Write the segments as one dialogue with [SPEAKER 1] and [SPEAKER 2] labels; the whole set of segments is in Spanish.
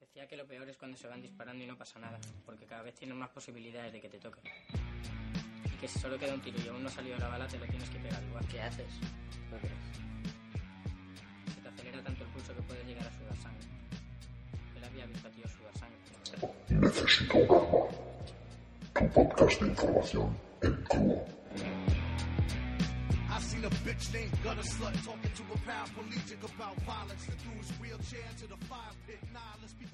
[SPEAKER 1] Decía que lo peor es cuando se van disparando y no pasa nada, porque cada vez tienes más posibilidades de que te toquen. Y que si solo queda un tiro y aún no ha salido la bala, te lo tienes que pegar igual.
[SPEAKER 2] ¿Qué haces?
[SPEAKER 3] ¿No crees?
[SPEAKER 1] Se te acelera tanto el pulso que puedes llegar a sudar sangre. Él había visto a tío sudar sangre.
[SPEAKER 4] Necesito Gamma, tu podcast de información en crudo.
[SPEAKER 5] I've seen a bitch named Gutter Slut talking to a paraplegic about violence. The dude's wheelchair to the fire pit. Nah, let's be.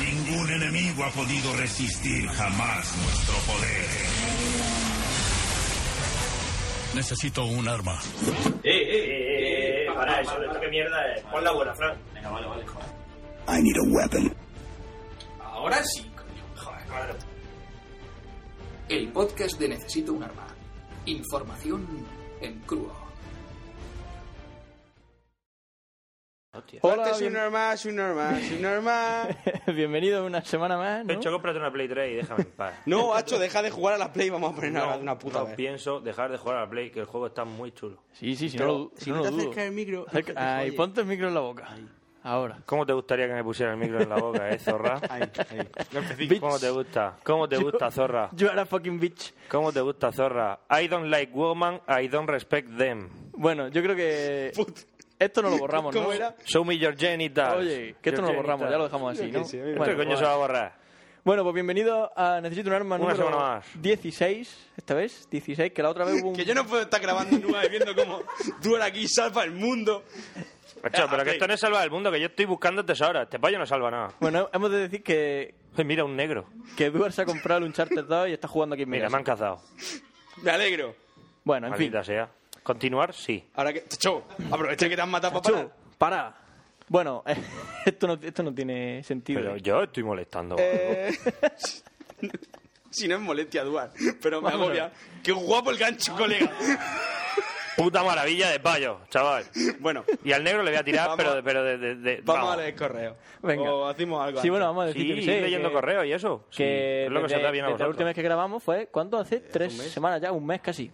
[SPEAKER 6] Ningún enemigo ha podido resistir jamás nuestro poder. Necesito un arma.
[SPEAKER 7] Eh, eh, eh, eh, eh, para eso, esto qué mierda es. Pon la buena, Fran.
[SPEAKER 3] Venga, vale, vale, joder.
[SPEAKER 4] I need a weapon.
[SPEAKER 7] Ahora sí, coño. Joder, madre.
[SPEAKER 2] El podcast de Necesito un Arma. Información en crudo.
[SPEAKER 3] Hostia.
[SPEAKER 8] Hola,
[SPEAKER 9] es
[SPEAKER 8] bien-
[SPEAKER 9] un normal, es un normal, es un normal.
[SPEAKER 8] bienvenido una semana más. ¿no?
[SPEAKER 7] Pecho, cómprate una Play 3 y déjame en paz.
[SPEAKER 9] No, Hacho, deja de jugar a la Play, vamos a poner ahora de una puta
[SPEAKER 7] no
[SPEAKER 9] vez.
[SPEAKER 7] pienso dejar de jugar a la Play, que el juego está muy chulo.
[SPEAKER 8] Sí, sí, si no
[SPEAKER 9] Pero
[SPEAKER 8] lo,
[SPEAKER 9] si
[SPEAKER 8] no
[SPEAKER 9] no
[SPEAKER 8] lo
[SPEAKER 9] te
[SPEAKER 8] dudo.
[SPEAKER 9] acercas el micro,
[SPEAKER 8] Acerca-
[SPEAKER 9] hijo, te
[SPEAKER 8] Ahí,
[SPEAKER 9] jodes.
[SPEAKER 8] ponte el micro en la boca. Ahora.
[SPEAKER 7] ¿Cómo te gustaría que me pusiera el micro en la boca, eh, zorra?
[SPEAKER 3] Ahí, ahí.
[SPEAKER 7] ¿Cómo te gusta? ¿Cómo te
[SPEAKER 8] Yo-
[SPEAKER 7] gusta, zorra?
[SPEAKER 8] You are a fucking bitch.
[SPEAKER 7] ¿Cómo te gusta, zorra? I don't like woman, I don't respect them.
[SPEAKER 8] Bueno, yo creo que esto no lo borramos,
[SPEAKER 9] ¿Cómo
[SPEAKER 8] ¿no?
[SPEAKER 9] era?
[SPEAKER 7] Show me your genitals.
[SPEAKER 8] Oye, que esto no lo
[SPEAKER 7] Your
[SPEAKER 8] borramos, ya lo
[SPEAKER 7] genitals.
[SPEAKER 8] dejamos así, ¿no?
[SPEAKER 9] que sí, a mí me-
[SPEAKER 7] ¿Esto
[SPEAKER 8] Bueno, pues,
[SPEAKER 7] qué coño se va a borrar?
[SPEAKER 8] Bueno, pues bienvenido a Necesito un arma
[SPEAKER 7] Una
[SPEAKER 8] número
[SPEAKER 7] semana más.
[SPEAKER 8] 16, esta vez, 16, que la otra vez hubo un...
[SPEAKER 9] Que yo no puedo estar grabando nubes viendo cómo tú eres aquí salva el mundo.
[SPEAKER 7] Macho, pero que esto no es salva del mundo, que yo estoy buscando tesoros. Este payo no salva nada.
[SPEAKER 8] Bueno, hemos de decir que,
[SPEAKER 7] Uy, mira, un negro.
[SPEAKER 8] que Duar se ha comprado el Uncharted 2 y está jugando aquí en mi
[SPEAKER 7] Mira,
[SPEAKER 8] casa.
[SPEAKER 7] me han cazado.
[SPEAKER 9] Me alegro.
[SPEAKER 8] Bueno, en fin.
[SPEAKER 7] Maldita sea. ¿Continuar? Sí.
[SPEAKER 9] Ahora que. Tacho, aprovecha que te han matado para
[SPEAKER 8] Chu,
[SPEAKER 9] parar.
[SPEAKER 8] para. Bueno, esto, no, esto no tiene sentido.
[SPEAKER 7] Pero yo estoy molestando.
[SPEAKER 9] Eh, Si no es molestia, Duar, pero me
[SPEAKER 8] Vamos a
[SPEAKER 9] agobia. Qué guapo el gancho, colega.
[SPEAKER 7] Puta maravilla de payo, chaval.
[SPEAKER 9] Bueno,
[SPEAKER 7] Y al negro le voy a tirar,
[SPEAKER 9] Vamos
[SPEAKER 7] pero,
[SPEAKER 9] a-
[SPEAKER 7] pero de, de- de-
[SPEAKER 9] vamos
[SPEAKER 7] vamos.
[SPEAKER 9] a leer correo.
[SPEAKER 8] Venga.
[SPEAKER 9] O hacemos algo.
[SPEAKER 8] Sí,
[SPEAKER 9] antes.
[SPEAKER 8] bueno, vamos a decir
[SPEAKER 7] Sí,
[SPEAKER 8] yo que
[SPEAKER 7] ir
[SPEAKER 8] sé,
[SPEAKER 7] leyendo
[SPEAKER 8] que-
[SPEAKER 7] correo y eso. Sí,
[SPEAKER 8] que
[SPEAKER 7] es lo que se
[SPEAKER 8] desde-
[SPEAKER 7] os da bien a
[SPEAKER 8] desde la última
[SPEAKER 7] vosotros. Eh,
[SPEAKER 8] vez que grabamos fue, ¿cuánto hace? Tres semanas ya, un mes casi.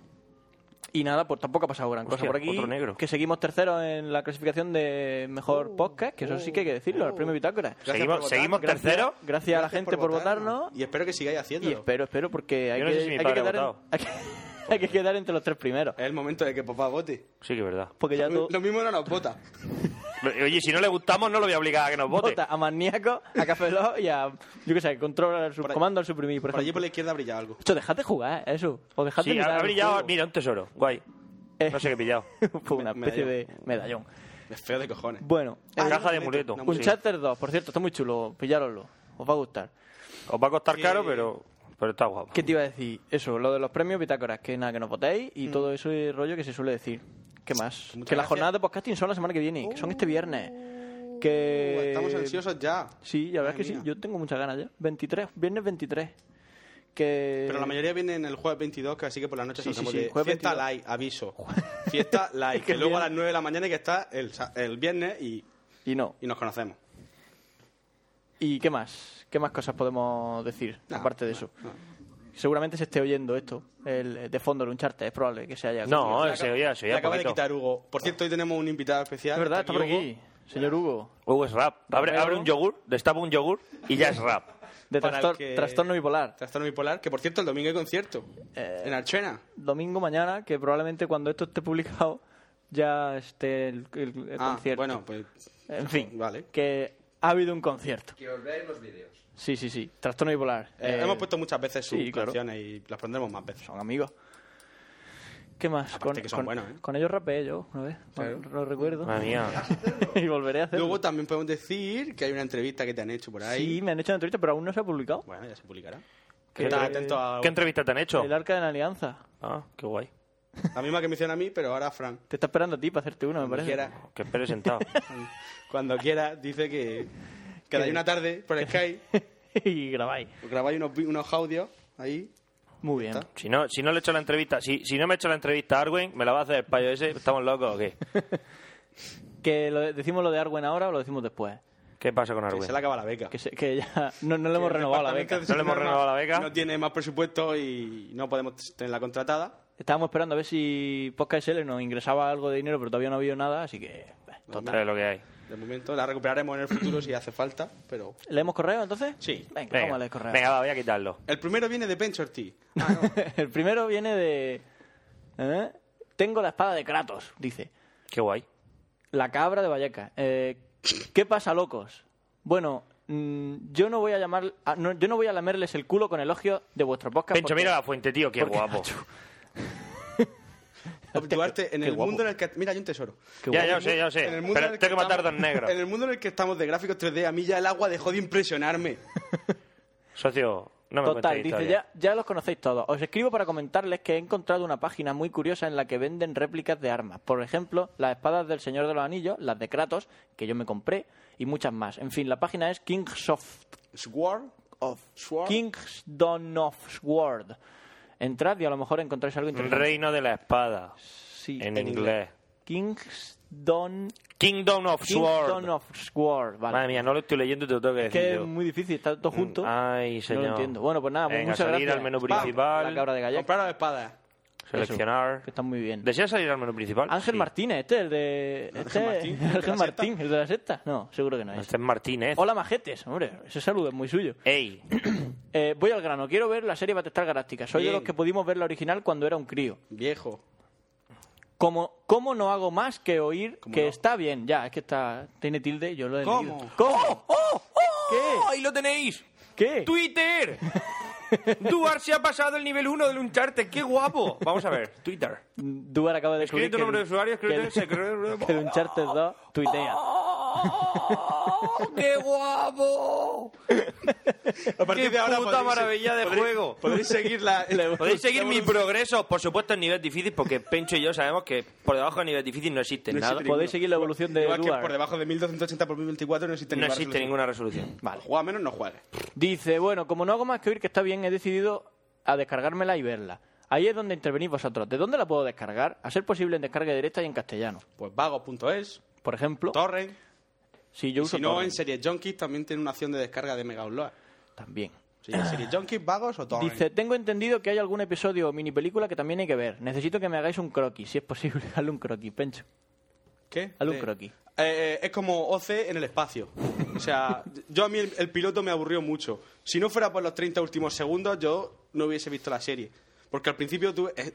[SPEAKER 8] Y nada, pues tampoco ha pasado gran cosa
[SPEAKER 7] Hostia,
[SPEAKER 8] por aquí.
[SPEAKER 7] otro negro.
[SPEAKER 8] Que seguimos terceros en la clasificación de mejor podcast, que eso sí que hay que decirlo, el premio Bitácora.
[SPEAKER 9] Gracias por
[SPEAKER 7] Seguimos,
[SPEAKER 9] votar.
[SPEAKER 7] seguimos
[SPEAKER 8] Gracias-
[SPEAKER 7] tercero.
[SPEAKER 8] Gracias a la gente por votarnos.
[SPEAKER 9] Y espero que sigáis
[SPEAKER 8] Y
[SPEAKER 9] haciéndolo.
[SPEAKER 8] espero, espero, porque hay
[SPEAKER 7] Yo no
[SPEAKER 8] que
[SPEAKER 7] sé si mi
[SPEAKER 8] hay que
[SPEAKER 7] padre ha
[SPEAKER 8] quedar en-
[SPEAKER 7] votado.
[SPEAKER 8] hay que- hay que quedar entre los tres primeros.
[SPEAKER 9] Es el momento de que papá vote.
[SPEAKER 7] Sí, que es verdad.
[SPEAKER 8] Porque ya tú
[SPEAKER 9] Lo mismo no nos vota.
[SPEAKER 7] Oye, si no le gustamos, no lo voy a obligar a que nos vote.
[SPEAKER 8] votas a Maníaco, a Café Lock y a, yo qué sé, control,
[SPEAKER 9] ahí-
[SPEAKER 8] subcomando al suprimir, por
[SPEAKER 9] Por allí
[SPEAKER 8] ejemplo.
[SPEAKER 9] por la izquierda brilla algo.
[SPEAKER 8] Hecho, dejad de jugar, eso. O dejad de
[SPEAKER 7] Sí,
[SPEAKER 8] mirar
[SPEAKER 7] ha
[SPEAKER 8] el
[SPEAKER 7] brillado.
[SPEAKER 8] juego.
[SPEAKER 7] Mira, un tesoro. Guay.
[SPEAKER 8] Eh.
[SPEAKER 7] No sé qué he pillado.
[SPEAKER 8] Fue una
[SPEAKER 9] Me-
[SPEAKER 8] especie de
[SPEAKER 9] medallón.
[SPEAKER 8] medallón.
[SPEAKER 9] Es feo de cojones.
[SPEAKER 8] Bueno,
[SPEAKER 9] Ah,
[SPEAKER 8] eh,
[SPEAKER 9] no,
[SPEAKER 7] Caja de
[SPEAKER 9] amuleto,
[SPEAKER 7] muleto.
[SPEAKER 9] un
[SPEAKER 8] un
[SPEAKER 7] sí.
[SPEAKER 8] charter 2, por cierto, está muy chulo, pillároslo, os va a gustar.
[SPEAKER 7] Os va a costar
[SPEAKER 9] Que-
[SPEAKER 7] caro, pero, pero está guapo.
[SPEAKER 8] ¿Qué te iba a decir? Eso, lo de los premios bitácoras, que nada, que nos votéis y todo ese rollo que se suele decir. ¿Qué más?
[SPEAKER 9] Mm. muchas
[SPEAKER 8] que las
[SPEAKER 9] gracias.
[SPEAKER 8] jornadas de podcasting son la semana que viene, que son este viernes. Que...
[SPEAKER 9] Uh, estamos ansiosos ya.
[SPEAKER 8] Sí, la verdad
[SPEAKER 9] Madre
[SPEAKER 8] es que sí,
[SPEAKER 9] mía.
[SPEAKER 8] yo tengo muchas ganas ya. 23, viernes 23. Que...
[SPEAKER 9] Pero la mayoría vienen el jueves 22, que así que por la noche
[SPEAKER 8] Sí, sí,
[SPEAKER 9] hacemos
[SPEAKER 8] sí,
[SPEAKER 9] de
[SPEAKER 8] jueves
[SPEAKER 9] fiesta
[SPEAKER 8] 22.
[SPEAKER 9] live, aviso. Fiesta live, que luego a las 9 de la mañana hay que está el, sa- el viernes y,
[SPEAKER 8] Y no.
[SPEAKER 9] y nos conocemos.
[SPEAKER 8] ¿Y qué más? ¿Qué más cosas podemos decir
[SPEAKER 9] Nada,
[SPEAKER 8] aparte de eso?
[SPEAKER 9] ah.
[SPEAKER 8] Seguramente se esté oyendo esto, el, de fondo el Uncharted, es probable que se haya...
[SPEAKER 7] No, se oía, se
[SPEAKER 9] Me
[SPEAKER 7] oía
[SPEAKER 9] acaba de
[SPEAKER 7] poquito.
[SPEAKER 9] quitar Hugo. Por cierto, hoy tenemos un invitado especial.
[SPEAKER 8] Es verdad, está por
[SPEAKER 9] Hugo,
[SPEAKER 8] aquí, señor Hugo,
[SPEAKER 7] Hugo Uh, es rap. Abre,
[SPEAKER 8] Romero.
[SPEAKER 7] abre un yogur, destapa un yogur y ya es rap.
[SPEAKER 8] de
[SPEAKER 9] Para el
[SPEAKER 8] trastor-
[SPEAKER 9] que-
[SPEAKER 8] trastorno bipolar.
[SPEAKER 9] Trastorno bipolar, que por cierto, el domingo hay concierto.
[SPEAKER 8] Eh,
[SPEAKER 9] En Archena.
[SPEAKER 8] Domingo mañana, que probablemente cuando esto esté publicado ya esté el, el- el
[SPEAKER 9] Ah,
[SPEAKER 8] concierto.
[SPEAKER 9] bueno, pues...
[SPEAKER 8] En fin,
[SPEAKER 9] Vale.
[SPEAKER 8] que ha habido un concierto.
[SPEAKER 3] Que os veáis los vídeos.
[SPEAKER 8] Sí, sí, sí, trastorno bipolar.
[SPEAKER 9] eh,
[SPEAKER 8] Eh,
[SPEAKER 9] hemos puesto muchas veces sus
[SPEAKER 8] sí, claro.
[SPEAKER 9] canciones y las pondremos más veces.
[SPEAKER 8] Son amigos. ¿Qué más?
[SPEAKER 9] Aparte que son buenos, ¿eh?
[SPEAKER 8] con ellos rapeé yo una vez, no- no lo recuerdo.
[SPEAKER 7] Madre mía.
[SPEAKER 8] y volveré a hacerlo.
[SPEAKER 9] Luego también podemos decir que hay una entrevista que te han hecho por ahí.
[SPEAKER 8] Sí, me han hecho una entrevista, pero aún no se ha publicado.
[SPEAKER 9] Bueno, ya se publicará.
[SPEAKER 8] Que-
[SPEAKER 9] Que estás Eh, atento Ah, a...
[SPEAKER 7] ¿Qué entrevista te han hecho?
[SPEAKER 8] El arca de la alianza.
[SPEAKER 7] Ah, qué guay.
[SPEAKER 9] La misma que me hicieron a mí, pero ahora a Fran.
[SPEAKER 8] Te está esperando a ti para hacerte una, me
[SPEAKER 9] Cuando
[SPEAKER 8] parece.
[SPEAKER 9] quiera,
[SPEAKER 7] Que espere sentado.
[SPEAKER 9] cuando quiera, dice que, que de ahí una tarde por Skype
[SPEAKER 8] y grabáis.
[SPEAKER 9] Os Grabáis unos, vi- unos audios ahí.
[SPEAKER 8] Muy bien.
[SPEAKER 9] Está.
[SPEAKER 7] Si no, si no le he hecho la entrevista, si, si no me he hecho la entrevista a Arwen, me la va a hacer el payo ese. ¿Estamos locos o qué?
[SPEAKER 8] ¿Que lo de- decimos lo de Arwen ahora o lo decimos después?
[SPEAKER 7] ¿Qué pasa con
[SPEAKER 9] Que
[SPEAKER 7] Arwen?
[SPEAKER 9] se le acaba la beca.
[SPEAKER 8] Que, se- que ya no, no le hemos
[SPEAKER 9] El
[SPEAKER 8] renovado la
[SPEAKER 9] departamento
[SPEAKER 8] beca.
[SPEAKER 9] de
[SPEAKER 7] No le hemos
[SPEAKER 9] Norma
[SPEAKER 7] renovado la beca.
[SPEAKER 9] No tiene más presupuesto y no podemos tenerla contratada.
[SPEAKER 8] Estábamos esperando a ver si Podcast SL nos ingresaba algo de dinero, pero todavía no ha habido nada, así que... eh, bah.
[SPEAKER 7] Total, es lo que hay.
[SPEAKER 9] De momento la recuperaremos en el futuro si hace falta, pero...
[SPEAKER 8] ¿Leemos correo entonces?
[SPEAKER 9] Sí.
[SPEAKER 8] Venga,
[SPEAKER 7] Venga,
[SPEAKER 8] vamos a leer correo.
[SPEAKER 7] Venga, va, voy a quitarlo.
[SPEAKER 9] El primero viene de Bench Ortiz.
[SPEAKER 8] El primero viene de... ¿eh? Tengo la espada de Kratos, dice.
[SPEAKER 7] Qué guay.
[SPEAKER 8] La cabra de Vallecas. Eh, ¿Qué pasa, locos? Bueno, mm, yo no voy a llamar, a- no, yo no voy a lamerles el culo con elogio de vuestro podcast.
[SPEAKER 7] Pencho,
[SPEAKER 8] porque-
[SPEAKER 7] mira la fuente, tío, qué
[SPEAKER 8] porque-
[SPEAKER 7] guapo.
[SPEAKER 9] Duarte, en
[SPEAKER 8] qué
[SPEAKER 9] el
[SPEAKER 8] guapo.
[SPEAKER 9] mundo en el que... Mira, hay un tesoro.
[SPEAKER 8] Qué
[SPEAKER 7] Ya,
[SPEAKER 8] guapo.
[SPEAKER 7] ya lo sé, ya lo sé.
[SPEAKER 9] En el mundo en
[SPEAKER 7] Pero
[SPEAKER 9] el
[SPEAKER 7] tengo que matar dos
[SPEAKER 9] estamos-
[SPEAKER 7] negros.
[SPEAKER 9] En el mundo en el que estamos de gráficos 3D, a mí ya el agua dejó de impresionarme.
[SPEAKER 7] Socio, no me
[SPEAKER 8] Total,
[SPEAKER 7] cuentes
[SPEAKER 8] dice,
[SPEAKER 7] historias.
[SPEAKER 8] ya, ya los conocéis todos. Os escribo para comentarles que he encontrado una página muy curiosa en la que venden réplicas de armas. Por ejemplo, las espadas del Señor de los Anillos, las de Kratos, que yo me compré, y muchas más. En fin, la página es Kingsoft.
[SPEAKER 9] Sword of Sword.
[SPEAKER 8] Kingsdom of Sword. Entrad y a lo mejor encontráis algo interesante.
[SPEAKER 7] Reino de la espada.
[SPEAKER 8] Sí,
[SPEAKER 7] en inglés.
[SPEAKER 8] Kingsdom,
[SPEAKER 7] Kingdom of Sword.
[SPEAKER 8] Kingsdom of Sword. Vale.
[SPEAKER 7] Madre mía, no lo estoy leyendo y te lo tengo que
[SPEAKER 8] Es
[SPEAKER 7] decir
[SPEAKER 8] que
[SPEAKER 7] yo. Mm.
[SPEAKER 8] es muy difícil, está todo junto.
[SPEAKER 7] Ay,
[SPEAKER 8] No
[SPEAKER 7] señor.
[SPEAKER 8] lo entiendo. Bueno, pues nada, pues
[SPEAKER 7] Venga,
[SPEAKER 8] muchas
[SPEAKER 7] salir
[SPEAKER 8] gracias.
[SPEAKER 7] al menú
[SPEAKER 8] Pam,
[SPEAKER 7] principal.
[SPEAKER 8] La cabra de gallego.
[SPEAKER 9] Comprar las espadas.
[SPEAKER 7] Seleccionar.
[SPEAKER 8] Que está muy bien.
[SPEAKER 7] ¿Deseas salir al menú principal?
[SPEAKER 8] Ángel
[SPEAKER 7] Sí.
[SPEAKER 8] Martínez, este es el de. Este,
[SPEAKER 9] Martín,
[SPEAKER 8] Ángel
[SPEAKER 9] ¿el de la
[SPEAKER 8] Martín, el de la secta. No, seguro que no es.
[SPEAKER 7] Este es Martínez.
[SPEAKER 8] Hola, majetes. Hombre, ese saludo es muy suyo.
[SPEAKER 7] Ey,
[SPEAKER 8] Eh, voy al grano. Quiero ver la serie Battlestar Galáctica. Soy
[SPEAKER 9] Bien.
[SPEAKER 8] de los que pudimos ver la original cuando era un crío.
[SPEAKER 9] Viejo.
[SPEAKER 8] Como, ¿Cómo no hago más que oír
[SPEAKER 9] ¿Cómo
[SPEAKER 8] que
[SPEAKER 9] no?
[SPEAKER 8] está bien? Ya, es que está tiene tilde, yo lo he
[SPEAKER 9] ¿Cómo? ¡Oh!
[SPEAKER 8] leído. ¿Cómo? ¿Qué?
[SPEAKER 7] ahí lo tenéis.
[SPEAKER 8] ¿Qué?
[SPEAKER 7] Twitter. Duar se ha pasado el nivel 1 del Uncharted. ¡Qué guapo! Vamos a ver, Twitter.
[SPEAKER 8] Duar acaba de descubrir
[SPEAKER 7] Escribe tu
[SPEAKER 8] que
[SPEAKER 7] nombre de
[SPEAKER 8] el-
[SPEAKER 7] usuario, escribe
[SPEAKER 8] que
[SPEAKER 7] tu-
[SPEAKER 8] el-
[SPEAKER 7] se cree-
[SPEAKER 8] que el Uncharted 2 tuitea.
[SPEAKER 7] ¡Oh, ¡Qué guapo!
[SPEAKER 9] A partir
[SPEAKER 7] ¡Qué
[SPEAKER 9] de ahora
[SPEAKER 7] puta
[SPEAKER 9] podéis-
[SPEAKER 7] maravilla de
[SPEAKER 9] podéis-
[SPEAKER 7] juego!
[SPEAKER 9] Podéis seguir la...
[SPEAKER 7] Podéis seguir mi progreso, por supuesto, en nivel difícil, porque Pencho y yo sabemos que por debajo de nivel difícil no existe
[SPEAKER 9] No existe
[SPEAKER 7] nada.
[SPEAKER 9] ningún-
[SPEAKER 8] Podéis seguir la evolución de
[SPEAKER 9] Igual que
[SPEAKER 8] Duarte.
[SPEAKER 9] por debajo de 1280 por 1024 no existe
[SPEAKER 7] No
[SPEAKER 9] ninguna
[SPEAKER 7] existe
[SPEAKER 9] resolución.
[SPEAKER 7] ninguna resolución.
[SPEAKER 8] Vale.
[SPEAKER 9] Juega menos, no juegues.
[SPEAKER 8] Dice, bueno, como no hago más que oír que está bien, he decidido a descargármela y verla. Ahí es donde intervenís vosotros. ¿De dónde la puedo descargar? A ser posible en descarga directa y en castellano.
[SPEAKER 9] Pues vago.es,
[SPEAKER 8] Por ejemplo,
[SPEAKER 9] torrent.
[SPEAKER 8] si yo uso
[SPEAKER 9] Si no,
[SPEAKER 8] Torrent,
[SPEAKER 9] en Series Junkies también tiene una opción de descarga de Mega Upload.
[SPEAKER 8] también.
[SPEAKER 9] Sí, en Series Junkies, vagos o torrent.
[SPEAKER 8] Dice, tengo entendido que hay algún episodio o mini película que también hay que ver. Necesito que me hagáis un croquis, si es posible. Hazle un croquis, Pencho.
[SPEAKER 9] ¿Qué?
[SPEAKER 8] Haz un
[SPEAKER 9] Eh,
[SPEAKER 8] croquis.
[SPEAKER 9] eh, es como OC en el espacio. O sea, yo a mí el, el piloto me aburrió mucho. Si no fuera por los 30 últimos segundos, yo no hubiese visto la serie. Porque al principio tú... eh,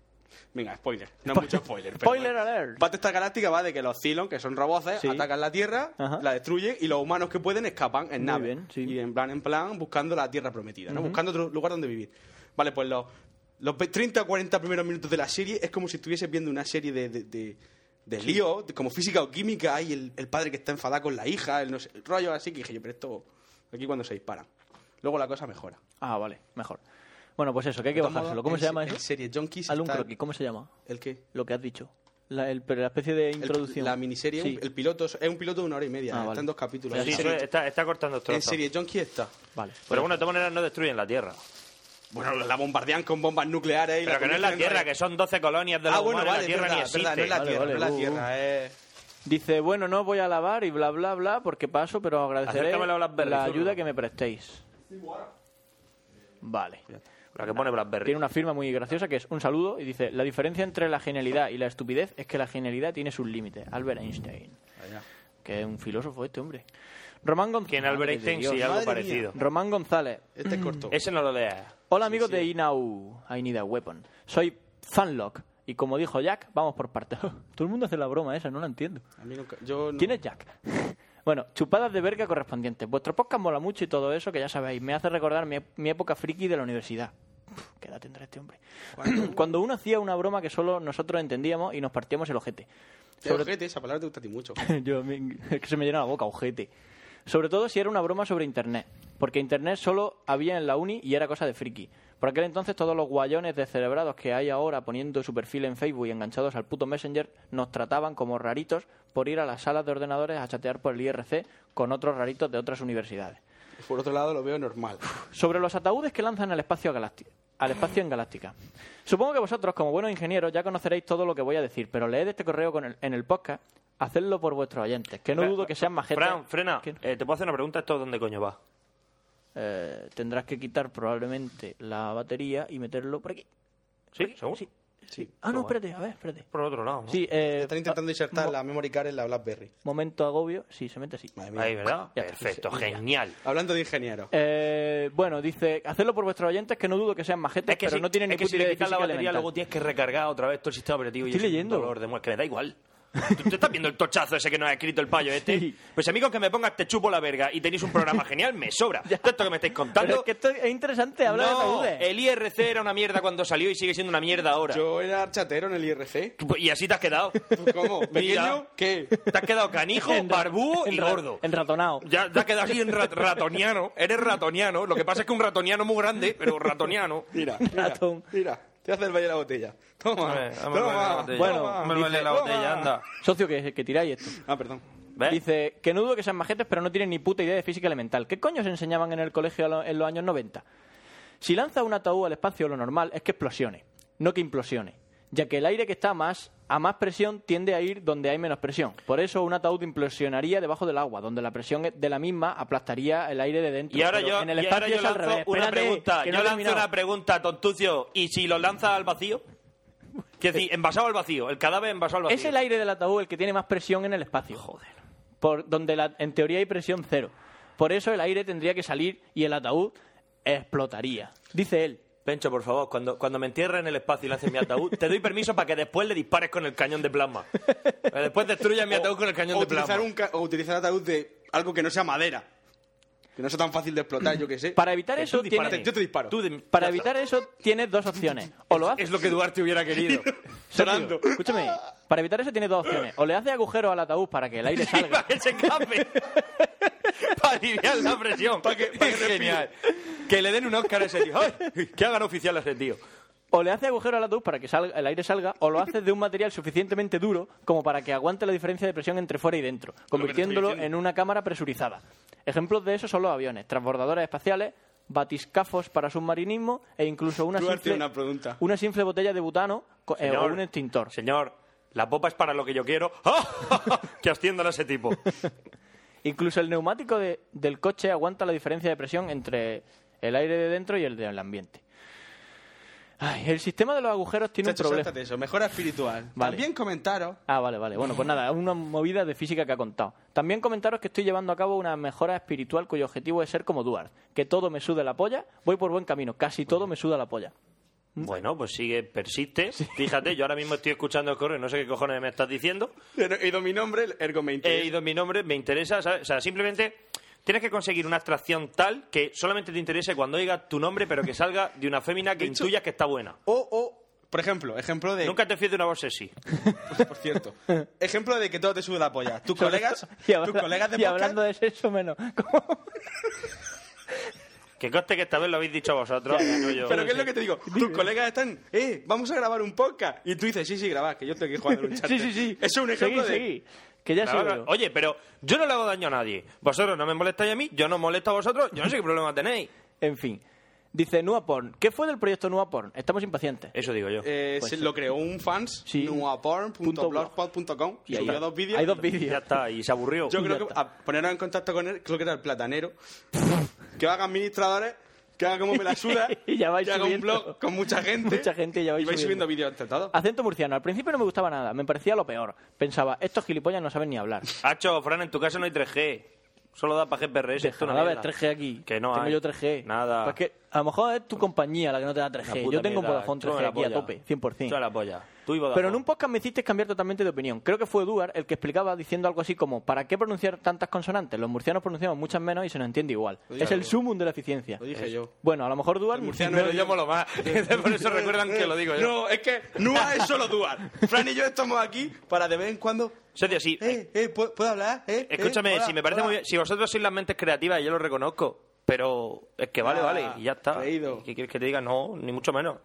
[SPEAKER 9] Venga, spoiler. No es mucho spoiler. pero
[SPEAKER 8] Spoiler
[SPEAKER 9] bueno.
[SPEAKER 8] alert.
[SPEAKER 9] Battlestar Galáctica va de que los Cylon, que son roboces,
[SPEAKER 8] Sí.
[SPEAKER 9] atacan la Tierra,
[SPEAKER 8] Ajá.
[SPEAKER 9] la destruyen y los humanos que pueden escapan en
[SPEAKER 8] Muy
[SPEAKER 9] nave.
[SPEAKER 8] bien, sí.
[SPEAKER 9] Y en plan, en plan, buscando la Tierra prometida, ¿no? Buscando otro lugar donde vivir. Vale, pues los, los ve- 30 o 40 primeros minutos de la serie es como si estuvieses viendo una serie de, de, de- de lío, de- como física o química, y el, el padre que está enfadado con la hija, el, no sé, el rollo así, que dije yo, pero esto, aquí cuando se disparan. Luego la cosa mejora.
[SPEAKER 8] Ah, vale, mejor. Bueno, pues eso, que hay que
[SPEAKER 9] De todos
[SPEAKER 8] bajárselo.
[SPEAKER 9] modos,
[SPEAKER 8] ¿Cómo
[SPEAKER 9] en
[SPEAKER 8] se
[SPEAKER 9] se-
[SPEAKER 8] llama
[SPEAKER 9] en
[SPEAKER 8] eso?
[SPEAKER 9] serie Junkies
[SPEAKER 8] Hazle un
[SPEAKER 9] está-
[SPEAKER 8] croquis, ¿cómo se llama?
[SPEAKER 9] ¿El qué?
[SPEAKER 8] Lo que has dicho. La, el- pero la especie de
[SPEAKER 9] El-
[SPEAKER 8] introducción.
[SPEAKER 9] la miniserie,
[SPEAKER 8] Sí.
[SPEAKER 9] el piloto, es un piloto de una hora y media,
[SPEAKER 8] Ah,
[SPEAKER 9] está
[SPEAKER 8] vale.
[SPEAKER 9] en dos capítulos.
[SPEAKER 7] Sí,
[SPEAKER 9] En
[SPEAKER 7] sí,
[SPEAKER 9] serie-
[SPEAKER 7] está, está cortando
[SPEAKER 9] En
[SPEAKER 7] trozos.
[SPEAKER 9] serie Junkie está.
[SPEAKER 8] Vale.
[SPEAKER 7] Pero bueno, de todas maneras no destruyen la Tierra.
[SPEAKER 9] Bueno, la bombardean con bombas nucleares. Y
[SPEAKER 7] Pero que no es la Tierra, que son 12 colonias de la
[SPEAKER 9] Ah, bueno, vale,
[SPEAKER 7] la Tierra
[SPEAKER 9] verdad,
[SPEAKER 7] ni
[SPEAKER 9] verdad,
[SPEAKER 7] existe.
[SPEAKER 9] no es la
[SPEAKER 8] Vale,
[SPEAKER 9] Tierra,
[SPEAKER 8] vale,
[SPEAKER 9] no es
[SPEAKER 8] uh,
[SPEAKER 9] la Tierra. eh.
[SPEAKER 8] Dice, bueno, no os voy a lavar y bla, bla, bla, porque paso, pero os agradeceré
[SPEAKER 7] Acércamelo a Blackberry,
[SPEAKER 8] la
[SPEAKER 7] zurdo.
[SPEAKER 8] ayuda que me prestéis. Vale.
[SPEAKER 7] La que pone BlackBerry.
[SPEAKER 8] Tiene una firma muy graciosa que es un saludo y dice, la diferencia entre la genialidad y la estupidez es que la genialidad tiene sus límites. Albert Einstein. Que es un filósofo este hombre. Román González.
[SPEAKER 7] Que en Albert Einstein sí, algo
[SPEAKER 9] Madre
[SPEAKER 7] parecido.
[SPEAKER 8] Román González.
[SPEAKER 9] Este es corto.
[SPEAKER 7] Ese no lo leas.
[SPEAKER 8] Hola amigos de Inau, I Need a Weapon. Soy Fanlock y como dijo Jack, vamos por partes. Todo el mundo hace la broma esa, no la entiendo.
[SPEAKER 9] A mí nunca- yo no-
[SPEAKER 8] ¿Quién es Jack? Bueno, chupadas de verga correspondientes. Vuestro podcast mola mucho y todo eso, que ya sabéis, me hace recordar mi, mi época friki de la universidad. Puf, ¿Qué edad tendrá este hombre? Cuando uno hacía una broma que solo nosotros entendíamos y nos partíamos el ojete.
[SPEAKER 9] Te ojete, esa palabra te gusta a ti mucho.
[SPEAKER 8] Yo, me- es que se me llena la boca, ojete. Sobre todo si era una broma sobre Internet, porque Internet solo había en la uni y era cosa de friki. Por aquel entonces todos los guayones descerebrados que hay ahora poniendo su perfil en Facebook y enganchados al puto Messenger nos trataban como raritos por ir a las salas de ordenadores a chatear por el IRC con otros raritos de otras universidades.
[SPEAKER 9] Por otro lado, lo veo normal.
[SPEAKER 8] sobre los ataúdes que lanzan al espacio galáctico. Al espacio en Galáctica. Supongo que vosotros, como buenos ingenieros, ya conoceréis todo lo que voy a decir, pero leed este correo con el- en el podcast, hacedlo por vuestros oyentes, que no dudo que sean más gente.
[SPEAKER 7] Fran, frena.
[SPEAKER 8] que-
[SPEAKER 7] Eh, te puedo hacer una pregunta. ¿Esto dónde coño va?
[SPEAKER 8] Eh, tendrás que quitar probablemente la batería y meterlo por aquí.
[SPEAKER 7] ¿Sí? ¿Seguro?
[SPEAKER 8] Sí. Ah, no, espérate, a ver, espérate.
[SPEAKER 7] Por otro lado, ¿no?
[SPEAKER 8] Sí, eh,
[SPEAKER 9] Están intentando
[SPEAKER 8] ah,
[SPEAKER 9] insertar
[SPEAKER 8] mo-
[SPEAKER 9] la memory card en la BlackBerry.
[SPEAKER 8] Momento agobio, sí, se mete así.
[SPEAKER 9] Madre mía.
[SPEAKER 7] Ahí, ¿verdad?
[SPEAKER 8] Ya,
[SPEAKER 7] Perfecto,
[SPEAKER 8] sí, sí, ya.
[SPEAKER 7] genial.
[SPEAKER 9] Hablando de ingeniero.
[SPEAKER 8] Eh, bueno, dice, hacedlo por vuestros oyentes, que no dudo que sean majetes,
[SPEAKER 7] Es que
[SPEAKER 8] pero
[SPEAKER 7] si,
[SPEAKER 8] no tienen
[SPEAKER 7] es
[SPEAKER 8] ni
[SPEAKER 7] que
[SPEAKER 8] puta
[SPEAKER 7] si
[SPEAKER 8] idea
[SPEAKER 7] le
[SPEAKER 8] de
[SPEAKER 7] quitas la
[SPEAKER 8] física
[SPEAKER 7] batería,
[SPEAKER 8] elemental.
[SPEAKER 7] luego tienes que recargar otra vez todo el sistema operativo. y
[SPEAKER 8] Estoy
[SPEAKER 7] eso es un
[SPEAKER 8] leyendo.
[SPEAKER 7] dolor de muerte, que me da igual. ¿Tú te estás viendo el tochazo ese que nos ha escrito el payo este?
[SPEAKER 8] Sí.
[SPEAKER 7] Pues amigos, que me pongas te chupo la verga y tenéis un programa genial, me sobra. Todo esto que me estáis
[SPEAKER 8] Pero es
[SPEAKER 7] contando...
[SPEAKER 8] que esto es interesante, habla de
[SPEAKER 7] no, eh,
[SPEAKER 8] ataúdes.
[SPEAKER 7] el IRC era una mierda cuando salió y sigue siendo una mierda ahora.
[SPEAKER 9] Yo era chatero en el IRC.
[SPEAKER 7] Pues, Y así te has quedado.
[SPEAKER 9] Pues, ¿Cómo?
[SPEAKER 7] Mira,
[SPEAKER 9] ¿Pequeño? ¿Qué?
[SPEAKER 7] Te has quedado canijo, barbú y
[SPEAKER 8] enra-
[SPEAKER 7] gordo.
[SPEAKER 8] Enratonado.
[SPEAKER 7] Ya te has quedado así en ra- ratoniano. Eres ratoniano. Lo que pasa es que un ratoniano muy grande, pero ratoniano.
[SPEAKER 9] Mira, mira,
[SPEAKER 8] Ratón.
[SPEAKER 9] mira. Te hace el valle de la botella. Toma,
[SPEAKER 7] Eh, dame el valle de la
[SPEAKER 9] toma.
[SPEAKER 7] botella.
[SPEAKER 8] Bueno,
[SPEAKER 7] Dame el valle de la
[SPEAKER 9] dice,
[SPEAKER 7] botella,
[SPEAKER 9] toma.
[SPEAKER 7] anda.
[SPEAKER 8] Socio, que, que tiráis esto.
[SPEAKER 9] Ah, perdón.
[SPEAKER 7] ¿Ves?
[SPEAKER 8] Dice, que no dudo que sean majetes, pero no tienen ni puta idea de física elemental. ¿Qué coño se enseñaban en el colegio a lo- en los años 90? Si lanzas un ataúd al espacio, lo normal es que explosione, no que implosione, ya que el aire que está más a más presión tiende a ir donde hay menos presión. Por eso un ataúd implosionaría debajo del agua, donde la presión de la misma aplastaría el aire de dentro.
[SPEAKER 7] Y ahora
[SPEAKER 8] Pero
[SPEAKER 7] yo,
[SPEAKER 8] en el
[SPEAKER 7] y
[SPEAKER 8] espacio
[SPEAKER 7] ahora yo
[SPEAKER 8] es al
[SPEAKER 7] lanzo
[SPEAKER 8] revés.
[SPEAKER 7] una
[SPEAKER 8] Espérate,
[SPEAKER 7] pregunta.
[SPEAKER 8] que
[SPEAKER 7] Yo
[SPEAKER 8] no he
[SPEAKER 7] lanzo
[SPEAKER 8] terminado.
[SPEAKER 7] una pregunta, tontucio. ¿Y si lo lanza al vacío? Que decir, envasado al vacío. El cadáver envasado al vacío.
[SPEAKER 8] Es el aire del ataúd el que tiene más presión en el espacio. Joder. Por donde la- en teoría hay presión cero. Por eso el aire tendría que salir y el ataúd explotaría. Dice él.
[SPEAKER 7] Pencho, por favor, cuando, cuando me entierren en el espacio y lancen mi ataúd, te doy permiso para que después le dispares con el cañón de plasma. Eh, Después destruyas mi ataúd con el cañón
[SPEAKER 9] o
[SPEAKER 7] de
[SPEAKER 9] utilizar
[SPEAKER 7] plasma.
[SPEAKER 9] un ca- o utilizar ataúd de algo que no sea madera. Que no sea tan fácil de explotar, yo qué sé.
[SPEAKER 8] Para evitar
[SPEAKER 7] Que
[SPEAKER 8] eso,
[SPEAKER 7] tú disparas.
[SPEAKER 8] tiene-
[SPEAKER 9] Yo te disparo.
[SPEAKER 7] Tú de-
[SPEAKER 8] para evitar eso tienes dos opciones. O lo haces.
[SPEAKER 7] Es lo que Duarte hubiera querido.
[SPEAKER 9] Sonando.
[SPEAKER 8] Sergio, Escúchame. Para evitar eso tienes dos opciones. O le haces agujero al ataúd para que el aire
[SPEAKER 7] Y para
[SPEAKER 8] salga.
[SPEAKER 7] que se escape. para aliviar la presión. Para que, Genial. Que le den un Oscar a ese tío. Ay, Que hagan oficial a ese tío.
[SPEAKER 8] O le haces agujero al ataúd para que salga- el aire salga. O lo haces de un material suficientemente duro como para que aguante la diferencia de presión entre fuera y dentro, convirtiéndolo en una cámara presurizada. Ejemplos de eso son los aviones, transbordadores espaciales, batiscafos para submarinismo e incluso una
[SPEAKER 9] Tú has
[SPEAKER 8] simple,
[SPEAKER 9] tenido una pregunta.
[SPEAKER 8] una simple botella de butano co- eh, o un extintor.
[SPEAKER 7] Señor, la popa es para lo que yo quiero. Ah, que asciendan a ese tipo.
[SPEAKER 8] Incluso el neumático de- del coche aguanta la diferencia de presión entre el aire de dentro y el del ambiente. Ay, el sistema de los agujeros tiene
[SPEAKER 9] Chacho,
[SPEAKER 8] un problema.
[SPEAKER 9] sáltate eso. Mejora espiritual.
[SPEAKER 8] Vale.
[SPEAKER 9] También comentaros.
[SPEAKER 8] Ah, vale, vale. Bueno, pues nada, una movida de física que ha contado. También comentaros que estoy llevando a cabo una mejora espiritual cuyo objetivo es ser como Duarte. Que todo me suda la polla, voy por buen camino, casi todo me suda la polla.
[SPEAKER 7] Bueno, pues sigue, persiste. Fíjate, yo ahora mismo estoy escuchando el correo, no sé qué cojones me estás diciendo.
[SPEAKER 9] He ido mi nombre, ergo me interesa.
[SPEAKER 7] He ido mi nombre, me interesa, ¿sabes? O sea, simplemente tienes que conseguir una atracción tal que solamente te interese cuando oiga tu nombre, pero que salga de una fémina que intuyas que está buena.
[SPEAKER 9] O, o, por ejemplo, ejemplo de.
[SPEAKER 7] Nunca te fíes de una voz sexy.
[SPEAKER 9] Pues, Por cierto. Ejemplo de que todo te sube la polla. Tus
[SPEAKER 8] Sobre
[SPEAKER 9] colegas,
[SPEAKER 8] todo- y habla-
[SPEAKER 9] tus colegas de
[SPEAKER 8] Y hablando
[SPEAKER 9] podcast.
[SPEAKER 8] de sexo menos. ¿Cómo?
[SPEAKER 7] Que conste que esta vez lo habéis dicho vosotros. no yo.
[SPEAKER 9] Pero ¿qué es lo que te digo? Tus colegas están, eh, vamos a grabar un podcast. Y tú dices, sí, sí, grabad, que yo estoy aquí jugando en un chat.
[SPEAKER 8] Sí, sí, sí.
[SPEAKER 9] Eso es un ejemplo
[SPEAKER 8] seguí,
[SPEAKER 9] de.
[SPEAKER 8] seguí. Que ya
[SPEAKER 7] La
[SPEAKER 8] sigo
[SPEAKER 7] verdad,
[SPEAKER 8] yo.
[SPEAKER 7] Oye, pero yo no le hago daño a nadie. Vosotros no me molestáis a mí, yo no molesto a vosotros, yo no sé qué problema tenéis.
[SPEAKER 8] En fin. Dice Nuaporn. ¿Qué fue del proyecto Nuaporn? Estamos impacientes.
[SPEAKER 7] Eso digo yo.
[SPEAKER 9] Eh,
[SPEAKER 8] Pues
[SPEAKER 9] se-
[SPEAKER 8] sí.
[SPEAKER 9] lo creó un fans,
[SPEAKER 8] Sí.
[SPEAKER 9] nuaporn.blogspot.com.
[SPEAKER 8] Y ahí
[SPEAKER 9] Subió
[SPEAKER 8] está.
[SPEAKER 9] dos vídeos.
[SPEAKER 8] Hay dos vídeos.
[SPEAKER 7] ya está, y se aburrió.
[SPEAKER 9] Yo
[SPEAKER 8] Y
[SPEAKER 9] creo
[SPEAKER 8] ya
[SPEAKER 9] que
[SPEAKER 8] está.
[SPEAKER 9] a ponernos en contacto con él, creo que era el platanero. que haga administradores, que haga como me la suda.
[SPEAKER 8] Y ya vais
[SPEAKER 9] que haga
[SPEAKER 8] subiendo.
[SPEAKER 9] un blog con mucha gente.
[SPEAKER 8] Mucha gente y ya vais
[SPEAKER 9] y vais
[SPEAKER 8] subiendo.
[SPEAKER 9] subiendo vídeos entre todos.
[SPEAKER 8] Acento murciano. Al principio no me gustaba nada. Me parecía lo peor. Pensaba, estos gilipollas no saben ni hablar.
[SPEAKER 7] Hacho, Fran, en tu casa no hay 3G. Solo da para GPRS. esto es una
[SPEAKER 8] Déjame ver
[SPEAKER 7] mierda.
[SPEAKER 8] 3G aquí.
[SPEAKER 7] Que no
[SPEAKER 8] Tengo
[SPEAKER 7] hay.
[SPEAKER 8] yo 3G.
[SPEAKER 7] Nada.
[SPEAKER 8] Pues que a lo mejor es tu compañía la que no te da 3G. Yo tengo un Vodafone 3G aquí a tope, 100%.
[SPEAKER 7] Yo la polla. Tú y Vodafone.
[SPEAKER 8] Pero en un podcast me hiciste cambiar totalmente de opinión. Creo que fue Duar el que explicaba diciendo algo así como ¿Para qué pronunciar tantas consonantes? Los murcianos pronunciamos muchas menos y se nos entiende igual.
[SPEAKER 9] dije
[SPEAKER 8] es el
[SPEAKER 9] yo.
[SPEAKER 8] sumum de la eficiencia.
[SPEAKER 9] Lo dije yo.
[SPEAKER 8] Bueno, a lo mejor Duar...
[SPEAKER 9] murciano
[SPEAKER 7] No, yo molo más. Por eso recuerdan que lo digo yo.
[SPEAKER 9] No, es que Nua es solo Duar. Fran y yo estamos aquí para de vez en cuando.
[SPEAKER 7] Socio, sí.
[SPEAKER 9] Eh, eh, ¿puedo, puedo hablar? Eh,
[SPEAKER 7] Escúchame,
[SPEAKER 9] eh, hola,
[SPEAKER 7] si me parece
[SPEAKER 9] hola.
[SPEAKER 7] muy bien. Si vosotros sois las mentes creativas, yo lo reconozco. Pero es que vale,
[SPEAKER 9] Ah,
[SPEAKER 7] vale. Y ya está.
[SPEAKER 9] creído.
[SPEAKER 7] ¿Qué quieres que te diga? No, ni mucho menos.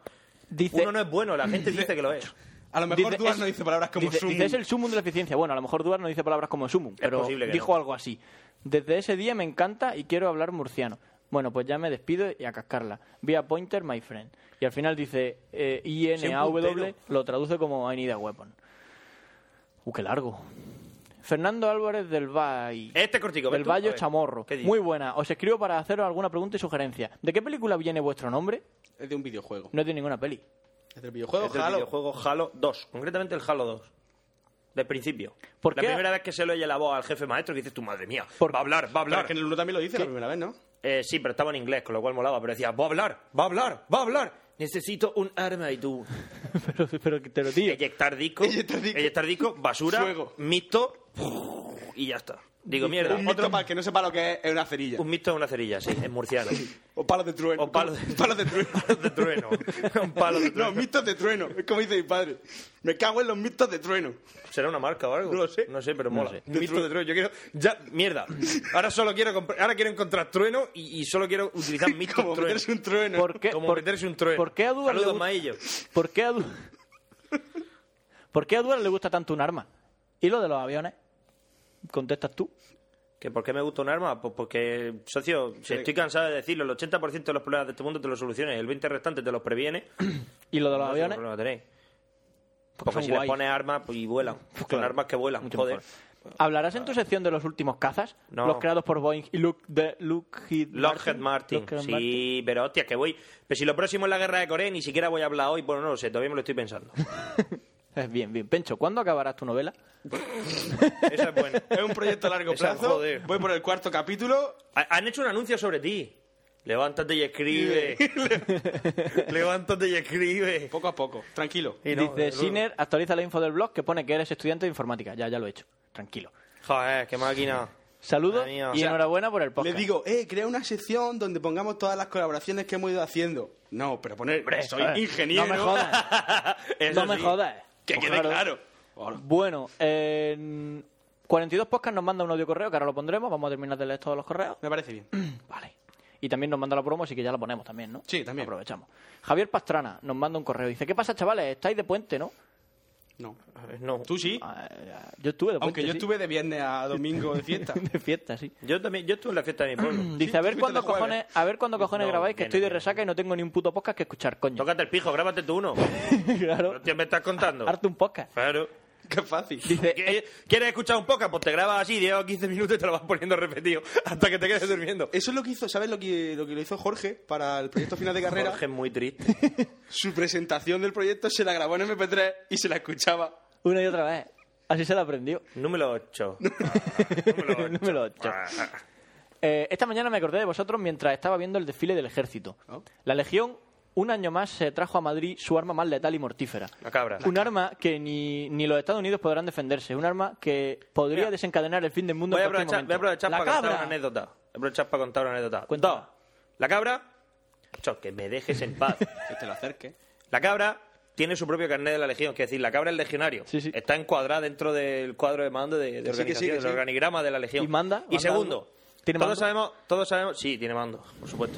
[SPEAKER 8] Dice,
[SPEAKER 7] Uno no es bueno, la gente dice que lo es.
[SPEAKER 9] A lo mejor Duarte
[SPEAKER 8] es-
[SPEAKER 9] no dice palabras como
[SPEAKER 8] dice-
[SPEAKER 9] sumum.
[SPEAKER 8] dice, es el sumum de la eficiencia. Bueno, a lo mejor Duarte no dice palabras como sumum, pero
[SPEAKER 7] posible que
[SPEAKER 8] dijo
[SPEAKER 7] no.
[SPEAKER 8] algo así. Desde ese día me encanta y quiero hablar murciano. Bueno, pues ya me despido y a cascarla. Vía pointer, my friend. Y al final dice eh, INAW,
[SPEAKER 7] puntero.
[SPEAKER 8] lo traduce como I need a weapon. Uh, qué largo. Fernando Álvarez del Valle.
[SPEAKER 7] Este cortico,
[SPEAKER 8] Del
[SPEAKER 7] ven tú, a
[SPEAKER 8] Valle
[SPEAKER 7] ver.
[SPEAKER 8] Chamorro.
[SPEAKER 7] ¿Qué dice?
[SPEAKER 8] Muy buena. Os escribo para haceros alguna pregunta y sugerencia. ¿De qué película viene vuestro nombre?
[SPEAKER 9] Es de un videojuego.
[SPEAKER 8] No es de ninguna peli.
[SPEAKER 9] Es del videojuego,
[SPEAKER 7] Es del
[SPEAKER 9] Halo.
[SPEAKER 7] videojuego Halo 2, concretamente el Halo 2. Del principio.
[SPEAKER 8] ¿Por
[SPEAKER 7] la
[SPEAKER 8] qué?
[SPEAKER 7] primera vez que se le oye la voz al jefe maestro, que dices tú, madre mía,
[SPEAKER 8] ¿Por-
[SPEAKER 7] va a hablar, va a
[SPEAKER 9] Pero
[SPEAKER 7] hablar.
[SPEAKER 9] es que en el 1 también lo dice la primera vez, ¿no?
[SPEAKER 7] Eh, sí, pero estaba en inglés, con lo cual molaba, pero decía, va a hablar, va a hablar, va a hablar. Necesito un arma y tú.
[SPEAKER 8] pero, pero que te lo digo.
[SPEAKER 7] Eyectar disco,
[SPEAKER 9] Eyectar disco.
[SPEAKER 7] eyectar disco, basura,
[SPEAKER 9] Fuego.
[SPEAKER 7] mixto, y ya está. Digo, mierda,
[SPEAKER 9] un
[SPEAKER 7] otro,
[SPEAKER 9] mito para el que no sepa lo que es, es una cerilla.
[SPEAKER 7] un mixto es una cerilla, sí, en murciano.
[SPEAKER 9] O palos de trueno.
[SPEAKER 7] O palos de-
[SPEAKER 9] palos de trueno.
[SPEAKER 7] Palos de trueno. Un palo de trueno.
[SPEAKER 9] No, mitos de trueno. Es como dice mi padre. Me cago en los mitos de trueno.
[SPEAKER 7] ¿Será una marca o algo?
[SPEAKER 9] No lo sé.
[SPEAKER 7] No sé, pero
[SPEAKER 8] No
[SPEAKER 7] mola.
[SPEAKER 8] sé.
[SPEAKER 7] Un mito de trueno. Yo quiero. Ya, mierda. Ahora solo quiero comprar. Ahora quiero encontrar trueno y, y solo quiero utilizar mito
[SPEAKER 9] Como
[SPEAKER 7] trueno.
[SPEAKER 9] meterse un trueno.
[SPEAKER 8] ¿Por qué?
[SPEAKER 7] Como
[SPEAKER 8] por-
[SPEAKER 7] meterse un trueno.
[SPEAKER 8] ¿Por qué a Duarte
[SPEAKER 7] Saludos,
[SPEAKER 8] le gusta-
[SPEAKER 7] Maillo.
[SPEAKER 8] ¿Por qué a Du- ¿Por qué a Duarte le gusta tanto un arma? ¿Y lo de los aviones? ¿Contestas tú?
[SPEAKER 7] ¿Que ¿Por qué me gusta un arma? Pues porque, socio, si estoy cansado de decirlo, el 80% de los problemas de este mundo te los soluciones, el 20% restante te los previene.
[SPEAKER 8] ¿Y lo
[SPEAKER 7] No
[SPEAKER 8] de los
[SPEAKER 7] sé qué
[SPEAKER 8] aviones?
[SPEAKER 7] problema tenéis.
[SPEAKER 8] Porque
[SPEAKER 7] Porque
[SPEAKER 8] son
[SPEAKER 7] si
[SPEAKER 8] guays.
[SPEAKER 7] le pones armas pues, y vuelan. Son
[SPEAKER 8] claro.
[SPEAKER 7] armas que vuelan,
[SPEAKER 8] Mucho
[SPEAKER 7] joder.
[SPEAKER 8] mejor. ¿Hablarás en tu sección de los últimos cazas?
[SPEAKER 7] No.
[SPEAKER 8] Los creados por Boeing y Luke, de, Luke Heed
[SPEAKER 7] Lockheed Martin.
[SPEAKER 8] Lockheed
[SPEAKER 7] Sí,
[SPEAKER 8] Martin.
[SPEAKER 7] pero hostia, que voy. Pero si lo próximo es la guerra de Corea, ni siquiera voy a hablar hoy. Bueno, no lo sé, todavía me lo estoy pensando.
[SPEAKER 8] Es bien, bien. Pencho, ¿cuándo acabarás tu novela?
[SPEAKER 7] Eso es bueno.
[SPEAKER 9] Es un proyecto a largo
[SPEAKER 7] Esa,
[SPEAKER 9] plazo.
[SPEAKER 7] joder.
[SPEAKER 9] Voy por el cuarto capítulo.
[SPEAKER 7] Ha- Han hecho un anuncio sobre ti. Levántate y escribe. Levántate y escribe.
[SPEAKER 9] Poco a poco. Tranquilo.
[SPEAKER 7] Y no,
[SPEAKER 8] Dice
[SPEAKER 7] desde luego.
[SPEAKER 8] Siner, actualiza la info del blog que pone que eres estudiante de informática. Ya, ya lo he hecho. Tranquilo.
[SPEAKER 7] Joder, qué máquina.
[SPEAKER 8] Saludos
[SPEAKER 7] Madre mía.
[SPEAKER 8] y enhorabuena por el podcast.
[SPEAKER 9] Le digo, eh, crea una sección donde pongamos todas las colaboraciones que hemos ido haciendo. No, pero poner, soy
[SPEAKER 8] Joder,
[SPEAKER 9] ingeniero.
[SPEAKER 8] No me jodas.
[SPEAKER 7] Eso
[SPEAKER 8] no me
[SPEAKER 7] sí.
[SPEAKER 8] jodas.
[SPEAKER 9] Que
[SPEAKER 8] Pues
[SPEAKER 9] quede claro.
[SPEAKER 8] Bueno, en 42 Podcast nos manda un audio correo, que ahora lo pondremos. Vamos a terminar de leer todos los correos.
[SPEAKER 9] Me parece bien.
[SPEAKER 8] Vale. Y también nos manda la promo, así que ya la ponemos también, ¿no?
[SPEAKER 9] Sí, también.
[SPEAKER 8] Aprovechamos. Javier Pastrana nos manda un correo. Dice, ¿qué pasa, chavales? ¿Estáis de puente, no?
[SPEAKER 9] No.
[SPEAKER 7] Pues No.
[SPEAKER 9] Tú sí.
[SPEAKER 8] Ah, eh, yo estuve de puente,
[SPEAKER 9] Aunque yo
[SPEAKER 8] sí.
[SPEAKER 9] estuve de viernes a domingo de fiesta.
[SPEAKER 8] de fiesta, sí.
[SPEAKER 7] Yo también, yo estuve en la fiesta de mi pueblo.
[SPEAKER 8] Dice, a ver
[SPEAKER 9] fuiste
[SPEAKER 8] cuándo
[SPEAKER 9] de jueves.
[SPEAKER 8] cojones, a ver cuándo cojones
[SPEAKER 7] No,
[SPEAKER 8] grabáis, que
[SPEAKER 7] viene,
[SPEAKER 8] estoy de
[SPEAKER 7] viene.
[SPEAKER 8] resaca y no tengo ni un puto podcast que escuchar, coño.
[SPEAKER 7] Tócate el pijo, grábate tú uno.
[SPEAKER 8] claro.
[SPEAKER 7] ¿Qué me estás contando?
[SPEAKER 8] Harte un podcast.
[SPEAKER 7] Claro.
[SPEAKER 9] Qué fácil.
[SPEAKER 8] Dice,
[SPEAKER 7] ¿Qué- eh, ¿Quieres escuchar un podcast? Pues te grabas así 10 o 15 minutos y te lo vas poniendo repetido hasta que te quedes durmiendo.
[SPEAKER 9] Eso es lo que hizo, ¿sabes lo que lo, que lo hizo Jorge para el proyecto final de carrera?
[SPEAKER 7] Jorge es muy triste.
[SPEAKER 9] Su presentación del proyecto se la grabó en MP3 y se la escuchaba.
[SPEAKER 8] una y otra vez. Así se la aprendió.
[SPEAKER 7] Número 8.
[SPEAKER 8] Número ocho.
[SPEAKER 7] Ah,
[SPEAKER 8] Eh, esta mañana me acordé de vosotros mientras estaba viendo el desfile del ejército.
[SPEAKER 9] Oh.
[SPEAKER 8] La Legión, un año más, se trajo a Madrid su arma más letal y mortífera.
[SPEAKER 7] La cabra.
[SPEAKER 8] Un arma que ni, ni los Estados Unidos podrán defenderse. Un arma que podría
[SPEAKER 7] Mira.
[SPEAKER 8] desencadenar el fin del mundo
[SPEAKER 7] Voy a
[SPEAKER 8] en cualquier
[SPEAKER 7] aprovechar, voy a
[SPEAKER 8] momento.
[SPEAKER 7] aprovechar para
[SPEAKER 8] ¡La
[SPEAKER 7] contar
[SPEAKER 8] cabra!
[SPEAKER 7] una anécdota. Voy a aprovechar para contar una anécdota.
[SPEAKER 8] Cuéntala.
[SPEAKER 7] Dos. La cabra. Cho, que me dejes en paz.
[SPEAKER 9] Que te lo acerque.
[SPEAKER 7] La cabra tiene su propio carnet de la legión, que es decir, la cabra es legionario.
[SPEAKER 8] Sí, sí.
[SPEAKER 7] Está encuadrada dentro del cuadro de mando de, de
[SPEAKER 9] Que sí, que sí,
[SPEAKER 7] organización,
[SPEAKER 9] que
[SPEAKER 7] del
[SPEAKER 9] sí.
[SPEAKER 7] organigrama de la legión.
[SPEAKER 8] ¿Y manda?
[SPEAKER 7] Y
[SPEAKER 8] ¿Manda
[SPEAKER 7] segundo,
[SPEAKER 8] algo? ¿Tiene
[SPEAKER 7] todos
[SPEAKER 8] mando?
[SPEAKER 7] sabemos, todos sabemos, sí, tiene mando, por supuesto.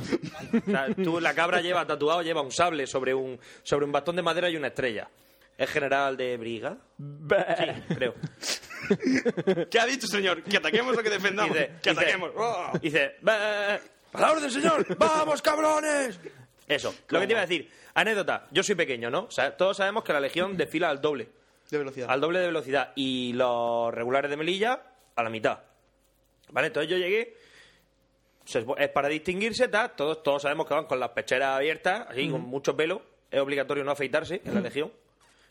[SPEAKER 7] O sea, tú la cabra lleva tatuado, lleva un sable sobre un sobre un bastón de madera y una estrella. Es general de briga, sí, creo.
[SPEAKER 9] ¿Qué ha dicho, señor? Que ataquemos o que defendamos.
[SPEAKER 7] Dice,
[SPEAKER 9] que
[SPEAKER 7] dice-
[SPEAKER 9] ataquemos. ¡Oh!
[SPEAKER 7] Dice, "Bah, ¡A la orden, señor! ¡Vamos, cabrones! Eso, lo que te iba a decir. Anécdota, yo soy pequeño, ¿no? O sea, todos sabemos que la
[SPEAKER 9] Mm.
[SPEAKER 7] legión desfila al doble.
[SPEAKER 9] De velocidad.
[SPEAKER 7] Al doble de velocidad. Y los regulares de Melilla a la mitad. Vale, entonces yo llegué. se supo- Es para distinguirse, tal, todos, todos sabemos que van con las pecheras abiertas, así,
[SPEAKER 9] Mm.
[SPEAKER 7] con mucho pelo. Es obligatorio no afeitarse en la legión.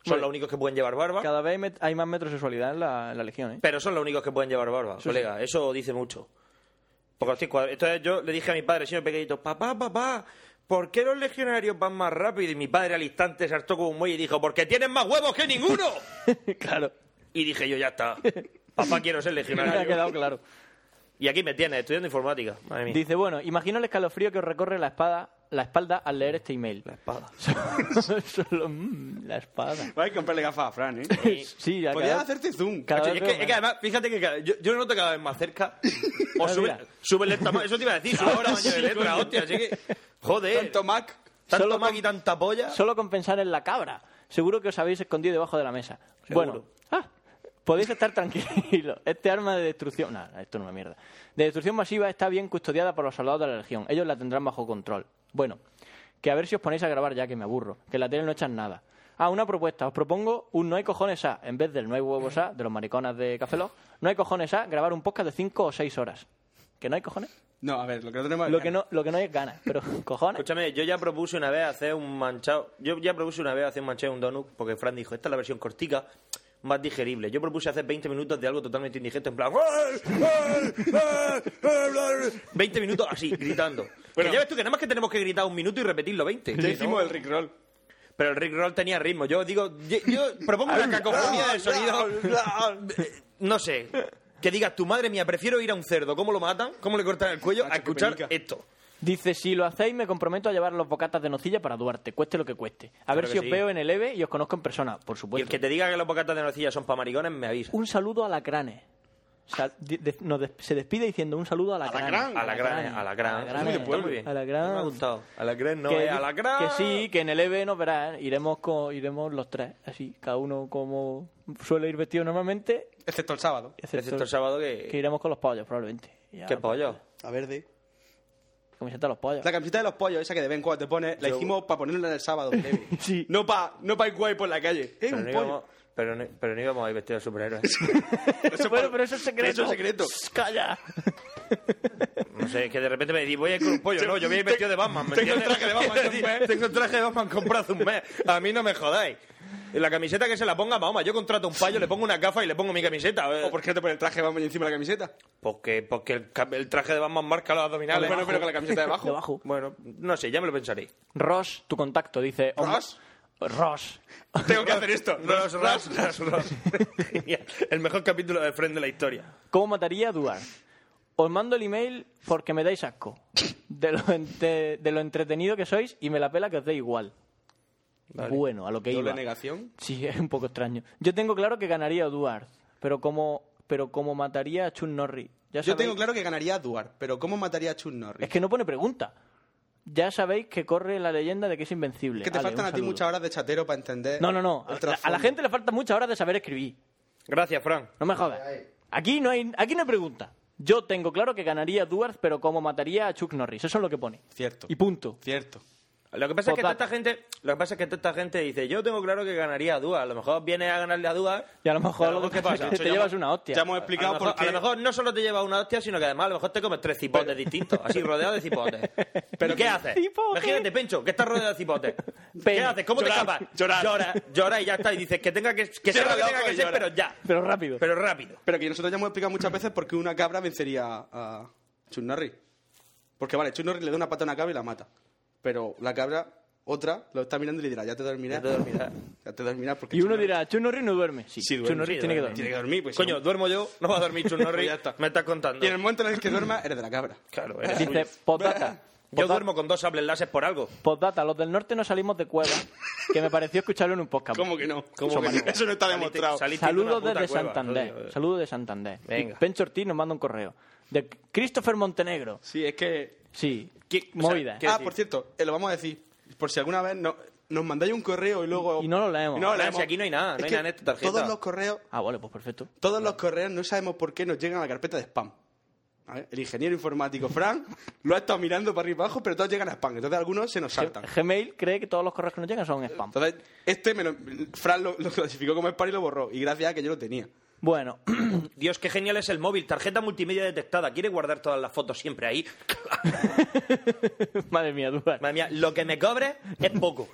[SPEAKER 7] Son
[SPEAKER 8] Vale.
[SPEAKER 7] los únicos que pueden llevar barba.
[SPEAKER 8] Cada vez hay met- hay más metrosexualidad en la, en la Legión, ¿eh?
[SPEAKER 7] Pero son los únicos que pueden llevar barba, colega. Eso dice mucho. Porque estoy cuadra- Entonces yo le dije a mi padre, siendo pequeñito, papá, papá, ¿por qué los legionarios van más rápido? Y mi padre al instante saltó como un muelle y dijo, porque tienen más huevos que ninguno.
[SPEAKER 8] claro.
[SPEAKER 7] y dije yo, ya está. Papá, quiero ser
[SPEAKER 8] Me ha quedado
[SPEAKER 7] legionario.
[SPEAKER 8] claro.
[SPEAKER 7] y aquí me tienes, estudiando informática. Madre mía.
[SPEAKER 8] Dice, bueno, imagino el escalofrío que os recorre la espada, la espalda al leer este email.
[SPEAKER 7] La espada.
[SPEAKER 8] Solo, mm, la espada.
[SPEAKER 9] Voy a comprarle gafas a Fran, ¿eh?
[SPEAKER 8] Sí, ya
[SPEAKER 9] Podrías
[SPEAKER 8] cada-
[SPEAKER 9] hacerte zoom.
[SPEAKER 8] cada
[SPEAKER 7] Macho,
[SPEAKER 8] vez
[SPEAKER 7] es,
[SPEAKER 8] veo
[SPEAKER 7] que, es que
[SPEAKER 8] más.
[SPEAKER 7] además, fíjate que cada- yo, yo lo noto cada vez más cerca. O
[SPEAKER 8] Ah,
[SPEAKER 7] sube,
[SPEAKER 8] mira.
[SPEAKER 7] sube el tamaño. Eso te iba a decir, sube ahora baño de letra, hostia. Así que, joder.
[SPEAKER 9] Tanto Mac.
[SPEAKER 7] Tanto
[SPEAKER 8] Solo
[SPEAKER 7] Mac
[SPEAKER 8] con-
[SPEAKER 7] y tanta polla.
[SPEAKER 8] Solo con pensar en la cabra. Seguro que os habéis escondido debajo de la mesa.
[SPEAKER 7] Seguro.
[SPEAKER 8] Bueno, ah, podéis estar tranquilos. Este arma de destrucción. Nah, esto no es una mierda. De destrucción masiva está bien custodiada por los soldados de la Legión. Ellos la tendrán bajo control. Bueno, que a ver si os ponéis a grabar ya, que me aburro. Que en la tele no echan nada. Ah, una propuesta. Os propongo un No hay cojones A. En vez del No hay huevos A, de los mariconas de Café Lock, No hay cojones A, grabar un podcast de 5 o 6 horas. ¿Que no hay cojones?
[SPEAKER 9] No, a ver, lo que no tenemos es
[SPEAKER 8] Lo que
[SPEAKER 9] ganas.
[SPEAKER 8] no, lo que no hay es ganas. Pero, cojones.
[SPEAKER 7] Escúchame, yo ya propuse una vez hacer un manchado. Yo ya propuse una vez hacer un manchado y un donut porque Fran dijo, esta es la versión cortica más digerible. Yo propuse hacer 20 minutos de algo totalmente indigesto, en plan... "Ay, ay, ay, ay, ay". 20 minutos así, gritando. Pero ya ves tú que nada más que tenemos que gritar un minuto y repetirlo 20.
[SPEAKER 9] Ya hicimos el Rickroll.
[SPEAKER 7] Pero el Rick Roll tenía ritmo. Yo digo, yo, yo propongo una cacofonía de sonido. Eh, No sé. Que digas, tu madre mía, prefiero ir a un cerdo. ¿Cómo lo matan? ¿Cómo le cortan el cuello? A
[SPEAKER 9] Macho, qué
[SPEAKER 7] escuchar
[SPEAKER 9] penica.
[SPEAKER 7] esto.
[SPEAKER 8] Dice, si lo hacéis, me comprometo a llevar los bocatas de nocilla para Duarte, cueste lo que cueste. A ver
[SPEAKER 7] que
[SPEAKER 8] si os
[SPEAKER 7] sí.
[SPEAKER 8] veo en el EVE y os conozco en persona, por
[SPEAKER 7] Y
[SPEAKER 8] supuesto.
[SPEAKER 7] el que te diga que los bocatas de nocilla son para maricones, me avisa.
[SPEAKER 8] Un saludo a Lacranes. O sea, di- de- nos des- se despide diciendo un saludo a Lacranes.
[SPEAKER 9] Alacrán.
[SPEAKER 7] A la gran, a la gran. Está muy bien. Me ha gustado. A la gran,
[SPEAKER 8] eh.
[SPEAKER 7] no, eh, es a la gran.
[SPEAKER 8] Que sí, que en el EVE nos verán. Iremos, con, iremos los tres, así, cada uno como suele ir vestido normalmente.
[SPEAKER 9] Excepto el sábado.
[SPEAKER 7] Excepto el sábado que...
[SPEAKER 8] Que iremos con los pollos, probablemente. Y
[SPEAKER 7] ¿Qué
[SPEAKER 8] ahora,
[SPEAKER 7] pollo?
[SPEAKER 9] A verde.
[SPEAKER 8] pues, Camiseta de los pollos.
[SPEAKER 9] La camiseta de los pollos, esa que de vez en cuando te pones, la hicimos para ponerla en el sábado. Levi.
[SPEAKER 8] Sí.
[SPEAKER 9] No para no pa ir guay por la calle. ¡Eh,
[SPEAKER 7] Pero
[SPEAKER 9] un
[SPEAKER 7] no,
[SPEAKER 9] pollo!
[SPEAKER 7] íbamos, pero, no, pero no íbamos a ir vestidos de superhéroes.
[SPEAKER 8] bueno, pero eso es secreto.
[SPEAKER 9] Eso es secreto.
[SPEAKER 8] ¡Calla!
[SPEAKER 7] No sé, es que de repente me decís, voy a ir con un pollo. No, yo voy a ir vestido de Batman. ¿me
[SPEAKER 9] tengo
[SPEAKER 7] entiendes?
[SPEAKER 9] traje de Batman hace un mes.
[SPEAKER 7] Tengo el traje de Batman comprado hace un mes. A mí no me jodáis. En La camiseta que se la ponga Mahoma. Yo contrato a un payo, le pongo una gafa y le pongo mi camiseta. Eh,
[SPEAKER 9] ¿O por qué te pones el traje vamos encima de la camiseta?
[SPEAKER 7] Porque, porque el, ca- el traje de Batman marca los abdominales.
[SPEAKER 9] Bueno, pero con la camiseta debajo.
[SPEAKER 8] Debajo.
[SPEAKER 7] Bueno, no sé, ya me lo pensaré.
[SPEAKER 8] Ross, tu contacto, dice. hom-
[SPEAKER 9] ¿Ross?
[SPEAKER 8] Ross.
[SPEAKER 9] Tengo que hacer esto.
[SPEAKER 7] Ros, ros, ros, ros. Genial. El mejor capítulo de Friends de la historia.
[SPEAKER 8] ¿Cómo mataría a Duarte? Os mando el email porque me dais asco. De lo, ente- de lo entretenido que sois y me la pela que os dé igual. Bueno, a lo que
[SPEAKER 9] Doble
[SPEAKER 8] iba.
[SPEAKER 9] negación.
[SPEAKER 8] Sí, es un poco extraño. Yo tengo claro que ganaría a Duarte, pero como, pero como mataría a Chun Norris. Ya
[SPEAKER 9] Yo
[SPEAKER 8] sabéis-
[SPEAKER 9] tengo claro que ganaría a Duar, pero ¿cómo mataría a Chun Norris?
[SPEAKER 8] Es que no pone pregunta. Ya sabéis que corre la leyenda de que es invencible.
[SPEAKER 9] Que te
[SPEAKER 8] Ale,
[SPEAKER 9] faltan
[SPEAKER 8] un
[SPEAKER 9] a ti
[SPEAKER 8] saludo.
[SPEAKER 9] muchas horas de chatero para entender.
[SPEAKER 8] No, no, no.
[SPEAKER 9] el
[SPEAKER 8] A- A,
[SPEAKER 9] trasfondo.
[SPEAKER 8] la gente le faltan muchas horas de saber escribir.
[SPEAKER 7] Gracias, Fran.
[SPEAKER 8] No me jodas. Aquí no hay, aquí no hay pregunta. Yo tengo claro que ganaría Duarte, pero como mataría a Chuck Norris. Eso es lo que pone.
[SPEAKER 9] Cierto.
[SPEAKER 8] Y punto.
[SPEAKER 9] Cierto.
[SPEAKER 7] Lo que pasa es que
[SPEAKER 8] Total.
[SPEAKER 7] tanta gente, lo que pasa es que tanta gente dice, yo tengo claro que ganaría a Dua. A lo mejor viene a ganarle a Dua.
[SPEAKER 8] Y a lo mejor
[SPEAKER 7] A lo mejor,
[SPEAKER 8] que
[SPEAKER 7] ¿qué pasa?
[SPEAKER 8] te
[SPEAKER 7] Eso
[SPEAKER 9] ya
[SPEAKER 8] llevas
[SPEAKER 9] hemos-
[SPEAKER 8] una hostia.
[SPEAKER 9] Ya hemos
[SPEAKER 7] A lo,
[SPEAKER 9] explicado
[SPEAKER 7] mejor,
[SPEAKER 9] por qué.
[SPEAKER 7] a lo mejor no solo te lleva una hostia, sino que además a lo mejor te comes tres cipotes distintos, así rodeado de cipotes. ¿Pero qué haces?
[SPEAKER 8] Cipote.
[SPEAKER 7] Imagínate, Pencho, que estás rodeado de cipotes. ¿Qué
[SPEAKER 8] Pena.
[SPEAKER 7] haces? ¿Cómo te
[SPEAKER 9] Llorar,
[SPEAKER 7] escapas?
[SPEAKER 9] llorar.
[SPEAKER 7] Llora, llora y ya está. Y dices que tenga que, que sea lo
[SPEAKER 9] Cierra
[SPEAKER 7] que
[SPEAKER 9] el
[SPEAKER 7] tenga
[SPEAKER 9] ojo
[SPEAKER 7] que
[SPEAKER 9] y
[SPEAKER 7] ser,
[SPEAKER 9] llora.
[SPEAKER 7] pero ya.
[SPEAKER 8] Pero rápido.
[SPEAKER 7] Pero rápido.
[SPEAKER 9] Pero que nosotros ya hemos explicado muchas veces por qué una cabra vencería a a Chuck Norris. Porque vale, Chuck Norris le da una pata a una cabra y la mata. Pero la cabra, otra, lo está mirando y le dirá, ya te
[SPEAKER 7] Ya
[SPEAKER 9] dormirás.
[SPEAKER 7] te dormirás.
[SPEAKER 9] Ya te dormirás porque
[SPEAKER 8] y uno
[SPEAKER 9] Chuck Norris-
[SPEAKER 8] dirá, Chuck Norris no duerme. Sí,
[SPEAKER 9] Sí, duerme,
[SPEAKER 8] Chuck Norris
[SPEAKER 7] sí,
[SPEAKER 8] tiene que
[SPEAKER 7] duerme.
[SPEAKER 8] dormir.
[SPEAKER 9] Tiene que dormir, pues.
[SPEAKER 7] Coño,
[SPEAKER 9] sí.
[SPEAKER 7] duermo yo, no va a dormir Chun Norris.
[SPEAKER 9] ya está.
[SPEAKER 7] Me estás contando.
[SPEAKER 9] Y en el momento en el que duerma, eres de la cabra.
[SPEAKER 7] Claro, eres
[SPEAKER 8] Dice,
[SPEAKER 7] suyo.
[SPEAKER 8] postdata.
[SPEAKER 7] Yo
[SPEAKER 8] Postdata-
[SPEAKER 7] duermo con dos sables láser por algo.
[SPEAKER 8] Postdata, los del norte no salimos de cueva, que me pareció escucharlo en un podcast.
[SPEAKER 9] ¿Cómo que no? ¿Cómo
[SPEAKER 7] Eso,
[SPEAKER 9] que no?
[SPEAKER 7] Manolo.
[SPEAKER 9] Eso no está
[SPEAKER 7] Saliste-
[SPEAKER 9] demostrado.
[SPEAKER 7] saliste de
[SPEAKER 8] Saludos
[SPEAKER 7] una puta
[SPEAKER 8] desde
[SPEAKER 7] cueva.
[SPEAKER 8] Santander.
[SPEAKER 7] Joder.
[SPEAKER 8] Saludos de Santander.
[SPEAKER 7] Venga.
[SPEAKER 8] Pencho Ortiz nos manda un correo. De Christopher Montenegro.
[SPEAKER 9] Sí, es que...
[SPEAKER 8] Sí.
[SPEAKER 7] ¿Qué- o sea,
[SPEAKER 8] Movida.
[SPEAKER 7] ¿qué-
[SPEAKER 9] Ah,
[SPEAKER 7] decir?
[SPEAKER 9] por cierto, eh, lo vamos a decir. Por si alguna vez no- nos mandáis un correo y luego...
[SPEAKER 8] Y no lo leemos.
[SPEAKER 9] Y no lo
[SPEAKER 7] Ahora,
[SPEAKER 9] leemos.
[SPEAKER 7] si aquí no hay nada, no
[SPEAKER 9] Es
[SPEAKER 7] hay
[SPEAKER 9] que
[SPEAKER 7] nada en esta tarjeta.
[SPEAKER 9] Todos los correos
[SPEAKER 8] Ah, vale, pues perfecto.
[SPEAKER 9] Todos los correos no sabemos por qué nos llegan a la carpeta de spam. A ver, El ingeniero informático Frank lo ha estado mirando para arriba y para abajo, pero todos llegan a spam. Entonces algunos se nos saltan.
[SPEAKER 8] Gmail cree que todos los correos que nos llegan son spam.
[SPEAKER 9] Entonces, este me lo- Frank lo, lo clasificó como spam y lo borró. Y gracias a que yo lo tenía.
[SPEAKER 8] Bueno,
[SPEAKER 7] Dios, qué genial es el móvil. Tarjeta multimedia detectada. Quiere guardar todas las fotos siempre ahí.
[SPEAKER 8] madre mía, Duarte.
[SPEAKER 7] Madre mía, lo que me cobre es poco.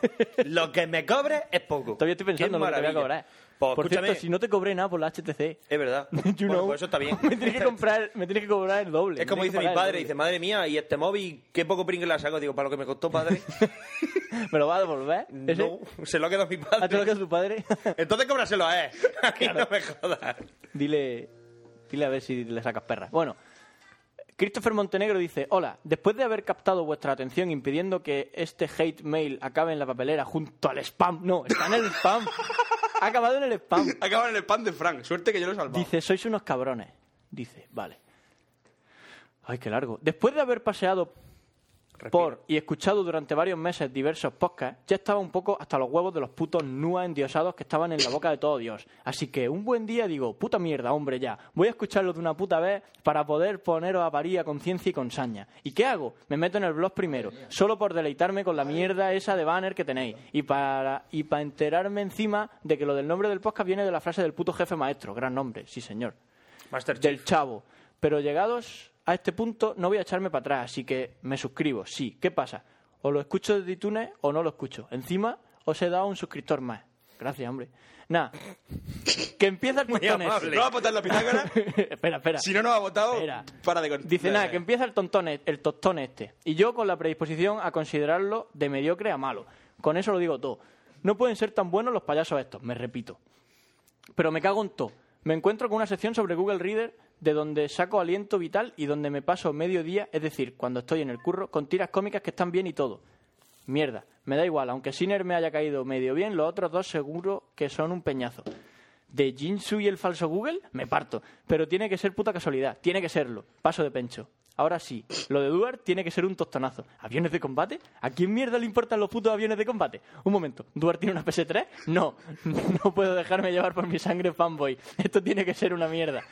[SPEAKER 7] Lo que me cobre es poco.
[SPEAKER 8] Todavía estoy
[SPEAKER 7] Qué
[SPEAKER 8] pensando en lo que voy a
[SPEAKER 7] maravilla.
[SPEAKER 8] cobrar. eh.
[SPEAKER 7] Pues
[SPEAKER 8] Por
[SPEAKER 7] escúchame,
[SPEAKER 8] cierto, si no te cobré nada por la HTC,
[SPEAKER 7] es verdad.
[SPEAKER 8] you
[SPEAKER 7] Bueno,
[SPEAKER 8] know,
[SPEAKER 7] pues eso está bien.
[SPEAKER 8] Me tienes que comprar, me tienes que cobrar el doble.
[SPEAKER 7] Es como
[SPEAKER 8] me tienes
[SPEAKER 7] dice mi
[SPEAKER 8] que pagar el
[SPEAKER 7] padre, dice,
[SPEAKER 8] doble.
[SPEAKER 7] madre mía, y este móvil, qué poco pringue la saco. Digo, para lo que me costó, padre.
[SPEAKER 8] ¿Me lo va a devolver? ¿Ese?
[SPEAKER 7] no, se lo ha quedado mi
[SPEAKER 8] ¿Ah, te lo
[SPEAKER 7] padre.
[SPEAKER 8] que es tu padre?
[SPEAKER 7] Entonces cóbraselo a él. Aquí no me jodas.
[SPEAKER 8] dile, dile a ver si le sacas perra. Bueno, Christopher Montenegro dice, hola, después de haber captado vuestra atención impidiendo que este hate mail acabe en la papelera junto al spam, no, está en el spam, ha acabado en el spam.
[SPEAKER 9] Acaban en el spam de Frank. Suerte que yo lo he salvado.
[SPEAKER 8] Dice, sois unos cabrones. Dice, vale. Ay, qué largo. Después de haber paseado por y escuchado durante varios meses diversos podcasts, ya estaba un poco hasta los huevos de los putos nua endiosados que estaban en la boca de todo Dios. Así que un buen día digo, puta mierda, hombre, ya, voy a escucharlo de una puta vez para poder poneros a parir a conciencia y con saña. ¿Y qué hago? Me meto en el blog primero, solo por deleitarme con la mierda esa de banner que tenéis y para, y para enterarme encima de que lo del nombre del podcast viene de la frase del puto jefe maestro. Gran nombre, sí señor
[SPEAKER 7] Master
[SPEAKER 8] del chavo. Pero llegados a este punto no voy a echarme para atrás, así que me suscribo. Sí, ¿qué pasa? O lo escucho desde iTunes o no lo escucho. Encima os he dado un suscriptor más. Gracias, hombre. Nada, que empieza el tontones.
[SPEAKER 7] amable. pues,
[SPEAKER 10] ¿No va a votar la pitágora?
[SPEAKER 8] espera, espera.
[SPEAKER 10] si no nos ha votado,
[SPEAKER 8] Espera.
[SPEAKER 10] para de... con-
[SPEAKER 8] Dice, nada, que empieza el tontón, e- el tostón este. Y yo con la predisposición a considerarlo de mediocre a malo. Con eso lo digo todo. No pueden ser tan buenos los payasos estos, me repito. Pero me cago en todo. Me encuentro con una sección sobre Google Reader de donde saco aliento vital y donde me paso medio día, es decir, cuando estoy en el curro, con tiras cómicas que están bien y todo. Mierda, me da igual, aunque Sinner me haya caído medio bien, los otros dos seguro que son un peñazo. ¿De Jinsu y el falso Google? Me parto. Pero tiene que ser puta casualidad. Tiene que serlo. Paso de pencho. Ahora sí, lo de Duar tiene que ser un tostonazo. ¿Aviones de combate? ¿A quién mierda le importan los putos aviones de combate? Un momento, ¿Duar tiene una PS3? No, no puedo dejarme llevar por mi sangre fanboy. Esto tiene que ser una mierda.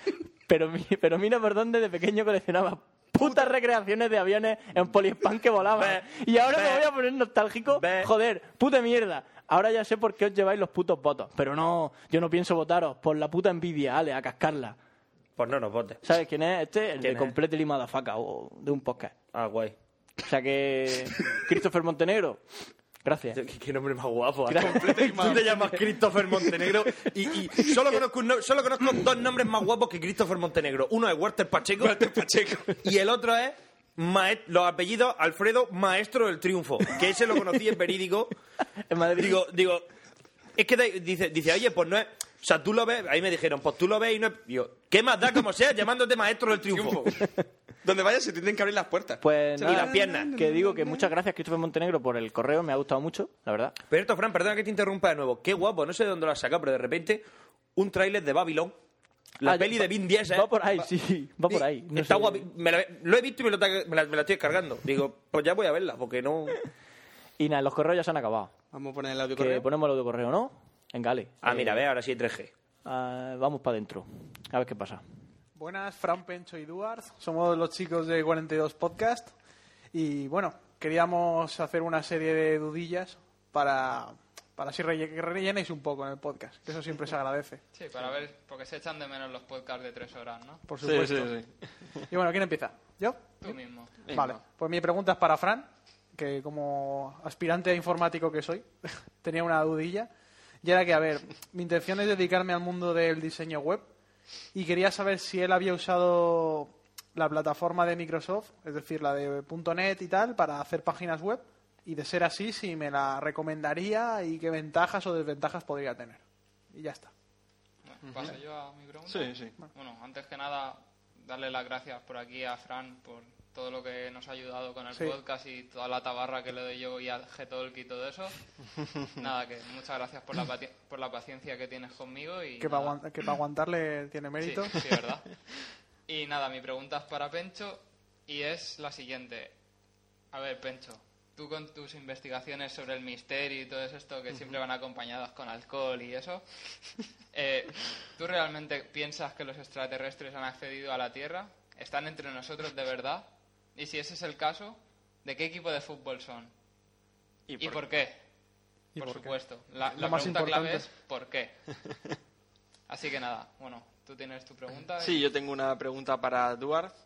[SPEAKER 8] Pero, mi- pero mira por dónde de pequeño coleccionaba putas recreaciones de aviones en poliespan que volaban.
[SPEAKER 7] Ve,
[SPEAKER 8] y ahora
[SPEAKER 7] ve,
[SPEAKER 8] me voy a poner nostálgico.
[SPEAKER 7] ve.
[SPEAKER 8] Joder, puta mierda. Ahora ya sé por qué os lleváis los putos votos. Pero no, yo no pienso votaros. Por la puta envidia, Ale, a cascarla.
[SPEAKER 7] Pues no nos votes.
[SPEAKER 8] ¿Sabes quién es? Este, el
[SPEAKER 7] ¿Quién
[SPEAKER 8] de
[SPEAKER 7] es?
[SPEAKER 8] Complete Lima da Faca o de un podcast.
[SPEAKER 7] Ah, guay.
[SPEAKER 8] O sea que. Christopher Montenegro. Gracias.
[SPEAKER 7] Qué, qué nombre más guapo. ¿eh?
[SPEAKER 8] Gra-
[SPEAKER 7] Tú te llamas Christopher Montenegro y, y solo, conozco un no- solo conozco dos nombres más guapos que Christopher Montenegro. Uno es Walter Pacheco, y el otro es Maest- los apellidos Alfredo Maestro del Triunfo, que ese lo conocí en Verídico.
[SPEAKER 8] En Madrid.
[SPEAKER 7] Digo, digo, es que da- dice, dice, oye, pues no es... O sea, tú lo ves, ahí me dijeron, pues tú lo ves y no es... Digo, ¿qué más da como sea llamándote Maestro del Triunfo?
[SPEAKER 10] Donde vayas se tienen que abrir las puertas.
[SPEAKER 8] Pues
[SPEAKER 7] Y
[SPEAKER 8] nada,
[SPEAKER 7] las piernas.
[SPEAKER 8] Que digo que muchas gracias, Christopher Montenegro, por el correo. Me ha gustado mucho, la verdad.
[SPEAKER 7] Pero esto, Fran, perdona que te interrumpa de nuevo. Qué guapo, no sé de dónde lo has sacado, pero de repente un tráiler de Babylon, la
[SPEAKER 8] Ah,
[SPEAKER 7] peli
[SPEAKER 8] va-
[SPEAKER 7] de Vin Diesel.
[SPEAKER 8] Va por ahí, sí. Va por ahí. No
[SPEAKER 7] está
[SPEAKER 8] sé.
[SPEAKER 7] guapi- me la- lo he visto y me, lo ta- me la, me la estoy descargando. Digo, pues ya voy a verla, porque no...
[SPEAKER 8] Y nada, los correos ya se han acabado.
[SPEAKER 10] Vamos a poner el audio
[SPEAKER 8] Que
[SPEAKER 10] correo.
[SPEAKER 8] ponemos el de correo, ¿no? Eh, En Gale.
[SPEAKER 7] Ah, mira, ve, ahora sí 3G.
[SPEAKER 8] Ah, vamos para adentro. A ver qué pasa.
[SPEAKER 11] Buenas, Fran Pencho y Duarte. Somos los chicos de 42 Podcast. Y bueno, queríamos hacer una serie de dudillas para, para así relle- que rellenéis un poco en el podcast, que eso siempre se agradece,
[SPEAKER 2] Sí, para ver, porque se echan de menos los podcasts de tres horas, ¿no?
[SPEAKER 11] por supuesto. Y bueno, ¿quién empieza? ¿Yo?
[SPEAKER 2] Tú mismo.
[SPEAKER 11] Vale,
[SPEAKER 9] Ah.
[SPEAKER 11] pues mi pregunta es para Fran, que como aspirante a informático que soy, tenía una dudilla. Y era que, a ver, mi intención es dedicarme al mundo del diseño web y quería saber si él había usado la plataforma de Microsoft, es decir, la de .NET y tal, para hacer páginas web. Y de ser así, si me la recomendaría y qué ventajas o desventajas podría tener. Y ya está.
[SPEAKER 2] Bueno, ¿Paso yo a mi pregunta? Bueno, antes que nada, darle las gracias por aquí a Fran por todo lo que nos ha ayudado con el
[SPEAKER 11] Sí.
[SPEAKER 2] podcast y toda la tabarra que le doy yo y a Getolk y todo eso. nada, que muchas gracias por la, pati- por la paciencia que tienes conmigo y...
[SPEAKER 11] Que para
[SPEAKER 2] nada.
[SPEAKER 11] aguant- que para aguantarle tiene mérito.
[SPEAKER 2] Sí, sí, verdad. Y nada, mi pregunta es para Pencho y es la siguiente. A ver, Pencho, tú con tus investigaciones sobre el misterio y todo esto que siempre van acompañadas con alcohol y eso, eh, ¿tú realmente piensas que los extraterrestres han accedido a la Tierra? ¿Están entre nosotros de verdad? Y si ese es el caso, ¿de qué equipo de fútbol son? ¿Y por, qué?
[SPEAKER 11] ¿Y
[SPEAKER 2] Por,
[SPEAKER 11] por qué?
[SPEAKER 2] supuesto. La,
[SPEAKER 11] Lo
[SPEAKER 2] la
[SPEAKER 11] más
[SPEAKER 2] pregunta clave
[SPEAKER 11] importante.
[SPEAKER 2] es ¿por qué? Así que nada, bueno, tú tienes tu pregunta. y-
[SPEAKER 9] Sí, yo tengo una pregunta para Duarte,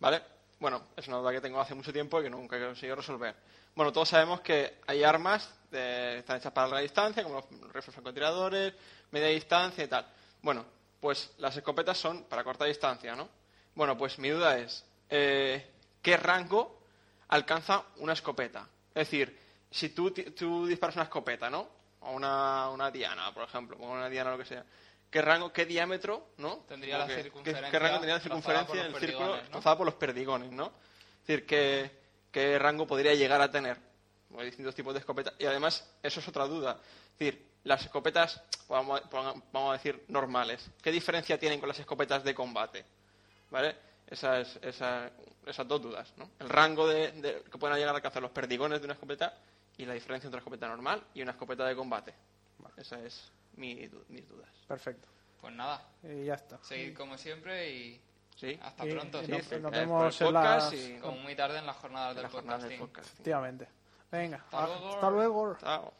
[SPEAKER 9] ¿vale? Bueno, es una duda que tengo hace mucho tiempo y que nunca he conseguido resolver. Bueno, todos sabemos que hay armas eh, que están hechas para larga distancia, como los rifles francotiradores, media distancia y tal. Bueno, pues las escopetas son para corta distancia, ¿no? Bueno, pues mi duda es, eh, ¿qué rango alcanza una escopeta? Es decir, si tú, ti- tú disparas una escopeta, ¿no? O una, una diana, por ejemplo, o una diana, lo que sea. ¿Qué rango, qué diámetro, no?
[SPEAKER 2] Tendría la
[SPEAKER 9] Como que- qué-
[SPEAKER 2] circunferencia
[SPEAKER 9] ¿Qué rango tendría la
[SPEAKER 2] trazada
[SPEAKER 9] circunferencia
[SPEAKER 2] por
[SPEAKER 9] del
[SPEAKER 2] los
[SPEAKER 9] círculo
[SPEAKER 2] perdigones, ¿no?
[SPEAKER 9] trazada por los perdigones, no? Es decir, ¿qué, qué rango podría llegar a tener? Como Hay distintos tipos de escopetas. Y además, eso es otra duda. Es decir, las escopetas, vamos a- ponga- vamos a decir, normales, ¿qué diferencia tienen con las escopetas de combate? ¿Vale? Esa es, esa,
[SPEAKER 12] esas dos dudas, ¿no? El rango de, de- que pueden llegar a alcanzar los perdigones de una escopeta y la diferencia entre una escopeta normal y una escopeta de combate. Esa es mi, du- mis dudas.
[SPEAKER 13] Perfecto.
[SPEAKER 2] Pues nada.
[SPEAKER 13] Y ya está.
[SPEAKER 2] Seguid como siempre y hasta
[SPEAKER 13] Y-
[SPEAKER 2] pronto.
[SPEAKER 13] y nos-
[SPEAKER 2] Sí, sí.
[SPEAKER 13] nos
[SPEAKER 2] Eh,
[SPEAKER 13] vemos
[SPEAKER 2] por el
[SPEAKER 13] en las-
[SPEAKER 2] podcast y- o muy tarde en las jornadas del podcasting.
[SPEAKER 13] Efectivamente. Venga,
[SPEAKER 2] Hasta luego.
[SPEAKER 13] hasta luego.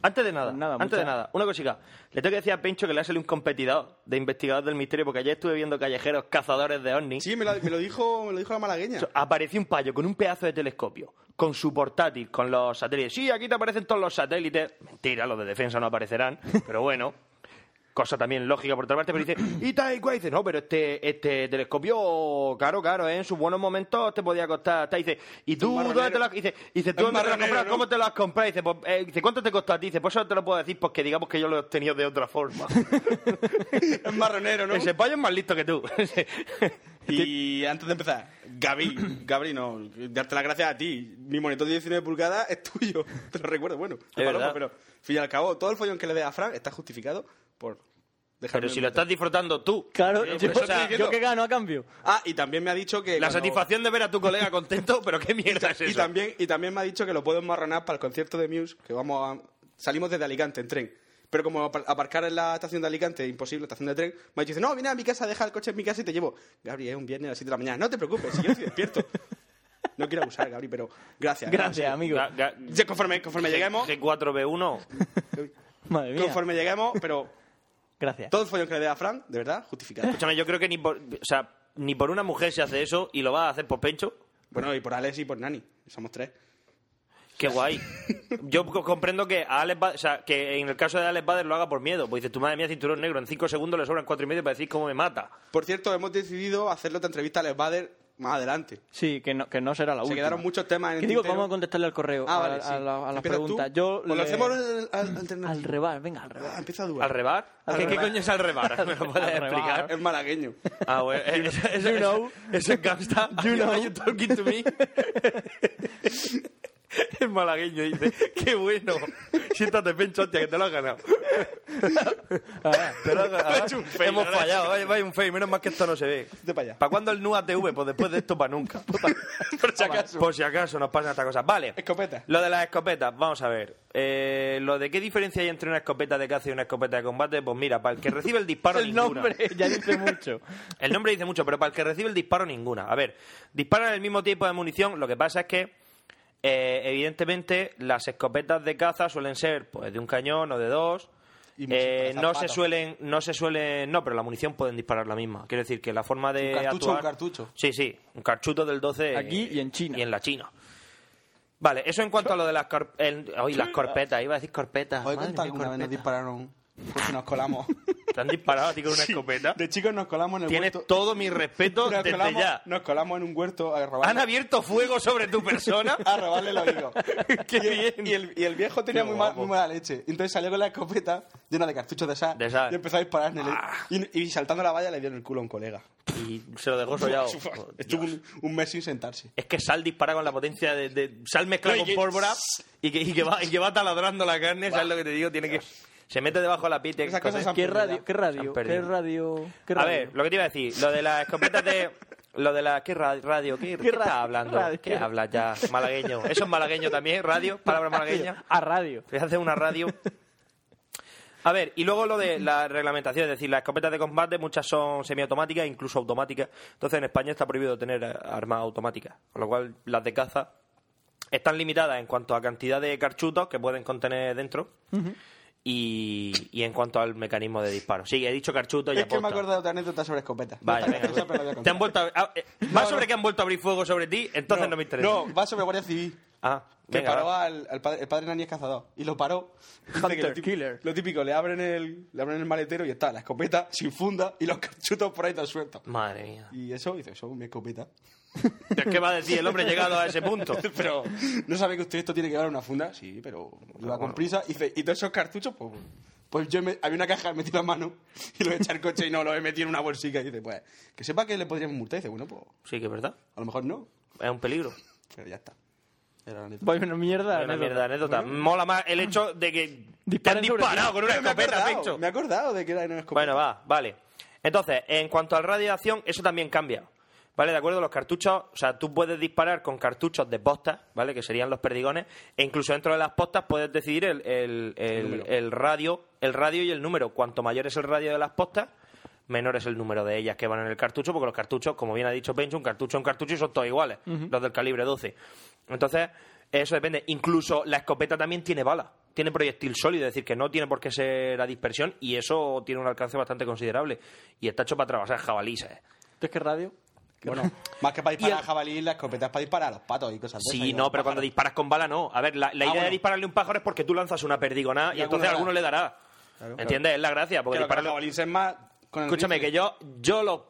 [SPEAKER 7] Antes de nada,
[SPEAKER 8] nada,
[SPEAKER 7] antes de
[SPEAKER 8] muchas-
[SPEAKER 7] nada, una cosita. Le tengo que decir a Pencho que le ha salido un competidor de investigador del misterio, porque ayer estuve viendo callejeros cazadores de ovnis.
[SPEAKER 9] Sí, me lo, me lo dijo, me lo dijo la malagueña.
[SPEAKER 7] Apareció un payo con un pedazo de telescopio, con su portátil, con los satélites. Sí, aquí te aparecen todos los satélites. Mentira, los de defensa no aparecerán, pero bueno. Cosa también lógica por otra parte, pero dice, y tal y cual. Y dice, no, pero este, este telescopio, caro, caro, ¿eh? en sus buenos momentos te podía costar. tal. Y dice, ¿y tú dónde te lo has dice, y dice, ¿tú
[SPEAKER 9] Es
[SPEAKER 7] dónde te lo has
[SPEAKER 9] marronero,
[SPEAKER 7] comprado?
[SPEAKER 9] ¿no?
[SPEAKER 7] ¿Cómo te lo has comprado? Y dice, pues, eh, dice, ¿cuánto te costó a ti? Dice, pues eso no te lo puedo decir porque digamos que yo lo he obtenido de otra forma.
[SPEAKER 9] es marronero, ¿no?
[SPEAKER 7] Ese payo es más listo que tú.
[SPEAKER 9] Y
[SPEAKER 7] Este-
[SPEAKER 9] antes de empezar, Gaby, Gaby, no, darte las gracias a ti. Mi monitor de 19 pulgadas es tuyo, te lo recuerdo. Bueno,
[SPEAKER 7] Es verdad.
[SPEAKER 9] pero al fin y al cabo, todo el follón que le dé a Frank está justificado por dejarme
[SPEAKER 7] Pero si
[SPEAKER 9] en
[SPEAKER 7] lo
[SPEAKER 9] paz.
[SPEAKER 7] estás disfrutando tú.
[SPEAKER 8] Claro,
[SPEAKER 7] Eh,
[SPEAKER 8] yo,
[SPEAKER 7] pues, o sea,
[SPEAKER 8] yo que gano a cambio.
[SPEAKER 9] Ah, y también me ha dicho que.
[SPEAKER 7] La
[SPEAKER 9] cuando-
[SPEAKER 7] satisfacción de ver a tu colega contento, pero qué mierda es eso.
[SPEAKER 9] Y también, y también me ha dicho que lo puedo enmarronar para el concierto de Muse, que vamos a- salimos desde Alicante en tren. Pero como apar- aparcar en la estación de Alicante es imposible, estación de tren, me ha dicho, no, viene a mi casa, deja el coche en mi casa y te llevo. Gabri, es un viernes a las 7 de la mañana. No te preocupes, si yo estoy despierto. No quiero abusar, Gabri, pero gracias.
[SPEAKER 8] Gracias, amigo.
[SPEAKER 7] Ga- ga-
[SPEAKER 9] eh, Ya, conforme, conforme lleguemos,
[SPEAKER 7] G4B1.
[SPEAKER 8] Madre mía.
[SPEAKER 9] conforme lleguemos, pero
[SPEAKER 8] Gracias.
[SPEAKER 9] todo el follón que le dé a Fran, de verdad, justificado.
[SPEAKER 7] Escúchame, yo creo que ni por, o sea, ni por una mujer se hace eso y lo va a hacer por Pencho.
[SPEAKER 9] Bueno, y por Alex y por Nani, somos tres.
[SPEAKER 7] Qué guay. Yo co- comprendo que a Alex Ba- o sea, que en el caso de Alex Bader lo haga por miedo. Pues dices, tu madre mía, cinturón negro, en cinco segundos le sobran cuatro y medio para decir cómo me mata.
[SPEAKER 9] Por cierto, hemos decidido hacerle otra entrevista a Alex Bader más adelante.
[SPEAKER 8] Sí, que no, que no será la
[SPEAKER 9] Se
[SPEAKER 8] última.
[SPEAKER 9] quedaron muchos temas en
[SPEAKER 8] Que
[SPEAKER 9] el
[SPEAKER 8] digo,
[SPEAKER 9] tintero.
[SPEAKER 8] vamos a contestarle al correo,
[SPEAKER 9] Ah,
[SPEAKER 8] a-
[SPEAKER 9] vale,
[SPEAKER 8] a,
[SPEAKER 9] sí.
[SPEAKER 8] la- a las
[SPEAKER 9] Empiezas tú,
[SPEAKER 8] preguntas. Yo
[SPEAKER 9] o lo
[SPEAKER 8] le-
[SPEAKER 9] hacemos al, al, alternativo.
[SPEAKER 8] al rebal, venga, al rebal.
[SPEAKER 9] Ah, empieza a
[SPEAKER 7] ¿Al
[SPEAKER 9] dudar.
[SPEAKER 7] rebar?
[SPEAKER 9] Al
[SPEAKER 7] ¿Qué, qué
[SPEAKER 9] rebar.
[SPEAKER 7] coño es al rebar? ¿Me lo puedes
[SPEAKER 8] Al rebar.
[SPEAKER 7] explicar?
[SPEAKER 9] Es malagueño.
[SPEAKER 7] Ah, bueno, eh, ese- ese-
[SPEAKER 8] You know.
[SPEAKER 7] ese ese gangsta.
[SPEAKER 8] You know.
[SPEAKER 7] Are you talking to me? Es malagueño, dice. ¡Qué bueno! Siéntate, Pencho, hostia, que te lo has ganado. Ah, Te lo has ganado.
[SPEAKER 9] hecho un fail,
[SPEAKER 7] Hemos
[SPEAKER 9] ahora ha
[SPEAKER 7] fallado, vaya, vaya, un fail. Menos mal que esto no se ve.
[SPEAKER 9] De para allá.
[SPEAKER 7] ¿Para cuándo el NUA TV? Pues después de esto, para nunca.
[SPEAKER 9] Por
[SPEAKER 7] Ah,
[SPEAKER 9] si acaso.
[SPEAKER 7] Por si acaso nos pasa esta cosa. Vale.
[SPEAKER 9] Escopeta.
[SPEAKER 7] Lo de las escopetas, vamos a ver. Eh, lo de qué diferencia hay entre una escopeta de caza y una escopeta de combate, pues mira, para el que recibe el disparo
[SPEAKER 8] El
[SPEAKER 7] ninguna.
[SPEAKER 8] nombre ya dice mucho.
[SPEAKER 7] El nombre dice mucho, pero para el que recibe el disparo, ninguna. A ver, disparan el mismo tipo de munición. Lo que pasa es que, eh, evidentemente, las escopetas de caza suelen ser pues, de un cañón o de dos.
[SPEAKER 9] Y mucho
[SPEAKER 7] Eh,
[SPEAKER 9] para
[SPEAKER 7] no se
[SPEAKER 9] zapatos.
[SPEAKER 7] suelen, no se suelen, no, pero la munición pueden disparar la misma. Quiero decir que la forma de
[SPEAKER 9] Un cartucho,
[SPEAKER 7] actuar-
[SPEAKER 9] un cartucho.
[SPEAKER 7] Sí, sí, un cartucho del 12.
[SPEAKER 8] Aquí
[SPEAKER 7] eh,
[SPEAKER 8] y en China.
[SPEAKER 7] Y en la China. Vale, eso en cuanto a lo de las, cor- el- ay, las corpetas. Iba a decir corpetas.
[SPEAKER 9] Hoy
[SPEAKER 7] Madre
[SPEAKER 9] contar
[SPEAKER 7] mía,
[SPEAKER 9] alguna vez nos
[SPEAKER 7] corpetas.
[SPEAKER 9] dispararon. Porque nos colamos.
[SPEAKER 7] ¿Te han disparado a ti con una
[SPEAKER 9] Sí,
[SPEAKER 7] escopeta?
[SPEAKER 9] De chicos nos colamos en el
[SPEAKER 7] Tienes
[SPEAKER 9] huerto.
[SPEAKER 7] todo mi respeto
[SPEAKER 9] nos
[SPEAKER 7] desde
[SPEAKER 9] colamos,
[SPEAKER 7] ya.
[SPEAKER 9] Nos colamos en un huerto a robarle,
[SPEAKER 7] ¿Han abierto fuego sobre tu persona?
[SPEAKER 9] a robarle el abrigo.
[SPEAKER 7] ¡Qué
[SPEAKER 9] y, el-
[SPEAKER 7] bien!
[SPEAKER 9] Y el, y el viejo tenía
[SPEAKER 7] Qué
[SPEAKER 9] muy, mal-
[SPEAKER 7] guapo.
[SPEAKER 9] muy mala leche. Entonces salió con la escopeta llena de cartuchos de sal.
[SPEAKER 7] De Ah. sal.
[SPEAKER 9] Y empezó a disparar en el... Y, y saltando la valla le dio en el culo a un colega.
[SPEAKER 7] Y se lo dejó sollado.
[SPEAKER 9] Estuvo un, un mes sin sentarse.
[SPEAKER 7] Es que sal dispara con la potencia de... de- sal mezcla
[SPEAKER 9] No, y
[SPEAKER 7] con
[SPEAKER 9] que-
[SPEAKER 7] pólvora y que, y que va, y que va taladrando la carne, ¿sabes lo que te digo? Tiene que... Se mete debajo de la pita. y
[SPEAKER 9] Esas
[SPEAKER 7] cosas.
[SPEAKER 9] cosas han
[SPEAKER 8] ¿Qué
[SPEAKER 9] perdido.
[SPEAKER 8] radio?
[SPEAKER 7] Se
[SPEAKER 8] ¿Qué
[SPEAKER 7] han
[SPEAKER 8] radio?
[SPEAKER 7] perdido.
[SPEAKER 8] ¿Qué radio? ¿Qué
[SPEAKER 7] A
[SPEAKER 8] radio?
[SPEAKER 7] ver, lo que te iba a decir. Lo de las escopetas de... Lo de la... ¿Qué ra- radio? ¿Qué, ¿qué
[SPEAKER 8] ra-
[SPEAKER 7] estás hablando?
[SPEAKER 8] radio?
[SPEAKER 7] ¿Qué hablas ya? Malagueño. Eso es malagueño también. Radio, palabra malagueña.
[SPEAKER 8] A radio.
[SPEAKER 7] Te hace una radio. A ver, y luego lo de la reglamentación, es decir, las escopetas de combate muchas son semiautomáticas, incluso automáticas. Entonces en España está prohibido tener eh, armas automáticas, con lo cual las de caza están limitadas en cuanto a cantidad de carchutos que pueden contener dentro y, y en cuanto al mecanismo de disparo. Sí, he dicho carchutos y
[SPEAKER 9] Es que me
[SPEAKER 7] aposta.
[SPEAKER 9] he acordado de otra anécdota sobre escopetas.
[SPEAKER 7] Vaya,
[SPEAKER 9] No está
[SPEAKER 7] venga.
[SPEAKER 9] graciosa, pero la voy a
[SPEAKER 7] Te
[SPEAKER 9] contar.
[SPEAKER 7] han vuelto a- ah, eh, va sobre que han vuelto a abrir fuego sobre ti, entonces no, me interesa.
[SPEAKER 9] No, va sobre Guardia Civil.
[SPEAKER 7] Ah,
[SPEAKER 9] Que
[SPEAKER 7] ¿eh? venga,
[SPEAKER 9] paró
[SPEAKER 7] va.
[SPEAKER 9] al, al padre, el padre Nani es cazador. Y lo paró. Dice que
[SPEAKER 8] Hunter
[SPEAKER 9] lo típico,
[SPEAKER 8] killer.
[SPEAKER 9] Lo típico, le abren, el, le abren el maletero y está la escopeta sin funda y los cachutos por ahí tan sueltos.
[SPEAKER 7] Madre mía.
[SPEAKER 9] Y eso, dice, eso es mi escopeta.
[SPEAKER 7] Es que va a decir el hombre llegado a ese punto.
[SPEAKER 9] Pero, ¿no sabe que usted esto tiene que llevar una funda? Sí, pero iba con prisa. Y dice, ¿y todos esos cartuchos? Pues, pues yo me- había una caja, metí la mano y lo eché al coche y no, lo he metido en una bolsica. Y dice, pues, que sepa que le podríamos multar. Y dice, bueno, pues,
[SPEAKER 7] Sí, que es verdad.
[SPEAKER 9] a lo mejor no.
[SPEAKER 7] Es un peligro.
[SPEAKER 9] Pero ya está. Era la anécdota.
[SPEAKER 8] Voy una mierda.
[SPEAKER 7] Una
[SPEAKER 8] anécdota.
[SPEAKER 7] mierda anécdota. Mola más el hecho de que te han
[SPEAKER 8] Disparen sobre
[SPEAKER 7] disparado
[SPEAKER 8] ti.
[SPEAKER 7] con una
[SPEAKER 9] Pero me he
[SPEAKER 7] escopeta,
[SPEAKER 9] acordado,
[SPEAKER 7] pecho.
[SPEAKER 9] Me he acordado de que era una escopeta.
[SPEAKER 7] Bueno, va, vale. Entonces, en cuanto al radio de acción, eso también cambia. ¿Vale? ¿De acuerdo? Los cartuchos, o sea, tú puedes disparar con cartuchos de postas, ¿vale? Que serían los perdigones, e incluso dentro de las postas puedes decidir el, el- el-
[SPEAKER 9] número.
[SPEAKER 7] el radio, el radio y el número. Cuanto mayor es el radio de las postas, menor es el número de ellas que van en el cartucho, porque los cartuchos, como bien ha dicho Pencho, un cartucho es un cartucho y son todos iguales,
[SPEAKER 14] Ujú.
[SPEAKER 7] los del calibre 12. Entonces, eso depende. Incluso la escopeta también tiene bala, tiene proyectil sólido, es decir, que no tiene por qué ser a dispersión y eso tiene un alcance bastante considerable. Y está hecho para trabajar jabalíes.
[SPEAKER 9] Pues
[SPEAKER 8] ¿Entonces qué radio?
[SPEAKER 9] Bueno, más que para
[SPEAKER 7] Y
[SPEAKER 9] disparar
[SPEAKER 7] el-
[SPEAKER 9] a jabalí, la escopeta es para disparar a los patos y cosas de esas,
[SPEAKER 7] Sí,
[SPEAKER 9] y
[SPEAKER 7] no,
[SPEAKER 9] los
[SPEAKER 7] pero cuando
[SPEAKER 9] pájaros.
[SPEAKER 7] disparas con bala no. A ver, la, la idea
[SPEAKER 9] Ah, bueno.
[SPEAKER 7] de dispararle un pájaro es porque tú lanzas una perdigonada y,
[SPEAKER 9] Y
[SPEAKER 7] entonces alguno
[SPEAKER 9] alguno
[SPEAKER 7] le dará. ¿Entiendes? Es la gracia. Porque
[SPEAKER 9] Que lo que
[SPEAKER 7] dispararle...
[SPEAKER 9] los jabalíes es más con el
[SPEAKER 7] Escúchame,
[SPEAKER 9] rifle.
[SPEAKER 7] que yo, yo los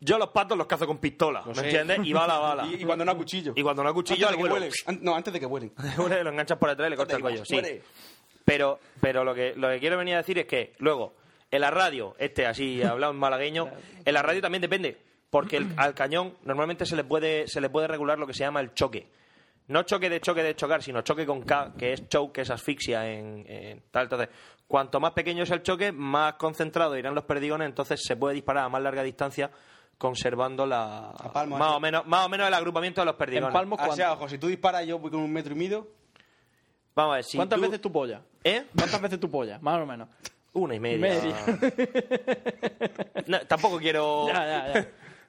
[SPEAKER 7] yo los patos los cazo con pistola, ¿me
[SPEAKER 9] sé.
[SPEAKER 7] entiendes? Y bala a bala.
[SPEAKER 9] Y- y cuando no a cuchillo.
[SPEAKER 7] Y cuando no a cuchillo,
[SPEAKER 9] Antes
[SPEAKER 7] al
[SPEAKER 9] de que
[SPEAKER 7] vuelo.
[SPEAKER 9] vuelen. An- No, antes de que vuelen.
[SPEAKER 7] Uno lo enganchas por atrás y le cortas el cuello, sí. Pero, pero lo, que, lo que quiero venir a decir es que luego, en la radio, este así hablado en malagueño, en la radio también depende, porque el- al cañón normalmente se le, puede, se le puede regular lo que se llama el choque. No choque de choque de chocar, sino choque con K, que es choke, que es asfixia en, en tal. Entonces, cuanto más pequeño es el choque, más concentrado irán los perdigones, entonces se puede disparar a más larga distancia conservando la más o menos más o menos el agrupamiento de los perdigones.
[SPEAKER 9] O sea, ojo, si tú disparas, yo voy con un metro y medio.
[SPEAKER 7] Vamos a ver, si
[SPEAKER 8] ¿Cuántas
[SPEAKER 7] tú-
[SPEAKER 8] veces tu polla?
[SPEAKER 7] ¿Eh?
[SPEAKER 8] ¿Cuántas veces tu polla? Más o menos.
[SPEAKER 7] Una y media. No, tampoco quiero.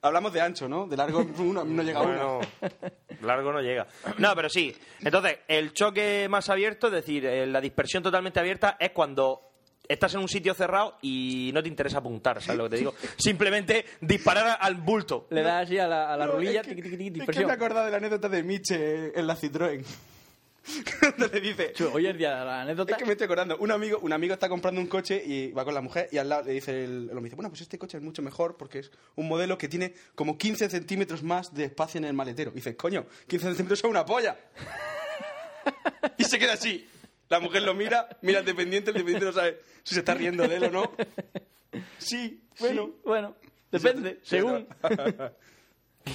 [SPEAKER 9] Hablamos de ancho, ¿no? De largo uno, no llega
[SPEAKER 7] Bueno,
[SPEAKER 9] uno.
[SPEAKER 7] Largo no llega. No, pero sí. Entonces, el choque más abierto, es decir, eh, la dispersión totalmente abierta, es cuando estás en un sitio cerrado y no te interesa apuntar, ¿sabes lo que te digo? Simplemente disparar al bulto.
[SPEAKER 8] Le das así a la, a la
[SPEAKER 9] No,
[SPEAKER 8] rulilla,
[SPEAKER 9] es que-
[SPEAKER 8] tiqui, tiqui, tiqui,
[SPEAKER 9] Es que
[SPEAKER 8] dispersión.
[SPEAKER 9] me he acordado de la anécdota de Miche en la Citroën. Donde le dice...
[SPEAKER 8] Hoy es día de la anécdota.
[SPEAKER 9] Es que me estoy acordando. Un amigo, un amigo está comprando un coche y va con la mujer y al lado le dice el, el hombre, dice, bueno, pues este coche es mucho mejor porque es un modelo que tiene como 15 centímetros más de espacio en el maletero. Y dice, coño, 15 centímetros son una polla. y se queda así. La mujer lo mira, mira al dependiente, el dependiente no sabe si se está riendo de él o no. Sí, bueno.
[SPEAKER 8] bueno, depende, según.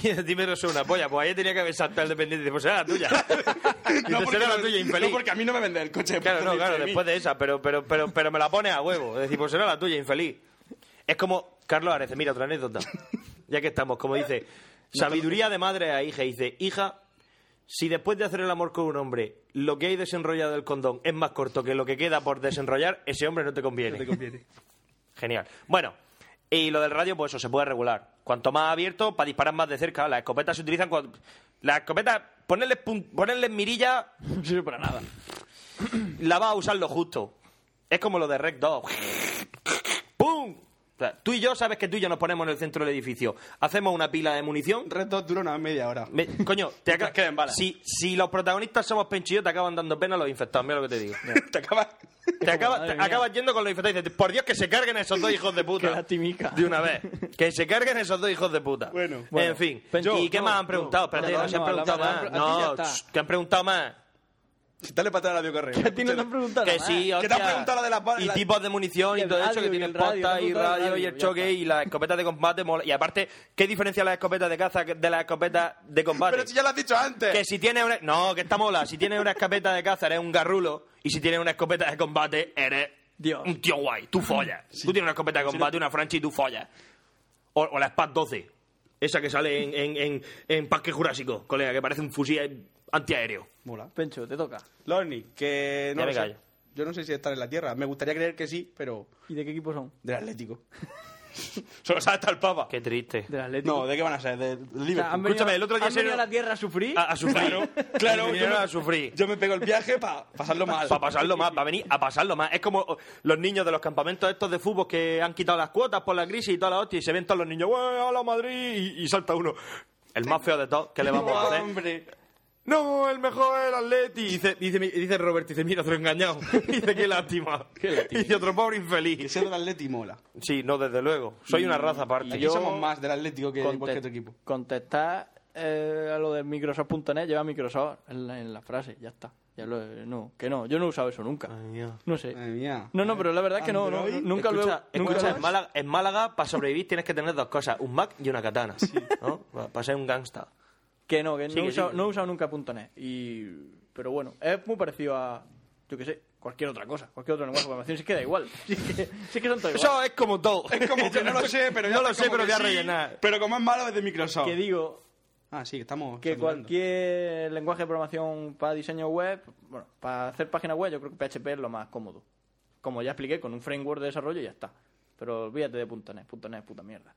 [SPEAKER 7] Y dime, no soy una polla. Pues ahí tenía que haber saltado el dependiente y decir, pues era la tuya. no, porque era la tuya, infeliz.
[SPEAKER 9] porque a mí no me vende el coche.
[SPEAKER 7] Claro, no,
[SPEAKER 9] entonces,
[SPEAKER 7] claro,
[SPEAKER 9] de mí.
[SPEAKER 7] después de esa, pero, pero, pero, pero me la pones a huevo. Es decir, pues será la tuya, infeliz. Es como Carlos Arece, mira, otra anécdota. Ya que estamos, como dice, sabiduría de madre a hija. Dice, hija, si después de hacer el amor con un hombre, lo que hay desenrollado del condón es más corto que lo que queda por desenrollar, ese hombre no te conviene. Genial. Bueno, y lo del radio, pues eso se puede regular. Cuanto más abierto, para disparar más de cerca. Las escopetas se utilizan cuando... Las escopetas, ponerles, pun- ponerles mirilla...
[SPEAKER 8] No sirve para nada.
[SPEAKER 7] La vas a usar lo justo. Es como lo de Rec 2. ¡Pum! O sea, tú y yo sabes que tú y yo nos ponemos en el centro del edificio. Hacemos una pila de munición.
[SPEAKER 9] Rec 2 dura una media hora.
[SPEAKER 7] coño, te acabas...
[SPEAKER 9] quedan balas.
[SPEAKER 7] Si, si los protagonistas somos penchillos, te acaban dando pena los infectados. Mira lo que te digo.
[SPEAKER 9] te acabas...
[SPEAKER 7] Te acabas,
[SPEAKER 8] madre
[SPEAKER 7] te
[SPEAKER 8] mía.
[SPEAKER 7] acabas yendo con los infectados y dices, por Dios que se carguen a esos dos hijos de puta.
[SPEAKER 8] Qué lastimica.
[SPEAKER 7] De una vez. Que se carguen esos dos hijos de puta. Bueno,
[SPEAKER 8] Bueno,
[SPEAKER 7] en fin.
[SPEAKER 8] Pencho,
[SPEAKER 7] ¿Y qué
[SPEAKER 8] no,
[SPEAKER 7] más han preguntado?
[SPEAKER 8] no,
[SPEAKER 7] Espérate,
[SPEAKER 8] no,
[SPEAKER 7] no, se han
[SPEAKER 8] no,
[SPEAKER 7] preguntado
[SPEAKER 8] la- la-
[SPEAKER 7] más.
[SPEAKER 8] a ti ya
[SPEAKER 7] No,
[SPEAKER 8] está.
[SPEAKER 7] ch, que han preguntado más.
[SPEAKER 9] Dale patada a la biocarrera.
[SPEAKER 8] A ti no te han preguntado
[SPEAKER 7] Que
[SPEAKER 8] nada.
[SPEAKER 7] sí,
[SPEAKER 8] Que te han
[SPEAKER 7] hostia.
[SPEAKER 8] preguntado la de las balas,
[SPEAKER 7] Y
[SPEAKER 8] la-
[SPEAKER 7] tipos de munición
[SPEAKER 8] y
[SPEAKER 7] y,
[SPEAKER 8] el
[SPEAKER 7] todo eso,
[SPEAKER 8] radio,
[SPEAKER 7] que
[SPEAKER 8] y
[SPEAKER 7] tienen
[SPEAKER 8] el radio,
[SPEAKER 7] postas
[SPEAKER 8] te han
[SPEAKER 7] y
[SPEAKER 8] preguntado el
[SPEAKER 7] radio y el
[SPEAKER 8] radio, ya
[SPEAKER 7] choque
[SPEAKER 8] está.
[SPEAKER 7] y las escopetas de combate. mola. Y aparte, ¿qué diferencia las escopetas de caza de las escopetas de combate?
[SPEAKER 9] Pero si ya lo has dicho antes.
[SPEAKER 7] Que si tienes una... No, que está mola. Si tienes una escopeta de caza eres un garrulo y si tienes una escopeta de combate eres un tío guay. Tú follas. Tú tienes una escopeta de combate, una franchi y tú follas. O, o la SPAT 12. Esa que sale en, en, en, en Parque Jurásico, colega, que parece un fusil antiaéreo.
[SPEAKER 9] Mola.
[SPEAKER 8] Pencho, te toca.
[SPEAKER 9] Lorni, que no
[SPEAKER 7] Ya
[SPEAKER 9] lo
[SPEAKER 7] me
[SPEAKER 9] sé.
[SPEAKER 7] callo.
[SPEAKER 9] Yo no sé si estar en la Tierra. Me gustaría creer que sí, pero
[SPEAKER 8] ¿Y de qué equipo son?
[SPEAKER 9] del Atlético. Solo sabe hasta el Papa.
[SPEAKER 7] Qué triste.
[SPEAKER 8] Del Atlético.
[SPEAKER 9] No, ¿de qué van a ser? Del Liverpool.
[SPEAKER 8] han venido-
[SPEAKER 7] Escúchame, el otro día
[SPEAKER 8] ¿han
[SPEAKER 7] se-
[SPEAKER 8] venido a la tierra a sufrir?
[SPEAKER 7] A, a sufrir.
[SPEAKER 9] Claro,
[SPEAKER 7] claro.
[SPEAKER 9] claro. Yo
[SPEAKER 7] Vinieron
[SPEAKER 9] me,
[SPEAKER 7] a sufrir.
[SPEAKER 9] yo me pego el viaje para pasarlo mal.
[SPEAKER 7] Para pasarlo más, para venir a pasarlo más. Es como oh, los niños de los campamentos estos de fútbol que han quitado las cuotas por la crisis y toda la hostia y se ven todos los niños, ¡Hola la Madrid! Y, y salta uno. El más feo de todos, ¿qué le vamos a hacer?
[SPEAKER 9] Hombre.
[SPEAKER 7] No, el mejor es el Atleti. Y dice, dice, mi- dice Robert, dice, mira, otro engañado. dice, qué lástima. Dice, otro pobre
[SPEAKER 9] Que
[SPEAKER 7] infeliz.
[SPEAKER 9] sea del Atlético mola.
[SPEAKER 7] Sí, no, desde luego. Soy una raza aparte.
[SPEAKER 9] Aquí somos más del Atlético que de cualquier otro equipo.
[SPEAKER 8] Contestar eh, a lo de Microsoft.net lleva Microsoft en la, en la frase, ya está. Ya lo he- no, que no, yo no he usado eso nunca. No sé.
[SPEAKER 9] Madre mía.
[SPEAKER 8] No, no, pero la verdad es que no, no,
[SPEAKER 9] Android.
[SPEAKER 8] no, nunca lo he
[SPEAKER 7] Escucha,
[SPEAKER 8] nunca
[SPEAKER 7] escucha,
[SPEAKER 8] lo he-
[SPEAKER 7] en, Málaga, en Málaga, para sobrevivir tienes que tener dos cosas, un Mac y una katana. ¿no? Para ser un gangsta.
[SPEAKER 8] Que no, que no,
[SPEAKER 7] Sigue,
[SPEAKER 8] he usado,
[SPEAKER 7] sigue.
[SPEAKER 8] no he usado nunca .net. Y, pero bueno, es muy parecido a, yo qué sé, cualquier otra cosa, cualquier otro lenguaje de programación, sí que da igual. Sí que, sí que son todo
[SPEAKER 9] Eso
[SPEAKER 8] igual.
[SPEAKER 9] es como todo. Es como que no lo sé, pero ya
[SPEAKER 8] No lo
[SPEAKER 9] es
[SPEAKER 8] sé,
[SPEAKER 9] como
[SPEAKER 8] pero
[SPEAKER 9] que
[SPEAKER 8] voy a
[SPEAKER 9] sí,
[SPEAKER 8] rellenar.
[SPEAKER 9] Pero como es malo es de Microsoft.
[SPEAKER 8] Que digo,
[SPEAKER 9] Ah, sí, que estamos.
[SPEAKER 8] que
[SPEAKER 9] saturando.
[SPEAKER 8] cualquier lenguaje de programación para diseño web, bueno, para hacer páginas web yo creo que PHP es lo más cómodo. Como ya expliqué, con un framework de desarrollo y ya está. Pero olvídate de .NET, .NET es puta mierda.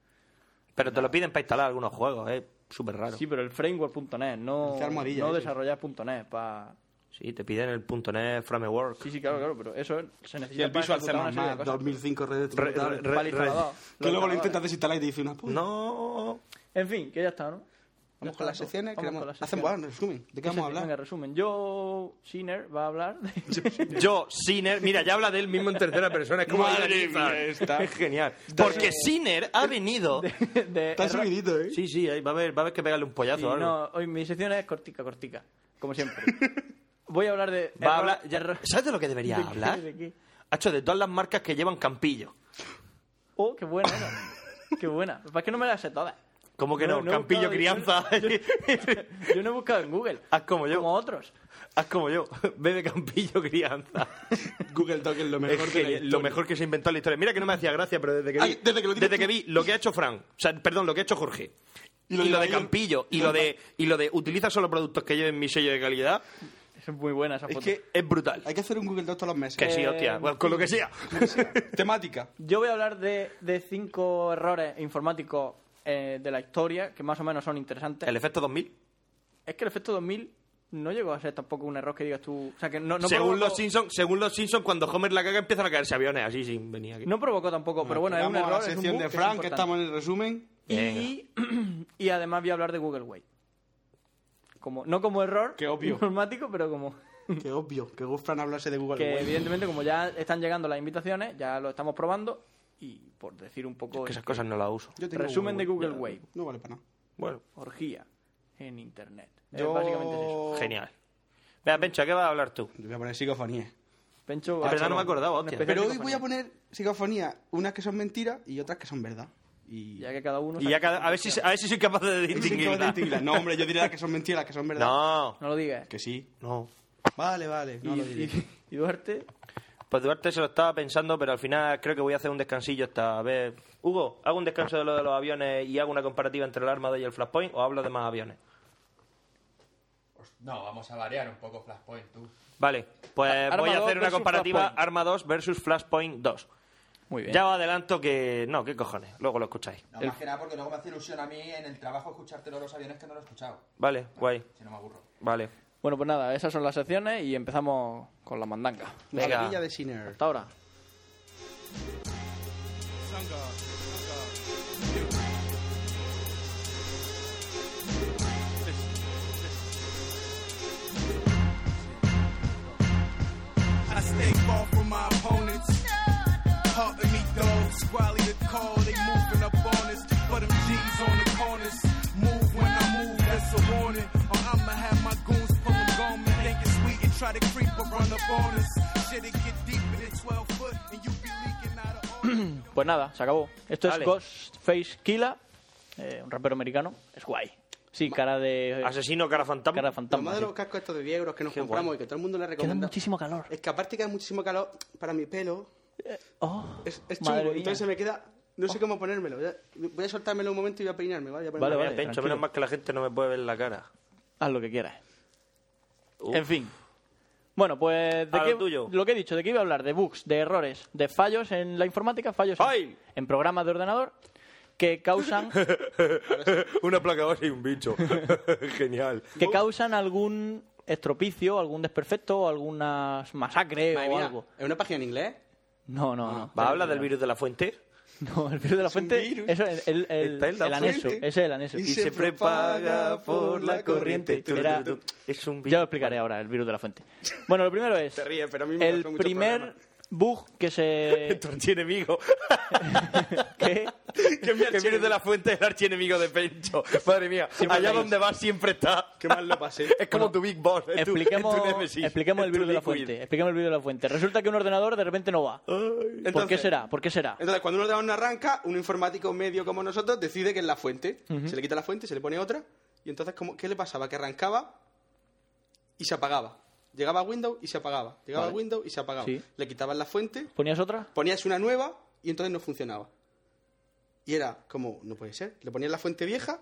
[SPEAKER 7] Pero te lo piden para instalar algunos juegos, es súper raro.
[SPEAKER 8] Sí, pero el framework.net, no,
[SPEAKER 7] Hacer armadillas,
[SPEAKER 8] no
[SPEAKER 7] eso.
[SPEAKER 8] desarrollar .NET para...
[SPEAKER 7] Sí, te piden el .NET Framework.
[SPEAKER 8] Sí, sí, claro, claro, pero eso se
[SPEAKER 9] Y
[SPEAKER 8] necesita
[SPEAKER 9] el
[SPEAKER 8] para
[SPEAKER 9] Visual C++,
[SPEAKER 8] ejecutar una serie de cosas.
[SPEAKER 9] 2005 Red
[SPEAKER 8] Re- re- re- Para el instalador.
[SPEAKER 9] Que luego lo
[SPEAKER 8] Los
[SPEAKER 9] intentas desinstalar y te dice una puta.
[SPEAKER 7] No.
[SPEAKER 8] En fin, que ya está, ¿no?
[SPEAKER 9] Vamos con las secciones,
[SPEAKER 8] Vamos
[SPEAKER 9] queremos-
[SPEAKER 8] con las
[SPEAKER 9] hacemos-
[SPEAKER 8] secciones.
[SPEAKER 9] ah, resumen, ¿de qué vamos a hablar?
[SPEAKER 8] Venga, resumen. Yo, Sinner, va a hablar de...
[SPEAKER 7] Yo, Sinner, mira, ya habla de él mismo en tercera persona. Es como
[SPEAKER 8] Madre
[SPEAKER 7] idealizar.
[SPEAKER 8] mía, está-
[SPEAKER 7] es genial. Porque Sinner ha venido.
[SPEAKER 8] Está error-
[SPEAKER 9] subidito, ¿eh?
[SPEAKER 7] Sí, sí, ahí va a haber, va a haber que pegarle un pollazo
[SPEAKER 8] Sí,
[SPEAKER 7] o algo.
[SPEAKER 8] no, hoy mi sección es cortica, cortica, como siempre. Voy a hablar de...
[SPEAKER 7] Va a hablar- ya- ¿Sabes de lo que debería
[SPEAKER 8] ¿De qué?
[SPEAKER 7] hablar?
[SPEAKER 8] ¿De qué?
[SPEAKER 7] Hacho, de todas las marcas que llevan Campillo.
[SPEAKER 8] Oh, qué buena era. qué buena. Lo que pasa es que no me las sé todas.
[SPEAKER 7] ¿Cómo que no?
[SPEAKER 8] No, no he
[SPEAKER 7] Campillo
[SPEAKER 8] buscado-
[SPEAKER 7] Crianza.
[SPEAKER 8] Yo no he buscado en Google.
[SPEAKER 7] Haz como yo.
[SPEAKER 8] Como otros.
[SPEAKER 7] Haz como yo. Bebe Campillo Crianza.
[SPEAKER 9] Google Doc es lo
[SPEAKER 7] mejor,
[SPEAKER 9] de la historia.
[SPEAKER 7] lo mejor que se inventó en la historia. Mira que no me hacía gracia, pero desde que vi,
[SPEAKER 9] Ay, desde que lo dices tú.
[SPEAKER 7] vi lo que ha hecho Frank, o sea, perdón, lo que ha hecho Jorge,
[SPEAKER 9] Y
[SPEAKER 7] y lo,
[SPEAKER 9] lo de
[SPEAKER 7] de
[SPEAKER 9] Bayer.
[SPEAKER 7] Campillo, y
[SPEAKER 9] Y
[SPEAKER 7] lo
[SPEAKER 9] lo de-
[SPEAKER 7] de, y lo de utiliza solo productos que lleven mi sello de calidad,
[SPEAKER 8] Es muy buena esa
[SPEAKER 9] Es
[SPEAKER 8] foto.
[SPEAKER 9] que
[SPEAKER 7] es brutal.
[SPEAKER 9] hay que hacer un Google Doc todos los meses.
[SPEAKER 7] Que sí, hostia, bueno, con lo que sea.
[SPEAKER 9] Temática.
[SPEAKER 8] Yo voy a hablar de, de cinco errores informáticos eh, de la historia que más o menos son interesantes.
[SPEAKER 7] El efecto 2000.
[SPEAKER 8] Es que el efecto 2000 no llegó a ser tampoco un error que digas tú... O sea, que no, no
[SPEAKER 7] según,
[SPEAKER 8] provocó-
[SPEAKER 7] los Simpsons, según los Simpsons, cuando Homer la caga empiezan a caerse aviones, así sin venir aquí.
[SPEAKER 8] No provocó tampoco, pero bueno, es un
[SPEAKER 9] Vamos
[SPEAKER 8] error.
[SPEAKER 9] a la
[SPEAKER 8] es un
[SPEAKER 9] sección
[SPEAKER 8] bug
[SPEAKER 9] de
[SPEAKER 8] que es
[SPEAKER 9] Frank, que
[SPEAKER 8] importante.
[SPEAKER 9] estamos en el resumen.
[SPEAKER 8] Y, y además voy a hablar de Google Way. Como, no como error
[SPEAKER 9] Qué obvio.
[SPEAKER 8] informático, pero como
[SPEAKER 9] Qué obvio, que Gufran hablase de Google.
[SPEAKER 8] que
[SPEAKER 9] Wave.
[SPEAKER 8] evidentemente como ya están llegando las invitaciones, ya lo estamos probando y por decir un poco
[SPEAKER 7] Que esas cosas no las uso.
[SPEAKER 9] Yo tengo
[SPEAKER 8] resumen de Google
[SPEAKER 9] Wave.
[SPEAKER 8] Wave,
[SPEAKER 9] No vale para nada.
[SPEAKER 7] Bueno,
[SPEAKER 8] orgía en internet. Eh,
[SPEAKER 9] Yo-
[SPEAKER 8] básicamente es eso.
[SPEAKER 7] genial. Vea, Pencho, ¿a qué vas a hablar tú?
[SPEAKER 9] Yo voy a poner psicofonía.
[SPEAKER 8] Pencho,
[SPEAKER 7] De verdad no me
[SPEAKER 8] una
[SPEAKER 7] acordaba, hostia.
[SPEAKER 8] especie de
[SPEAKER 9] Pero hoy voy
[SPEAKER 8] psicofonía.
[SPEAKER 9] a poner psicofonía, unas que son mentiras y otras que son verdad. Y
[SPEAKER 8] ya que cada uno
[SPEAKER 7] Y ya cada- a, ver si, a ver si soy capaz de distinguirla.
[SPEAKER 9] No, hombre, yo diré las que son mentiras, las que son verdad.
[SPEAKER 7] No,
[SPEAKER 8] no lo digas.
[SPEAKER 9] Que sí.
[SPEAKER 7] no.
[SPEAKER 9] Vale, vale, no
[SPEAKER 8] y,
[SPEAKER 9] lo diré.
[SPEAKER 8] y- y Duarte,
[SPEAKER 7] Pues Duarte se lo estaba pensando, pero al final creo que voy a hacer un descansillo esta vez. Hugo, ¿hago un descanso de lo de los aviones y hago una comparativa entre el Armada y el Flashpoint o hablo de más aviones?
[SPEAKER 3] No, vamos a variar un poco Flashpoint, tú.
[SPEAKER 7] Vale, pues
[SPEAKER 8] Arma
[SPEAKER 7] voy a
[SPEAKER 8] 2
[SPEAKER 7] hacer una
[SPEAKER 8] versus
[SPEAKER 7] comparativa
[SPEAKER 8] Flashpoint.
[SPEAKER 7] Arma 2 versus Flashpoint 2.
[SPEAKER 8] muy bien.
[SPEAKER 7] Ya os adelanto que... No, qué cojones, luego lo escucháis.
[SPEAKER 3] No, más que nada porque luego me hace ilusión a mí en el trabajo escuchártelo a los aviones que no lo he escuchado.
[SPEAKER 7] Vale, guay,
[SPEAKER 3] Si no me aburro.
[SPEAKER 7] vale.
[SPEAKER 8] Bueno, pues nada, esas son las secciones y empezamos con la mandanga.
[SPEAKER 9] La
[SPEAKER 7] Venga.
[SPEAKER 9] villa de Sinner.
[SPEAKER 8] Hasta ahora.
[SPEAKER 5] I stay far from my opponents. Hard to meet those squally to call. They moving up on us, but them G's on the corners. Move when I move, that's a warning. Or I'ma have my goons pull them gone and think it's sweet and try to creep or run up on us. Shit, it get deep in it 12 foot and you be leaking out of order.
[SPEAKER 8] Pues nada, se acabó. Esto
[SPEAKER 7] Vale.
[SPEAKER 8] es Ghostface Killa, eh, un rapero americano. Es guay. Sí, cara de.
[SPEAKER 7] Asesino, cara fantasma.
[SPEAKER 8] cara de
[SPEAKER 9] Lo
[SPEAKER 8] fantasma.
[SPEAKER 9] más de
[SPEAKER 8] sí.
[SPEAKER 9] los cascos estos de 10 euros que nos
[SPEAKER 7] Qué
[SPEAKER 9] compramos
[SPEAKER 7] guay.
[SPEAKER 9] y que todo el mundo le
[SPEAKER 8] Que da
[SPEAKER 9] recomienda.
[SPEAKER 8] muchísimo calor.
[SPEAKER 9] Es que aparte que hay muchísimo calor para mi pelo.
[SPEAKER 8] Oh,
[SPEAKER 9] Es, es
[SPEAKER 8] madre
[SPEAKER 9] chungo,
[SPEAKER 8] mía. Oh.
[SPEAKER 9] entonces se me queda... No sé cómo ponérmelo. ya- Voy a soltármelo un momento y voy a peinarme, ¿vale? Voy a ponerme-
[SPEAKER 8] Vale,
[SPEAKER 7] Mira,
[SPEAKER 8] vale,
[SPEAKER 7] Pencho,
[SPEAKER 8] tranquilo.
[SPEAKER 7] menos mal que la gente no me puede ver la cara.
[SPEAKER 8] Haz lo que quieras.
[SPEAKER 7] Uf.
[SPEAKER 8] En fin. Bueno, pues. ¿de
[SPEAKER 7] A lo
[SPEAKER 8] qué-
[SPEAKER 7] tuyo.
[SPEAKER 8] lo que he dicho, ¿de qué iba a hablar? De bugs, de errores, de fallos en la informática, fallos en-
[SPEAKER 7] ¡Ay!
[SPEAKER 8] en programas de ordenador que causan
[SPEAKER 7] Una placa base y un bicho. Genial.
[SPEAKER 8] que causan algún estropicio, algún desperfecto, o alguna masacre
[SPEAKER 9] Madre
[SPEAKER 8] o
[SPEAKER 9] mía,
[SPEAKER 8] algo.
[SPEAKER 9] ¿Es una página en inglés?
[SPEAKER 8] No, no, no.
[SPEAKER 7] ¿Va a hablar del virus de la fuente?
[SPEAKER 8] No, el virus de la fuente.
[SPEAKER 9] virus.
[SPEAKER 8] Eso es el, el-
[SPEAKER 7] Está el de la
[SPEAKER 8] el anexo.
[SPEAKER 7] fuente.
[SPEAKER 8] Ese es el anexo.
[SPEAKER 9] Y se propaga por la corriente.
[SPEAKER 8] Era-
[SPEAKER 7] Es un
[SPEAKER 8] ya lo explicaré ahora, el virus de la fuente. Bueno, lo primero es.
[SPEAKER 9] Te ríes, pero a mí me
[SPEAKER 8] el
[SPEAKER 9] pasó mucho
[SPEAKER 8] primer
[SPEAKER 9] programa.
[SPEAKER 8] bug que se.
[SPEAKER 7] tu archienemigo.
[SPEAKER 8] que-
[SPEAKER 7] que mi virus de la fuente es el archienemigo de Pencho. Madre mía, allá donde vas siempre está.
[SPEAKER 9] Qué mal lo pasé.
[SPEAKER 7] Es como tu Big Boss. es tu-
[SPEAKER 8] expliquemos,
[SPEAKER 7] es tu némesis,
[SPEAKER 8] expliquemos el
[SPEAKER 7] es tu
[SPEAKER 8] virus de la
[SPEAKER 7] liquid.
[SPEAKER 8] fuente. Expliquemos el virus de la fuente. Resulta que un ordenador de repente no va.
[SPEAKER 7] Pues
[SPEAKER 8] ¿Por qué
[SPEAKER 9] Entonces-
[SPEAKER 8] será? ¿Por qué será?
[SPEAKER 9] Entonces, cuando un ordenador no arranca, un informático medio como nosotros decide que es la fuente. Se le quita la fuente, se le pone otra. Y entonces, ¿cómo- ¿qué le pasaba? Que arrancaba y se apagaba. Llegaba a Windows y se apagaba. Llegaba
[SPEAKER 8] Vale.
[SPEAKER 9] a Windows y se apagaba.
[SPEAKER 8] Sí.
[SPEAKER 9] Le quitabas la fuente,
[SPEAKER 8] ¿Ponías otra?
[SPEAKER 9] ponías una nueva y entonces no funcionaba. Y era como, no puede ser. Le ponías la fuente vieja,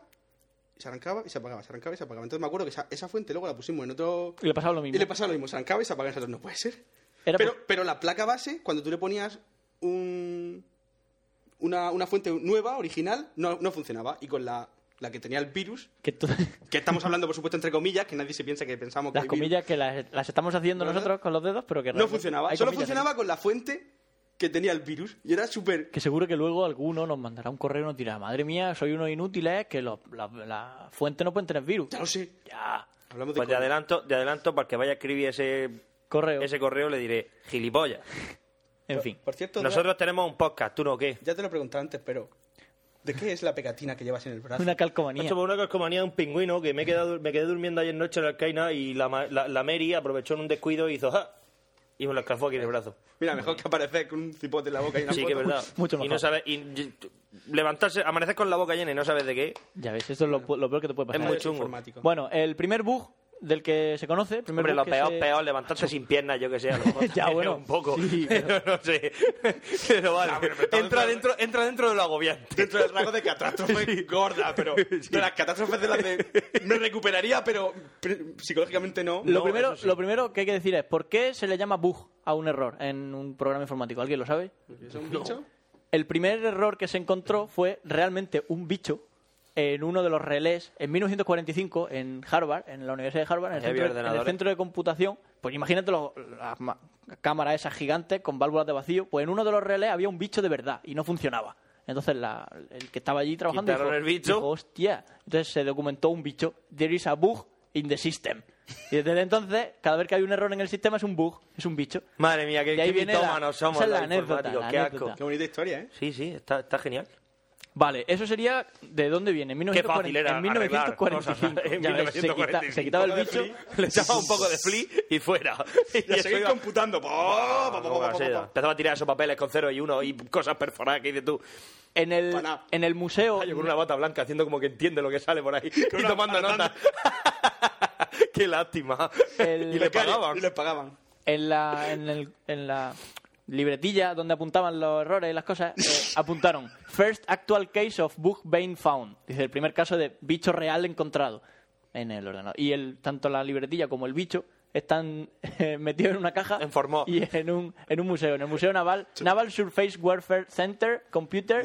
[SPEAKER 9] y se arrancaba y se apagaba, se arrancaba y se apagaba. Entonces me acuerdo que esa, esa fuente luego la pusimos en otro.
[SPEAKER 8] Y le pasaba lo mismo.
[SPEAKER 9] Y le pasaba lo mismo, se arrancaba y se apagaba. Nosotros, no puede ser.
[SPEAKER 8] Era
[SPEAKER 9] pero, pero la placa base, cuando tú le ponías un, una, una fuente nueva, original, no, no funcionaba. Y con la, la que tenía el virus,
[SPEAKER 8] que,
[SPEAKER 9] estamos hablando, por supuesto, entre comillas, que nadie se piensa que pensamos
[SPEAKER 8] Las
[SPEAKER 9] que. hay virus.
[SPEAKER 8] comillas que las, las estamos haciendo
[SPEAKER 9] ¿No,
[SPEAKER 8] nosotros con los dedos, pero que
[SPEAKER 9] no
[SPEAKER 8] realmente-
[SPEAKER 9] funcionaba.
[SPEAKER 8] hay
[SPEAKER 9] Solo
[SPEAKER 8] comillas,
[SPEAKER 9] funcionaba con la fuente que tenía el virus. Y era súper.
[SPEAKER 8] sí. Que seguro que luego alguno nos mandará un correo y nos dirá, madre mía, soy unos inútiles, que los- la, la fuente no puede tener virus.
[SPEAKER 9] Ya lo sé.
[SPEAKER 8] Ya.
[SPEAKER 9] Hablamos
[SPEAKER 7] Pues de adelanto, de adelanto, para que vaya a escribir ese
[SPEAKER 8] correo,
[SPEAKER 7] ese correo le diré, gilipollas.
[SPEAKER 8] En fin.
[SPEAKER 9] Por cierto,
[SPEAKER 7] Nosotros tenemos un podcast, ¿tú no qué?
[SPEAKER 9] Ya te lo pregunté antes, pero. ¿De qué es la pegatina que llevas en el brazo?
[SPEAKER 7] Macho, pues una calcomanía de un pingüino que me, he quedado, me quedé durmiendo ayer noche en la alcaina y la, ma- la, la Mary aprovechó en un descuido y hizo ¡ja! Y me lo escalfó aquí en el brazo.
[SPEAKER 9] Mira, mejor que aparecer con un cipote en la boca y una
[SPEAKER 7] Sí,
[SPEAKER 9] foto.
[SPEAKER 7] que es verdad. Y no sabes... y- y- levantarse, amanecer con la boca llena y no sabes de qué.
[SPEAKER 8] Ya ves, esto es lo, lo peor que te puede pasar.
[SPEAKER 7] Es muy chungo. Informático.
[SPEAKER 8] Bueno, el primer bug del que se conoce... el Primer
[SPEAKER 7] Hombre,
[SPEAKER 8] bug
[SPEAKER 7] lo
[SPEAKER 8] que
[SPEAKER 7] peor,
[SPEAKER 8] se-
[SPEAKER 7] peor, levantarse sin piernas, yo que sé. a lo mejor
[SPEAKER 8] Ya, bueno,
[SPEAKER 7] Un poco.
[SPEAKER 8] sí,
[SPEAKER 7] pero... no sé. Pero vale. entra, dentro, entra dentro de lo agobiante.
[SPEAKER 9] Dentro del rango de catástrofe gorda, pero de las catástrofes de las de... Me recuperaría, pero pre- psicológicamente no.
[SPEAKER 8] Lo,
[SPEAKER 9] No,
[SPEAKER 8] primero,
[SPEAKER 9] eso sí.
[SPEAKER 8] lo primero que hay que decir es, ¿por qué se le llama bug a un error en un programa informático? ¿Alguien lo sabe?
[SPEAKER 9] ¿Es un bicho?
[SPEAKER 8] El primer error que se encontró fue realmente un bicho en uno de los relés en 1945 en Harvard, en la Universidad de Harvard, en el,
[SPEAKER 7] Ahí había
[SPEAKER 8] centro, en el
[SPEAKER 7] ordenadores.
[SPEAKER 8] centro de computación. Pues imagínate los- las ma- cámaras esas gigantes con válvulas de vacío. Pues en uno de los relés había un bicho de verdad y no funcionaba. Entonces la- el que estaba allí trabajando
[SPEAKER 7] Quitaron
[SPEAKER 8] dijo,
[SPEAKER 7] el bicho.
[SPEAKER 8] dijo, hostia. Entonces se documentó un bicho. There is a bug in the system. Y desde entonces, cada vez que hay un error en el sistema es un bug, es un bicho.
[SPEAKER 7] Madre mía, qué,
[SPEAKER 8] De ahí
[SPEAKER 7] qué
[SPEAKER 8] viene la-
[SPEAKER 7] mitómanos somos
[SPEAKER 8] esa es
[SPEAKER 7] los
[SPEAKER 8] la anécdota,
[SPEAKER 7] informáticos,
[SPEAKER 8] la
[SPEAKER 7] qué
[SPEAKER 8] anécdota.
[SPEAKER 7] asco.
[SPEAKER 8] Qué
[SPEAKER 9] bonita historia, ¿eh?
[SPEAKER 7] Sí, sí, está, está genial.
[SPEAKER 8] Vale, eso sería de dónde viene. En,
[SPEAKER 7] Qué fácil
[SPEAKER 8] 1940
[SPEAKER 7] era
[SPEAKER 8] en 1945.
[SPEAKER 7] arreglar cosas. En
[SPEAKER 8] Ya ves, se quita-
[SPEAKER 7] 1945.
[SPEAKER 8] se quitaba el bicho.
[SPEAKER 7] Le echaba un poco de fli y fuera.
[SPEAKER 9] Y a seguir computando. Pa, pa, pa, pa, pa, pa, pa.
[SPEAKER 7] Empezaba a tirar esos papeles con cero y uno y cosas perforadas que dices tú.
[SPEAKER 8] En el, en el museo.
[SPEAKER 7] Yo con una bata blanca haciendo como que entiende lo que sale por ahí y tomando nota. Qué lástima.
[SPEAKER 8] El-
[SPEAKER 7] Y le pagaban.
[SPEAKER 9] Y le pagaban.
[SPEAKER 8] En la, en, el- en la libretilla donde apuntaban los errores y las cosas, eh, apuntaron First Actual Case of Bug Bane Found. Dice el primer caso de bicho real encontrado en el ordenador. Y el, tanto la libretilla como el bicho están eh, metidos en una caja y en un, en un museo, en el Museo Naval, Naval Surface Warfare Center Computer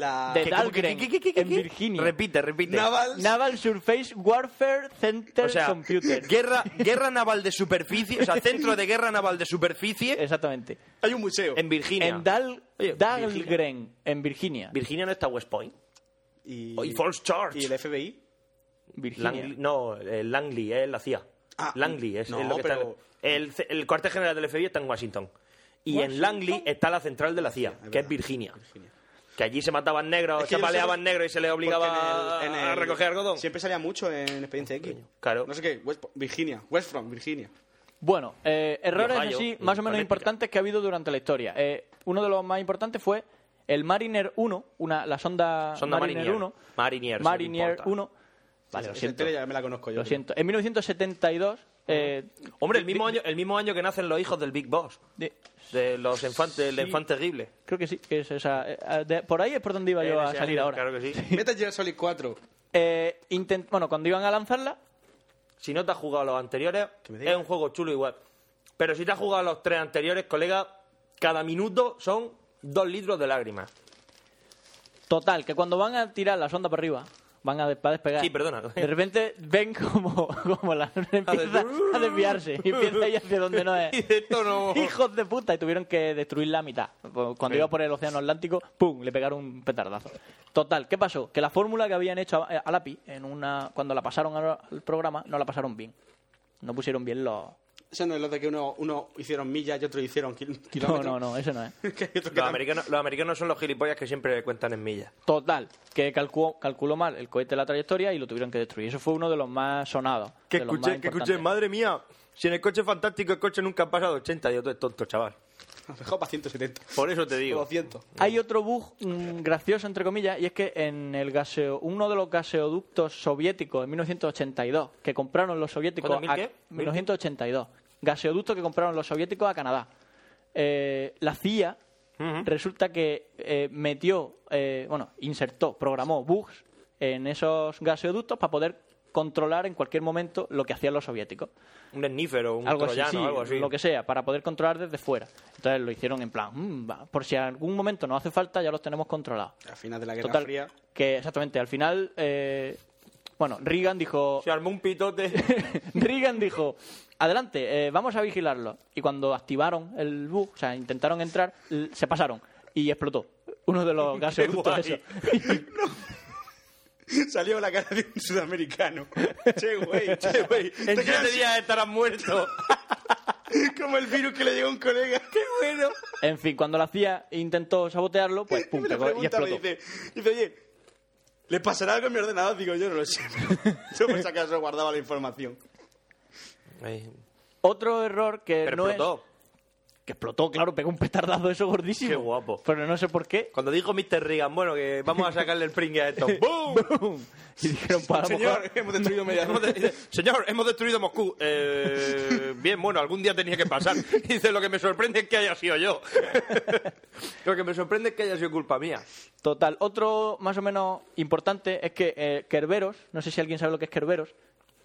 [SPEAKER 7] ¿Qué,
[SPEAKER 8] de
[SPEAKER 7] cómo, qué,
[SPEAKER 8] Dahlgren,
[SPEAKER 7] qué, qué, qué, qué,
[SPEAKER 8] en
[SPEAKER 7] qué?
[SPEAKER 8] Virginia.
[SPEAKER 7] Repite, repite.
[SPEAKER 8] Naval, Surface Warfare Center
[SPEAKER 7] O sea,
[SPEAKER 8] Computer.
[SPEAKER 7] guerra, guerra naval de superficie, o sea, centro de guerra naval de superficie.
[SPEAKER 8] Exactamente.
[SPEAKER 9] Hay un museo.
[SPEAKER 7] En Virginia.
[SPEAKER 8] En Dal-
[SPEAKER 7] Oye,
[SPEAKER 8] Dahlgren, en Virginia.
[SPEAKER 7] Virginia no está West Point.
[SPEAKER 9] Oh, Y,
[SPEAKER 7] y Falls Church.
[SPEAKER 9] ¿Y el FBI?
[SPEAKER 8] Virginia.
[SPEAKER 7] Langley- no, eh, Langley, él la hacía. Langley es,
[SPEAKER 9] Ah, no,
[SPEAKER 7] es lo que
[SPEAKER 9] pero-
[SPEAKER 7] está. El, el cuartel general del FBI está en Washington. Y
[SPEAKER 9] ¿Washington?
[SPEAKER 7] en Langley está la central de la CIA, que es Virginia. Que allí se mataban negros,
[SPEAKER 9] Es que
[SPEAKER 7] se
[SPEAKER 9] yo
[SPEAKER 7] paleaban
[SPEAKER 9] solo-
[SPEAKER 7] negros y se les obligaba
[SPEAKER 9] Porque en el- en
[SPEAKER 7] a
[SPEAKER 9] el-
[SPEAKER 7] recoger algodón.
[SPEAKER 9] Siempre salía mucho en Expediente X.
[SPEAKER 7] Claro.
[SPEAKER 9] No sé qué, West- Virginia. West from Virginia.
[SPEAKER 8] Bueno, eh, errores
[SPEAKER 9] Ohio, y
[SPEAKER 8] así más o menos
[SPEAKER 9] Connecticut.
[SPEAKER 8] importantes que ha habido durante la historia. Eh, uno de los más importantes fue el Mariner 1, una, la sonda,
[SPEAKER 7] Sonda
[SPEAKER 8] Mariner,
[SPEAKER 7] Marinier.
[SPEAKER 8] 1.
[SPEAKER 7] Marinier, sí, no
[SPEAKER 8] Mariner
[SPEAKER 7] importa.
[SPEAKER 8] 1. Vale,
[SPEAKER 9] Esa-
[SPEAKER 8] lo
[SPEAKER 9] esa
[SPEAKER 8] siento.
[SPEAKER 9] tele ya me la conozco yo.
[SPEAKER 8] Lo siento. En 1972... eh,
[SPEAKER 7] Hombre, el mismo, año, el mismo año que nacen los hijos del Big Boss.
[SPEAKER 8] De,
[SPEAKER 7] los infantes, del
[SPEAKER 8] Sí.
[SPEAKER 7] infante terrible.
[SPEAKER 8] creo que sí, que es esa- eh, ah, de- por ahí es por donde iba yo
[SPEAKER 7] En
[SPEAKER 8] a
[SPEAKER 7] Eh, ese
[SPEAKER 8] salir
[SPEAKER 7] año,
[SPEAKER 8] ahora.
[SPEAKER 7] Claro que sí.
[SPEAKER 9] Metal Gear Solid 4.
[SPEAKER 8] Eh, intent- bueno, cuando iban a lanzarla,
[SPEAKER 7] Si no te has jugado los anteriores, es un juego chulo igual. Pero si te has jugado los tres anteriores, colega, cada minuto son dos litros de lágrimas.
[SPEAKER 8] Total, que cuando van a tirar la sonda para arriba, van a, des- va a despegar.
[SPEAKER 7] Sí, perdona.
[SPEAKER 8] De repente ven como, como la sonda empieza a desviarse y empieza a ir hacia donde no es. Hijos de puta, y tuvieron que destruir la mitad. Pues, Cuando
[SPEAKER 7] Sí.
[SPEAKER 8] iba por el Océano Atlántico, ¡pum! Le pegaron un petardazo. Total, ¿qué pasó? Que la fórmula que habían hecho a, a la API, en una, cuando la pasaron al al programa, no la pasaron bien. No pusieron bien los...
[SPEAKER 9] Eso no es lo de que uno, uno hicieron millas y otro hicieron kil-
[SPEAKER 8] No,
[SPEAKER 9] kilómetros.
[SPEAKER 8] no, no, eso no es.
[SPEAKER 7] Los americanos, los americanos son los gilipollas que siempre cuentan en millas.
[SPEAKER 8] Total, que calculó, calculó mal el cohete la trayectoria y lo tuvieron que destruir. Eso fue uno de los más sonados.
[SPEAKER 7] Que
[SPEAKER 8] de los
[SPEAKER 7] escuché,
[SPEAKER 8] más
[SPEAKER 7] que escuché,
[SPEAKER 8] importantes.
[SPEAKER 7] madre mía, si en el coche fantástico el coche nunca ha pasado 80, yo tú eres tonto, chaval.
[SPEAKER 9] A lo mejor para 170.
[SPEAKER 7] Por eso te digo.
[SPEAKER 9] O 200.
[SPEAKER 8] Hay otro bug mm, gracioso, entre comillas, y es que en el gaseo, uno de los gaseoductos soviéticos en 1982, que compraron los soviéticos...
[SPEAKER 7] ¿Cuándo? ¿Mil
[SPEAKER 8] a-
[SPEAKER 7] qué?
[SPEAKER 8] 1982. gaseoducto que compraron los soviéticos a Canadá. Eh, la CIA resulta que eh, metió, eh, bueno, insertó, programó bugs en esos gaseoductos para poder controlar en cualquier momento lo que hacían los soviéticos.
[SPEAKER 7] Un sniffer o un
[SPEAKER 8] algo
[SPEAKER 7] troyano,
[SPEAKER 8] así, sí,
[SPEAKER 7] algo así.
[SPEAKER 8] lo que sea, para poder controlar desde fuera. Entonces lo hicieron en plan, "Mm, va, por si en algún momento nos hace falta, ya los tenemos controlados.
[SPEAKER 9] Al final de la Guerra
[SPEAKER 8] Total,
[SPEAKER 9] Fría.
[SPEAKER 8] que exactamente, al final, eh, bueno, Reagan dijo...
[SPEAKER 7] Se armó un pitote.
[SPEAKER 8] Reagan dijo, adelante, eh, vamos a vigilarlo. Y cuando activaron el bug, o sea, intentaron entrar, l- se pasaron y explotó. Uno de los gasoductos
[SPEAKER 9] guay.
[SPEAKER 8] esos.
[SPEAKER 9] Salió la cara de un sudamericano. Che, güey, che, güey.
[SPEAKER 7] En siete días estarás muerto.
[SPEAKER 9] Como el virus que le llegó a un colega. ¡Qué bueno!
[SPEAKER 8] En fin, cuando la CIA intentó sabotearlo, pues pum,
[SPEAKER 9] Me lo
[SPEAKER 8] pegó y
[SPEAKER 9] pregunta, me
[SPEAKER 8] explotó.
[SPEAKER 9] dice, dice, oye, ¿le pasará algo en mi ordenador? Digo, yo no lo sé. Yo por si acaso guardaba la información.
[SPEAKER 8] Otro error que
[SPEAKER 7] Pero
[SPEAKER 8] no
[SPEAKER 7] explotó.
[SPEAKER 8] es... Que explotó, claro, pegó un petardazo eso gordísimo.
[SPEAKER 7] Qué guapo.
[SPEAKER 8] Pero no sé por qué.
[SPEAKER 7] Cuando dijo Mr. Reagan, bueno, que vamos a sacarle el pringue a esto. ¡Boom!
[SPEAKER 8] Y dijeron, pues, a lo
[SPEAKER 7] Señor,
[SPEAKER 8] mejor-
[SPEAKER 9] hemos destruido media-
[SPEAKER 7] Hemos de- Señor, hemos destruido Moscú. Eh, bien, bueno, algún día tenía que pasar. Dice, lo que me sorprende es que haya sido yo. lo que me sorprende es que haya sido culpa mía.
[SPEAKER 8] Total. Otro más o menos importante es que eh, Kerberos, no sé si alguien sabe lo que es Kerberos,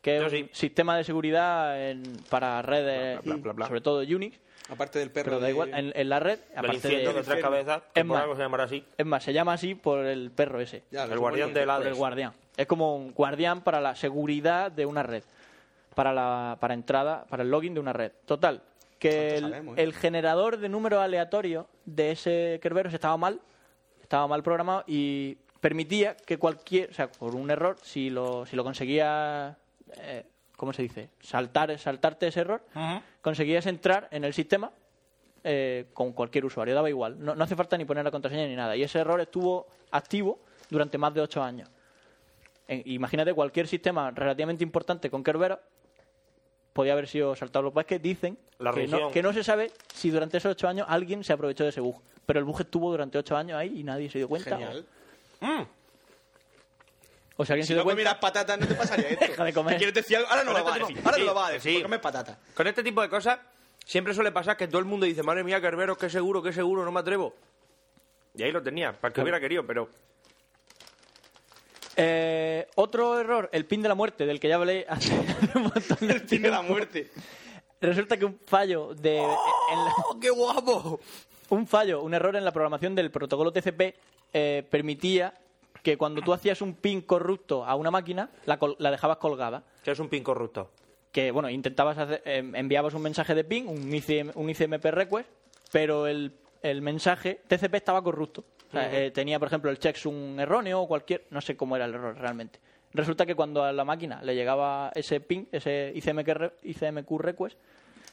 [SPEAKER 8] que es un sistema de seguridad en- para redes,
[SPEAKER 9] Bla, bla, bla, bla.
[SPEAKER 8] sobre todo Unix,
[SPEAKER 9] Aparte del perro
[SPEAKER 8] pero da
[SPEAKER 9] de- Eh,
[SPEAKER 8] igual, en, en la red,
[SPEAKER 9] Del
[SPEAKER 8] aparte
[SPEAKER 9] infierno de tres cabezas, que por
[SPEAKER 8] es más,
[SPEAKER 9] algo se llamará así.
[SPEAKER 8] Es más, se llama así por el perro ese.
[SPEAKER 9] Ya, El lo guardián suponía. del
[SPEAKER 8] Por
[SPEAKER 9] Hades.
[SPEAKER 8] El guardián. Es como un guardián para la seguridad de una red, para la para entrada, para el login de una red. Total, que el,
[SPEAKER 9] sabemos, ¿eh?
[SPEAKER 8] el generador de números aleatorios de ese Kerberos estaba mal estaba mal programado y permitía que cualquier, o sea, por un error, si lo, si lo conseguías, eh, ¿cómo se dice? Saltar, saltarte ese error, conseguías entrar en el sistema eh, con cualquier usuario, daba igual. No, no hace falta ni poner la contraseña ni nada. Y ese error estuvo activo durante más de ocho años. En- imagínate cualquier sistema relativamente importante con Kerberos podía haber sido saltado. Lo que pasa es que dicen
[SPEAKER 7] La
[SPEAKER 8] que,
[SPEAKER 7] religión.
[SPEAKER 8] no, que no se sabe si durante esos ocho años alguien se aprovechó de ese bug. Pero el bug estuvo durante ocho años ahí y nadie se dio cuenta.
[SPEAKER 9] Genial.
[SPEAKER 8] O, o sea, alguien
[SPEAKER 9] Si
[SPEAKER 8] se dio
[SPEAKER 9] no
[SPEAKER 8] cuenta.
[SPEAKER 9] comieras patatas, no te pasaría esto.
[SPEAKER 8] Deja de comer.
[SPEAKER 9] ¿Te quieres decir algo? Ahora no lo
[SPEAKER 7] Con
[SPEAKER 9] vas a
[SPEAKER 7] este
[SPEAKER 9] decir.
[SPEAKER 7] tipo-
[SPEAKER 9] Ahora no
[SPEAKER 7] sí,
[SPEAKER 9] lo vas a decir.
[SPEAKER 7] sí.
[SPEAKER 9] porque comes patatas.
[SPEAKER 7] Con este tipo de cosas siempre suele pasar que todo el mundo dice, madre mía, Carveros, qué seguro, qué seguro, no me atrevo. Y ahí lo tenía, para el que hubiera querido, pero...
[SPEAKER 8] Eh, otro error, el pin de la muerte, del que ya hablé hace un montón de El pin de la
[SPEAKER 9] muerte.
[SPEAKER 8] Resulta que un fallo de. en la-
[SPEAKER 7] ¡Qué guapo!
[SPEAKER 8] Un fallo, un error en la programación del protocolo TCP eh, permitía que cuando tú hacías un pin corrupto a una máquina, la, col- la dejabas colgada.
[SPEAKER 7] Que es un pin corrupto.
[SPEAKER 8] Que, bueno, intentabas hacer- em, enviabas un mensaje de pin, un, ICM, un ICMP request, pero el, el mensaje TCP estaba corrupto. O sea,
[SPEAKER 7] Ujú.
[SPEAKER 8] eh, tenía, por ejemplo, el checksum erróneo o cualquier... No sé cómo era el error realmente. Resulta que cuando a la máquina le llegaba ese ping, ese ICMQ, re- ICMQ request,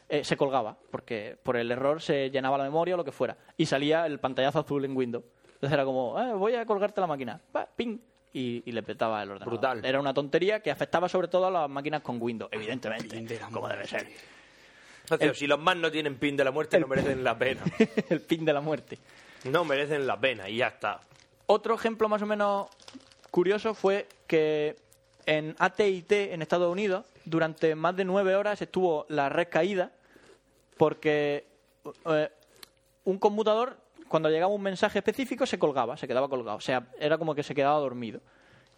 [SPEAKER 8] eh, se colgaba, porque por el error se llenaba la memoria o lo que fuera. Y salía el pantallazo azul en Windows. Entonces era como, "Ah, voy a colgarte la máquina. Pa, ping. Y, y le petaba el ordenador.
[SPEAKER 7] Brutal.
[SPEAKER 8] Era una tontería que afectaba sobre todo a las máquinas con Windows, evidentemente, como debe ser.
[SPEAKER 7] Entonces, si los más no tienen pin de la muerte, no merecen la pena.
[SPEAKER 8] el pin de la muerte.
[SPEAKER 7] No merecen la pena, y ya está.
[SPEAKER 8] Otro ejemplo más o menos curioso fue que en ATT en Estados Unidos durante más de nueve horas estuvo la red caída porque eh, un conmutador cuando llegaba un mensaje específico se colgaba, se quedaba colgado, o sea, era como que se quedaba dormido.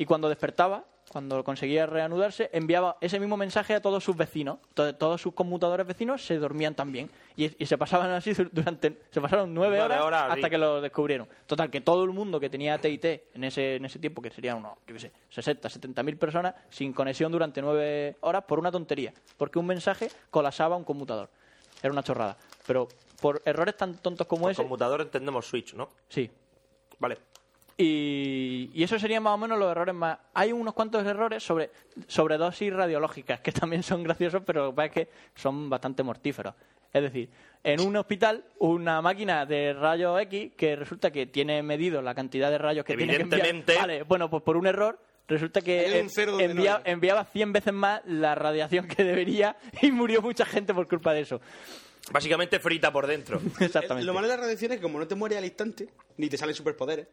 [SPEAKER 8] Y cuando despertaba, cuando conseguía reanudarse, enviaba ese mismo mensaje a todos sus vecinos. To- todos sus conmutadores vecinos se dormían también y, y se pasaban así dur- durante se pasaron nueve
[SPEAKER 7] Nueve
[SPEAKER 8] horas,
[SPEAKER 7] horas,
[SPEAKER 8] hasta
[SPEAKER 7] sí.
[SPEAKER 8] que lo descubrieron. Total, que todo el mundo que tenía AT&T en ese, en ese tiempo, que serían unos, yo qué sé, 60, 70 mil personas, sin conexión durante nueve horas por una tontería. Porque un mensaje colapsaba un conmutador. Era una chorrada. Pero por errores tan tontos como
[SPEAKER 7] Por
[SPEAKER 8] ese...
[SPEAKER 7] conmutador entendemos Switch, ¿no?
[SPEAKER 8] Sí.
[SPEAKER 7] Vale.
[SPEAKER 8] Y, y eso serían más o menos los errores más... Hay unos cuantos errores sobre sobredosis radiológicas, que también son graciosos, pero lo que pasa es que son bastante mortíferos. Es decir, en un hospital, una máquina de rayos X que resulta que tiene medido la cantidad de rayos que tiene que
[SPEAKER 7] Evidentemente.
[SPEAKER 8] enviar. Vale, bueno, pues por un error resulta
[SPEAKER 7] Hay
[SPEAKER 8] que
[SPEAKER 7] un
[SPEAKER 8] en-
[SPEAKER 7] cero donde
[SPEAKER 8] envía-
[SPEAKER 7] no
[SPEAKER 8] enviaba 100 veces más la radiación que debería y murió mucha gente por culpa de eso.
[SPEAKER 7] Básicamente frita por dentro.
[SPEAKER 8] Exactamente.
[SPEAKER 9] Lo malo de las radiaciones es que como no te mueres al instante, ni te salen superpoderes.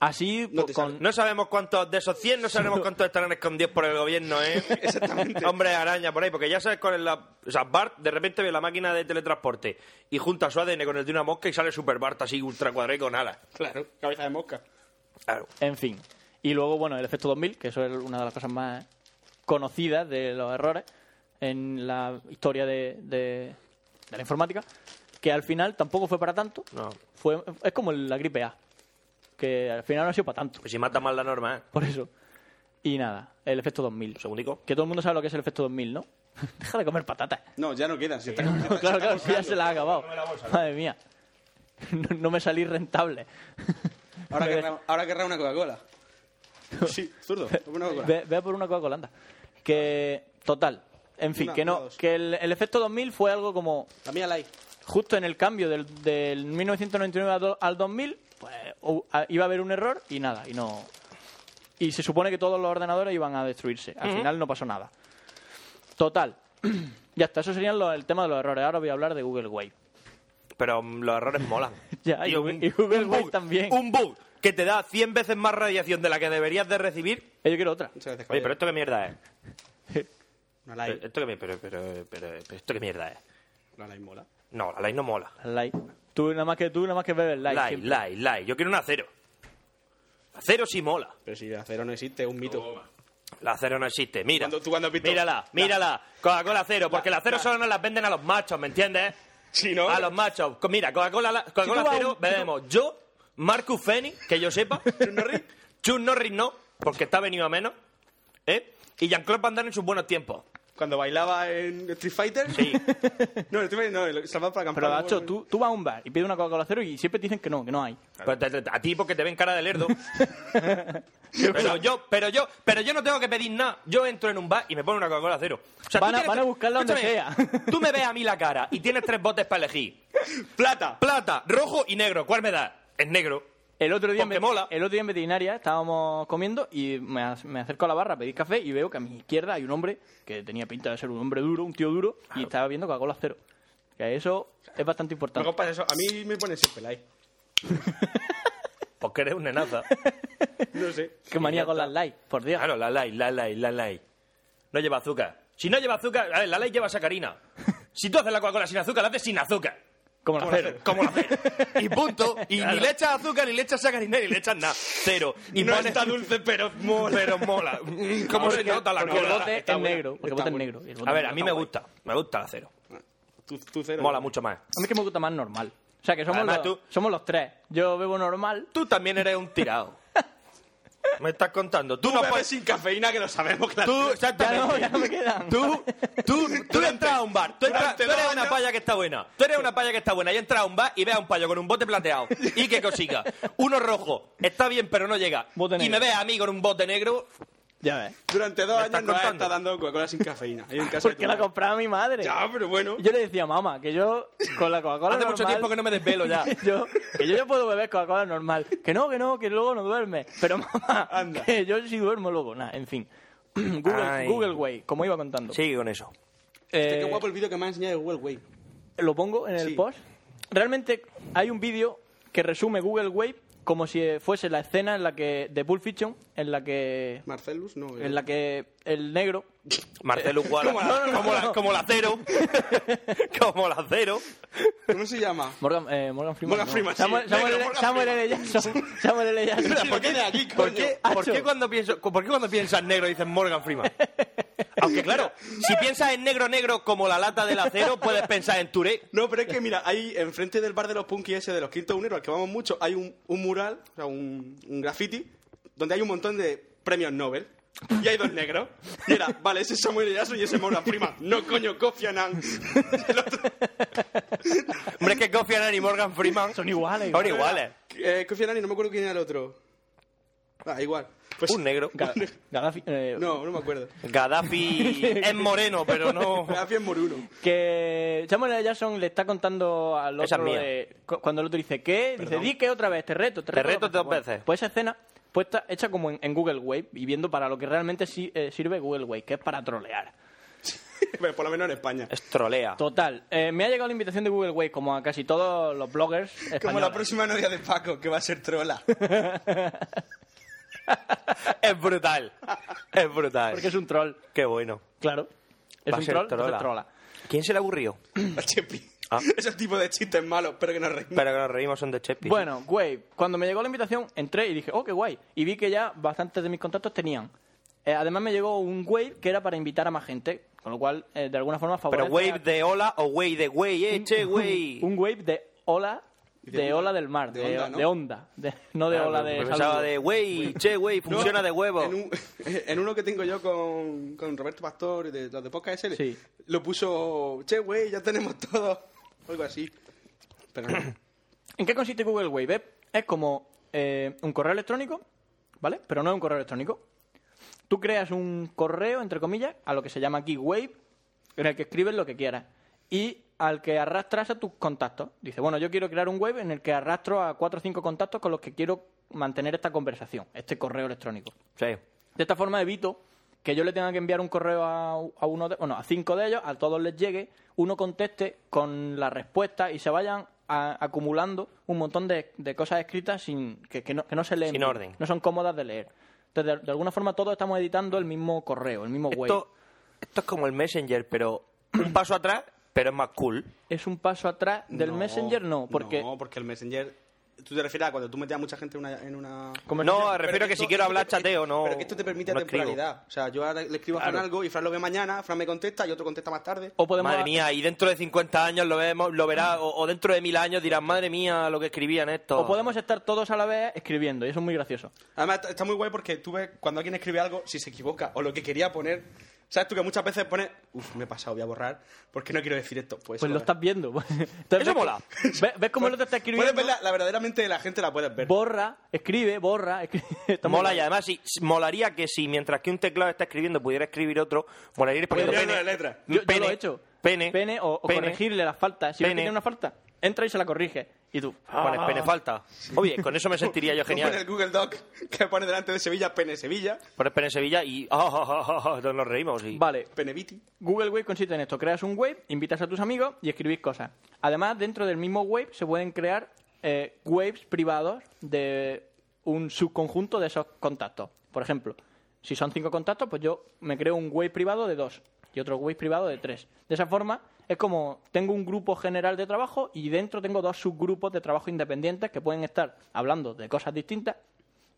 [SPEAKER 8] Así, po- con...
[SPEAKER 7] No sabemos cuántos de esos 100, no sabemos cuántos estarán escondidos por el gobierno, ¿eh? Exactamente. Hombre araña por ahí, porque ya sabes con el. la- O sea, Bart de repente ve la máquina de teletransporte y junta su ADN con el de una mosca y sale Super Bart así ultra cuadrado con alas.
[SPEAKER 9] Claro, cabeza de mosca.
[SPEAKER 8] En fin. Y luego, bueno, el efecto 2000, que eso es una de las cosas más conocidas de los errores en la historia de, de- de la informática, que al final tampoco fue para tanto. Fue, es como la gripe A, que al final no ha sido para tanto.
[SPEAKER 7] Pues si mata mal la norma, ¿eh?
[SPEAKER 8] Por eso. Y nada, el efecto 2000.
[SPEAKER 7] Segundico.
[SPEAKER 8] Que todo el mundo sabe lo que es el efecto 2000, ¿no? Deja de comer patatas.
[SPEAKER 9] No, ya no quedan. Si está
[SPEAKER 8] claro, claro, si ya se la ha acabado. Madre mía. No, no me salí rentable.
[SPEAKER 9] Ahora querrá, ahora querrá una Coca-Cola. Sí, zurdo. Una Coca-Cola.
[SPEAKER 8] Ve, ve a por una Coca-Cola, anda. Que, total. En fin,
[SPEAKER 9] Una,
[SPEAKER 8] que
[SPEAKER 9] una,
[SPEAKER 8] no.
[SPEAKER 9] dos.
[SPEAKER 8] Que el, el efecto 2000 fue algo como.
[SPEAKER 9] También la
[SPEAKER 8] Justo en el cambio del, del 1999 al do- al 2000, pues hu- a- iba a haber un error y nada, y no. Y se supone que todos los ordenadores iban a destruirse. Al
[SPEAKER 7] Ujú.
[SPEAKER 8] final no pasó nada. Total. ya está, eso serían los- el tema de los errores. Ahora voy a hablar de Google Wave.
[SPEAKER 7] Pero mm, los errores molan.
[SPEAKER 8] Ya, y
[SPEAKER 7] Tío,
[SPEAKER 8] Google-
[SPEAKER 7] un-
[SPEAKER 8] y Google
[SPEAKER 7] un
[SPEAKER 8] Wave
[SPEAKER 7] bug,
[SPEAKER 8] también.
[SPEAKER 7] Un bug que te da 100 veces más radiación de la que deberías de recibir.
[SPEAKER 8] Eh, Yo quiero otra.
[SPEAKER 7] Oye, pero eh, esto qué mierda es.
[SPEAKER 9] Una
[SPEAKER 7] Pero, esto qué mi- pero, pero, pero, pero esto qué mierda es.
[SPEAKER 9] La Light mola.
[SPEAKER 7] No, la Light no mola.
[SPEAKER 8] Light. Tú nada más que tú nada más que bebes Light.
[SPEAKER 7] Light,
[SPEAKER 8] siempre.
[SPEAKER 7] light, light. Yo quiero una cero. La cero sí mola.
[SPEAKER 9] Pero si la cero no existe, es un mito.
[SPEAKER 7] La cero no existe. Mira.
[SPEAKER 9] tú cuando pito-
[SPEAKER 7] Mírala,
[SPEAKER 9] La-
[SPEAKER 7] mírala. Coca-Cola cero, porque la, cero solo nos las venden a los machos, ¿me entiendes?
[SPEAKER 9] ¿no?
[SPEAKER 7] A los machos. Co- Mira, Coca-Cola la- Coca-Cola
[SPEAKER 9] Si tú vas a
[SPEAKER 7] cero
[SPEAKER 9] un-
[SPEAKER 7] bebemos yo, Marcus Fenny, que yo sepa. Chun Norris. no, porque está venido a menos. ¿Eh? Y Jean-Claude Van Damme en sus buenos tiempos.
[SPEAKER 9] Cuando bailaba en Street Fighter. Sí. no, en Street Fighter no, en Salvador para
[SPEAKER 8] Pero,
[SPEAKER 9] Campana.
[SPEAKER 8] Nacho, tú, tú vas a un bar y pides una Coca-Cola cero y siempre te dicen que no, que no hay.
[SPEAKER 7] Pues te- te- a ti porque te ven cara de lerdo. pero yo, pero yo, pero yo no tengo que pedir nada. Yo entro en un bar y me ponen una Coca-Cola cero. O sea, tú
[SPEAKER 8] Van a-
[SPEAKER 7] tienes-
[SPEAKER 8] van a buscarla donde
[SPEAKER 7] escúchame, Tú me ves a mí la cara y tienes tres botes para elegir.
[SPEAKER 9] Plata.
[SPEAKER 7] Plata, rojo y negro. ¿Cuál me da? Es negro.
[SPEAKER 8] El otro día, en
[SPEAKER 7] Porque
[SPEAKER 8] ve-
[SPEAKER 7] mola.
[SPEAKER 8] El otro día en veterinaria estábamos comiendo y me, ac- me acerco a la barra a pedir café y veo que a mi izquierda hay un hombre que tenía pinta de ser un hombre duro, un tío duro, y estaba viendo Coca-Cola cero. Que eso es
[SPEAKER 9] Me
[SPEAKER 8] bastante importante.
[SPEAKER 9] compras eso. A mí me pone siempre Light.
[SPEAKER 7] Porque eres un nenaza.
[SPEAKER 9] No sé.
[SPEAKER 8] Qué manía con las light, por Dios.
[SPEAKER 7] Claro, la light, la light, la light. No lleva azúcar. Si no lleva azúcar, a ver, la light lleva sacarina. Si tú haces la Coca-Cola sin azúcar, la haces sin azúcar.
[SPEAKER 8] Como la cero.
[SPEAKER 7] Como la cero. Y punto. Y ni le echas azúcar, ni le echas sacarina, ni le echas nada. Cero. Y
[SPEAKER 9] No
[SPEAKER 7] pones-
[SPEAKER 9] está dulce, pero mola.
[SPEAKER 7] Pero mola. Mm, ¿Cómo se
[SPEAKER 8] Porque-
[SPEAKER 7] nota la
[SPEAKER 8] Porque el
[SPEAKER 7] cola?
[SPEAKER 8] bote
[SPEAKER 7] Está
[SPEAKER 8] es
[SPEAKER 7] buena.
[SPEAKER 8] negro. Porque el
[SPEAKER 7] Está
[SPEAKER 8] bote es
[SPEAKER 7] buena.
[SPEAKER 8] negro. y el bote
[SPEAKER 7] A ver,
[SPEAKER 8] negro
[SPEAKER 7] a mí
[SPEAKER 8] está
[SPEAKER 7] me
[SPEAKER 8] guay.
[SPEAKER 7] gusta. Me gusta la cero.
[SPEAKER 9] Tú, tú cero.
[SPEAKER 7] Mola mucho más.
[SPEAKER 8] A mí es que me gusta más normal. O sea, que somos,
[SPEAKER 7] Además,
[SPEAKER 8] los,
[SPEAKER 7] tú-
[SPEAKER 8] somos los tres. Yo bebo normal.
[SPEAKER 7] Tú también eres un tirado. Me estás contando. Tú,
[SPEAKER 9] Tú
[SPEAKER 7] no
[SPEAKER 9] bebes
[SPEAKER 7] puedes...
[SPEAKER 9] sin cafeína, que lo sabemos, claro.
[SPEAKER 7] Tú,
[SPEAKER 8] Ya
[SPEAKER 7] exactamente.
[SPEAKER 8] no, ya no me quedan.
[SPEAKER 7] Tú, tú, tú entras a un bar, tú, entras-
[SPEAKER 9] Durante
[SPEAKER 7] tú eres
[SPEAKER 9] dos
[SPEAKER 7] una
[SPEAKER 9] años-
[SPEAKER 7] paya que está buena, tú eres una paya que está buena y entras a un bar y ve a un payo con un bote plateado y que consiga uno rojo, está bien pero no llega
[SPEAKER 8] Bote
[SPEAKER 7] y
[SPEAKER 8] negro.
[SPEAKER 7] me ve a mí con un bote negro,
[SPEAKER 8] Ya ves.
[SPEAKER 9] Durante dos
[SPEAKER 7] ¿Me
[SPEAKER 9] años
[SPEAKER 7] estás
[SPEAKER 9] nos
[SPEAKER 7] contando?
[SPEAKER 9] está dando Coca-Cola sin cafeína. Ahí en casa de tu
[SPEAKER 8] Porque la
[SPEAKER 9] madre.
[SPEAKER 8] compraba mi madre.
[SPEAKER 9] Ya, pero bueno.
[SPEAKER 7] Eh,
[SPEAKER 8] Yo le decía, mamá, que yo con la Coca-Cola
[SPEAKER 7] hace mucho
[SPEAKER 8] normal-
[SPEAKER 7] tiempo que no me desvelo ya.
[SPEAKER 8] que yo, que yo ya puedo beber Coca-Cola normal. Que no, que no, que luego no duerme. Pero mamá,
[SPEAKER 9] Anda.
[SPEAKER 8] que yo sí duermo luego. Nada, en fin. Google,
[SPEAKER 7] Ay.
[SPEAKER 8] Google Way, como iba contando.
[SPEAKER 7] Sigue con eso.
[SPEAKER 8] Eh,
[SPEAKER 9] Este, Qué guapo el vídeo que me ha enseñado de Google Way.
[SPEAKER 8] ¿Lo pongo en el
[SPEAKER 9] Sí.
[SPEAKER 8] post? Realmente hay un vídeo que resume Google Way como si eh, fuese la escena en la que de Pulp Fiction en la que
[SPEAKER 9] Marcelus, no. eh.
[SPEAKER 8] en la que el negro
[SPEAKER 7] Marcelo Guara,
[SPEAKER 8] Como la-
[SPEAKER 7] como, la, como la cero, como la cero,
[SPEAKER 9] ¿Cómo se llama?
[SPEAKER 8] Morgan, eh, Morgan Freeman.
[SPEAKER 9] Morgan
[SPEAKER 8] no.
[SPEAKER 9] Freeman, sí.
[SPEAKER 8] Samuel, Samuel,
[SPEAKER 9] Negro,
[SPEAKER 8] L-
[SPEAKER 9] Morgan
[SPEAKER 8] Samuel L. Jackson. Samuel L. Jackson.
[SPEAKER 9] Mira, ¿por qué de aquí,
[SPEAKER 7] ¿Por
[SPEAKER 9] coño?
[SPEAKER 7] qué,
[SPEAKER 8] Hacho.
[SPEAKER 7] por qué cuando pienso, por qué cuando piensas negro dices Morgan Freeman? Aunque claro, si piensas en negro negro como la lata del acero, puedes pensar en Touré.
[SPEAKER 9] No, pero es que mira, ahí enfrente del bar de los punky ese de los quintos uneros, al que vamos mucho, hay un, un mural, o sea, un, un graffiti, donde hay un montón de premios Nobel. Y hay dos negros. Y era, vale, ese es Samuel Yasso y ese es Morgan Freeman. No, coño, Kofi Annan. El otro,
[SPEAKER 7] Hombre, es que Kofi Annan y Morgan Freeman
[SPEAKER 8] Son iguales.
[SPEAKER 7] Son iguales.
[SPEAKER 9] eh, Kofi Annan y no me acuerdo quién era el otro. Ah, igual. Pues,
[SPEAKER 7] Un negro.
[SPEAKER 8] Ga- Gaddafi, eh,
[SPEAKER 9] No, no me acuerdo.
[SPEAKER 7] Gaddafi es moreno, pero no.
[SPEAKER 9] Gaddafi es moruno.
[SPEAKER 8] Que Samuel L. Jackson le está contando al
[SPEAKER 7] Esa
[SPEAKER 8] otro
[SPEAKER 7] es mía.
[SPEAKER 8] de- cu- cuando el otro dice ¿qué? Dice, di que otra vez, te reto, te
[SPEAKER 7] Te
[SPEAKER 8] reto.
[SPEAKER 7] reto dos
[SPEAKER 8] Bueno,
[SPEAKER 7] veces.
[SPEAKER 8] Pues esa escena pues está hecha como en, en Google Wave y viendo para lo que realmente sí, eh, sirve Google Wave, que es para trolear.
[SPEAKER 9] Pero por lo menos en España.
[SPEAKER 7] Es trolea.
[SPEAKER 8] Total, eh, me ha llegado la invitación de Google Wave, como a casi todos los bloggers españoles.
[SPEAKER 9] Como
[SPEAKER 7] eh.
[SPEAKER 9] la próxima novia de Paco, que va a ser trola.
[SPEAKER 7] es brutal. Es brutal.
[SPEAKER 8] Porque es un troll.
[SPEAKER 7] Qué bueno.
[SPEAKER 8] Claro. Es
[SPEAKER 7] Va a
[SPEAKER 8] un
[SPEAKER 7] ser
[SPEAKER 8] troll,
[SPEAKER 7] trola.
[SPEAKER 8] entonces trola.
[SPEAKER 7] ¿Quién se le aburrió?
[SPEAKER 9] A Chepi. Ese tipo
[SPEAKER 7] Ah.
[SPEAKER 9] de chistes malos, pero que nos reímos.
[SPEAKER 7] Pero que nos reímos son de Chepi.
[SPEAKER 8] Bueno, Wave, cuando me llegó la invitación, entré y dije, oh, qué guay. Y vi que ya bastantes de mis contactos tenían. Eh, además, me llegó un Wave que era para invitar a más gente, con lo cual, eh, de alguna forma,
[SPEAKER 7] Pero
[SPEAKER 8] favorece
[SPEAKER 7] wave
[SPEAKER 8] a-
[SPEAKER 7] de hola o way de güey, eh, che, güey.
[SPEAKER 8] Un Wave de ola, de,
[SPEAKER 7] onda.
[SPEAKER 8] ola del mar,
[SPEAKER 7] De
[SPEAKER 8] de,
[SPEAKER 7] onda, ¿no?
[SPEAKER 8] de onda, de- no de
[SPEAKER 7] Ah,
[SPEAKER 8] ola
[SPEAKER 7] me
[SPEAKER 8] de...
[SPEAKER 7] pensaba
[SPEAKER 8] saludo.
[SPEAKER 7] de güey, che, güey, funciona de huevo.
[SPEAKER 9] En, un- en uno que tengo yo con, con Roberto Pastor, de los de Podcast SL,
[SPEAKER 8] Sí.
[SPEAKER 9] lo puso, che, güey, ya tenemos todo. Algo así. Pero no.
[SPEAKER 8] ¿En qué consiste Google Wave? Es, es como eh, un correo electrónico, ¿vale? Pero no es un correo electrónico. Tú creas un correo, entre comillas, a lo que se llama aquí Wave, en el que escribes lo que quieras. Y al que arrastras a tus contactos. Dice, bueno, yo quiero crear un web en el que arrastro a cuatro o cinco contactos con los que quiero mantener esta conversación, este correo electrónico.
[SPEAKER 7] Sí.
[SPEAKER 8] De esta forma evito que yo le tenga que enviar un correo a, a uno de, bueno, a cinco de ellos, a todos les llegue, uno conteste con la respuesta y se vayan a- acumulando un montón de, de cosas escritas sin que, que no, que no se leen.
[SPEAKER 7] Sin
[SPEAKER 8] bien,
[SPEAKER 7] orden.
[SPEAKER 8] No son cómodas de leer. Entonces, de, de alguna forma todos estamos editando el mismo correo, el mismo web.
[SPEAKER 7] Esto, esto es como el Messenger, pero un paso atrás, pero es más cool.
[SPEAKER 8] ¿Es un paso atrás del
[SPEAKER 9] No,
[SPEAKER 8] Messenger? No, porque...
[SPEAKER 9] No, porque el Messenger... ¿Tú te refieres a cuando tú metes a mucha gente en una...? En una...
[SPEAKER 7] No,
[SPEAKER 9] Pero
[SPEAKER 7] refiero a que
[SPEAKER 9] esto-
[SPEAKER 7] si quiero
[SPEAKER 9] esto
[SPEAKER 7] hablar
[SPEAKER 9] te-
[SPEAKER 7] chateo, no.
[SPEAKER 9] Pero que esto te permite
[SPEAKER 7] no escribo.
[SPEAKER 9] temporalidad. O sea, yo ahora le escribo a Fran
[SPEAKER 7] Claro.
[SPEAKER 9] algo y Fran lo ve mañana, Fran me contesta y otro contesta más tarde.
[SPEAKER 8] O podemos...
[SPEAKER 7] Madre mía, y dentro de 50 años lo vemos, lo verás, o, o dentro de mil años dirás, madre mía, lo que escribían estos.
[SPEAKER 8] O podemos estar todos a la vez escribiendo, y eso es muy gracioso.
[SPEAKER 9] Además, está- está muy guay porque tú ves cuando alguien escribe algo, si se equivoca o lo que quería poner. ¿Sabes tú que muchas veces pones, uff, me he pasado, voy a borrar, porque no quiero decir esto? Pues,
[SPEAKER 8] Pues lo estás viendo. Entonces,
[SPEAKER 9] Eso
[SPEAKER 8] ves-
[SPEAKER 9] mola.
[SPEAKER 8] ¿Ves, ves cómo el otro está escribiendo?
[SPEAKER 9] Puedes verla, la verdaderamente la gente la puedes ver.
[SPEAKER 8] Borra, escribe, borra, escribe.
[SPEAKER 7] Mola y además sí, s- molaría que si mientras que un teclado está escribiendo pudiera escribir otro, molaría ir poniendo
[SPEAKER 8] Podría
[SPEAKER 7] pene,
[SPEAKER 8] ir
[SPEAKER 9] eh.
[SPEAKER 8] una letra.
[SPEAKER 7] pene,
[SPEAKER 8] Yo- yo lo he hecho.
[SPEAKER 7] pene,
[SPEAKER 8] Pene o, o
[SPEAKER 7] pene.
[SPEAKER 8] corregirle las faltas. Si ves que
[SPEAKER 7] Pene. Ah.
[SPEAKER 8] tiene una falta, entra y se la corrige. Y tú,
[SPEAKER 7] Pones
[SPEAKER 8] Ah.
[SPEAKER 7] pene falta. Oye, con eso me sentiría yo
[SPEAKER 9] Como en el
[SPEAKER 7] genial.
[SPEAKER 9] Google Doc que pone delante de Sevilla, Pene Sevilla,
[SPEAKER 7] Pones pene en Sevilla y ah, ah, ah, ah, ah, nos reímos. Y...
[SPEAKER 8] Vale,
[SPEAKER 9] Peneviti.
[SPEAKER 8] Google Wave consiste en esto: creas un wave, invitas a tus amigos y escribís cosas. Además, dentro del mismo wave se pueden crear eh, waves privados de un subconjunto de esos contactos. Por ejemplo, si son cinco contactos, pues yo me creo un wave privado de dos y otro wave privado de tres. De esa forma, es como tengo un grupo general de trabajo y dentro tengo dos subgrupos de trabajo independientes que pueden estar hablando de cosas distintas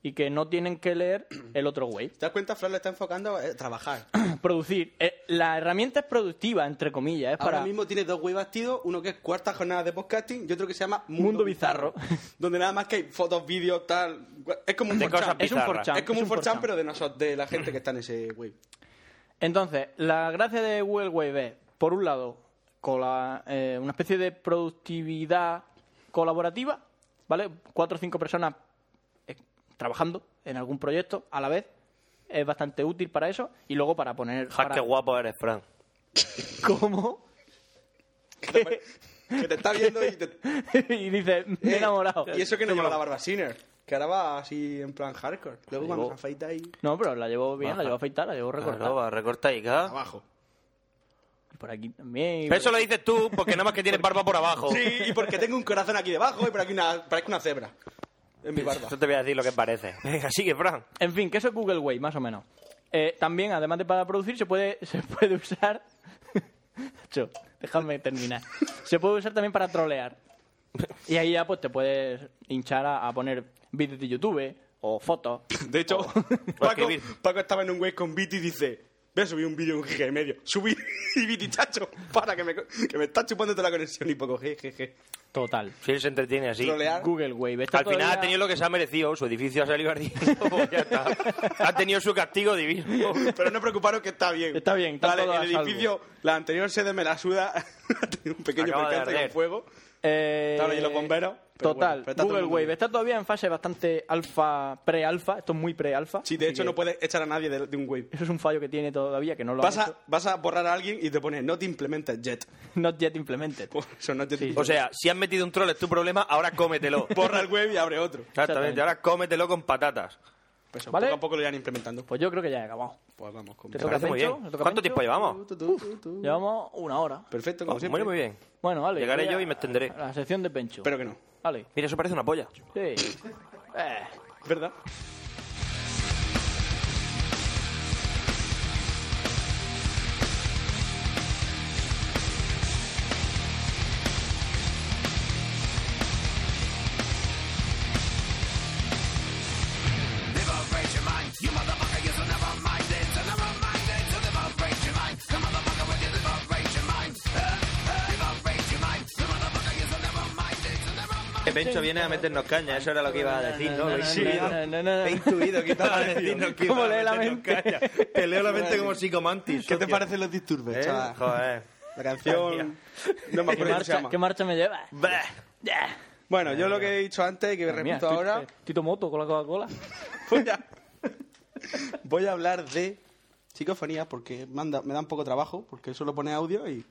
[SPEAKER 8] y que no tienen que leer el otro wave
[SPEAKER 9] ¿Te das cuenta? Fran le está enfocando a eh, trabajar.
[SPEAKER 8] producir. Eh, la herramienta es productiva, entre comillas. Es
[SPEAKER 9] Ahora
[SPEAKER 8] para
[SPEAKER 9] mismo tiene dos web activos, uno que es cuarta jornada de podcasting y otro que se llama Mundo,
[SPEAKER 8] mundo bizarro.
[SPEAKER 9] donde nada más que hay fotos, vídeos, tal. Es como un
[SPEAKER 7] De
[SPEAKER 9] 4chan.
[SPEAKER 7] cosas
[SPEAKER 8] Es un
[SPEAKER 7] bizarras.
[SPEAKER 8] 4chan.
[SPEAKER 9] Es como
[SPEAKER 8] Es
[SPEAKER 9] un
[SPEAKER 8] un
[SPEAKER 9] 4chan,
[SPEAKER 8] 4chan.
[SPEAKER 9] pero de, nosotros, de la gente que está en ese web.
[SPEAKER 8] Entonces, la gracia de Google Wave es, por un lado, con la, eh, una especie de productividad colaborativa, ¿vale? Cuatro o cinco personas eh, trabajando en algún proyecto a la vez. Es bastante útil para eso. Y luego para poner...
[SPEAKER 7] Ja, qué
[SPEAKER 8] para-
[SPEAKER 7] guapo eres, Fran.
[SPEAKER 8] ¿Cómo?
[SPEAKER 9] Que te está viendo y te,
[SPEAKER 8] y dice, me he enamorado.
[SPEAKER 9] Eh, Y eso que no lleva la barba Sinner, que ahora va así en plan hardcore. Luego cuando
[SPEAKER 7] oh.
[SPEAKER 9] se afeita ahí...
[SPEAKER 8] No, pero la llevo bien, la
[SPEAKER 7] Baja.
[SPEAKER 8] llevo afeitada, la llevo recortada.
[SPEAKER 7] Claro, va, recorta y ca.
[SPEAKER 9] Abajo.
[SPEAKER 8] Y por aquí también. y
[SPEAKER 7] Pero
[SPEAKER 8] por-
[SPEAKER 7] Eso lo dices tú porque nada más que tienes barba por abajo.
[SPEAKER 9] Oh. Sí, y porque tengo un corazón aquí debajo y por aquí una, parece una cebra. En mi barba.
[SPEAKER 7] Yo te voy a decir lo que parece. Venga, sigue, Fran.
[SPEAKER 8] En fin, que eso es Google Wave, más o menos. Eh, también, además de para producir, se puede, se puede usar. Cho, déjame terminar. Se puede usar también para trolear. Y ahí ya pues te puedes hinchar a, a poner vídeos de YouTube o fotos.
[SPEAKER 9] De hecho,
[SPEAKER 7] Oh.
[SPEAKER 9] Paco,
[SPEAKER 7] escribir.
[SPEAKER 9] Paco estaba en un web con Viti y dice... Voy a subir un vídeo en un giga y medio. Subí y Viti, chacho, para que me, co- que me está chupando toda la conexión y poco jejeje.
[SPEAKER 8] Total.
[SPEAKER 7] Si él se entretiene así.
[SPEAKER 9] Trolear.
[SPEAKER 8] Google Wave. Está
[SPEAKER 7] Al final
[SPEAKER 8] todavía-
[SPEAKER 7] ha tenido lo que se ha merecido. Su edificio ha salido ardiendo. pues ya está. Ha tenido su castigo divino.
[SPEAKER 9] Pero no preocuparos que está bien.
[SPEAKER 8] Está bien, está
[SPEAKER 9] Vale,
[SPEAKER 8] todo a
[SPEAKER 9] el
[SPEAKER 8] salvo.
[SPEAKER 9] edificio, la anterior sede me la suda. ha tenido un pequeño
[SPEAKER 7] Acaba de
[SPEAKER 9] percance con
[SPEAKER 7] arder.
[SPEAKER 9] fuego.
[SPEAKER 8] Eh,
[SPEAKER 9] Claro, y los bomberos, pero bueno,
[SPEAKER 8] Total,
[SPEAKER 9] pero está todo el
[SPEAKER 8] Google
[SPEAKER 9] mundo bien.
[SPEAKER 8] Wave está todavía en fase bastante alfa, pre-alfa. Esto es muy pre-alfa.
[SPEAKER 9] Sí, de
[SPEAKER 8] así
[SPEAKER 9] hecho
[SPEAKER 8] que
[SPEAKER 9] no puedes echar a nadie de, de un web.
[SPEAKER 8] Eso es un fallo que tiene todavía, que no lo
[SPEAKER 9] Vas
[SPEAKER 8] han hecho.
[SPEAKER 9] a, vas a borrar a alguien y te pone not implemented yet.
[SPEAKER 8] Not yet implemented.
[SPEAKER 9] Por Eso no te
[SPEAKER 7] O sea, si has metido un troll es tu problema, ahora cómetelo.
[SPEAKER 9] borra el web y abre otro.
[SPEAKER 7] Exactamente, ahora cómetelo con patatas.
[SPEAKER 9] Pues eso,
[SPEAKER 8] ¿Vale?
[SPEAKER 9] poco a poco lo irán implementando.
[SPEAKER 8] Pues yo creo que ya he acabado.
[SPEAKER 9] Pues vamos. con-
[SPEAKER 8] ¿Te toca
[SPEAKER 9] Parece muy
[SPEAKER 8] Pencho?
[SPEAKER 9] bien.
[SPEAKER 8] ¿Te toca
[SPEAKER 9] ¿Cuánto
[SPEAKER 8] Pencho?
[SPEAKER 9] tiempo llevamos?
[SPEAKER 8] Llevamos una hora.
[SPEAKER 9] Perfecto,
[SPEAKER 8] Pues
[SPEAKER 9] como siempre.
[SPEAKER 7] Ah, muy bien.
[SPEAKER 8] Bueno, vale.
[SPEAKER 7] Llegaré
[SPEAKER 8] voy a-
[SPEAKER 7] yo y me extenderé.
[SPEAKER 8] a La sección de Pencho.
[SPEAKER 9] Espero que no.
[SPEAKER 8] Vale.
[SPEAKER 7] Mira, eso parece una polla.
[SPEAKER 8] Sí. Eh,
[SPEAKER 9] ¿Verdad?
[SPEAKER 5] Never break your mind. You motherfucker, you're so never minded. So never minded. So never break your mind. Come motherfucker, with you never break your mind. Uh, uh, never break your mind. So motherfucker, you're so never minded. So never
[SPEAKER 7] Que Pencho viene a meternos caña, eso era lo que iba a decir, ¿no? Lo he intuido. He intuido que estaba a decirnos que iba a meternos caña. Te leo la mente como psicomantis.
[SPEAKER 9] ¿Qué te
[SPEAKER 7] hostia.
[SPEAKER 9] parecen los disturbios,
[SPEAKER 7] ¿Eh?
[SPEAKER 9] chaval?
[SPEAKER 7] Joder.
[SPEAKER 9] La canción. No me acuerdo
[SPEAKER 8] ¿Qué,
[SPEAKER 9] cómo se
[SPEAKER 8] marcha,
[SPEAKER 9] llama.
[SPEAKER 8] ¿Qué marcha me lleva?
[SPEAKER 9] Bueno, yo lo que he dicho antes y que repito ahora,
[SPEAKER 8] Tito Moto con la Coca-Cola.
[SPEAKER 9] voy a hablar de psicofonía porque manda, me dan poco trabajo, porque solo pone audio y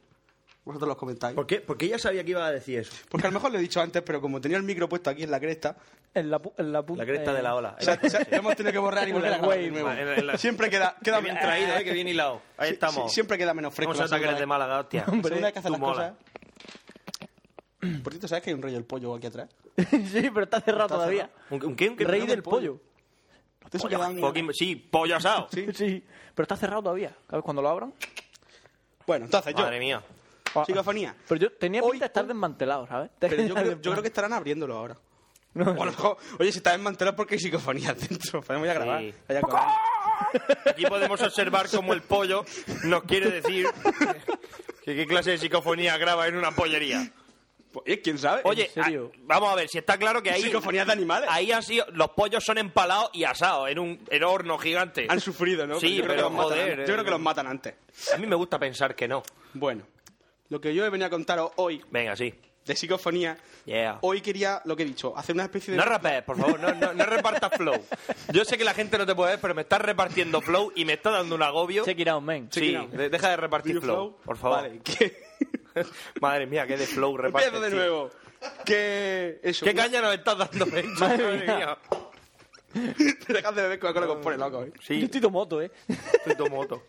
[SPEAKER 9] vosotros los comentáis.
[SPEAKER 7] ¿Por qué? Porque ella sabía que iba a decir eso.
[SPEAKER 9] Porque a lo mejor lo he dicho antes, pero como tenía el micro puesto aquí en la cresta,
[SPEAKER 8] En la, pu- eh, en la,
[SPEAKER 7] La cresta de la ola.
[SPEAKER 9] o sea, o sea, hemos tenido que borrar y volver a grabar de nuevo.
[SPEAKER 7] En la- en la-
[SPEAKER 9] Siempre queda, queda
[SPEAKER 7] Qué bien traído, ¿eh? Que bien hilado. Ahí
[SPEAKER 9] Sí,
[SPEAKER 7] estamos.
[SPEAKER 9] sí, siempre queda menos fresco.
[SPEAKER 7] Vamos a nota
[SPEAKER 9] la
[SPEAKER 7] que
[SPEAKER 9] segunda
[SPEAKER 7] eres de
[SPEAKER 9] vez.
[SPEAKER 7] Málaga, hostia.
[SPEAKER 9] La segunda vez que haces
[SPEAKER 7] Tú
[SPEAKER 9] las
[SPEAKER 7] mola.
[SPEAKER 9] cosas. Por cierto, ¿sabes que hay un rey del pollo aquí atrás?
[SPEAKER 8] sí, pero está cerrado
[SPEAKER 9] Está
[SPEAKER 8] todavía.
[SPEAKER 9] cerrado.
[SPEAKER 7] ¿Un, un qué? ¿Un qué?
[SPEAKER 8] Rey
[SPEAKER 7] Perdón,
[SPEAKER 8] del pollo.
[SPEAKER 9] Entonces,
[SPEAKER 7] Pollo.
[SPEAKER 9] quedan-
[SPEAKER 7] Fucking- Sí, pollo asado.
[SPEAKER 9] Sí.
[SPEAKER 8] Sí, pero está cerrado todavía. ¿Sabes cuando lo abran?
[SPEAKER 9] Bueno, entonces yo.
[SPEAKER 7] Madre mía.
[SPEAKER 9] Psicofonía.
[SPEAKER 8] Pero yo tenía pinta de estar desmantelado, ¿sabes?
[SPEAKER 9] Pero yo creo, yo creo que estarán abriéndolo ahora. O a lo mejor- oye, si está desmantelado porque hay psicofonía dentro. Podemos ya grabar.
[SPEAKER 7] Sí.
[SPEAKER 9] Vaya con-
[SPEAKER 7] Aquí podemos observar cómo el pollo nos quiere decir que qué clase de psicofonía graba en una pollería.
[SPEAKER 9] Oye, Pues, ¿quién sabe?
[SPEAKER 7] Oye,
[SPEAKER 8] serio?
[SPEAKER 7] a- vamos a ver, si está claro que ahí...
[SPEAKER 9] Psicofonías de animales.
[SPEAKER 7] Ahí han sido... Los pollos son empalados y asados en un en horno gigante.
[SPEAKER 9] Han sufrido, ¿no?
[SPEAKER 7] Sí,
[SPEAKER 9] yo
[SPEAKER 7] pero
[SPEAKER 9] creo que los matan
[SPEAKER 7] joder,
[SPEAKER 9] antes.
[SPEAKER 7] eh.
[SPEAKER 9] Yo creo que los matan antes.
[SPEAKER 7] A mí me gusta pensar que no.
[SPEAKER 9] Bueno, lo que yo he venido a contaros hoy
[SPEAKER 7] Venga, sí.
[SPEAKER 9] de psicofonía,
[SPEAKER 7] Yeah.
[SPEAKER 9] hoy quería, lo que he dicho, hacer una especie de...
[SPEAKER 7] No rapes, por favor, no, no, no repartas flow. Yo sé que la gente no te puede ver, pero me estás repartiendo flow y me está dando un agobio.
[SPEAKER 8] Check it out, man.
[SPEAKER 7] Sí, de- deja de repartir
[SPEAKER 9] Video
[SPEAKER 7] flow, por favor.
[SPEAKER 9] Vale, que...
[SPEAKER 7] Madre mía, qué de flow reparte.
[SPEAKER 9] Empiezo de
[SPEAKER 7] tío.
[SPEAKER 9] nuevo. Que... Eso,
[SPEAKER 7] ¿Qué
[SPEAKER 9] una-
[SPEAKER 7] caña nos estás dando, Bencho?
[SPEAKER 8] Madre
[SPEAKER 7] Madre
[SPEAKER 8] mía.
[SPEAKER 7] mía.
[SPEAKER 9] Te dejas de beber Coca-Cola con pone loco, ¿eh?
[SPEAKER 8] Yo
[SPEAKER 7] Sí,
[SPEAKER 8] estoy de moto, ¿eh?
[SPEAKER 7] estoy todo moto.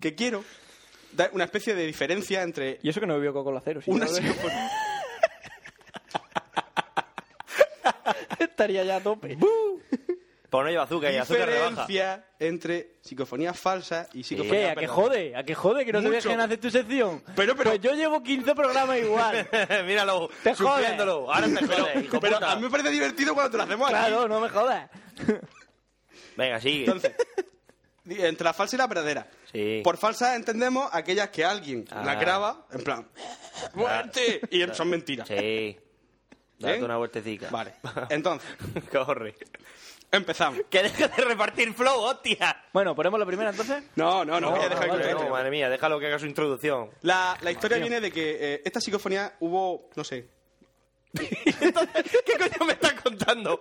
[SPEAKER 9] Que quiero dar una especie de diferencia entre
[SPEAKER 8] Y eso que no bebió Coca-Cola cero. Si
[SPEAKER 9] una
[SPEAKER 8] no,
[SPEAKER 9] psicofonía...
[SPEAKER 8] estaría ya a tope.
[SPEAKER 7] Pues no lleva azúcar y azúcar rebaja.
[SPEAKER 9] diferencia entre psicofonía falsa y psicofonía
[SPEAKER 8] ¿Qué? ¿A qué
[SPEAKER 9] verdadera.
[SPEAKER 8] jode? ¿A qué jode que no te
[SPEAKER 9] Mucho.
[SPEAKER 8] dejen hacer tu sección?
[SPEAKER 9] Pero, pero-
[SPEAKER 8] Pues yo llevo 15 programas igual.
[SPEAKER 7] Míralo,
[SPEAKER 8] Te jode.
[SPEAKER 7] sufriéndolo. Ahora te jode, hijo
[SPEAKER 9] Pero
[SPEAKER 7] puta.
[SPEAKER 9] a mí me parece divertido cuando te lo hacemos aquí.
[SPEAKER 8] claro, no me jodas.
[SPEAKER 7] Venga, sigue.
[SPEAKER 9] Entonces, entre la falsa y la verdadera.
[SPEAKER 7] Sí.
[SPEAKER 9] Por falsa entendemos aquellas que alguien
[SPEAKER 7] Ah.
[SPEAKER 9] la graba, en plan, ¡muerte! Y son mentiras.
[SPEAKER 7] Sí. Date
[SPEAKER 9] ¿Bien?
[SPEAKER 7] una vueltecita.
[SPEAKER 9] Vale, entonces,
[SPEAKER 7] Corre.
[SPEAKER 9] empezamos.
[SPEAKER 7] Que deje de repartir flow, hostia.
[SPEAKER 8] Bueno, ponemos la primera entonces.
[SPEAKER 9] No, no, no, voy a dejar
[SPEAKER 8] vale,
[SPEAKER 9] que lo
[SPEAKER 7] No,
[SPEAKER 9] entre.
[SPEAKER 7] madre mía, déjalo que haga su introducción.
[SPEAKER 9] La, la historia viene de que eh, esta psicofonía hubo, no sé.
[SPEAKER 7] ¿Qué coño me estás contando?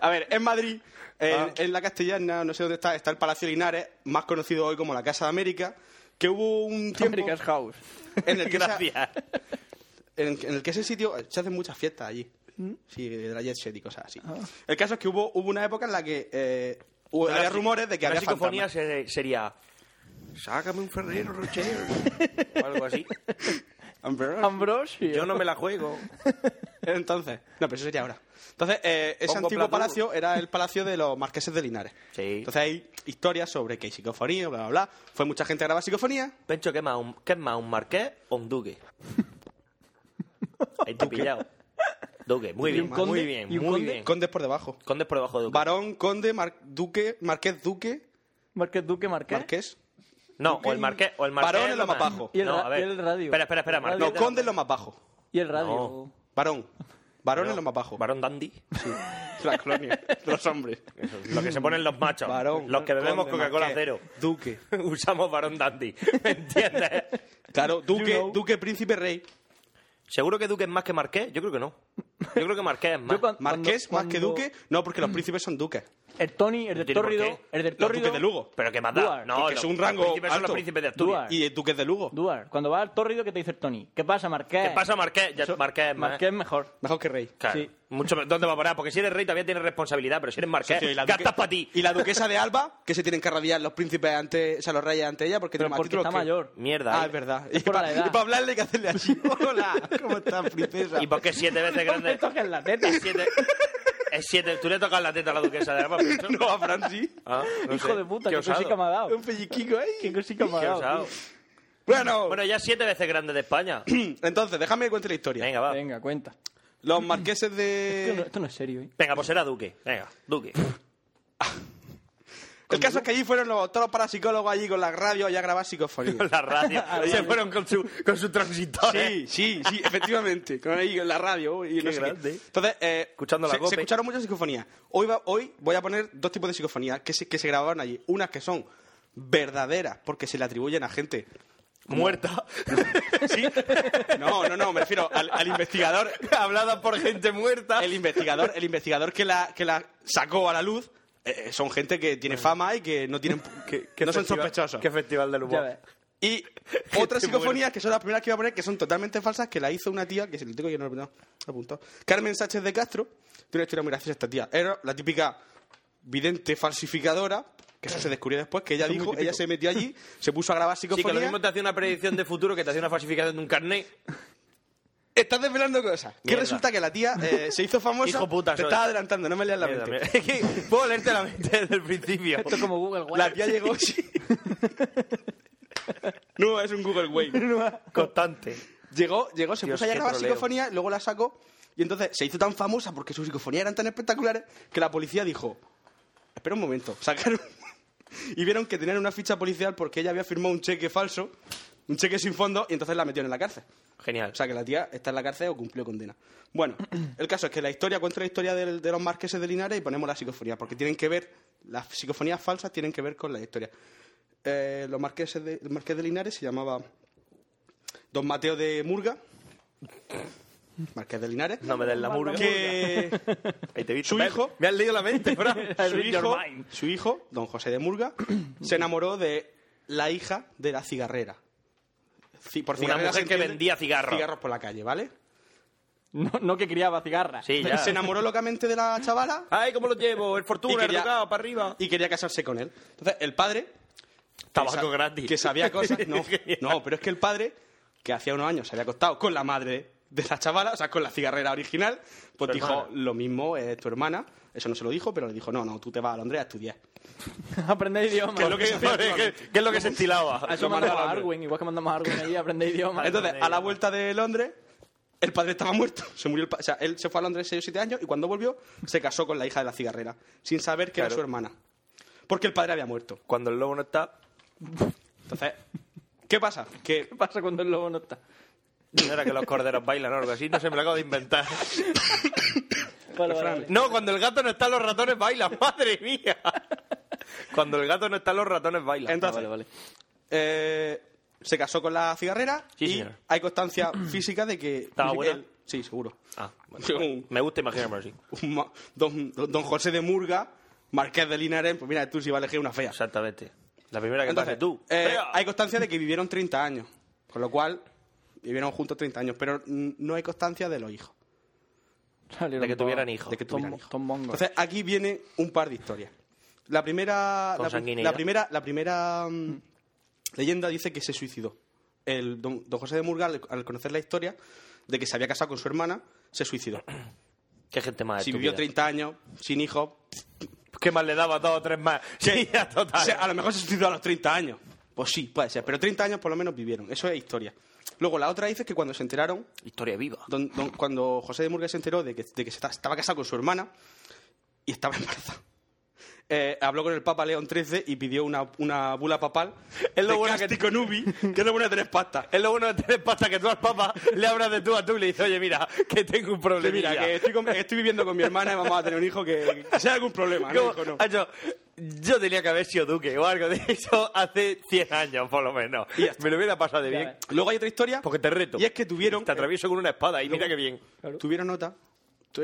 [SPEAKER 9] A ver, en Madrid, en,
[SPEAKER 7] Ah.
[SPEAKER 9] en la castellana, no sé dónde está, está el Palacio Linares, más conocido hoy como la Casa de América, que hubo un tiempo
[SPEAKER 8] America's House.
[SPEAKER 9] en el que esa-
[SPEAKER 7] Gracias.
[SPEAKER 9] en, en el que ese sitio eh, se hacen muchas fiestas allí.
[SPEAKER 7] ¿Mm?
[SPEAKER 9] Sí, de la jet set y cosas
[SPEAKER 7] Ah.
[SPEAKER 9] así. El caso es que hubo, hubo una época en la que eh, hubo- había rumores de que
[SPEAKER 7] la
[SPEAKER 9] había
[SPEAKER 7] psicofonía
[SPEAKER 9] fantasmas.
[SPEAKER 7] se- sería... Sácame un ferrero, Rocher. O algo así. Ah,
[SPEAKER 9] Ambrosio.
[SPEAKER 8] Ambrosio.
[SPEAKER 7] Yo no me la juego.
[SPEAKER 9] Entonces, no, pero eso sería ahora. Entonces, eh, ese
[SPEAKER 7] Pongo
[SPEAKER 9] antiguo
[SPEAKER 7] plato.
[SPEAKER 9] palacio era el palacio de los marqueses de Linares.
[SPEAKER 7] Sí.
[SPEAKER 9] Entonces hay historias sobre que hay psicofonía, bla, bla, bla. Fue mucha gente a grabar psicofonía.
[SPEAKER 7] Pencho, ¿qué, más, un, ¿qué es más, un marqués o un duque? Ahí te he pillado. Duque, muy bien, muy bien,
[SPEAKER 8] ¿Y un
[SPEAKER 7] muy
[SPEAKER 8] conde?
[SPEAKER 7] bien.
[SPEAKER 9] Condes por debajo.
[SPEAKER 7] Condes por debajo de duque. ¿Eh?
[SPEAKER 9] Varón, conde, mar- duque, marqués, duque,
[SPEAKER 8] Marqués Duque, Marqués.
[SPEAKER 9] marqués.
[SPEAKER 7] No, o el marqués, o el marqués.
[SPEAKER 9] Varón
[SPEAKER 7] es
[SPEAKER 9] es lo más bajo.
[SPEAKER 8] Y el
[SPEAKER 7] no,
[SPEAKER 8] ra-
[SPEAKER 7] a ver.
[SPEAKER 8] y el radio.
[SPEAKER 7] Espera, espera, espera,
[SPEAKER 8] El
[SPEAKER 7] marqués.
[SPEAKER 9] No, conde es lo más bajo.
[SPEAKER 8] Y el radio.
[SPEAKER 7] No.
[SPEAKER 9] Varón. Varón
[SPEAKER 7] No.
[SPEAKER 9] es lo más bajo.
[SPEAKER 7] Varón dandy.
[SPEAKER 9] La colonia de los hombres.
[SPEAKER 7] Lo que se ponen los machos.
[SPEAKER 9] Varón.
[SPEAKER 7] los que bebemos
[SPEAKER 9] Conde,
[SPEAKER 7] Coca-Cola
[SPEAKER 9] marqués,
[SPEAKER 7] cero.
[SPEAKER 9] Duque.
[SPEAKER 7] Usamos varón dandy. ¿Me entiendes?
[SPEAKER 9] Claro, duque,
[SPEAKER 8] You know.
[SPEAKER 9] duque, príncipe, rey.
[SPEAKER 7] ¿Seguro que duque es más que marqués? Yo creo que no. Yo creo que marqués es más.
[SPEAKER 8] Yo cuan-
[SPEAKER 9] Marqués
[SPEAKER 8] cuando-
[SPEAKER 9] más que
[SPEAKER 8] cuando-
[SPEAKER 9] duque. No, porque los príncipes son duques.
[SPEAKER 8] el Tony, el del
[SPEAKER 7] tiene por
[SPEAKER 8] Tórrido,
[SPEAKER 7] qué.
[SPEAKER 8] el del
[SPEAKER 7] Los
[SPEAKER 8] Tórrido.
[SPEAKER 7] duques de Lugo. Pero qué más da.
[SPEAKER 8] Duar.
[SPEAKER 7] No, Porque los- son un rango los príncipes son los alto. príncipes de Asturias.
[SPEAKER 8] Duar.
[SPEAKER 7] Y el
[SPEAKER 9] duques de Lugo.
[SPEAKER 8] Duar. Cuando va al Tórrido, ¿qué te dice el Tony? ¿Qué pasa, Marqués?
[SPEAKER 7] ¿Qué pasa, Marqués? Ya,
[SPEAKER 8] Eso-
[SPEAKER 7] Marqués, es más-
[SPEAKER 8] Marqués es mejor.
[SPEAKER 9] Mejor que rey.
[SPEAKER 7] Claro.
[SPEAKER 8] Sí.
[SPEAKER 7] Mucho, me- ¿Dónde va a parar? Porque si eres rey todavía tienes responsabilidad, pero si eres marqués,
[SPEAKER 9] Socio, y la duque-
[SPEAKER 7] gastas para ti.
[SPEAKER 9] Y la duquesa de Alba, que se tienen que radiar los príncipes antes, o sea, los reyes antes ella, porque
[SPEAKER 7] Pero
[SPEAKER 9] tiene más
[SPEAKER 7] porque
[SPEAKER 9] títulos
[SPEAKER 7] está
[SPEAKER 9] que-
[SPEAKER 7] mayor. Mierda,
[SPEAKER 9] Ah,
[SPEAKER 7] eh.
[SPEAKER 9] es verdad.
[SPEAKER 7] Es
[SPEAKER 9] Y
[SPEAKER 7] por la
[SPEAKER 9] para
[SPEAKER 7] edad.
[SPEAKER 9] hablarle hay que hacerle así. Hola, ¿cómo estás, princesa?
[SPEAKER 7] ¿Y por qué siete veces grande?
[SPEAKER 8] la teta.
[SPEAKER 7] Es siete, es siete. ¿Tú le tocas la teta a la duquesa de Alba? Pencho?
[SPEAKER 9] No, a Fran sí.
[SPEAKER 7] Ah, no
[SPEAKER 8] Hijo
[SPEAKER 7] sé.
[SPEAKER 8] de puta,
[SPEAKER 7] Qué
[SPEAKER 8] qué
[SPEAKER 7] osado.
[SPEAKER 8] cosica me ha dado.
[SPEAKER 9] Un pelliquico ahí.
[SPEAKER 8] Qué cosica me ha
[SPEAKER 7] Qué
[SPEAKER 8] dado,
[SPEAKER 7] osado.
[SPEAKER 8] tío.
[SPEAKER 9] Bueno.
[SPEAKER 7] Bueno, ya siete veces grande de España.
[SPEAKER 9] Entonces, déjame que cuente la historia.
[SPEAKER 7] Venga, va.
[SPEAKER 8] Venga, cuenta.
[SPEAKER 9] Los marqueses de...
[SPEAKER 8] Esto no, esto no es serio, ¿eh?
[SPEAKER 7] Venga, pues era duque. Venga, duque.
[SPEAKER 9] El caso es que allí fueron los, todos los parapsicólogos allí con la radio allá a grabar psicofonía.
[SPEAKER 7] Con la radio. Se fueron con su, con su transistor.
[SPEAKER 9] Sí, sí, sí, efectivamente. Con ahí en la radio y no
[SPEAKER 7] Qué
[SPEAKER 9] sé
[SPEAKER 7] grande.
[SPEAKER 9] qué. Entonces, eh,
[SPEAKER 7] Escuchando la
[SPEAKER 9] se, se
[SPEAKER 7] cope.
[SPEAKER 9] escucharon muchas psicofonías. Hoy, va- hoy voy a poner dos tipos de psicofonías que se, que se grabaron allí. Unas que son verdaderas porque se le atribuyen a gente.
[SPEAKER 7] Muerta.
[SPEAKER 9] No, no, no, me refiero al, al investigador.
[SPEAKER 7] Hablada por gente muerta.
[SPEAKER 9] El investigador, el investigador que la, que la sacó a la luz. eh, son gente que tiene fama y que no tienen que, no son
[SPEAKER 7] festival-
[SPEAKER 9] sospechosos.
[SPEAKER 7] Qué festival del
[SPEAKER 8] Ya
[SPEAKER 7] humor.
[SPEAKER 8] ves.
[SPEAKER 9] Y
[SPEAKER 7] Gente
[SPEAKER 9] otras psicofonías que son las primeras que iba a poner, que son totalmente falsas, que la hizo una tía, que si lo tengo yo no lo he apuntado- lo he apuntado. Carmen Sánchez de Castro, tiene una historia muy graciosa esta tía. Era la típica vidente falsificadora, que eso se descubrió después, que ella
[SPEAKER 8] Eso es muy
[SPEAKER 9] dijo, ella
[SPEAKER 8] típico.
[SPEAKER 9] se metió allí, se puso a grabar
[SPEAKER 7] Sí, que lo
[SPEAKER 9] psicofonías.
[SPEAKER 7] mismo te hace una predicción de futuro que te hace una falsificación de un carnet.
[SPEAKER 9] Estás desvelando cosas. Que
[SPEAKER 7] Mierda.
[SPEAKER 9] resulta que la tía eh, se hizo famosa.
[SPEAKER 7] Hijo puta,
[SPEAKER 9] te
[SPEAKER 7] soy.
[SPEAKER 9] estás adelantando, no me leas la
[SPEAKER 7] Mierda,
[SPEAKER 9] mente.
[SPEAKER 7] mierda. Eh, Es que puedo leerte la mente desde el principio.
[SPEAKER 8] Esto es como Google Wave.
[SPEAKER 9] La tía llegó sí. no, es un Google Wave.
[SPEAKER 7] Constante.
[SPEAKER 9] Llegó, llegó, se
[SPEAKER 7] Dios,
[SPEAKER 9] puso allá a
[SPEAKER 7] qué
[SPEAKER 9] grabar
[SPEAKER 7] troleo.
[SPEAKER 9] psicofonía, luego la sacó y entonces se hizo tan famosa porque sus psicofonías eran tan espectaculares que la policía dijo, espera un momento, sacaron y vieron que tenían una ficha policial porque ella había firmado un cheque falso, un cheque sin fondo y entonces la metieron en la cárcel.
[SPEAKER 7] Genial.
[SPEAKER 9] O sea que la tía está en la cárcel o cumplió condena. Bueno, el caso es que la historia cuenta la historia del- de los marqueses de Linares y ponemos la psicofonía porque tienen que ver, las psicofonías falsas tienen que ver con la historia. Eh, los marqueses de, el marqués de Linares se llamaba Don Mateo de Murga. Marqués de Linares.
[SPEAKER 7] No me des la murga.
[SPEAKER 9] que
[SPEAKER 7] Ahí te he visto.
[SPEAKER 9] su
[SPEAKER 7] Me-
[SPEAKER 9] hijo,
[SPEAKER 7] Me has leído la mente, bro.
[SPEAKER 9] su hijo, su hijo, don José de Murga, se enamoró de la hija de la cigarrera. Ci- por
[SPEAKER 7] Una
[SPEAKER 9] cigarrera se
[SPEAKER 7] mujer que
[SPEAKER 9] entiende-
[SPEAKER 7] vendía cigarros.
[SPEAKER 9] Cigarros por la calle, ¿vale?
[SPEAKER 8] No, no que criaba cigarras.
[SPEAKER 7] Sí, ya.
[SPEAKER 9] Se enamoró locamente de la chavala
[SPEAKER 7] Ay, ¿cómo lo llevo? El
[SPEAKER 9] Ah, Y
[SPEAKER 7] Fortuna, el
[SPEAKER 9] quería-
[SPEAKER 7] Ducado, para arriba.
[SPEAKER 9] y quería casarse con él. Entonces, el padre... que
[SPEAKER 7] Tabaco
[SPEAKER 9] sa-
[SPEAKER 7] gratis.
[SPEAKER 9] Que sabía cosas... No,
[SPEAKER 7] Genial.
[SPEAKER 9] no, pero es que el padre, que hacía unos años se había acostado con la madre de la chavala, o sea, con la cigarrera original, pues
[SPEAKER 7] Su
[SPEAKER 9] dijo,
[SPEAKER 7] hermana.
[SPEAKER 9] lo mismo es tu hermana. Eso no se lo dijo, pero le dijo, no, no, tú te vas a Londres a estudiar.
[SPEAKER 8] Aprende idiomas.
[SPEAKER 9] Que es lo que se hacía
[SPEAKER 7] ¿Qué,
[SPEAKER 9] actualmente.
[SPEAKER 7] qué es lo que se estilaba?
[SPEAKER 8] A eso
[SPEAKER 9] lo
[SPEAKER 8] mandamos
[SPEAKER 9] mandaron,
[SPEAKER 8] a
[SPEAKER 9] hombre.
[SPEAKER 8] Arwen. Igual que mandamos a Arwen allí, aprende idiomas.
[SPEAKER 9] Entonces, a la vuelta de Londres, el padre estaba muerto. Se murió el pa- o sea, él se fue a Londres 6 o 7 años y cuando volvió se casó con la hija de la cigarrera, sin saber que era
[SPEAKER 7] Claro.
[SPEAKER 9] su hermana. Porque el padre había muerto.
[SPEAKER 7] Cuando el lobo no está,
[SPEAKER 9] Entonces, ¿qué pasa? Que
[SPEAKER 8] ¿Qué pasa cuando el lobo no está?
[SPEAKER 7] no era que los corderos bailan o algo así, no se me lo acabo de inventar.
[SPEAKER 8] Vale, vale, vale.
[SPEAKER 7] No, cuando el gato no está, los ratones bailan, madre mía. Cuando el gato no está, los ratones bailan.
[SPEAKER 9] Entonces,
[SPEAKER 7] Ah, vale, vale.
[SPEAKER 9] eh, se casó con la cigarrera
[SPEAKER 7] Sí,
[SPEAKER 9] y
[SPEAKER 7] señor.
[SPEAKER 9] hay constancia física de que...
[SPEAKER 7] ¿Estaba buena?
[SPEAKER 9] él- sí, seguro.
[SPEAKER 7] Ah, bueno.
[SPEAKER 9] Un-
[SPEAKER 7] Me gusta imaginarme así.
[SPEAKER 9] un ma- don, don José de Murga, marqués de Linares, pues mira, tú si vas a elegir una fea.
[SPEAKER 7] Exactamente. La primera que
[SPEAKER 9] Entonces,
[SPEAKER 7] pase tú.
[SPEAKER 9] eh,
[SPEAKER 7] Venga.
[SPEAKER 9] hay constancia de que vivieron 30 años, con lo cual vivieron juntos 30 años, pero mm, no hay constancia de los hijos.
[SPEAKER 8] Salieron
[SPEAKER 7] De que
[SPEAKER 8] todos.
[SPEAKER 7] tuvieran hijos.
[SPEAKER 9] De que tuvieran
[SPEAKER 8] Tom-
[SPEAKER 9] hijos.
[SPEAKER 8] Tom Bongo.
[SPEAKER 9] Entonces, aquí viene un par de historias. La primera, la, pri-
[SPEAKER 7] Consanguinidad.
[SPEAKER 9] la primera, la primera mm, leyenda dice que se suicidó. El don, don José de Murga, al- al conocer la historia de que se había casado con su hermana, se suicidó.
[SPEAKER 7] Qué gente más Ah,
[SPEAKER 9] Si
[SPEAKER 7] estúpida.
[SPEAKER 9] vivió 30 años, sin hijos,
[SPEAKER 7] ¿Qué más le daba a todos tres más? Sí, Ah, ya, total.
[SPEAKER 9] O sea, a lo mejor se suicidó a los 30 años. Pues sí, puede ser. Pero 30 años por lo menos vivieron. Eso es historia. Luego, la otra dice que cuando se enteraron,
[SPEAKER 7] Historia viva.
[SPEAKER 9] don- don- cuando José de Murga se enteró de que, de que se esta- estaba casado con su hermana y estaba embarazada, eh, habló con el Papa León XIII y pidió una, una bula papal
[SPEAKER 7] Es lo
[SPEAKER 9] de
[SPEAKER 7] bueno que-
[SPEAKER 9] Casti con ubi, que es lo bueno de tener pasta.
[SPEAKER 7] Es lo bueno de tener pasta que tú al papá le hablas de tú a tú y le dices, oye, mira, que tengo un
[SPEAKER 9] Que
[SPEAKER 7] problema.
[SPEAKER 9] mira, que estoy, con- estoy viviendo con mi hermana y vamos a tener un hijo que, que sea algún problema. ¿no? Dijo, no.
[SPEAKER 7] yo tenía que haber sido duque o algo de eso hace 100 años, por lo menos.
[SPEAKER 9] Y ya está.
[SPEAKER 7] Me lo hubiera pasado de
[SPEAKER 8] Ya
[SPEAKER 7] bien.
[SPEAKER 9] Luego hay otra historia
[SPEAKER 7] Porque te reto.
[SPEAKER 9] y es que tuvieron... eh,
[SPEAKER 7] Te atravieso con una espada y mira qué bien.
[SPEAKER 9] Tuvieron nota histo-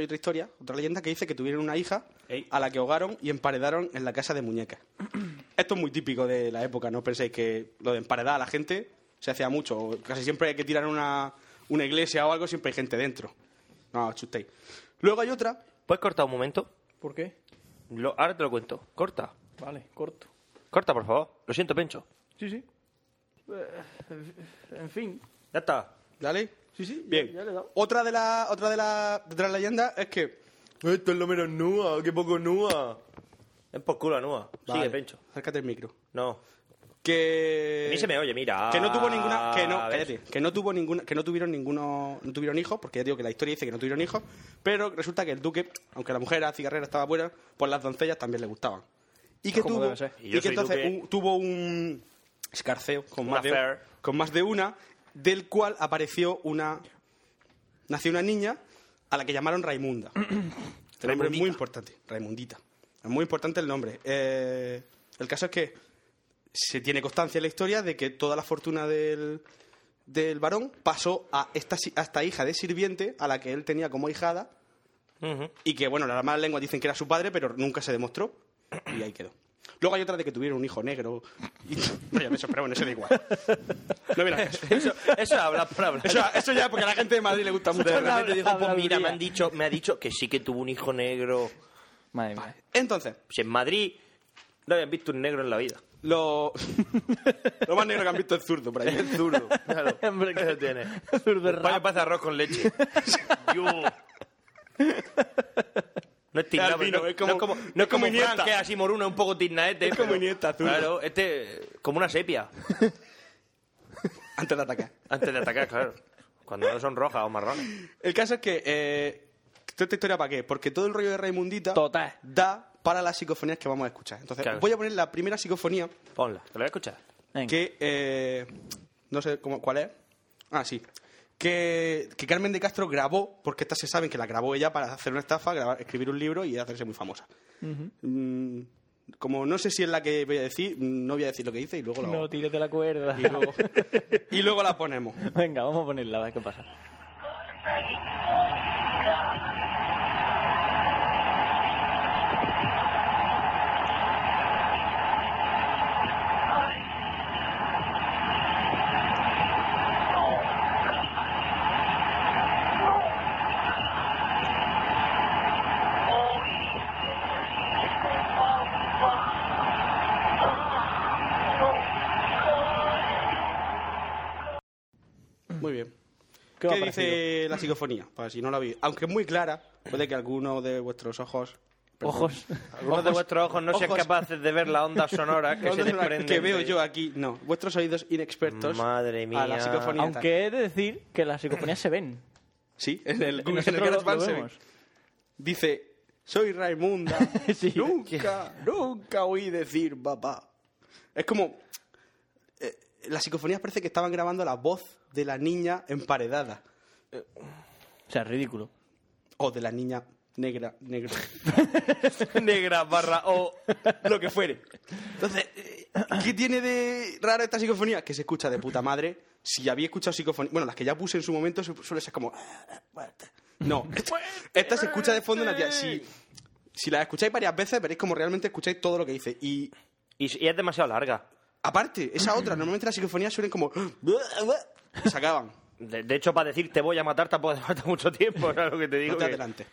[SPEAKER 9] otra historia, otra leyenda que dice que tuvieron una hija a la que ahogaron y emparedaron en la casa de muñecas. Esto es muy típico de la época, no penséis que lo de emparedar a la gente se hacía mucho. Casi siempre que tiran una, una iglesia o algo, siempre hay gente dentro. No, asustéis. Luego hay otra.
[SPEAKER 7] ¿Puedes cortar un momento?
[SPEAKER 8] ¿Por qué?
[SPEAKER 7] Lo- ahora te lo cuento. Corta.
[SPEAKER 8] Vale, corto.
[SPEAKER 7] Corta, por favor. Lo siento, Pencho.
[SPEAKER 8] Sí, sí. En fin.
[SPEAKER 7] Ya está.
[SPEAKER 9] ¿Dale?
[SPEAKER 8] Sí, sí.
[SPEAKER 9] Bien. Otra de la otra de la otra leyenda es que esto es lo menos nua, qué poco nua.
[SPEAKER 7] Es por culo nua. Sigue, Pencho.
[SPEAKER 9] Acércate el micro.
[SPEAKER 7] No.
[SPEAKER 9] Que
[SPEAKER 7] A mí se me oye, mira.
[SPEAKER 9] que no tuvo ninguna que no
[SPEAKER 7] A ver.
[SPEAKER 9] cállate, que no tuvo ninguna que no tuvieron ninguno no tuvieron hijos porque ya digo que la historia dice que no tuvieron hijos pero resulta que el duque aunque la mujer era cigarrera estaba buena pues las doncellas también le gustaban y que
[SPEAKER 8] Como
[SPEAKER 9] tuvo
[SPEAKER 8] debe ser.
[SPEAKER 9] y,
[SPEAKER 8] Y yo
[SPEAKER 9] que
[SPEAKER 8] soy
[SPEAKER 9] entonces
[SPEAKER 8] duque.
[SPEAKER 9] un- tuvo un escarceo con
[SPEAKER 8] Un
[SPEAKER 9] más, de,
[SPEAKER 8] affair.
[SPEAKER 9] con más de una del cual apareció una nació una niña a la que llamaron Raimunda el nombre es muy importante Raimundita es muy importante el nombre Eh, el caso es que se tiene constancia en la historia de que toda la fortuna del, del varón pasó a esta, si- a esta hija de sirviente a la que él tenía como hijada y que, bueno, las malas lenguas dicen que era su padre, pero nunca se demostró y ahí quedó. Luego hay otra de que tuvieron un hijo negro. Y, pero ya me sorprende, bueno, eso da igual. No verás Eso,
[SPEAKER 7] eso habla por hablar.
[SPEAKER 9] Eso, eso ya, porque a la gente de Madrid le gusta mucho.
[SPEAKER 7] De repente dijo, pues mira, me han dicho, me ha dicho que sí que tuvo un hijo negro.
[SPEAKER 8] Madre
[SPEAKER 7] mía.
[SPEAKER 9] Entonces.
[SPEAKER 7] Si en Madrid no habían visto un negro en la vida.
[SPEAKER 9] Lo, lo más negro que han visto es zurdo, por ahí. Es zurdo.
[SPEAKER 7] Claro. ¿Qué se tiene?
[SPEAKER 8] Zurdo
[SPEAKER 7] Vaya paz de arroz con leche. Yo. No es tiznado,
[SPEAKER 9] Albino,
[SPEAKER 7] no,
[SPEAKER 9] es como-
[SPEAKER 7] no es como, no
[SPEAKER 9] es
[SPEAKER 7] es
[SPEAKER 9] como
[SPEAKER 7] como Frank,
[SPEAKER 9] Iniesta.
[SPEAKER 7] que es así moruna, un poco tiznaete.
[SPEAKER 9] Es como
[SPEAKER 7] pero-
[SPEAKER 9] Iniesta, zurdo.
[SPEAKER 7] Claro, este, como una sepia,
[SPEAKER 9] Antes de atacar.
[SPEAKER 7] antes de atacar, claro. Cuando no son rojas o marrones.
[SPEAKER 9] El caso es que. eh, ¿Toda esta historia para qué? Porque todo el rollo de Raimundita.
[SPEAKER 8] Total.
[SPEAKER 9] Da para las psicofonías que vamos a escuchar. Entonces,
[SPEAKER 7] Claro.
[SPEAKER 9] voy a poner la primera psicofonía.
[SPEAKER 7] Ponla, te la voy a escuchar.
[SPEAKER 9] Que. eh, no sé cómo, cuál es. Ah, sí. Que, que Carmen de Castro grabó, porque esta se saben que la grabó ella para hacer una estafa, grabar, escribir un libro y hacerse muy famosa. Mm, como no sé si es la que voy a decir, no voy a decir lo que dice y luego la,
[SPEAKER 8] No, tírate la cuerda.
[SPEAKER 9] y luego, y luego la ponemos.
[SPEAKER 8] Venga, vamos a ponerla, a ver qué pasa.
[SPEAKER 9] Muy bien. ¿Qué,
[SPEAKER 8] ¿Qué os ha
[SPEAKER 9] dice la psicofonía? Para si no la vi. Aunque es muy clara, puede que alguno de vuestros ojos. perdón,
[SPEAKER 8] Ojos.
[SPEAKER 7] Algunos de vuestros ojos no sean
[SPEAKER 9] Ojos.
[SPEAKER 7] capaces de ver la onda sonora que se
[SPEAKER 9] Ondas sonoras
[SPEAKER 7] desprende.
[SPEAKER 9] que veo
[SPEAKER 7] de-
[SPEAKER 9] yo aquí, no. Vuestros oídos inexpertos.
[SPEAKER 7] Madre
[SPEAKER 9] A la
[SPEAKER 7] mía.
[SPEAKER 9] psicofonía. tal.
[SPEAKER 8] Aunque he de decir que las psicofonías se ven.
[SPEAKER 9] Sí, en el,
[SPEAKER 8] Y
[SPEAKER 9] en el
[SPEAKER 8] nosotros lo-
[SPEAKER 9] GarageBand
[SPEAKER 8] lo
[SPEAKER 9] se ve.
[SPEAKER 8] vemos.
[SPEAKER 9] Dice: Soy Raimunda.
[SPEAKER 8] Sí.
[SPEAKER 9] Nunca, nunca oí decir papá. Es como. eh, las psicofonías parece que estaban grabando la voz de la niña emparedada.
[SPEAKER 8] O sea, ridículo.
[SPEAKER 9] O de la niña negra, negro.
[SPEAKER 7] negra barra o
[SPEAKER 9] lo que fuere. Entonces, eh, ¿qué tiene de raro esta psicofonía? Que se escucha de puta madre. Si había escuchado psicofonía, bueno, las que ya puse en su momento su- suele ser como. "Ah, No, esta, esta se escucha de fondo una tía. Si, si la escucháis varias veces, veréis como realmente escucháis todo lo que dice. Y
[SPEAKER 7] y, y es demasiado larga.
[SPEAKER 9] aparte, esa otra, normalmente las psicofonías suelen como. y Se acaban.
[SPEAKER 7] De, de hecho, para decir te voy a matar tampoco hace falta mucho tiempo, ¿sabes lo que te digo?
[SPEAKER 9] No te
[SPEAKER 7] que-
[SPEAKER 9] adelante.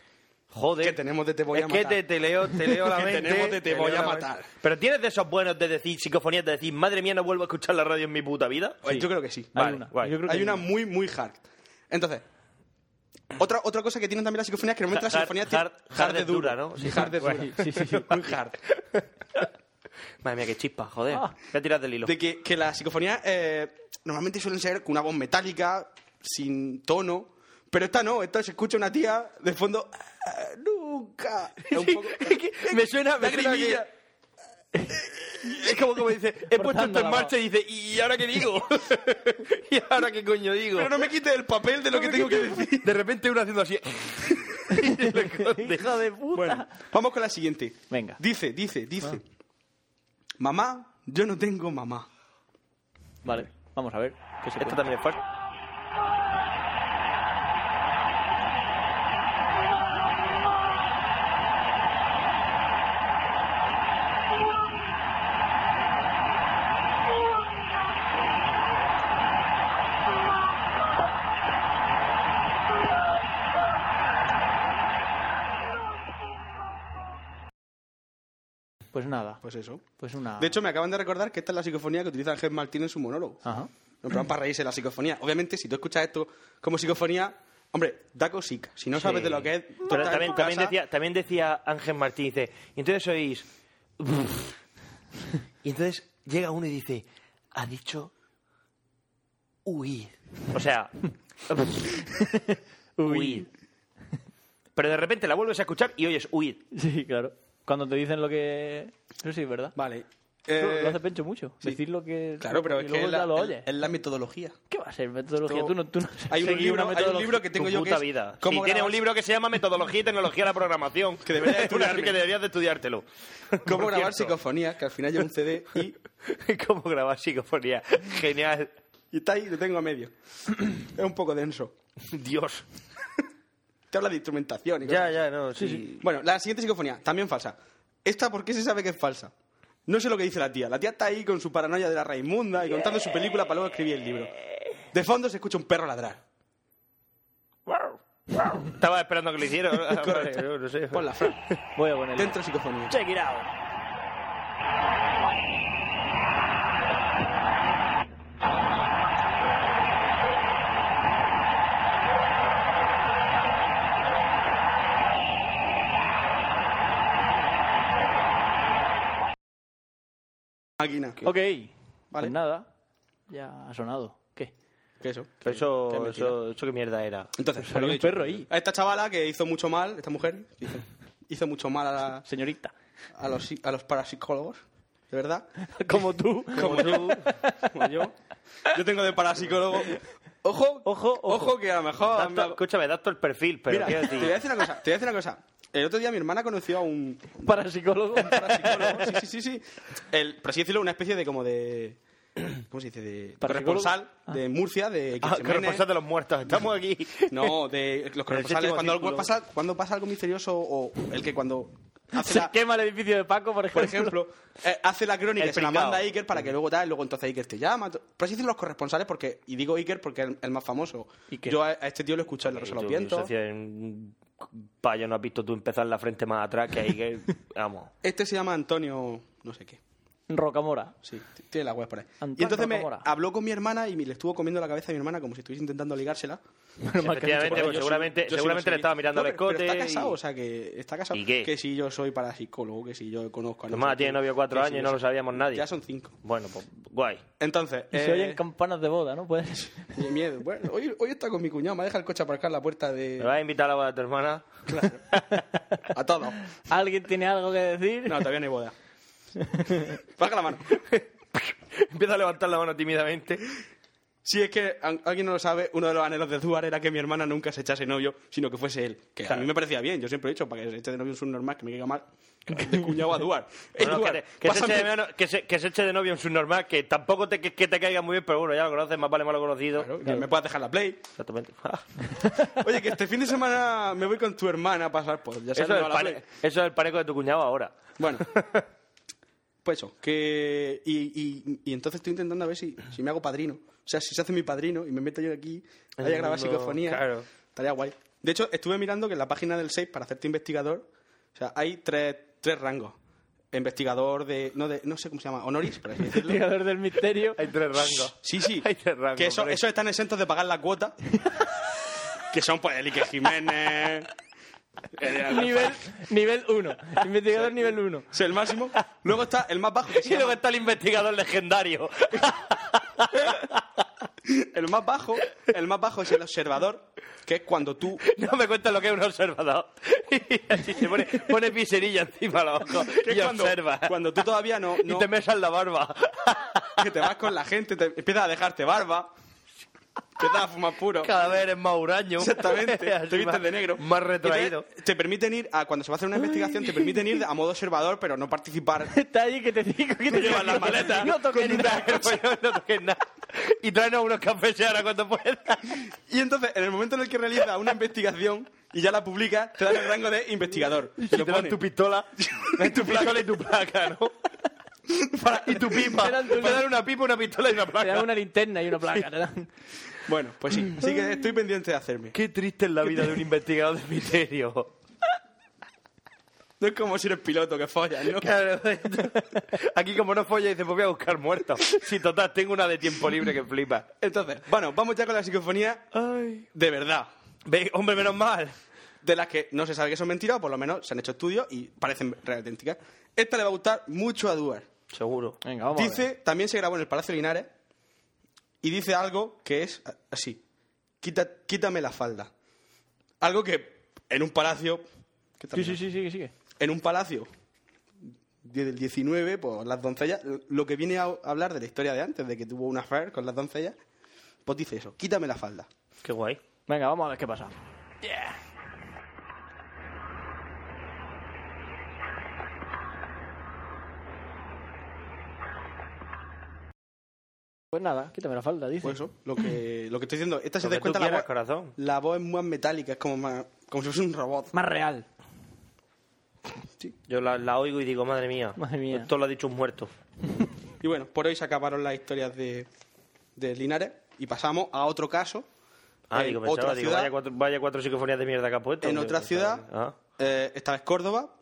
[SPEAKER 7] Joder.
[SPEAKER 9] Que tenemos de te voy
[SPEAKER 7] es
[SPEAKER 9] a matar.
[SPEAKER 7] que te, te leo, te leo la
[SPEAKER 9] Que
[SPEAKER 7] mente.
[SPEAKER 9] tenemos de te voy
[SPEAKER 7] leo
[SPEAKER 9] a
[SPEAKER 7] la
[SPEAKER 9] matar.
[SPEAKER 7] mente. Pero tienes de esos buenos de decir psicofonías, de decir, madre mía, no vuelvo a escuchar la radio en mi puta vida.
[SPEAKER 9] Oye, Pues Yo creo que sí.
[SPEAKER 7] Vale,
[SPEAKER 8] Hay una.
[SPEAKER 7] guay.
[SPEAKER 8] Yo creo que
[SPEAKER 9] Hay una muy, muy hard. Entonces, otra, otra cosa que tienen también las psicofonías, que normalmente las
[SPEAKER 7] Hard-
[SPEAKER 9] psicofonías tienen...
[SPEAKER 7] hard- hard de dura, ¿no? Sí,
[SPEAKER 9] hard de dura.
[SPEAKER 8] guay. Sí, sí, sí.
[SPEAKER 9] Muy hard.
[SPEAKER 7] Madre mía, qué chispa, joder.
[SPEAKER 8] Ah.
[SPEAKER 7] Voy a tirar del hilo.
[SPEAKER 9] De que, que las psicofonías eh, normalmente suelen ser con una voz metálica, sin tono, pero esta no, esta se escucha una tía de fondo... "Ah, nunca. Es un poco...
[SPEAKER 7] me suena, me
[SPEAKER 9] La
[SPEAKER 7] suena que-
[SPEAKER 9] grimilla.
[SPEAKER 7] Es como como dice, he puesto esto
[SPEAKER 8] Cortando
[SPEAKER 7] en
[SPEAKER 8] la
[SPEAKER 7] marcha y dice, ¿y ahora qué digo? ¿Y ahora qué coño digo?
[SPEAKER 9] Pero no me quites el papel de lo que tengo que decir.
[SPEAKER 7] De repente uno haciendo así.
[SPEAKER 8] Hijo de puta.
[SPEAKER 9] Bueno, vamos con la siguiente.
[SPEAKER 8] Venga.
[SPEAKER 9] Dice, dice, dice. Mamá, yo no tengo mamá.
[SPEAKER 8] Vale, vamos a ver. ¿Qué
[SPEAKER 7] Esto
[SPEAKER 8] se cuenta.
[SPEAKER 7] también es fuerte.
[SPEAKER 8] Pues nada.
[SPEAKER 9] Pues eso.
[SPEAKER 8] Pues una...
[SPEAKER 9] De hecho, me acaban de recordar que esta es la psicofonía que utiliza Ángel Martín en su monólogo.
[SPEAKER 8] Ajá.
[SPEAKER 9] No, pero para reírse de la psicofonía. Obviamente, si tú escuchas esto como psicofonía, hombre, da cosica. Si no
[SPEAKER 7] Sí.
[SPEAKER 9] sabes de lo que es... tú
[SPEAKER 7] Pero
[SPEAKER 9] estás
[SPEAKER 7] también,
[SPEAKER 9] en tu
[SPEAKER 7] también,
[SPEAKER 9] casa-
[SPEAKER 7] decía, también decía Ángel Martín, dice, y entonces sois... y entonces llega uno y dice, ha dicho huir. O sea, huir. Pero de repente la vuelves a escuchar y oyes huir.
[SPEAKER 8] Sí, claro. Cuando te dicen lo que... Eso sí, ¿verdad?
[SPEAKER 9] Vale.
[SPEAKER 8] Lo
[SPEAKER 9] Eh,
[SPEAKER 8] hace Pencho mucho.
[SPEAKER 9] sí.
[SPEAKER 8] Decir lo que...
[SPEAKER 9] Claro, pero
[SPEAKER 8] y
[SPEAKER 9] es que
[SPEAKER 8] luego
[SPEAKER 9] es
[SPEAKER 8] ya
[SPEAKER 9] la,
[SPEAKER 8] lo
[SPEAKER 9] es-
[SPEAKER 8] oyes.
[SPEAKER 9] es la metodología.
[SPEAKER 8] ¿Qué va a ser metodología?
[SPEAKER 9] Esto-
[SPEAKER 8] Tú no, tú no
[SPEAKER 9] Hay un
[SPEAKER 8] seguir
[SPEAKER 9] libro-
[SPEAKER 8] una
[SPEAKER 9] hay un
[SPEAKER 8] metodología.
[SPEAKER 9] libro que tengo
[SPEAKER 7] Tu
[SPEAKER 9] yo que
[SPEAKER 7] puta
[SPEAKER 9] es
[SPEAKER 7] vida. Sí,
[SPEAKER 9] cómo
[SPEAKER 7] tiene
[SPEAKER 9] grabas-
[SPEAKER 7] un libro que se llama Metodología y Tecnología de la Programación. Que
[SPEAKER 9] deberías estudiarme.
[SPEAKER 7] que deberías de estudiártelo.
[SPEAKER 9] ¿Cómo
[SPEAKER 7] Por
[SPEAKER 9] grabar
[SPEAKER 7] cierto.
[SPEAKER 9] psicofonía? Que al final lleva un CD y...
[SPEAKER 7] ¿Cómo grabar psicofonía? Genial.
[SPEAKER 9] Y está ahí, lo tengo a medio. es un poco denso.
[SPEAKER 7] Dios.
[SPEAKER 9] Te habla de instrumentación y
[SPEAKER 7] Ya,
[SPEAKER 9] cosas
[SPEAKER 7] ya,
[SPEAKER 9] así.
[SPEAKER 7] no, sí.
[SPEAKER 9] Bueno, la siguiente psicofonía, también falsa. ¿Esta por qué se sabe que es falsa? No sé lo que dice la tía. La tía está ahí con su paranoia de la Raimunda y contando su película para luego escribir el libro. De fondo se escucha un perro ladrar.
[SPEAKER 7] Estaba esperando que lo hicieran. Ah, vale,
[SPEAKER 9] Correcto.
[SPEAKER 7] no, no sé.
[SPEAKER 9] Pon la Fran.
[SPEAKER 8] Ah. Voy a ponerlo.
[SPEAKER 9] Dentro psicofonía.
[SPEAKER 7] Check it out.
[SPEAKER 9] Máquina.
[SPEAKER 8] Ok.
[SPEAKER 9] Vale.
[SPEAKER 8] Pues nada. Ya ha sonado. ¿Qué?
[SPEAKER 9] ¿Qué eso?
[SPEAKER 7] Pero
[SPEAKER 9] Qué
[SPEAKER 7] eso,
[SPEAKER 9] mentira.
[SPEAKER 7] eso, eso qué mierda era.
[SPEAKER 9] Entonces,
[SPEAKER 8] Salió un perro ahí.
[SPEAKER 9] A esta chavala que hizo mucho mal, esta mujer, hizo, hizo mucho mal a, la-
[SPEAKER 8] Señorita.
[SPEAKER 9] a, los, psi- a los parapsicólogos, de verdad.
[SPEAKER 8] Como tú.
[SPEAKER 9] Como tú, como yo. Yo tengo de parapsicólogo. Ojo,
[SPEAKER 8] Ojo, ojo.
[SPEAKER 9] ojo, que a lo mejor.
[SPEAKER 7] Dato- escúchame, das todo el perfil, pero
[SPEAKER 9] Mira,
[SPEAKER 7] quiero
[SPEAKER 9] te
[SPEAKER 7] decir-
[SPEAKER 9] voy a decir una cosa. Te voy a decir una cosa. El otro día mi hermana conoció a un
[SPEAKER 8] Parapsicólogo.
[SPEAKER 9] parapsicólogo. Sí, sí, sí. sí. El, por así decirlo, una especie de como de. ¿Cómo se dice? De
[SPEAKER 8] ¿Parapsicólogo?
[SPEAKER 9] corresponsal de Murcia, de
[SPEAKER 7] Ah,
[SPEAKER 9] Ximene.
[SPEAKER 7] corresponsal de los muertos, estamos aquí.
[SPEAKER 9] No, de los corresponsales.
[SPEAKER 7] séptimo
[SPEAKER 9] Cuando, algo
[SPEAKER 7] círculo.
[SPEAKER 9] pasa, cuando pasa algo misterioso o el que cuando. Hace
[SPEAKER 8] Se
[SPEAKER 9] la,
[SPEAKER 8] quema el edificio de Paco, por
[SPEAKER 9] por
[SPEAKER 8] ejemplo.
[SPEAKER 9] ejemplo, eh, hace la crónica,
[SPEAKER 7] El
[SPEAKER 9] se la
[SPEAKER 7] pringao.
[SPEAKER 9] manda a Iker para que luego tal, luego entonces Iker te llama. to- Pero así dicen los corresponsales, porque y digo Iker porque es el, el más famoso.
[SPEAKER 8] Iker.
[SPEAKER 9] Yo a, a este tío lo he escuchado en La Rosa de los Vientos.
[SPEAKER 7] Vaya, no has visto tú empezar la frente más atrás que ahí que... Vamos.
[SPEAKER 9] Este se llama Antonio, no sé qué.
[SPEAKER 8] Rocamora.
[SPEAKER 9] Sí, t- tiene la web por ahí. y
[SPEAKER 8] Antonio
[SPEAKER 9] entonces me
[SPEAKER 8] Rocamora.
[SPEAKER 9] habló con mi hermana y me, le estuvo comiendo la cabeza a mi hermana como si estuviese intentando ligársela.
[SPEAKER 8] Menos mal que has
[SPEAKER 7] Efectivamente,
[SPEAKER 8] dicho-
[SPEAKER 7] pues seguramente,
[SPEAKER 9] Yo soy
[SPEAKER 7] seguramente le
[SPEAKER 9] musulmán.
[SPEAKER 7] estaba mirando
[SPEAKER 9] No,
[SPEAKER 7] al
[SPEAKER 9] pero- pero
[SPEAKER 7] escote.
[SPEAKER 9] está casado,
[SPEAKER 7] y-
[SPEAKER 9] o sea, que está casado.
[SPEAKER 7] ¿Y qué?
[SPEAKER 9] Que si yo soy parapsicólogo, que si yo conozco a
[SPEAKER 7] Tu
[SPEAKER 9] no
[SPEAKER 7] hermana
[SPEAKER 9] sé
[SPEAKER 7] tiene
[SPEAKER 9] quién,
[SPEAKER 7] novio cuatro
[SPEAKER 9] que si
[SPEAKER 7] años y
[SPEAKER 9] yo
[SPEAKER 7] no lo
[SPEAKER 9] soy-
[SPEAKER 7] sabíamos nadie.
[SPEAKER 9] Ya son cinco.
[SPEAKER 7] Bueno, pues guay.
[SPEAKER 9] Entonces,
[SPEAKER 8] Y se
[SPEAKER 9] eh,
[SPEAKER 8] oyen campanas de boda, ¿no? Pues
[SPEAKER 9] Mi miedo. Bueno, hoy, hoy está con mi cuñado, me deja el coche aparcar en la puerta
[SPEAKER 7] ¿Me
[SPEAKER 9] de.
[SPEAKER 7] vas a invitar a la boda de tu hermana?
[SPEAKER 9] A todos.
[SPEAKER 8] alguien tiene algo que decir.
[SPEAKER 9] No, todavía no hay boda. Baja la mano.
[SPEAKER 7] Empieza a levantar la mano tímidamente.
[SPEAKER 9] Si es que a- alguien no lo sabe, uno de los anhelos de Duar era que mi hermana nunca se echase novio, sino que fuese él. Que a mí me parecía bien, yo siempre he dicho, para que se eche de novio un subnormal que me caiga mal, de cuñado a Duar. Eh,
[SPEAKER 7] Bueno,
[SPEAKER 9] Duar,
[SPEAKER 7] que, te- que se
[SPEAKER 9] pásame-
[SPEAKER 7] eche de menos- que se- que se eche de novio un subnormal, que tampoco te, que, que te caiga muy bien, pero bueno, ya lo conoces, más vale malo conocido.
[SPEAKER 9] Claro, que me puedas dejar la play.
[SPEAKER 7] Exactamente.
[SPEAKER 9] Oye, que este fin de semana me voy con tu hermana a pasar, pues ya sabes,
[SPEAKER 7] Eso
[SPEAKER 9] no
[SPEAKER 7] es,
[SPEAKER 9] a
[SPEAKER 7] el
[SPEAKER 9] la
[SPEAKER 7] pare-
[SPEAKER 9] play.
[SPEAKER 7] eso es el pareco de tu cuñado ahora.
[SPEAKER 9] Bueno. Pues eso, que... Y, y- y entonces estoy intentando a ver si, si me hago padrino. O sea, si se hace mi padrino y me meto yo aquí
[SPEAKER 7] En
[SPEAKER 9] ahí a
[SPEAKER 7] el
[SPEAKER 9] grabar
[SPEAKER 7] mundo,
[SPEAKER 9] psicofonía,
[SPEAKER 7] claro.
[SPEAKER 9] estaría guay. De hecho, estuve mirando que en la página del 6, para hacerte investigador, o sea, hay tres, tres rangos. Investigador de no, de... no sé cómo se llama, honoris, por así decirlo.
[SPEAKER 8] Investigador del misterio.
[SPEAKER 7] Hay tres rangos.
[SPEAKER 9] Sí, sí.
[SPEAKER 7] Hay tres rangos.
[SPEAKER 9] que eso,
[SPEAKER 7] hombre.
[SPEAKER 9] esos están exentos de pagar la cuota. que son, pues, el Iker Jiménez... el-
[SPEAKER 8] nivel nivel 1. Investigador nivel 1.
[SPEAKER 9] o sea, el máximo. Luego está el más bajo. Que se
[SPEAKER 7] Y luego
[SPEAKER 9] llama-
[SPEAKER 7] está el investigador legendario.
[SPEAKER 9] El más bajo, el más bajo es el observador, que es cuando tú
[SPEAKER 7] No me cuentes lo que es un observador. Y así se pone, pone piserilla encima a los ojos
[SPEAKER 9] que es
[SPEAKER 7] y
[SPEAKER 9] cuando,
[SPEAKER 7] observa.
[SPEAKER 9] cuando tú todavía no,
[SPEAKER 7] Y
[SPEAKER 9] no-
[SPEAKER 7] te mesas la barba.
[SPEAKER 9] que te vas con la gente, te empiezas a dejarte barba, empiezas a fumar puro.
[SPEAKER 7] Cada vez eres más huraño.
[SPEAKER 9] Exactamente,
[SPEAKER 7] Así
[SPEAKER 9] te
[SPEAKER 7] más-
[SPEAKER 9] vistes de negro.
[SPEAKER 7] Más retraído.
[SPEAKER 9] Entonces, Te permiten ir, a, cuando se va a hacer una investigación, te permiten ir a modo observador, pero no participar.
[SPEAKER 8] Está ahí que te digo que te
[SPEAKER 7] Llevas las maletas.
[SPEAKER 8] No toques
[SPEAKER 7] con
[SPEAKER 8] nada.
[SPEAKER 7] un rollo, no toques nada. Y tráenos unos cafés ahora cuando puedas.
[SPEAKER 9] Y entonces, en el momento en el que realizas una investigación y ya la publicas, te dan el rango de investigador.
[SPEAKER 7] Y
[SPEAKER 9] Te
[SPEAKER 7] te
[SPEAKER 9] lo
[SPEAKER 7] dan
[SPEAKER 9] ponen.
[SPEAKER 7] tu pistola, tu pistola y tu placa, ¿no? Para- y tu pipa.
[SPEAKER 8] Te dan
[SPEAKER 7] Te
[SPEAKER 8] tu-
[SPEAKER 7] dan una pipa, una pistola y una
[SPEAKER 8] Te dan
[SPEAKER 7] placa.
[SPEAKER 8] una linterna y una placa. te dan.
[SPEAKER 9] Bueno, pues sí, así que estoy pendiente de hacerme.
[SPEAKER 7] Qué triste es la vida de un investigador de misterio.
[SPEAKER 9] No es como si eres piloto que follas, ¿no?
[SPEAKER 7] Claro, Aquí como no folla, dice, pues voy a buscar muertos. Si total, tengo una de tiempo libre que flipa.
[SPEAKER 9] Entonces, bueno, vamos ya con la psicofonía de verdad.
[SPEAKER 7] hombre, menos mal.
[SPEAKER 9] De las que no se sabe que son mentiras, o por lo menos se han hecho estudios y parecen reales auténticas. Esta le va a gustar mucho a Duar.
[SPEAKER 7] Seguro.
[SPEAKER 8] Venga, vamos a
[SPEAKER 9] Dice,
[SPEAKER 8] ver.
[SPEAKER 9] también se grabó en el Palacio Linares y dice algo que es a- así. Quita, quítame la falda. Algo que en un palacio... ¿Qué tal?
[SPEAKER 8] Sí, sí, sí, sigue, sigue.
[SPEAKER 9] En un palacio de- del 19, pues las doncellas, lo que viene a hablar de la historia de antes, de que tuvo una affair con las doncellas, pues dice eso, quítame la falda.
[SPEAKER 7] Qué guay.
[SPEAKER 8] Venga, vamos a ver qué pasa. Pues nada, quítame la falda, dice.
[SPEAKER 9] Pues eso, lo que, lo que estoy diciendo. Esta se
[SPEAKER 7] Lo que
[SPEAKER 9] da
[SPEAKER 7] tú
[SPEAKER 9] cuenta
[SPEAKER 7] quieras,
[SPEAKER 9] voz-
[SPEAKER 7] corazón.
[SPEAKER 9] la voz es más metálica, es como más, como si fuese un robot.
[SPEAKER 8] Más real.
[SPEAKER 7] Yo la, la oigo y digo, madre mía.
[SPEAKER 8] Madre mía.
[SPEAKER 7] Esto lo ha dicho un muerto.
[SPEAKER 9] Y bueno, por hoy se acabaron las historias de, de Linares y pasamos a otro caso.
[SPEAKER 7] Ah,
[SPEAKER 9] en
[SPEAKER 7] digo, pensaba,
[SPEAKER 9] Eh, otra
[SPEAKER 7] digo,
[SPEAKER 9] ciudad,
[SPEAKER 7] vaya, cuatro, vaya cuatro psicofonías de mierda que ha puesto.
[SPEAKER 9] en
[SPEAKER 7] Digo,
[SPEAKER 9] otra
[SPEAKER 7] pensaba,
[SPEAKER 9] ciudad,
[SPEAKER 7] ah.
[SPEAKER 9] eh, esta vez Córdoba.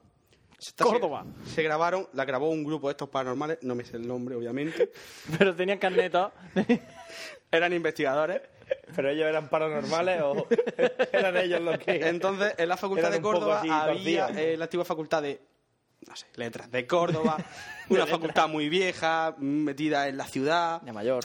[SPEAKER 9] Esta se-
[SPEAKER 8] Córdoba.
[SPEAKER 9] Se, grabaron, la grabó un grupo de estos paranormales, no me sé el nombre, obviamente.
[SPEAKER 8] Pero tenían carneta.
[SPEAKER 9] Eran investigadores.
[SPEAKER 7] ¿Pero ellos eran paranormales o eran ellos los que...?
[SPEAKER 9] Entonces, en la Facultad
[SPEAKER 7] Eran
[SPEAKER 9] de
[SPEAKER 7] un poco
[SPEAKER 9] Córdoba
[SPEAKER 7] así,
[SPEAKER 9] había
[SPEAKER 7] torcidos.
[SPEAKER 9] eh, la antigua Facultad de no sé, Letras de Córdoba, una facultad muy vieja, metida en la ciudad.
[SPEAKER 8] De mayor.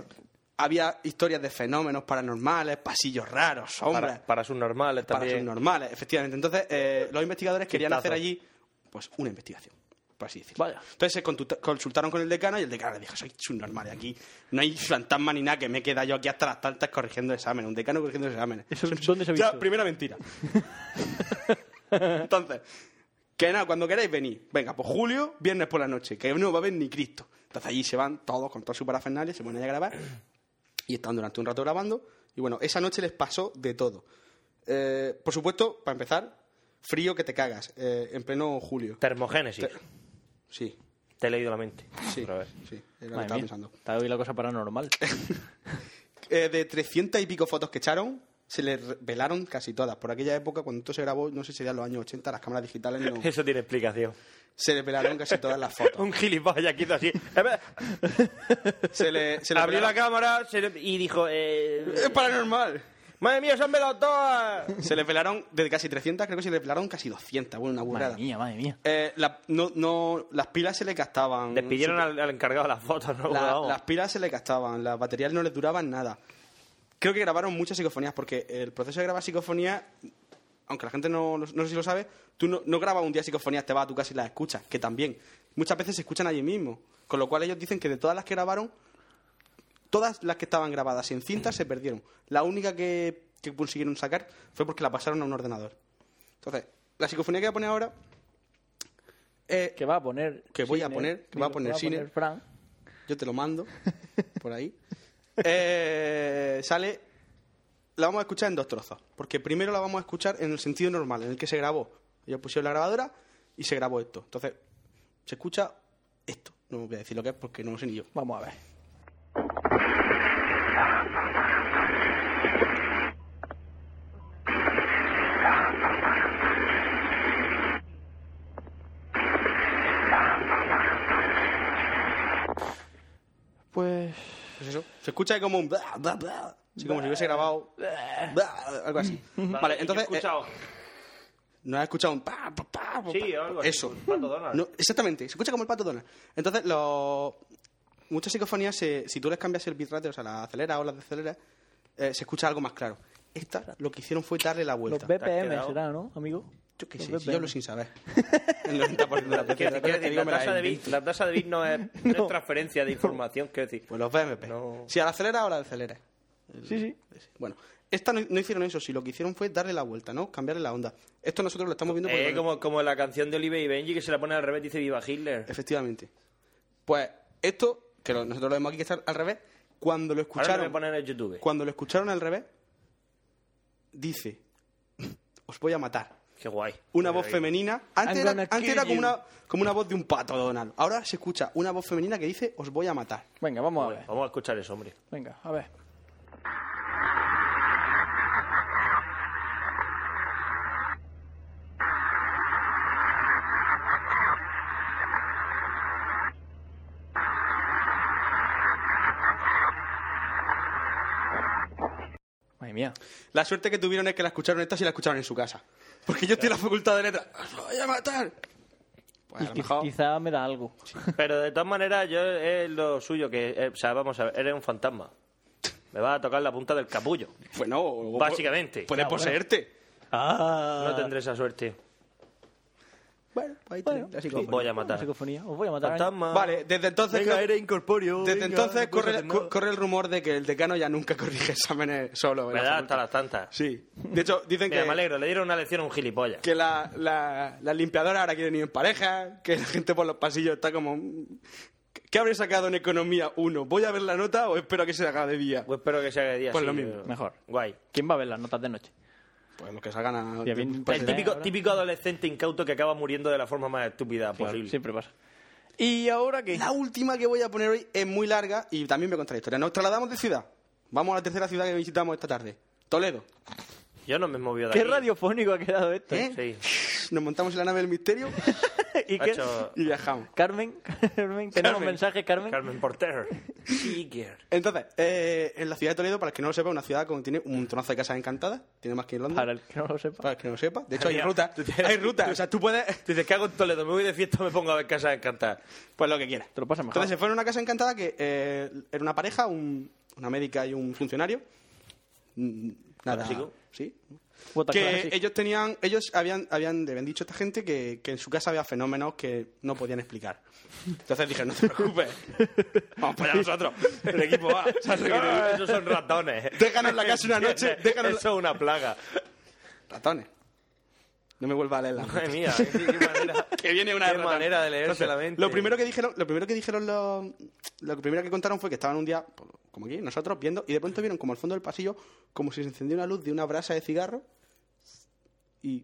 [SPEAKER 9] Había historias de fenómenos paranormales, pasillos raros, sombras.
[SPEAKER 7] Para, para sus normales
[SPEAKER 9] para
[SPEAKER 7] también.
[SPEAKER 9] normales, efectivamente. Entonces, eh, los investigadores querían
[SPEAKER 7] Chistazo.
[SPEAKER 9] hacer allí pues una investigación, por así decirlo.
[SPEAKER 8] Vaya.
[SPEAKER 9] Entonces se contu- consultaron con el decano y el decano le dijo, soy subnormal, aquí no hay fantasma ni nada, que me he quedado yo aquí hasta las tantas corrigiendo exámenes, un decano corrigiendo exámenes.
[SPEAKER 8] Eso- ¿Dónde se ha
[SPEAKER 9] Ya,
[SPEAKER 8] visto?
[SPEAKER 9] primera mentira. Entonces, que nada, cuando queráis venir. Venga, pues julio, viernes por la noche, que no va a ver ni Cristo. Entonces allí se van todos con toda su parafernalia, se ponen allí a grabar y están durante un rato grabando. Y bueno, esa noche les pasó de todo. Eh, por supuesto, para empezar, frío que te cagas, eh, en pleno julio.
[SPEAKER 7] Termogénesis.
[SPEAKER 9] Te- Sí,
[SPEAKER 7] Te he leído la mente.
[SPEAKER 9] sí,
[SPEAKER 7] Otra vez.
[SPEAKER 9] sí, era lo que
[SPEAKER 8] Madre
[SPEAKER 9] estaba
[SPEAKER 8] mía,
[SPEAKER 9] pensando.
[SPEAKER 8] Está hoy la cosa paranormal.
[SPEAKER 9] Eh, de 300 y pico fotos que echaron, se les revelaron casi todas. Por aquella época, cuando esto se grabó, no sé si eran los años 80, las cámaras digitales no...
[SPEAKER 7] Eso tiene explicación.
[SPEAKER 9] Se les revelaron casi todas las fotos.
[SPEAKER 7] Un gilipollas que hizo así.
[SPEAKER 9] Se le, se le
[SPEAKER 7] Abrió la
[SPEAKER 9] pelaron-
[SPEAKER 7] cámara se le- y dijo...
[SPEAKER 9] ¡Es
[SPEAKER 7] Eh,
[SPEAKER 9] paranormal!
[SPEAKER 7] ¡Madre mía, se han velado todas!
[SPEAKER 9] Se les pelaron, de casi 300, creo que se les pelaron casi 200. Bueno, una burrada.
[SPEAKER 8] madre mía, madre mía.
[SPEAKER 9] Eh, la- no, no, las pilas se le gastaban.
[SPEAKER 7] Despidieron
[SPEAKER 9] Sí,
[SPEAKER 7] al, al encargado de las fotos, ¿no?
[SPEAKER 9] la-
[SPEAKER 7] Vamos.
[SPEAKER 9] las pilas se le gastaban, las baterías no les duraban nada. Creo que grabaron muchas psicofonías, porque el proceso de grabar psicofonías, aunque la gente no, lo- no sé si lo sabe, tú no, no grabas un día psicofonías, te vas a tu casa y las escuchas, que también. Muchas veces se escuchan allí mismo. Con lo cual ellos dicen que de todas las que grabaron, todas las que estaban grabadas en cinta se perdieron. La única que, que consiguieron sacar fue porque la pasaron a un ordenador. Entonces, la psicofonía que voy a poner ahora... eh,
[SPEAKER 8] Que va a poner.
[SPEAKER 9] Que voy a
[SPEAKER 8] cine,
[SPEAKER 9] poner, que va a
[SPEAKER 8] digo,
[SPEAKER 9] poner
[SPEAKER 8] que
[SPEAKER 9] cine.
[SPEAKER 8] Fran.
[SPEAKER 9] yo te lo mando por ahí. Eh, sale. La vamos a escuchar en dos trozos. Porque primero la vamos a escuchar en el sentido normal, en el que se grabó. Ellos pusieron la grabadora y se grabó esto. Entonces, se escucha esto. No voy a decir lo que es porque no lo sé ni yo.
[SPEAKER 8] Vamos a ver. Pues.
[SPEAKER 9] Pues eso. Se escucha como un. bla, bla, bla. Así como si hubiese grabado. bla, algo así. Vale,
[SPEAKER 7] Y yo
[SPEAKER 9] entonces. eh,
[SPEAKER 7] he escuchado.
[SPEAKER 9] No has escuchado un pa, pa, pa, pa,
[SPEAKER 7] Sí,
[SPEAKER 9] pa,
[SPEAKER 7] algo
[SPEAKER 9] pa.
[SPEAKER 7] así,
[SPEAKER 9] Eso.
[SPEAKER 7] como el pato Donald.
[SPEAKER 9] No, exactamente, se escucha como el pato Donald. Entonces, lo... muchas psicofonías, se- si tú les cambias el bitrate, o sea, la acelera o la decelera, eh, se escucha algo más claro. Esta lo que hicieron fue darle la
[SPEAKER 8] Los
[SPEAKER 9] vuelta.
[SPEAKER 8] BPM
[SPEAKER 7] quedado?
[SPEAKER 8] será, ¿no, amigo?
[SPEAKER 9] Yo qué
[SPEAKER 8] los
[SPEAKER 9] sé, si yo
[SPEAKER 8] BPM.
[SPEAKER 9] hablo sin saber. El 90% de las veces,
[SPEAKER 7] Quiero decir,
[SPEAKER 9] las veces que digo
[SPEAKER 7] la,
[SPEAKER 9] me las
[SPEAKER 7] tasa de
[SPEAKER 9] invento.
[SPEAKER 7] bit, la tasa de bit no es, no es transferencia de información, quiero decir.
[SPEAKER 9] Pues los BMP.
[SPEAKER 7] No.
[SPEAKER 9] Si a la acelera o la decelera.
[SPEAKER 8] Sí, sí.
[SPEAKER 9] Bueno, esta no, no hicieron eso, si lo que hicieron fue darle la vuelta, ¿no? Cambiarle la onda. Esto nosotros lo estamos viendo por
[SPEAKER 7] Eh,
[SPEAKER 9] el-
[SPEAKER 7] como, como la canción de Olive y Benji que se la pone al revés dice Viva Hitler.
[SPEAKER 9] Efectivamente. Pues esto, que lo- nosotros lo vemos aquí que está al revés, cuando
[SPEAKER 7] Ahora me
[SPEAKER 9] lo escucharon,
[SPEAKER 7] ponen en YouTube.
[SPEAKER 9] cuando lo escucharon al revés, dice, os voy a matar.
[SPEAKER 7] Qué guay.
[SPEAKER 9] Una
[SPEAKER 7] Pero
[SPEAKER 9] voz
[SPEAKER 7] ahí-
[SPEAKER 9] femenina. Antes
[SPEAKER 8] I'm
[SPEAKER 9] era,
[SPEAKER 8] gonna
[SPEAKER 9] antes
[SPEAKER 8] kill
[SPEAKER 9] era como,
[SPEAKER 8] you.
[SPEAKER 9] una, como una voz de un pato, Donald. Ahora se escucha una voz femenina que dice, os voy a matar.
[SPEAKER 8] Venga, vamos a ver.
[SPEAKER 7] Vamos a escuchar eso, hombre.
[SPEAKER 8] Venga, a ver. Madre mía.
[SPEAKER 9] La suerte que tuvieron es que la escucharon estas y la escucharon en su casa. Porque yo estoy en la facultad de letras. ¡Os voy a matar! Pues,
[SPEAKER 7] Y
[SPEAKER 8] Quiz- Quizá me da algo.
[SPEAKER 7] Pero de todas maneras, yo es lo suyo, que, eh, o sea, vamos a ver, eres un fantasma. Me vas a tocar la punta del capullo.
[SPEAKER 9] Bueno, pues o-
[SPEAKER 7] básicamente.
[SPEAKER 9] puede poseerte.
[SPEAKER 7] Ah. No tendré esa suerte.
[SPEAKER 9] Bueno, pues ahí tenéis la psicofonía.
[SPEAKER 7] Voy a matar. Pues
[SPEAKER 8] La psicofonía. Os voy a matar.
[SPEAKER 7] Fantasma.
[SPEAKER 9] Vale, desde entonces.
[SPEAKER 7] Venga,
[SPEAKER 9] creo-
[SPEAKER 7] eres incorpóreo.
[SPEAKER 9] Desde
[SPEAKER 7] venga,
[SPEAKER 9] entonces
[SPEAKER 7] no puedes
[SPEAKER 9] corre,
[SPEAKER 7] hacer nada.
[SPEAKER 9] co- corre el rumor de que el decano ya nunca corrige exámenes solo. en la
[SPEAKER 7] Me da
[SPEAKER 9] facultad.
[SPEAKER 7] hasta las tantas.
[SPEAKER 9] Sí. De hecho, dicen
[SPEAKER 7] Mira,
[SPEAKER 9] que-
[SPEAKER 7] me alegro, le dieron una lección a un gilipollas.
[SPEAKER 9] Que la, la, las limpiadoras ahora quieren ir en pareja, que la gente por los pasillos está como... mm, ¿Qué habré sacado en economía 1? ¿Voy a ver la nota o espero que se haga de día?
[SPEAKER 7] Pues espero que se haga de día,
[SPEAKER 9] Pues
[SPEAKER 7] sí,
[SPEAKER 9] lo mismo.
[SPEAKER 7] yo-
[SPEAKER 8] Mejor.
[SPEAKER 7] Guay.
[SPEAKER 8] ¿Quién va a ver las notas de noche?
[SPEAKER 9] Pues los que salgan a...
[SPEAKER 8] Ya bien,
[SPEAKER 7] el típico, típico adolescente incauto que acaba muriendo de la forma más estúpida posible.
[SPEAKER 8] Siempre pasa. ¿Y ahora qué?
[SPEAKER 9] La última que voy a poner hoy es muy larga y también me contra la historia. Nos trasladamos de ciudad. Vamos a la tercera ciudad que visitamos esta tarde. Toledo.
[SPEAKER 7] Yo no me he movido de
[SPEAKER 8] ¿Qué
[SPEAKER 7] aquí.
[SPEAKER 8] radiofónico ha quedado esto?
[SPEAKER 7] ¿Eh? Sí.
[SPEAKER 9] Nos montamos en la nave del misterio
[SPEAKER 8] ¿Y qué?
[SPEAKER 7] Macho,
[SPEAKER 9] y viajamos.
[SPEAKER 8] Carmen, Carmen, tenemos
[SPEAKER 7] Carmen.
[SPEAKER 8] mensaje, Carmen.
[SPEAKER 7] Carmen Porter. Seeger.
[SPEAKER 9] Entonces, eh, en la ciudad de Toledo, para el que no lo sepa, es una ciudad que tiene un montonazo de casas encantadas. Tiene más que en Londres.
[SPEAKER 8] Para el que no lo sepa.
[SPEAKER 9] Para el que no lo sepa. De hecho, hay
[SPEAKER 7] Mira,
[SPEAKER 9] rutas. Hay rutas. O sea, tú puedes...
[SPEAKER 7] Dices, ¿qué hago en Toledo? Me voy de fiesta, me pongo a ver Casa de Encantar.
[SPEAKER 9] Pues lo que quieras.
[SPEAKER 8] Te lo pasas mejor.
[SPEAKER 9] Entonces se fueron a una casa encantada que eh, era una pareja, un- una médica y un funcionario. Mm, Nada.
[SPEAKER 7] Clásico.
[SPEAKER 9] Sí.
[SPEAKER 8] What a
[SPEAKER 9] Que
[SPEAKER 8] classic.
[SPEAKER 9] ellos tenían, ellos habían, habían, le habían dicho a esta gente que, que en su casa había fenómenos que no podían explicar. Entonces dije, no te preocupes, vamos para allá nosotros. El equipo va. ¿Sabes lo que te digo?
[SPEAKER 7] Esos son ratones.
[SPEAKER 9] Déjanos en la casa una noche, déjanos en la-
[SPEAKER 7] Eso es una plaga.
[SPEAKER 9] Ratones. No me vuelva a leer la
[SPEAKER 7] Madre mía, qué, qué manera.
[SPEAKER 9] que viene una
[SPEAKER 7] Qué
[SPEAKER 9] derrota.
[SPEAKER 7] manera de leerse
[SPEAKER 9] Entonces,
[SPEAKER 7] la mente.
[SPEAKER 9] Lo primero que dijeron, lo primero que dijeron los, lo primero que contaron fue que estaban un día pues, como aquí nosotros viendo y de pronto vieron como al fondo del pasillo como si se encendió una luz de una brasa de cigarro y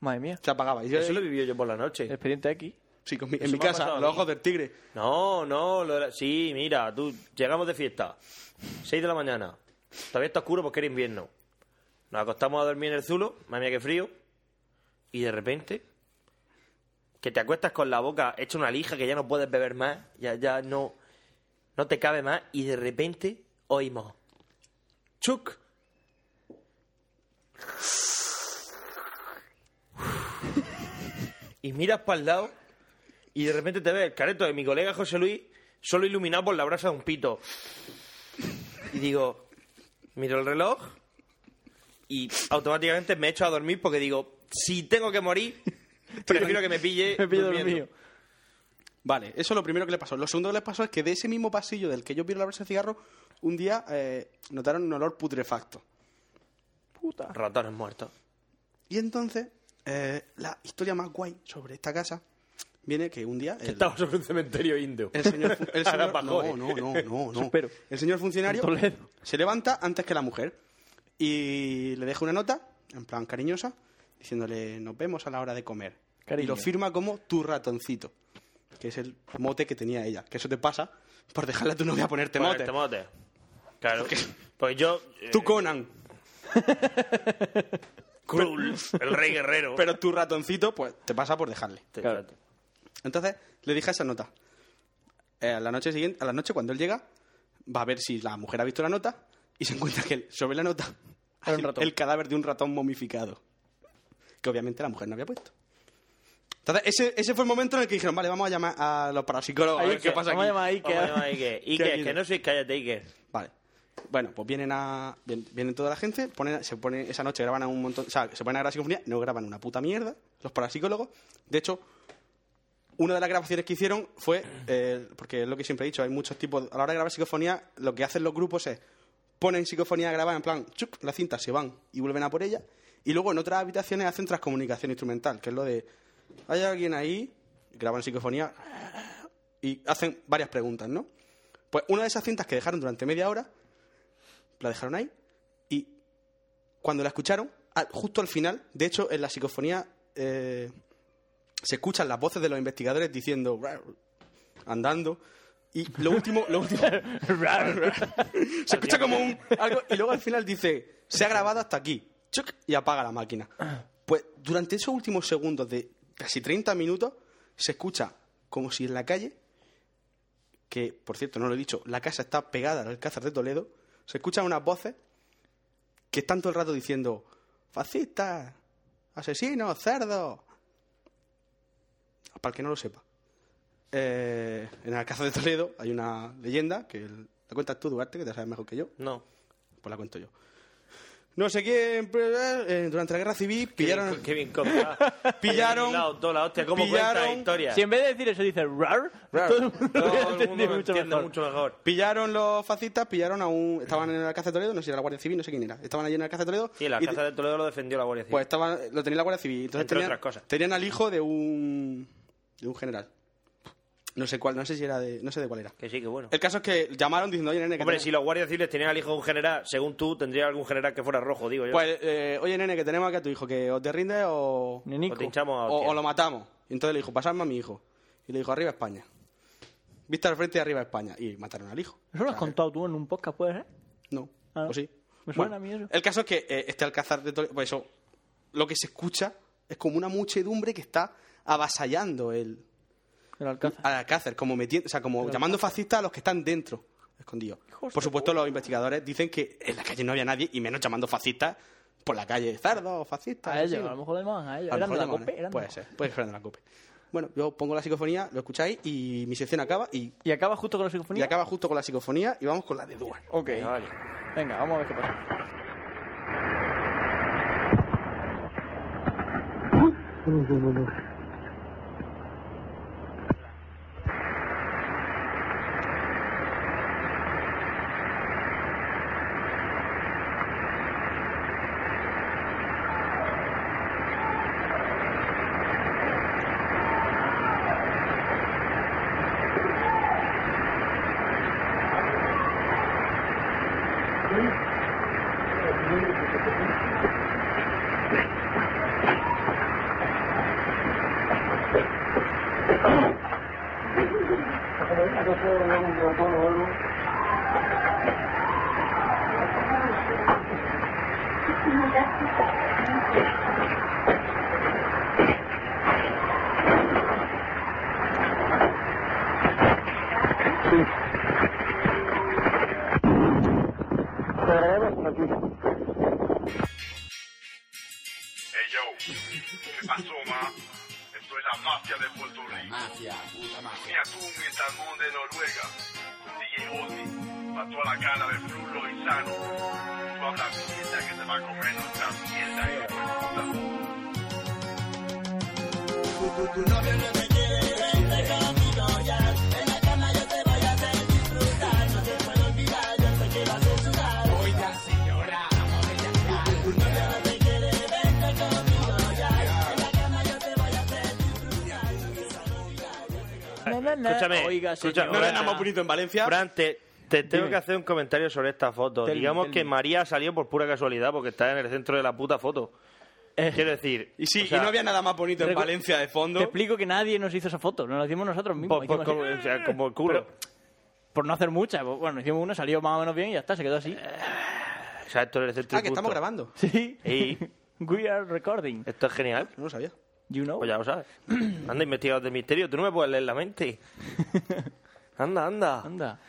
[SPEAKER 8] Madre mía.
[SPEAKER 9] se apagaba. Y yo,
[SPEAKER 7] Eso lo he vivido yo por la noche.
[SPEAKER 8] Expediente X.
[SPEAKER 9] sí, con mi- en
[SPEAKER 7] eso
[SPEAKER 9] mi
[SPEAKER 7] me ha
[SPEAKER 9] casa,
[SPEAKER 7] pasado a
[SPEAKER 9] los
[SPEAKER 7] mí.
[SPEAKER 9] ojos del tigre.
[SPEAKER 7] No, no, lo de la- sí, mira, tú, llegamos de fiesta, 6 de la mañana, todavía está oscuro porque era invierno. Nos acostamos a dormir en el zulo, madre mía, qué frío, y de repente, que te acuestas con la boca hecha una lija que ya no puedes beber más, ya, ya no, no te cabe más, y de repente oímos, chuc, y miras para el lado y de repente te ves el careto de mi colega José Luis solo iluminado por la brasa de un pito. Y digo, miro el reloj y automáticamente me echo a dormir porque digo, si tengo que morir, prefiero que me pille
[SPEAKER 8] Me pido el
[SPEAKER 7] durmiendo.
[SPEAKER 8] mío.
[SPEAKER 9] Vale, eso es lo primero que le pasó. Lo segundo que les pasó es que de ese mismo pasillo del que ellos vieron la brasa de cigarro, un día eh, notaron un olor putrefacto.
[SPEAKER 7] Ratones muertos.
[SPEAKER 9] Y entonces, eh, la historia más guay sobre esta casa viene que un día. el-
[SPEAKER 7] Estaba sobre un cementerio indio.
[SPEAKER 9] El señor, fu- el
[SPEAKER 7] Ahora
[SPEAKER 9] señor-
[SPEAKER 7] bajó,
[SPEAKER 9] no,
[SPEAKER 7] eh.
[SPEAKER 9] no, no, no, no.
[SPEAKER 8] Espero.
[SPEAKER 9] El señor funcionario
[SPEAKER 8] En Toledo.
[SPEAKER 9] se levanta antes que la mujer y le deja una nota, en plan cariñosa, diciéndole nos vemos a la hora de comer.
[SPEAKER 8] Cariño.
[SPEAKER 9] Y lo firma como tu ratoncito, que es el mote que tenía ella. Que eso te pasa por dejarle a tu novia ponerte
[SPEAKER 7] Ponerte
[SPEAKER 9] mote.
[SPEAKER 7] este mote. Claro. Pues yo... eh,
[SPEAKER 9] Tú Conan,
[SPEAKER 7] Krul, el rey guerrero.
[SPEAKER 9] pero tu ratoncito, pues te pasa por dejarle.
[SPEAKER 7] Te-
[SPEAKER 8] Claro.
[SPEAKER 9] Entonces le dije esa nota. Eh, a la noche siguiente, a la noche cuando él llega, va a ver si la mujer ha visto la nota y se encuentra que él, sobre la nota
[SPEAKER 8] Era un
[SPEAKER 9] hay
[SPEAKER 8] ratón.
[SPEAKER 9] el cadáver de un ratón momificado. Que obviamente la mujer no había puesto. Entonces, ese, ese fue el momento en el que dijeron, vale, vamos a llamar a los parapsicólogos a ver qué
[SPEAKER 8] Iker,
[SPEAKER 9] pasa
[SPEAKER 8] vamos
[SPEAKER 9] aquí.
[SPEAKER 8] a llamar a
[SPEAKER 7] Vamos a llamar a
[SPEAKER 8] Iker.
[SPEAKER 7] Iker.
[SPEAKER 9] ¿Qué ha
[SPEAKER 7] Iker,
[SPEAKER 9] ido?
[SPEAKER 7] que no soy cállate, Iker.
[SPEAKER 9] Vale. Bueno, pues vienen a. vien- Vienen toda la gente, ponen- se pone esa noche graban a un montón. O sea, se ponen a grabar psicofonía, no graban una puta mierda, los parapsicólogos. De hecho, una de las grabaciones que hicieron fue. eh, porque es lo que siempre he dicho, hay muchos tipos. A la hora de grabar psicofonía, lo que hacen los grupos es. Ponen psicofonía, graban en plan, chup, la cinta, se van y vuelven a por ella. Y luego en otras habitaciones hacen transcomunicación instrumental, que es lo de. Hay alguien ahí, graban psicofonía, y hacen varias preguntas, ¿no? Pues una de esas cintas que dejaron durante media hora, la dejaron ahí, y cuando la escucharon, al- justo al final, de hecho, en la psicofonía eh, se escuchan las voces de los investigadores diciendo, "Rar", andando, y lo último, lo último, se escucha como un... Algo, y luego al final dice, se ha grabado hasta aquí, chuc, y apaga la máquina. Pues durante esos últimos segundos de casi 30 minutos, se escucha como si en la calle que por cierto no lo he dicho, la casa está pegada al Alcázar de Toledo, se escuchan unas voces que están todo el rato diciendo fascistas, asesinos, cerdos. Para el que no lo sepa. Eh, en Alcázar de Toledo hay una leyenda que el- la cuentas tú, Duarte, que te sabes mejor que yo.
[SPEAKER 7] No.
[SPEAKER 9] Pues la cuento yo. No sé quién, pues, eh, durante la guerra civil pillaron.
[SPEAKER 7] Qué bien contado.
[SPEAKER 9] pillaron.
[SPEAKER 7] La, la hostia, ¿cómo
[SPEAKER 9] pillaron-
[SPEAKER 7] cuenta la historia?
[SPEAKER 9] Si en
[SPEAKER 8] vez de decir eso dice rar,
[SPEAKER 9] todo el
[SPEAKER 7] mundo lo entiende mucho mejor.
[SPEAKER 9] Pillaron los fascistas, pillaron a un. Estaban en el Alcázar de Toledo, no sé si era la Guardia Civil, no sé quién era. Estaban allí en el Alcázar de Toledo.
[SPEAKER 7] Sí, la
[SPEAKER 9] y-
[SPEAKER 7] casa de Toledo lo defendió la Guardia Civil.
[SPEAKER 9] Pues estaban, lo tenía la Guardia Civil. Entonces
[SPEAKER 7] Entre
[SPEAKER 9] tenían,
[SPEAKER 7] otras cosas.
[SPEAKER 9] tenían al hijo de un. de un general. No sé cuál, no sé si era de. no sé de cuál era.
[SPEAKER 7] Que sí, que bueno.
[SPEAKER 9] El caso es que llamaron diciendo, oye, nene, que
[SPEAKER 7] Hombre,
[SPEAKER 9] tenemos-
[SPEAKER 7] si los guardias civiles tenían al hijo de un general, según tú, tendría algún general que fuera rojo, digo yo.
[SPEAKER 9] Pues, eh, oye, nene, que tenemos aquí a tu hijo, que o te rindes o.
[SPEAKER 7] Nenico. O te hinchamos a
[SPEAKER 9] o,
[SPEAKER 7] hostias.
[SPEAKER 9] o lo matamos. Y entonces le dijo, pasadme a mi hijo. Y le dijo, arriba España. Vista al frente, arriba España. Y mataron al hijo.
[SPEAKER 8] ¿Eso lo has contado tú en un podcast, puede ser?
[SPEAKER 9] No.
[SPEAKER 8] Ah,
[SPEAKER 9] ¿O sí?
[SPEAKER 8] Me
[SPEAKER 9] Bueno,
[SPEAKER 8] suena a mí eso.
[SPEAKER 9] El caso es que eh, este Alcázar de Toledo, pues eso, lo que se escucha es como una muchedumbre que está avasallando el,
[SPEAKER 8] Alcázar.
[SPEAKER 7] Ah,
[SPEAKER 9] al Alcázar, como metiendo, o sea, como
[SPEAKER 8] El
[SPEAKER 9] llamando fascistas a los que están dentro, escondidos. Por supuesto, los investigadores dicen que en la calle no había nadie y menos llamando fascistas por la calle, cerdos, fascistas.
[SPEAKER 8] A ellos,
[SPEAKER 9] asesinos.
[SPEAKER 8] a lo mejor le llaman a ellos.
[SPEAKER 9] A lo
[SPEAKER 8] Eran de
[SPEAKER 9] mejor
[SPEAKER 8] la
[SPEAKER 9] llaman,
[SPEAKER 8] COPE,
[SPEAKER 9] ¿eh?
[SPEAKER 8] eran de
[SPEAKER 9] Puede
[SPEAKER 8] la
[SPEAKER 9] ser, puede que fueran de la COPE. Bueno, yo pongo la psicofonía, lo escucháis y mi sección acaba y...
[SPEAKER 8] ¿Y acaba justo con la psicofonía?
[SPEAKER 9] Y acaba justo con la psicofonía y vamos con la de Duan.
[SPEAKER 8] Ok. Venga, vamos a ver qué pasa.
[SPEAKER 6] Hey yo, ¿qué pasó, ma? Esto es la mafia de Puerto Rico. mafia, puta mafia. Mira tú, mi salmón de Noruega. DJ Ozzy, pa' toda la cara de Frulo y Sano. Tú hablas mierda que te va a comer nuestra mierda, hijo de puta.
[SPEAKER 7] Escúchame,
[SPEAKER 8] Oiga,
[SPEAKER 7] escúchame.
[SPEAKER 8] señora.
[SPEAKER 7] Fran,
[SPEAKER 9] bonito en Valencia.
[SPEAKER 7] Fran, te, te tengo
[SPEAKER 8] Dime.
[SPEAKER 7] que hacer un comentario sobre esta foto.
[SPEAKER 8] Tell me,
[SPEAKER 7] Digamos
[SPEAKER 8] tell
[SPEAKER 7] que
[SPEAKER 8] me.
[SPEAKER 7] María salió por pura casualidad porque está en el centro de la puta foto. Quiero decir.
[SPEAKER 9] Y sí, y no había nada más bonito en
[SPEAKER 8] recu-
[SPEAKER 9] Valencia de fondo.
[SPEAKER 8] eh, Te explico que nadie nos hizo esa foto, nos la hicimos nosotros mismos.
[SPEAKER 7] Pues- pues
[SPEAKER 8] Hicimos
[SPEAKER 7] como-
[SPEAKER 8] así.
[SPEAKER 7] o sea, como el culo.
[SPEAKER 8] por no hacer muchas, pues, bueno, hicimos una, salió más o menos bien y ya está, se quedó así.
[SPEAKER 7] Eh, O sea, esto en el centro
[SPEAKER 8] Ah, que estamos
[SPEAKER 9] grabando.
[SPEAKER 8] Sí.
[SPEAKER 7] Sí.
[SPEAKER 8] We are recording.
[SPEAKER 7] Esto es genial.
[SPEAKER 9] No lo sabía.
[SPEAKER 8] You know.
[SPEAKER 7] Pues ya lo sabes. Anda, investigador de misterio, tú no me puedes leer la mente. Anda, anda.
[SPEAKER 8] Anda.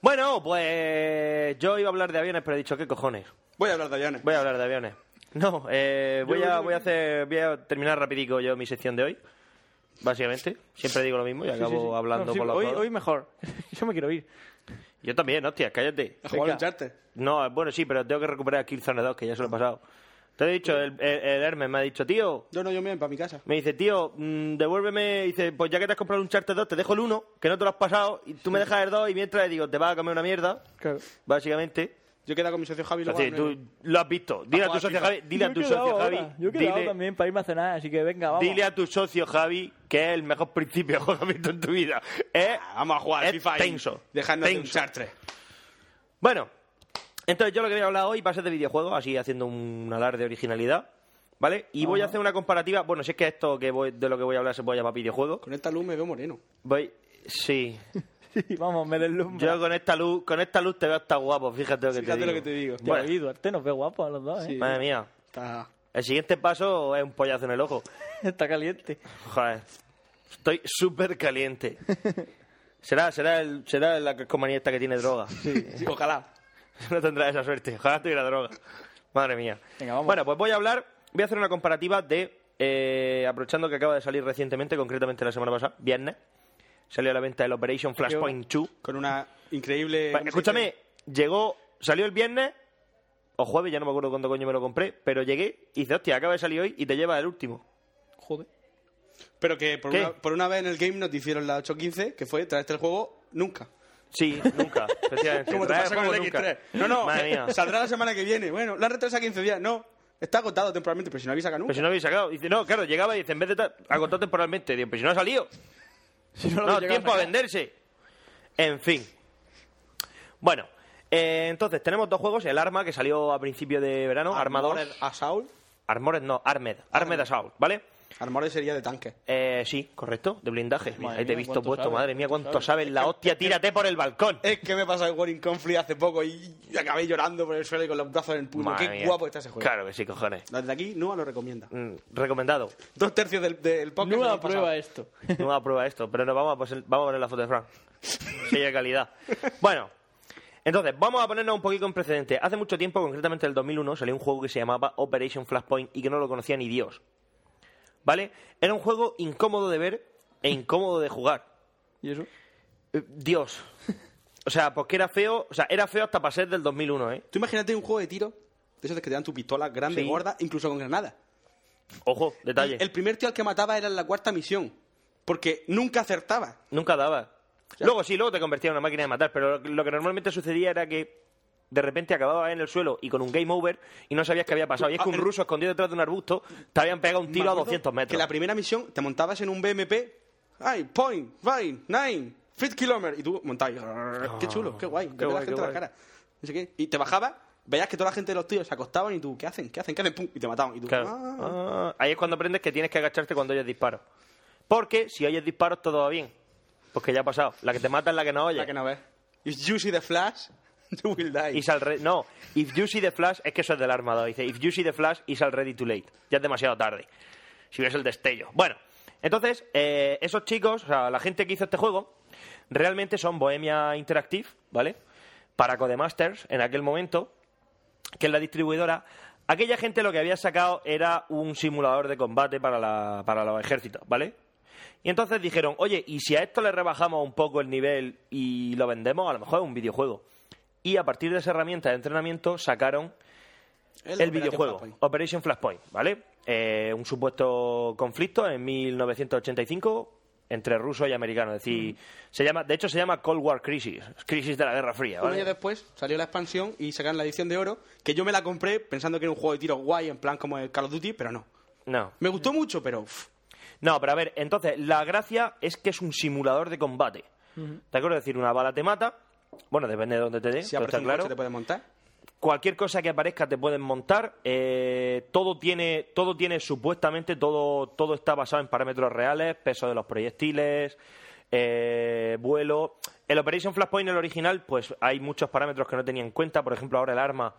[SPEAKER 7] Bueno, pues yo iba a hablar de aviones, pero he dicho, ¿qué cojones?
[SPEAKER 9] Voy a hablar de aviones.
[SPEAKER 7] Voy a hablar de aviones. No, eh, voy,
[SPEAKER 9] Yo-
[SPEAKER 7] a,
[SPEAKER 9] yo-
[SPEAKER 7] voy a hacer, voy a terminar rapidico yo mi sección de hoy. Básicamente, siempre digo lo mismo y
[SPEAKER 8] Sí, sí,
[SPEAKER 7] Pues acabo
[SPEAKER 8] sí.
[SPEAKER 7] hablando
[SPEAKER 8] No, sí,
[SPEAKER 7] por la
[SPEAKER 8] hoy, hoy mejor. Yo me quiero ir.
[SPEAKER 7] Yo también, hostia, cállate.
[SPEAKER 9] A jugar al Uncharted.
[SPEAKER 7] No, bueno, sí, pero tengo que recuperar a Killzone 2, que ya se lo he pasado. Te he dicho, el, el- el Hermes me ha dicho, tío,
[SPEAKER 9] Yo no, yo me voy para mi casa.
[SPEAKER 7] me dice, tío, mm, devuélveme, dice, pues ya que te has comprado un Uncharted 2, te dejo el 1, que no te lo has pasado, y tú me dejas el 2 y mientras le digo, te vas a comer una mierda, básicamente.
[SPEAKER 9] Yo he quedado con mi socio Javi.
[SPEAKER 7] Es
[SPEAKER 9] luego
[SPEAKER 7] decir,
[SPEAKER 9] hablo-
[SPEAKER 7] tú lo has visto. Dile a tu
[SPEAKER 9] jugar
[SPEAKER 7] socio
[SPEAKER 9] FIFA.
[SPEAKER 7] Javi, dile a
[SPEAKER 8] Yo he
[SPEAKER 7] tu
[SPEAKER 8] quedado
[SPEAKER 7] socio
[SPEAKER 8] ahora,
[SPEAKER 7] Javi,
[SPEAKER 8] Yo he quedado
[SPEAKER 7] dile-
[SPEAKER 8] también para irme a cenar, así que venga, vamos.
[SPEAKER 7] Dile a tu socio Javi que es el mejor principio que has visto en tu vida. Es,
[SPEAKER 9] Ah, Vamos a jugar al
[SPEAKER 7] es
[SPEAKER 9] FIFA y
[SPEAKER 7] tenso.
[SPEAKER 9] dejarnos de
[SPEAKER 7] tenso.
[SPEAKER 9] Uncharted.
[SPEAKER 7] Bueno, entonces yo lo que voy a hablar hoy va a ser de videojuegos, así haciendo un alarde de originalidad. ¿Vale? Y voy a hacer una comparativa. Bueno, si es que esto que voy- de lo que voy a hablar se puede llamar videojuego.
[SPEAKER 9] Con esta luz me veo moreno.
[SPEAKER 7] Voy. Sí.
[SPEAKER 8] Sí, vamos, me deslumbra.
[SPEAKER 7] Yo con esta luz, con esta luz te veo hasta guapo, fíjate lo que
[SPEAKER 9] Fíjate
[SPEAKER 7] te digo.
[SPEAKER 9] lo que te digo.
[SPEAKER 8] Ya,
[SPEAKER 7] Bueno,
[SPEAKER 8] y Duarte nos ve guapo a los dos, ¿eh?
[SPEAKER 7] madre mía.
[SPEAKER 9] Está...
[SPEAKER 7] El siguiente paso es un pollazo en el ojo.
[SPEAKER 8] Está caliente.
[SPEAKER 7] Joder, estoy súper caliente. Será, será, el, será la compañía esta que tiene droga.
[SPEAKER 9] Ojalá.
[SPEAKER 7] No tendrá esa suerte. Ojalá tuviera droga. Madre mía.
[SPEAKER 8] Venga, vamos.
[SPEAKER 7] Bueno, pues voy a hablar, voy a hacer una comparativa de, eh, aprovechando que acaba de salir recientemente, concretamente la semana pasada, viernes, salió a la venta el Operation Flashpoint 2.
[SPEAKER 9] Con una increíble...
[SPEAKER 7] Va, escúchame, llegó, salió el viernes, o jueves, ya no me acuerdo cuándo coño me lo compré, pero llegué y dice, hostia, acaba de salir hoy y te lleva el último.
[SPEAKER 9] Joder. Pero que por
[SPEAKER 7] ¿Qué?
[SPEAKER 9] una, por una vez en el game nos hicieron la 815, que fue traerte el juego nunca.
[SPEAKER 7] Sí, nunca. Efectivamente,
[SPEAKER 9] Como te
[SPEAKER 7] traer el
[SPEAKER 9] pasa con el
[SPEAKER 7] juego nunca.
[SPEAKER 9] X3. No, no,
[SPEAKER 7] Madre mía.
[SPEAKER 9] saldrá la semana que viene. Bueno, la retrasa 15 días. No, está agotado temporalmente, pero si no habéis sacado nunca.
[SPEAKER 7] Pero si no habéis sacado. Dice, no, claro, llegaba y dice, en vez de ta- agotado temporalmente, digo, pero si no ha salido.
[SPEAKER 8] no lo
[SPEAKER 7] no,
[SPEAKER 8] habéis llegado
[SPEAKER 7] tiempo
[SPEAKER 8] a
[SPEAKER 7] a
[SPEAKER 8] sacar.
[SPEAKER 7] venderse. En fin. Bueno, eh, entonces tenemos dos juegos. El Arma, que salió a principio de verano. Armador.
[SPEAKER 9] Armored Assault.
[SPEAKER 7] Armored, no, Armed. Armed Assault, ¿vale?
[SPEAKER 9] Armored sería de tanque.
[SPEAKER 7] Eh, sí, correcto, de blindaje. Mira, ahí te he
[SPEAKER 9] mía,
[SPEAKER 7] visto
[SPEAKER 9] cuánto
[SPEAKER 7] puesto,
[SPEAKER 9] sabes,
[SPEAKER 7] madre mía,
[SPEAKER 9] cuánto
[SPEAKER 7] cuánto sabes.
[SPEAKER 9] sabes.
[SPEAKER 7] la hostia, tírate por el balcón.
[SPEAKER 9] Es que me pasó el Warring Conflict hace poco y y acabé llorando por el suelo y con los brazos en el puño.
[SPEAKER 7] Madre
[SPEAKER 9] Qué
[SPEAKER 7] mía.
[SPEAKER 9] guapo está ese juego.
[SPEAKER 7] Claro que sí, cojones. Mm,
[SPEAKER 9] Desde aquí, Nua lo recomienda.
[SPEAKER 7] Recomendado.
[SPEAKER 9] Dos tercios del, del podcast.
[SPEAKER 7] Nueva
[SPEAKER 9] lo hemos pasado.
[SPEAKER 7] prueba esto. Nueva prueba esto, pero nos vamos a, poner, vamos a poner la foto de Frank. Sí, de calidad. Bueno, entonces, vamos a ponernos un poquito en precedente. Hace mucho tiempo, concretamente en el 2001, salió un juego que se llamaba Operation Flashpoint y que no lo conocía ni Dios. ¿Vale? Era un juego incómodo de ver e incómodo de jugar.
[SPEAKER 8] ¿Y eso?
[SPEAKER 7] Eh, Dios. O sea, porque era feo, o sea, era feo hasta para ser del 2001, ¿eh?
[SPEAKER 9] Tú imagínate un juego de tiro, de esos que te dan tu pistola grande,
[SPEAKER 7] Sí.
[SPEAKER 9] gorda, incluso con granada.
[SPEAKER 7] Ojo, detalle.
[SPEAKER 9] Y El primer tío al que mataba era en la cuarta misión. Porque nunca acertaba.
[SPEAKER 7] Nunca daba. Luego sí, luego te convertía en una máquina de matar, pero lo que normalmente sucedía era que de repente acababas en el suelo y con un game over y no sabías qué había pasado. Y es que
[SPEAKER 9] Ah,
[SPEAKER 7] un
[SPEAKER 9] el-
[SPEAKER 7] ruso escondido detrás de un arbusto te habían pegado un tiro a
[SPEAKER 9] Me acuerdo
[SPEAKER 7] 200
[SPEAKER 9] Que
[SPEAKER 7] metros.
[SPEAKER 9] la primera misión te montabas en un BMP. ¡Ay, point, vine, nine, fit kilometer! Y tú montabas. y, ¡Qué chulo, qué guay!
[SPEAKER 7] Ah, Qué
[SPEAKER 9] Qué la
[SPEAKER 7] guay,
[SPEAKER 9] gente
[SPEAKER 7] qué
[SPEAKER 9] a
[SPEAKER 7] guay.
[SPEAKER 9] la cara. No sé qué. Y te bajabas, veías que toda la gente de los tíos se acostaban y tú, ¿qué hacen? ¿Qué hacen? ¿Qué hacen? ¡Pum! Y te mataban. Y tú,
[SPEAKER 7] Claro.
[SPEAKER 9] ¡ah!
[SPEAKER 7] Ah, ahí es cuando aprendes que tienes que agacharte cuando oyes disparos. Porque si oyes disparos todo va bien. Porque ya ha pasado. La que te mata es la que no oyes.
[SPEAKER 9] La que no ves. If you see the flash, you will die.
[SPEAKER 7] Is alre- no, if you see the flash, es que eso es del armador. Dice, if you see the flash, is already too late. Ya es demasiado tarde. Si ves el destello. Bueno, entonces, eh, esos chicos, o sea, la gente que hizo este juego, realmente son Bohemia Interactive, ¿vale? Para Codemasters, en aquel momento, que es la distribuidora. Aquella gente lo que había sacado era un simulador de combate para, la- para los ejércitos, ¿vale? Y entonces dijeron, oye, ¿y si a esto le rebajamos un poco el nivel y lo vendemos? A lo mejor es un videojuego. Y a partir de esa herramienta de entrenamiento sacaron el,
[SPEAKER 9] Operation
[SPEAKER 7] videojuego,
[SPEAKER 9] Flashpoint.
[SPEAKER 7] Operation Flashpoint, ¿vale? Eh, un supuesto conflicto en 1985 entre rusos y americanos. Es decir,
[SPEAKER 9] Mm.
[SPEAKER 7] se llama, de hecho se llama Cold War Crisis, crisis de la Guerra Fría,
[SPEAKER 9] Un
[SPEAKER 7] ¿vale?
[SPEAKER 9] año después salió la expansión y sacaron la edición de oro, que yo me la compré pensando que era un juego de tiro guay, en plan como el Call of Duty, pero no.
[SPEAKER 7] No.
[SPEAKER 9] Me gustó mucho, pero... uf,
[SPEAKER 7] No, ¿Eh? pero a ver, entonces, la gracia es que es un simulador de combate. ¿Te acuerdas? Es decir, una bala te mata. Bueno, depende de dónde te dé,
[SPEAKER 9] si
[SPEAKER 7] pero
[SPEAKER 9] aparece
[SPEAKER 7] está
[SPEAKER 9] un
[SPEAKER 7] claro.
[SPEAKER 9] coche, te puedes montar.
[SPEAKER 7] Cualquier cosa que aparezca te pueden montar. eh, todo tiene, todo tiene supuestamente, todo, todo está basado en parámetros reales, peso de los proyectiles, eh, vuelo. El Operation Flashpoint, el original, pues hay muchos parámetros que no tenía en cuenta. Por ejemplo, ahora el arma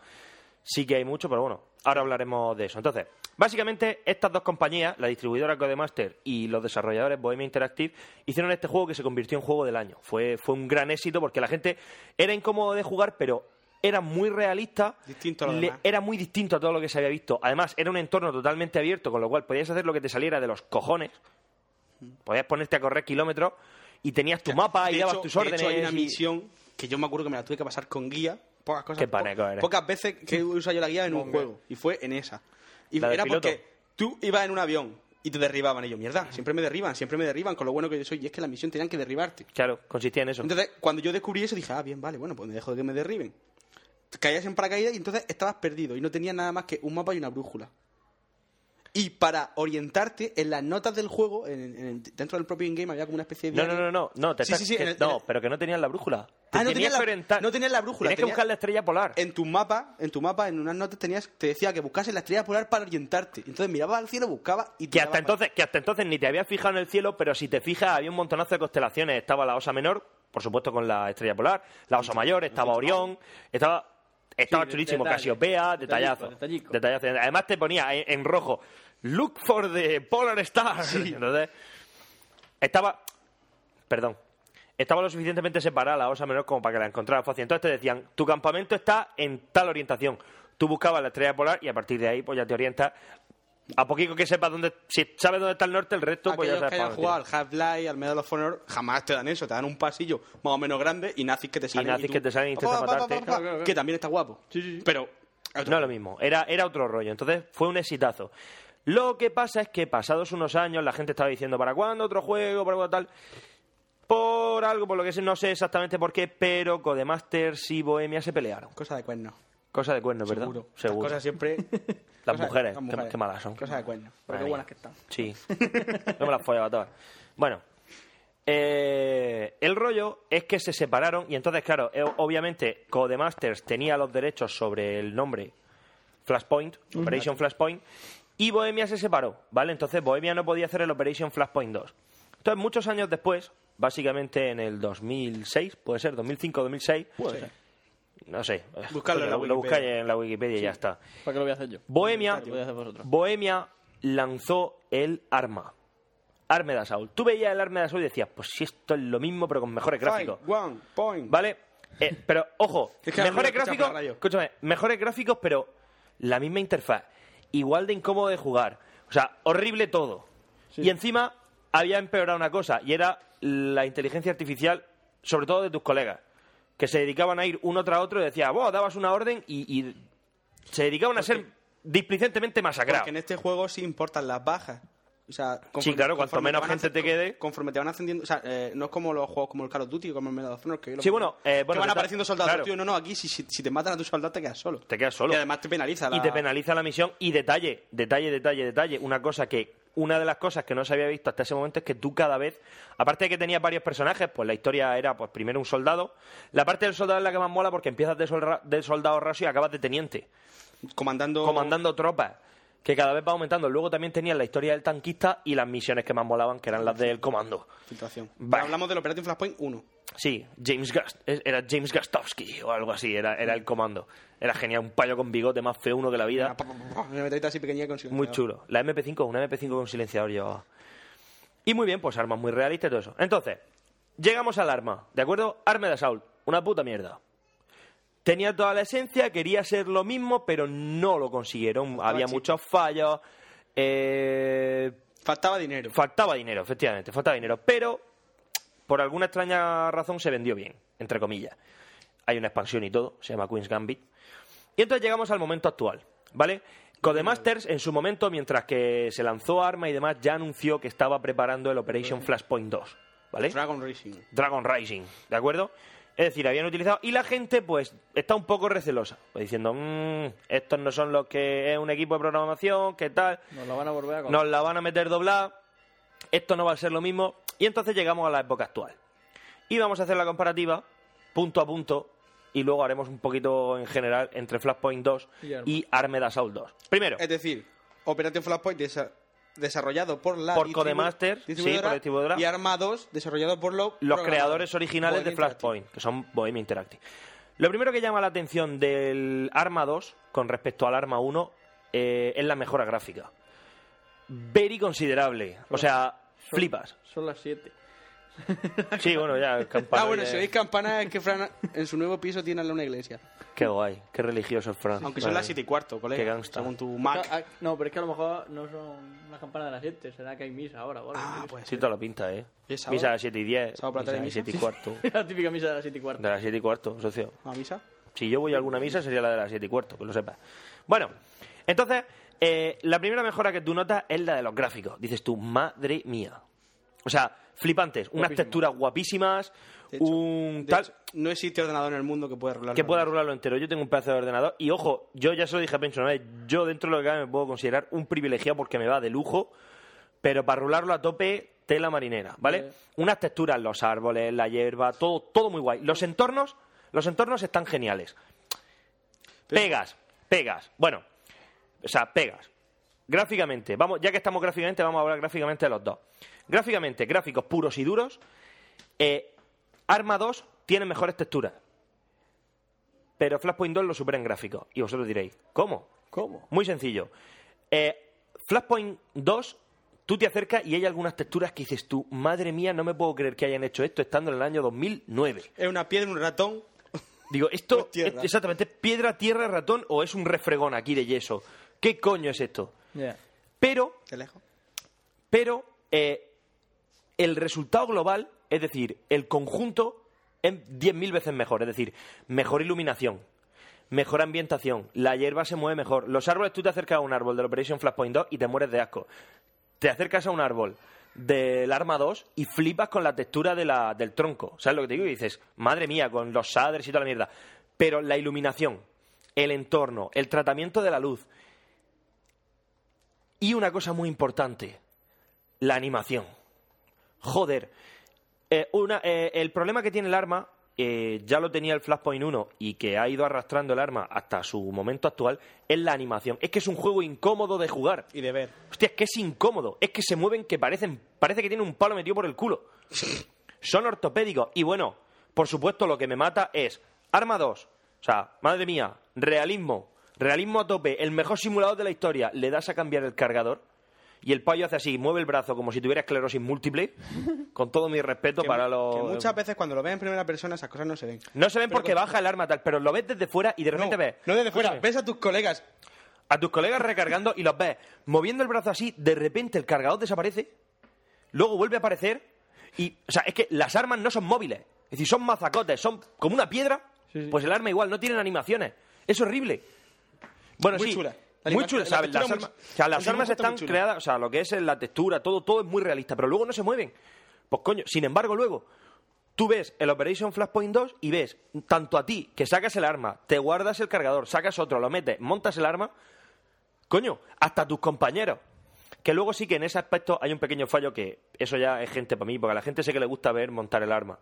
[SPEAKER 7] sí que hay mucho, pero bueno, ahora hablaremos de eso. Entonces, básicamente estas dos compañías, la distribuidora Codemaster y los desarrolladores Bohemia Interactive, hicieron este juego que se convirtió en juego del año. Fue, fue un gran éxito porque la gente era incómodo de jugar, pero era muy realista.
[SPEAKER 9] Distinto a lo
[SPEAKER 7] Le-
[SPEAKER 9] demás.
[SPEAKER 7] era muy distinto a todo lo que se había visto. Además, era un entorno totalmente abierto, con lo cual podías hacer lo que te saliera de los cojones. Podías ponerte a correr kilómetros y tenías tu mapa y
[SPEAKER 9] De
[SPEAKER 7] dabas
[SPEAKER 9] hecho-
[SPEAKER 7] tus
[SPEAKER 9] de hecho,
[SPEAKER 7] órdenes.
[SPEAKER 9] hay una
[SPEAKER 7] y-
[SPEAKER 9] misión que yo me acuerdo que me la tuve que pasar con guía. Pocas cosas.
[SPEAKER 7] Qué paneco
[SPEAKER 9] po-
[SPEAKER 7] eres.
[SPEAKER 9] Pocas veces que he usado yo la guía en un
[SPEAKER 7] Hombre.
[SPEAKER 9] juego. Y fue en esa. Y
[SPEAKER 7] ¿La del
[SPEAKER 9] era
[SPEAKER 7] piloto?
[SPEAKER 9] porque tú ibas en un avión y te derribaban. Y yo, mierda, siempre me derriban, siempre me derriban. Con lo bueno que yo soy. Y es que la misión tenían que derribarte.
[SPEAKER 7] Claro, consistía en eso.
[SPEAKER 9] Entonces, cuando yo descubrí eso, dije, ah, bien, vale, bueno, pues me dejo de que me derriben. Caías en paracaídas y entonces estabas perdido y no tenías nada más que un mapa y una brújula. Y para orientarte, en las notas del juego, en- en- dentro del propio in-game había como una especie de...
[SPEAKER 7] No, no, no, no, no, te
[SPEAKER 9] Sí,
[SPEAKER 7] estás-
[SPEAKER 9] sí, sí,
[SPEAKER 7] que-
[SPEAKER 9] en el-
[SPEAKER 7] no,
[SPEAKER 9] en el-
[SPEAKER 7] pero que no tenías la brújula. Te
[SPEAKER 9] Ah, no
[SPEAKER 7] tenías
[SPEAKER 9] tenías,
[SPEAKER 7] que
[SPEAKER 9] la,
[SPEAKER 7] orientar-
[SPEAKER 9] no tenías la brújula.
[SPEAKER 7] Tenías que buscar la estrella polar.
[SPEAKER 9] En tu mapa, en tu mapa, en unas notas tenías, te decía que buscase la estrella polar para orientarte. Entonces mirabas al cielo, buscabas y
[SPEAKER 7] Que
[SPEAKER 9] te
[SPEAKER 7] hasta, entonces, que hasta entonces ni te habías fijado en el cielo, pero si te fijas había un montonazo de constelaciones. Estaba la Osa Menor, por supuesto con la Estrella Polar, la Osa Mayor, estaba Orión, estaba, estaba
[SPEAKER 8] Sí,
[SPEAKER 7] chulísimo,
[SPEAKER 8] detalle.
[SPEAKER 7] Casiopea, detallazo,
[SPEAKER 8] Detallico, detallico.
[SPEAKER 7] detallazo. Además te ponía en, en rojo, look for the Polar Star. Entonces, estaba, perdón, estaba lo suficientemente separada la Osa Menor como para que la encontrara fácil. Entonces te decían, tu campamento está en tal orientación. tú buscabas la estrella polar y a partir de ahí pues ya te orientas. A poquito que sepas dónde, si sabes dónde está el norte, el resto pues ya
[SPEAKER 9] Aquellos
[SPEAKER 7] sabes
[SPEAKER 9] que
[SPEAKER 7] para
[SPEAKER 9] hayan
[SPEAKER 7] dónde tirar.
[SPEAKER 9] jugado al Half-Life, al Medal of Honor, jamás te dan eso. Te dan un pasillo más o menos grande y nazis que te salen.
[SPEAKER 7] nazis
[SPEAKER 9] tú-
[SPEAKER 7] que te salen y
[SPEAKER 9] pa,
[SPEAKER 7] intentan
[SPEAKER 9] pa, pa, pa,
[SPEAKER 7] matarte.
[SPEAKER 9] pa, pa, Que también está guapo. Pero
[SPEAKER 7] no es lo mismo, era, era otro rollo. Entonces fue un exitazo. Lo que pasa es que pasados unos años la gente estaba diciendo, ¿para cuándo otro juego? ¿Para cuándo tal? Por algo, por lo que sé, no sé exactamente por qué, pero Codemasters y Bohemia se pelearon.
[SPEAKER 9] Cosa de cuerno.
[SPEAKER 7] Cosa de cuerno, ¿verdad?
[SPEAKER 9] Seguro. Estas
[SPEAKER 7] Seguro.
[SPEAKER 9] cosas siempre-
[SPEAKER 7] Las
[SPEAKER 9] cosas-
[SPEAKER 7] mujeres,
[SPEAKER 9] las
[SPEAKER 7] qué-
[SPEAKER 9] mujeres.
[SPEAKER 7] Qué, malas son.
[SPEAKER 9] Cosas de cuerno. Pero
[SPEAKER 7] Madre
[SPEAKER 9] qué
[SPEAKER 7] mía.
[SPEAKER 9] buenas que están.
[SPEAKER 7] Sí. Yo me las follaba todas. Bueno. eh, el rollo es que se separaron y entonces, claro, eh, obviamente Codemasters tenía los derechos sobre el nombre Flashpoint,
[SPEAKER 15] Ujú.
[SPEAKER 7] Operation Flashpoint, y Bohemia se separó, ¿vale? Entonces Bohemia no podía hacer el Operation Flashpoint 2. Entonces, muchos años después, básicamente en el 2006, puede ser, 2005, 2006,
[SPEAKER 8] Puede ser.
[SPEAKER 7] no sé,
[SPEAKER 8] Buscadlo en la
[SPEAKER 7] lo- lo
[SPEAKER 8] Wikipedia.
[SPEAKER 7] buscáis en la Wikipedia y ya está.
[SPEAKER 8] ¿Para qué lo voy a hacer yo?
[SPEAKER 7] Bohemia,
[SPEAKER 8] Lo voy a hacer vosotros.
[SPEAKER 7] Bohemia lanzó el arma. Arme de Assault. Tú veías el arma de Assault y decías, pues si esto es lo mismo, pero con mejores gráficos.
[SPEAKER 9] Fine, one point.
[SPEAKER 7] ¿Vale? Eh, pero ojo,
[SPEAKER 9] Es que
[SPEAKER 7] mejores
[SPEAKER 9] hablo de
[SPEAKER 7] gráficos.
[SPEAKER 9] chapa, rayo.
[SPEAKER 7] Escúchame, mejores gráficos, pero la misma interfaz. Igual de incómodo de jugar. O sea, horrible todo. Y encima había empeorado una cosa, y era la inteligencia artificial, sobre todo de tus colegas, que se dedicaban a ir uno tras otro y decía, vos dabas una orden y, y se dedicaban a ser displicentemente masacrados.
[SPEAKER 9] Porque en este juego sí importan las bajas. O sea,
[SPEAKER 7] Sí, claro, cuanto
[SPEAKER 9] conforme
[SPEAKER 7] menos
[SPEAKER 9] van
[SPEAKER 7] gente
[SPEAKER 9] ascen-
[SPEAKER 7] te quede-
[SPEAKER 9] Conforme te van ascendiendo. O sea, eh, no es como los juegos como el Call of Duty o como el Medal of Honor. Que yo lo-
[SPEAKER 7] Sí, bueno, eh, bueno,
[SPEAKER 9] que van
[SPEAKER 7] te-
[SPEAKER 9] apareciendo soldados.
[SPEAKER 7] claro.
[SPEAKER 9] Tío, no, no, aquí si, si- si te matan a tu soldado te quedas solo.
[SPEAKER 7] Te quedas solo.
[SPEAKER 9] Y además te penaliza. La...
[SPEAKER 7] Y te penaliza la misión. Y detalle, detalle, detalle, detalle. Una cosa que, una de las cosas que no se había visto hasta ese momento es que tú cada vez, aparte de que tenías varios personajes, pues la historia era pues primero un soldado. La parte del soldado es la que más mola porque empiezas de, solra- de soldado raso y acabas de teniente.
[SPEAKER 9] Comandando.
[SPEAKER 7] Comandando tropas. Que cada vez va aumentando. Luego también tenías la historia del tanquista y las misiones que más molaban, que eran las del comando.
[SPEAKER 9] Filtración.
[SPEAKER 7] Vale.
[SPEAKER 9] Hablamos del Operative Flashpoint 1.
[SPEAKER 7] Sí, James Gast eh, era James Gastowski o algo así, era, era el comando. Era genial, un payo con bigote más feo uno que la vida.
[SPEAKER 9] Ah, Una metralleta así pequeña con
[SPEAKER 7] Muy chulo. La MP5, una MP5 con silenciador llevaba. Y muy bien, pues armas muy realistas y todo eso. Entonces, llegamos al arma, ¿de acuerdo? Arma de Assault, una puta mierda. Tenía toda la esencia, quería ser lo mismo, pero no lo consiguieron. Había
[SPEAKER 9] chico.
[SPEAKER 7] muchos fallos. eh,
[SPEAKER 9] Faltaba dinero.
[SPEAKER 7] Faltaba dinero, efectivamente, faltaba dinero. Pero, por alguna extraña razón, se vendió bien, entre comillas. Hay una expansión y todo, se llama Queen's Gambit. Y entonces llegamos al momento actual, ¿vale? Codemasters, en su momento, mientras que se lanzó Arma y demás, ya anunció que estaba preparando el Operation Flashpoint 2, ¿vale?
[SPEAKER 9] Dragon Racing.
[SPEAKER 7] Dragon Rising, ¿de acuerdo? Es decir, habían utilizado. Y la gente, pues, está un poco recelosa. Pues diciendo, "Mm, estos no son los que es un equipo de programación, ¿qué tal?
[SPEAKER 8] Nos lo van a volver a
[SPEAKER 7] Nos la van a meter doblada. Esto no va a ser lo mismo. Y entonces llegamos a la época actual. Y vamos a hacer la comparativa, punto a punto. Y luego haremos un poquito en general entre Flashpoint 2
[SPEAKER 9] Y Arma.
[SPEAKER 7] y Armed Assault 2. Primero.
[SPEAKER 9] Es decir, Operative Flashpoint desa- desarrollado por la.
[SPEAKER 7] Por
[SPEAKER 9] distribu-
[SPEAKER 7] Codemasters, sí, por distribuidora.
[SPEAKER 9] Y Arma 2, desarrollado por los.
[SPEAKER 7] los
[SPEAKER 9] programadores.
[SPEAKER 7] creadores originales de
[SPEAKER 9] Bohemia
[SPEAKER 7] Flashpoint, que son Bohemia Interactive. Lo primero que llama la atención del Arma 2 con respecto al Arma 1 eh, es la mejora gráfica. Very considerable. O sea,
[SPEAKER 9] Pues,
[SPEAKER 7] flipas.
[SPEAKER 8] Son las 7.
[SPEAKER 7] Sí, bueno, ya, el campanario
[SPEAKER 9] Ah, bueno,
[SPEAKER 7] de-
[SPEAKER 9] si veis campanas es que Fran en su nuevo piso tiene una iglesia.
[SPEAKER 7] Qué guay, qué religioso es Fran.
[SPEAKER 9] Aunque son las siete y cuarto, colega,
[SPEAKER 7] Qué gangsta.
[SPEAKER 9] según tu
[SPEAKER 8] Ah, No, pero es que a lo mejor no son las campanas de las 7, será que hay misa ahora. o algo.
[SPEAKER 7] Sí, toda la pinta, ¿eh?
[SPEAKER 8] ¿Y es sábado?
[SPEAKER 7] Misa a las 7 y 10,
[SPEAKER 8] ¿Sábado por
[SPEAKER 7] misa
[SPEAKER 8] la
[SPEAKER 7] a
[SPEAKER 8] tarde
[SPEAKER 7] las
[SPEAKER 8] misa?
[SPEAKER 7] 7 y cuarto.
[SPEAKER 8] la típica misa de las 7 y cuarto.
[SPEAKER 7] De las 7 y cuarto, socio.
[SPEAKER 9] ¿A misa?
[SPEAKER 7] Si yo voy a alguna misa sería la de las 7 y cuarto, que lo sepas. Bueno, entonces, eh, la primera mejora que tú notas es la de los gráficos. Dices tú, madre mía. O sea, flipantes, unas
[SPEAKER 9] Guapísimo.
[SPEAKER 7] texturas guapísimas, un
[SPEAKER 9] De
[SPEAKER 7] tal
[SPEAKER 9] hecho, no existe ordenador en el mundo que pueda arreglar.
[SPEAKER 7] que pueda arreglarlo entero. Yo tengo un pedazo de ordenador y ojo, yo ya se lo dije a Pencho una vez, yo dentro de lo que cabe me puedo considerar un privilegiado porque me va de lujo, pero para rularlo a tope, tela marinera, ¿vale?
[SPEAKER 8] Eh.
[SPEAKER 7] Unas texturas, los árboles, la hierba, todo, todo muy guay. Los entornos, los entornos están geniales. Pegas, pegas. Bueno, o sea, pegas. Gráficamente, vamos, ya que estamos gráficamente, vamos a hablar gráficamente de los dos. Gráficamente, gráficos puros y duros. eh, Arma 2 tiene mejores texturas. Pero Flashpoint 2 lo supera en gráficos. Y vosotros diréis, ¿cómo?
[SPEAKER 8] ¿Cómo?
[SPEAKER 7] Muy sencillo. Eh, Flashpoint 2, tú te acercas y hay algunas texturas que dices tú, madre mía, no me puedo creer que hayan hecho esto estando en el año 2009.
[SPEAKER 9] Es una piedra, un ratón.
[SPEAKER 7] Digo, esto es exactamente ¿es piedra, tierra, ratón o es un refregón aquí de yeso. ¿Qué coño es esto? Pero, pero eh, el resultado global, es decir, el conjunto es 10.000 veces mejor. Es decir, mejor iluminación, mejor ambientación, la hierba se mueve mejor. Los árboles, tú te acercas a un árbol del Operation Flashpoint 2 y te mueres de asco. Te acercas a un árbol del Arma 2 y flipas con la textura de la- del tronco. ¿Sabes lo que te digo? Y dices, madre mía, con los shaders y toda la mierda. Pero la iluminación, el entorno, el tratamiento de la luz, y una cosa muy importante, la animación. Joder, eh, una- eh, el problema que tiene el arma, eh, ya lo tenía el Flashpoint 1 y que ha ido arrastrando el arma hasta su momento actual, es la animación. Es que es un juego incómodo de jugar.
[SPEAKER 9] Y de ver.
[SPEAKER 7] Hostia, es que es incómodo. Es que se mueven que parecen, parece que tienen un palo metido por el culo. Son ortopédicos. Y bueno, por supuesto, lo que me mata es Arma 2. O sea, madre mía, realismo. Realismo a tope. El mejor simulador de la historia. Le das a cambiar el cargador. Y el payo hace así, mueve el brazo como si tuviera esclerosis múltiple. Con todo mi respeto
[SPEAKER 9] Que
[SPEAKER 7] para em-
[SPEAKER 9] mu-
[SPEAKER 7] los.
[SPEAKER 9] que muchas veces cuando lo ves en primera persona esas cosas no se ven.
[SPEAKER 7] No se ven
[SPEAKER 9] Pero
[SPEAKER 7] porque
[SPEAKER 9] cuando-
[SPEAKER 7] baja el arma tal, pero lo ves desde fuera y de repente ves.
[SPEAKER 9] no desde fuera,
[SPEAKER 7] ves
[SPEAKER 9] a tus colegas.
[SPEAKER 7] A tus colegas recargando y los ves moviendo el brazo así, de repente el cargador desaparece, luego vuelve a aparecer y. O sea, es que las armas no son móviles. Es decir, son mazacotes, son como una piedra. Pues el arma igual, no tienen animaciones. Es horrible. Bueno,
[SPEAKER 9] Muy
[SPEAKER 7] sí.
[SPEAKER 9] chula. La
[SPEAKER 7] Muy
[SPEAKER 9] anima-
[SPEAKER 7] chula,
[SPEAKER 9] la
[SPEAKER 7] ¿sabes?
[SPEAKER 9] textura
[SPEAKER 7] Las,
[SPEAKER 9] muy-
[SPEAKER 7] armas, o sea, las
[SPEAKER 9] el dibujo
[SPEAKER 7] armas
[SPEAKER 9] está muy
[SPEAKER 7] están
[SPEAKER 9] chulo.
[SPEAKER 7] creadas, o sea, lo que es la textura, todo, todo es muy realista, pero luego no se mueven. Pues coño, sin embargo, luego tú ves el Operation Flashpoint 2 y ves tanto a ti que sacas el arma, te guardas el cargador, sacas otro, lo metes, montas el arma, coño, hasta tus compañeros. Que luego sí que en ese aspecto hay un pequeño fallo que eso ya es gente para mí, porque a la gente sé que le gusta ver montar el arma.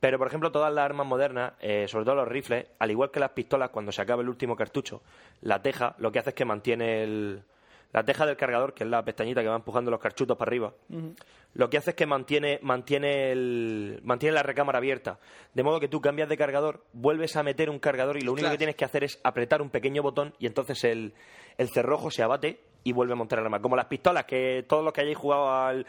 [SPEAKER 7] Pero, por ejemplo, todas las armas modernas, eh, sobre todo los rifles, al igual que las pistolas, cuando se acaba el último cartucho, la teja lo que hace es que mantiene el, la teja del cargador, que es la pestañita que va empujando los cartuchos para arriba, lo que hace es que mantiene, mantiene, el, mantiene la recámara abierta. De modo que tú cambias de cargador, vuelves a meter un cargador y lo único
[SPEAKER 9] Claro.
[SPEAKER 7] que tienes que hacer es apretar un pequeño botón y entonces el, el cerrojo se abate y vuelve a montar el arma. Como las pistolas, que todos los que hayáis jugado al,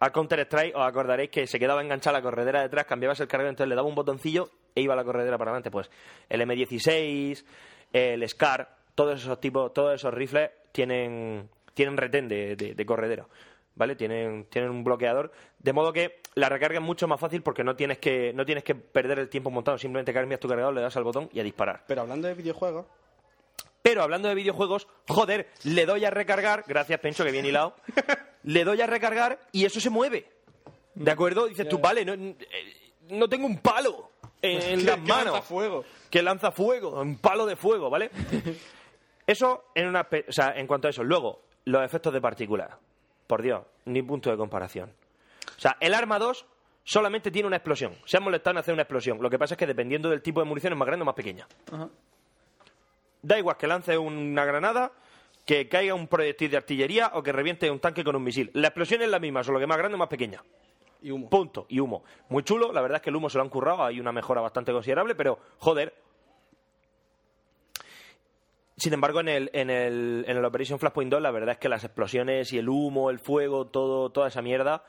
[SPEAKER 7] a Counter-Strike os acordaréis que se quedaba enganchada la corredera detrás, cambiabas el cargador, entonces le daba un botoncillo e iba la corredera para adelante. Pues el M16, el SCAR, todos esos tipos, todos esos rifles tienen, tienen retén de, de- de corredera. ¿Vale? Tienen, tienen un bloqueador. De modo que la recarga es mucho más fácil porque no tienes que, no tienes que perder el tiempo montado. Simplemente cambias tu cargador, le das al botón y a disparar.
[SPEAKER 9] Pero hablando de videojuegos,
[SPEAKER 7] Pero hablando de videojuegos, joder, le doy a recargar. Gracias, Pencho, que bien hilado. le doy a recargar y eso se mueve. ¿De acuerdo? Dices tú, vale, no, eh, no tengo un palo en, en
[SPEAKER 9] Que-
[SPEAKER 7] las
[SPEAKER 9] que
[SPEAKER 7] manos.
[SPEAKER 9] lanza fuego.
[SPEAKER 7] Que lanza fuego, un palo de fuego, ¿vale? eso en, una, pe- o sea, en cuanto a eso. Luego, los efectos de partículas. Por Dios, ni punto de comparación. O sea, el arma 2 solamente tiene una explosión. Se han molestado en hacer una explosión. Lo que pasa es que dependiendo del tipo de munición es más grande o más pequeña. Da igual que lance una granada, que caiga un proyectil de artillería o que reviente un tanque con un misil. La explosión es la misma, solo que más grande o más pequeña.
[SPEAKER 9] Y humo.
[SPEAKER 7] Punto. Y humo. Muy chulo, la verdad es que el humo se lo han currado, hay una mejora bastante considerable, pero joder. Sin embargo, en el, en el, en el Operation Flashpoint 2, la verdad es que las explosiones y el humo, el fuego, todo, toda esa mierda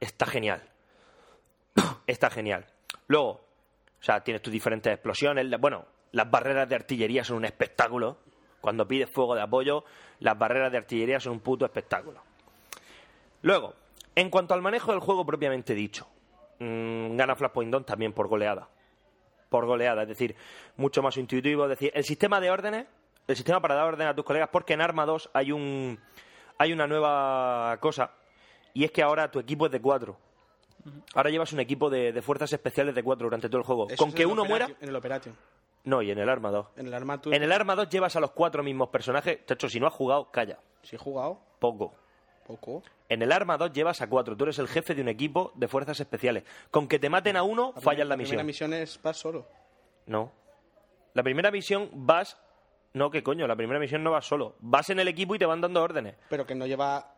[SPEAKER 7] está genial. está genial. Luego, o sea, tienes tus diferentes explosiones. la- Bueno, las barreras de artillería son un espectáculo. Cuando pides fuego de apoyo, las barreras de artillería son un puto espectáculo. Luego, en cuanto al manejo del juego propiamente dicho, mm, gana Flashpoint 2 también por goleada. Por goleada, es decir, mucho más intuitivo. Es decir, el sistema de órdenes, el sistema para dar órdenes a tus colegas, porque en Arma 2 hay, un, hay una nueva cosa, y es que ahora tu equipo es de cuatro. Ahora llevas un equipo de, de fuerzas especiales de cuatro durante todo el juego.
[SPEAKER 9] eso
[SPEAKER 7] Con
[SPEAKER 9] es
[SPEAKER 7] que
[SPEAKER 9] en el
[SPEAKER 7] uno muera,
[SPEAKER 9] Operation- En el Operation.
[SPEAKER 7] no, y en el Arma 2.
[SPEAKER 9] En el arma tú-
[SPEAKER 7] En el Arma 2 llevas a los cuatro mismos personajes. De hecho, si no has jugado, calla.
[SPEAKER 9] Si he jugado,
[SPEAKER 7] Poco.
[SPEAKER 9] poco.
[SPEAKER 7] En el Arma 2 llevas a cuatro. Tú eres el jefe de un equipo de fuerzas especiales. Con que te maten a uno, fallas la
[SPEAKER 9] primera
[SPEAKER 7] misión.
[SPEAKER 9] misión es vas solo.
[SPEAKER 7] No. La primera misión vas. No, que coño, la primera misión no vas solo. Vas en el equipo y te van dando órdenes.
[SPEAKER 9] Pero que no lleva.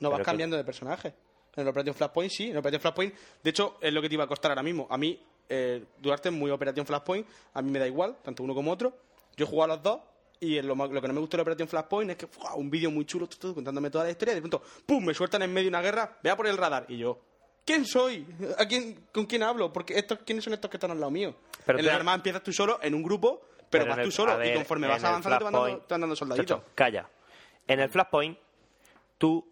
[SPEAKER 9] No vas
[SPEAKER 7] Pero que-
[SPEAKER 9] cambiando de personaje. En el Operation Flashpoint sí, en el Operation Flashpoint. De hecho, es lo que te iba a costar ahora mismo. A mí, eh, Duarte es muy Operation Flashpoint. A mí me da igual, tanto uno como otro. Yo he jugado a los dos. Y lo, ma- lo que no me gustó del Operation Flashpoint es que ¡fua! un vídeo muy chulo, tu, tu, contándome toda la historia. Y de pronto, ¡pum! Me sueltan en medio de una guerra. Vea por el radar. Y yo, ¿Quién soy? ¿A quién, ¿Con quién hablo? Porque estos, ¿Quiénes son estos que están al lado mío?
[SPEAKER 7] Pero
[SPEAKER 9] en
[SPEAKER 7] tú-
[SPEAKER 9] el arma empiezas tú solo, en un grupo, pero,
[SPEAKER 7] en
[SPEAKER 9] vas
[SPEAKER 7] el-
[SPEAKER 9] tú solo.
[SPEAKER 7] a ver,
[SPEAKER 9] y conforme
[SPEAKER 7] en
[SPEAKER 9] vas
[SPEAKER 7] el
[SPEAKER 9] avanzando te van dando,
[SPEAKER 7] Flashpoint-
[SPEAKER 9] te van dando soldaditos.
[SPEAKER 7] Chacho, calla. En el Flashpoint, tú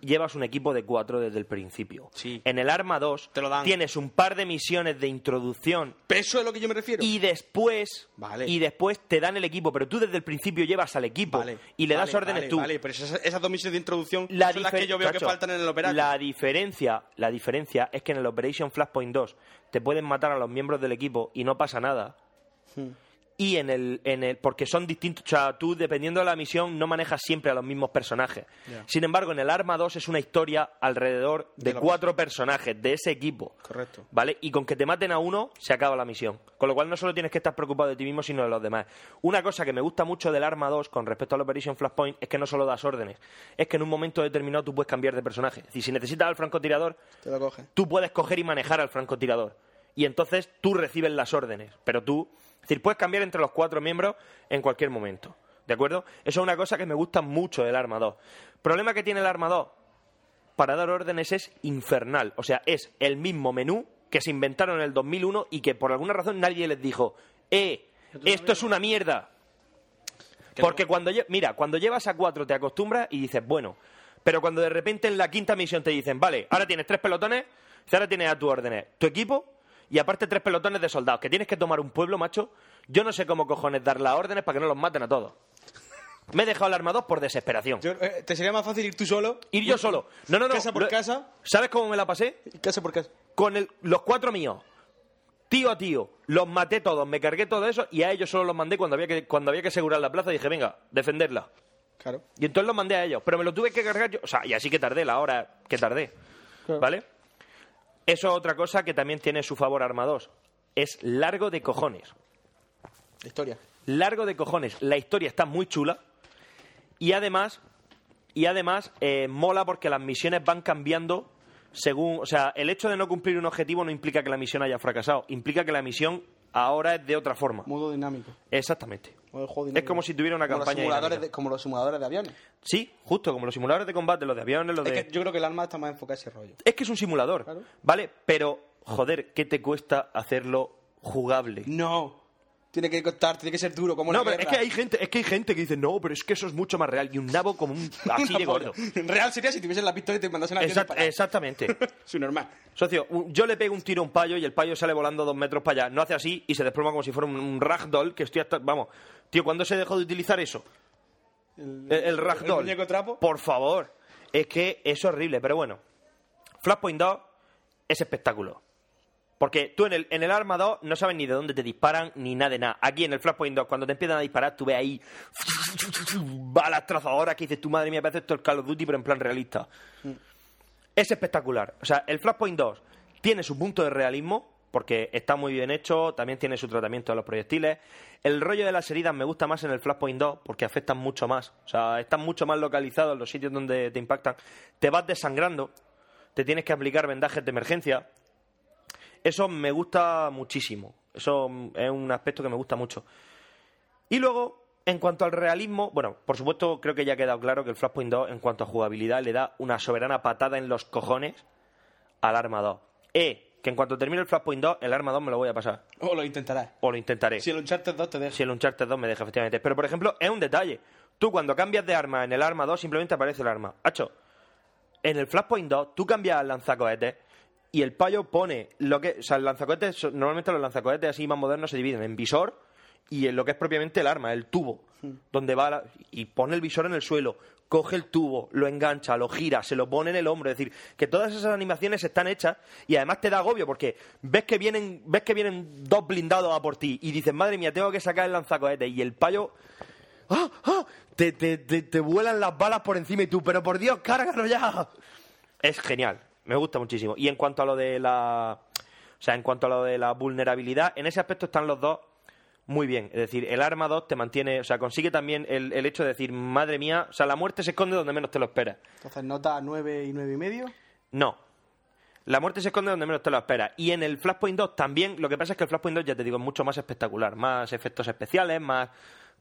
[SPEAKER 7] llevas un equipo de cuatro desde el principio. En el Arma 2, tienes un par de misiones de introducción.
[SPEAKER 9] Eso es lo que yo me refiero.
[SPEAKER 7] Y después, y después te dan el equipo, pero tú desde el principio llevas al equipo y le das
[SPEAKER 9] Vale,
[SPEAKER 7] órdenes
[SPEAKER 9] vale,
[SPEAKER 7] tú.
[SPEAKER 9] Vale, pero esas, esas dos misiones de introducción
[SPEAKER 7] La
[SPEAKER 9] son las
[SPEAKER 7] difer-
[SPEAKER 9] que yo veo que
[SPEAKER 7] Chacho,
[SPEAKER 9] faltan en el operario.
[SPEAKER 7] La diferencia, la diferencia es que en el Operation Flashpoint 2 te pueden matar a los miembros del equipo y no pasa nada.
[SPEAKER 9] Hmm.
[SPEAKER 7] Y en el, en el. Porque son distintos. O sea, tú, dependiendo de la misión, no manejas siempre a los mismos personajes.
[SPEAKER 9] Ya.
[SPEAKER 7] Sin embargo, en el Arma 2 es una historia alrededor de,
[SPEAKER 9] De la
[SPEAKER 7] cuatro personajes de ese equipo.
[SPEAKER 9] Correcto.
[SPEAKER 7] ¿Vale? Y con que te maten a uno, se acaba la misión. Con lo cual no solo tienes que estar preocupado de ti mismo, sino de los demás. Una cosa que me gusta mucho del Arma 2 con respecto al Operation Flashpoint es que no solo das órdenes, es que en un momento determinado tú puedes cambiar de personaje. Y si necesitas al francotirador,
[SPEAKER 9] Te lo coge.
[SPEAKER 7] tú puedes coger y manejar al francotirador. Y entonces tú recibes las órdenes, pero tú... Es decir, puedes cambiar entre los cuatro miembros en cualquier momento. ¿De acuerdo? Eso es una cosa que me gusta mucho del Arma 2. Problema que tiene el Arma 2. Para dar órdenes es infernal. O sea, es el mismo menú que se inventaron en el 2001 y que por alguna razón nadie les dijo, eh, esto es una mierda. Porque cuando, lle- mira, cuando llevas a cuatro te acostumbras y dices, bueno, pero cuando de repente en la quinta misión te dicen, vale, ahora tienes tres pelotones, ahora tienes a tus órdenes tu equipo y aparte tres pelotones de soldados, que tienes que tomar un pueblo, macho, yo no sé cómo cojones dar las órdenes para que no los maten a todos. Me he dejado el arma 2 por desesperación.
[SPEAKER 9] eh, ¿Te sería más fácil ir tú solo?
[SPEAKER 7] Ir yo solo. No, no, no.
[SPEAKER 9] Casa por
[SPEAKER 7] Lo-
[SPEAKER 9] casa.
[SPEAKER 7] ¿Sabes cómo me la pasé?
[SPEAKER 9] Casa por casa.
[SPEAKER 7] Con el- los cuatro míos. Tío a tío. Los maté todos, me cargué todo eso y a ellos solo los mandé cuando había que, cuando había que asegurar la plaza. Dije, venga, defenderla.
[SPEAKER 9] Claro.
[SPEAKER 7] Y entonces los mandé a ellos. Pero me lo tuve que cargar yo. O sea, y así que tardé la hora que tardé. ¿Vale? Eso es otra cosa que también tiene su favor Arma 2. Es largo de cojones.
[SPEAKER 9] La historia.
[SPEAKER 7] Largo de cojones. La historia está muy chula. Y además, y además eh, mola porque las misiones van cambiando según. O sea, el hecho de no cumplir un objetivo no implica que la misión haya fracasado. Implica que la misión ahora es de otra forma.
[SPEAKER 9] Modo dinámico.
[SPEAKER 7] Exactamente.
[SPEAKER 9] Modo de juego
[SPEAKER 7] Es
[SPEAKER 9] dinámico.
[SPEAKER 7] como si tuviera una
[SPEAKER 9] Como los
[SPEAKER 7] campaña
[SPEAKER 9] simuladores
[SPEAKER 7] dinámica.
[SPEAKER 9] de- como los simuladores de aviones.
[SPEAKER 7] Sí, justo, como los simuladores de combate, los de aviones, los de.
[SPEAKER 9] Es que yo creo que el arma está más enfocada a ese rollo.
[SPEAKER 7] Es que es un simulador, ¿vale? Pero, joder, ¿qué te cuesta hacerlo jugable?
[SPEAKER 9] No. Tiene que costar, tiene que ser duro, como
[SPEAKER 7] No,
[SPEAKER 9] la
[SPEAKER 7] pero es
[SPEAKER 9] guerra.
[SPEAKER 7] que hay gente, es que hay gente que dice, no, pero es que eso es mucho más real. Y un nabo como un así de gordo.
[SPEAKER 9] Real sería si tuviesen la pistola y te mandasen a la
[SPEAKER 7] Exact- exactamente.
[SPEAKER 9] Su normal.
[SPEAKER 7] Socio, u- yo le pego un tiro a un payo y el payo sale volando dos metros para allá. No hace así y se desploma como si fuera un, un ragdoll que estoy hasta. Vamos, tío, ¿cuándo se dejó de utilizar eso? El, el ragdoll.
[SPEAKER 9] el muñeco trapo.
[SPEAKER 7] Por favor. Es que es horrible, pero bueno. Flashpoint 2 es espectáculo. Porque tú en el, en el Arma 2 no sabes ni de dónde te disparan ni nada de nada. Aquí en el Flashpoint 2, cuando te empiezan a disparar, tú ves ahí balas trazadoras que dices, tu madre mía, parece esto el Call of Duty, pero en plan realista. Es espectacular. O sea, el Flashpoint 2 tiene su punto de realismo, porque está muy bien hecho, también tiene su tratamiento de los proyectiles. El rollo de las heridas me gusta más en el Flashpoint 2, porque afectan mucho más. O sea, están mucho más localizados los sitios donde te impactan. Te vas desangrando, te tienes que aplicar vendajes de emergencia. Eso me gusta muchísimo. Eso mm, es un aspecto que me gusta mucho. Y luego, en cuanto al realismo, bueno, por supuesto, creo que ya ha quedado claro que el Flashpoint 2, en cuanto a jugabilidad, le da una soberana patada en los cojones al Arma 2. Eh, que en cuanto termine el Flashpoint 2, el Arma 2 me lo voy a pasar.
[SPEAKER 9] O lo intentarás.
[SPEAKER 7] O lo intentaré. Si
[SPEAKER 9] el Uncharted 2 te deja.
[SPEAKER 7] Si el Uncharted 2 me deja, efectivamente. Pero, por ejemplo, es un detalle. Tú cuando cambias de arma en el Arma 2, simplemente aparece el arma. Hacho, en el Flashpoint 2, tú cambias al lanzacohetes y el payo pone lo que... O sea, el lanzacohetes... so- Normalmente los lanzacohetes así más modernos se dividen en visor y en lo que es propiamente el arma, el tubo. Donde va la- y pone el visor en el suelo, coge el tubo, lo engancha, lo gira, se lo pone en el hombro. Es decir, que todas esas animaciones están hechas y además te da agobio porque ves que vienen, ves que vienen dos blindados a por ti y dices, madre mía, tengo que sacar el lanzacohetes. Y el payo ¡Ah! ¡Ah! Te, te- te- te vuelan las balas por encima y tú, pero por Dios, cárgalo ya. Es genial, me gusta muchísimo. Y en cuanto a lo de la. O sea, en cuanto a lo de la vulnerabilidad, en ese aspecto están los dos muy bien. Es decir, el arma 2 te mantiene. O sea, consigue también el, el hecho de decir, madre mía, o sea, la muerte se esconde donde menos te lo esperas.
[SPEAKER 9] Entonces, nota 9 y 9 y medio.
[SPEAKER 7] No. La muerte se esconde donde menos te lo esperas. Y en el Flashpoint 2 también, lo que pasa es que el Flashpoint 2, ya te digo, es mucho más espectacular. Más efectos especiales, más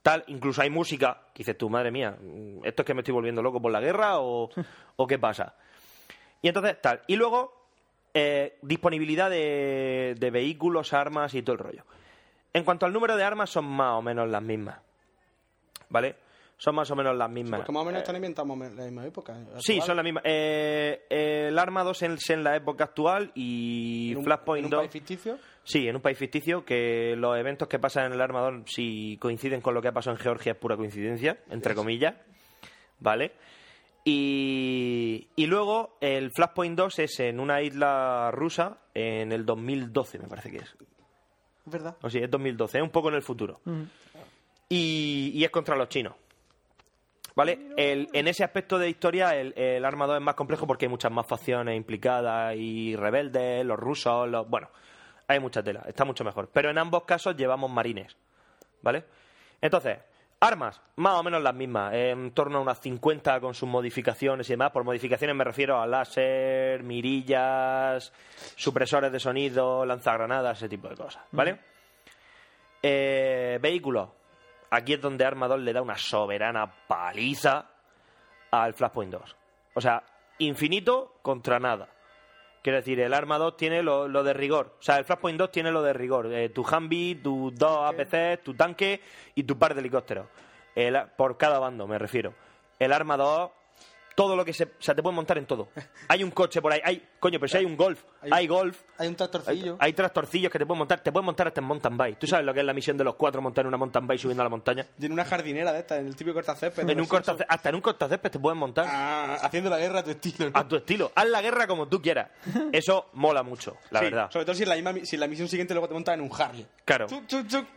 [SPEAKER 7] tal. Incluso hay música. Que dices tú, madre mía, mm, ¿esto es que me estoy volviendo loco por la guerra o, o qué pasa? Y entonces, tal. Y luego, eh, disponibilidad de, de vehículos, armas y todo el rollo. En cuanto al número de armas, son más o menos las mismas. ¿Vale? Son más o menos las mismas.
[SPEAKER 9] Porque más o menos
[SPEAKER 7] Eh,
[SPEAKER 9] están inventados en la misma época. actual.
[SPEAKER 7] Sí, son las mismas. Eh, eh, el Arma 2 es en la época actual y
[SPEAKER 9] En un-
[SPEAKER 7] Flashpoint
[SPEAKER 9] en un
[SPEAKER 7] 2.
[SPEAKER 9] país ficticio.
[SPEAKER 7] Sí, en un país ficticio que los eventos que pasan en el Arma 2, si coinciden con lo que ha pasado en Georgia, es pura coincidencia, entre comillas. ¿Vale? Y, y luego el Flashpoint 2 es en una isla rusa en el 2012, me parece que es.
[SPEAKER 9] Es verdad. Mm.
[SPEAKER 7] O sea, es 2012, es un poco en el futuro y, y es contra los chinos. ¿Vale? El- en ese aspecto de historia, el, el Arma 2 es más complejo porque hay muchas más facciones implicadas y rebeldes, los rusos, los. Bueno, hay mucha tela, está mucho mejor. Pero en ambos casos llevamos marines. ¿Vale? Entonces, armas, más o menos las mismas. eh, En torno a unas 50 con sus modificaciones y demás. Por modificaciones me refiero a láser, mirillas, supresores de sonido, lanzagranadas, ese tipo de cosas. ¿Vale? Eh, vehículos. Aquí es donde Arma 2 le da una soberana paliza al Flashpoint 2. O sea, infinito contra nada. Quiero decir, el Arma 2 tiene lo, lo de rigor. O sea, el Flashpoint 2 tiene lo de rigor. Eh, tu Humvee, tus dos APCs, tu tanque y tu par de helicópteros. El a- por cada bando, me refiero. El Arma 2, todo lo que se... O sea, te puedes montar en todo. Hay un coche por ahí. Hay, coño, pero si hay un golf. Hay, golf.
[SPEAKER 9] Hay un tractorcillo.
[SPEAKER 7] Hay, hay tractorcillos que te puedes montar. Te puedes montar hasta en mountain bike. ¿Tú sabes lo que es la misión de los cuatro montar en una mountain bike subiendo a la montaña?
[SPEAKER 9] Y en una jardinera de estas, en el típico cortacésped. Ah,
[SPEAKER 7] En un cortace- hasta en un cortacésped te pueden montar.
[SPEAKER 9] haciendo la guerra a tu estilo.
[SPEAKER 7] A tu estilo. Haz la guerra como tú quieras. Eso mola mucho, la verdad.
[SPEAKER 9] Sobre todo si en la, misma- si en la misión siguiente luego te montas en un Harley.
[SPEAKER 7] Claro.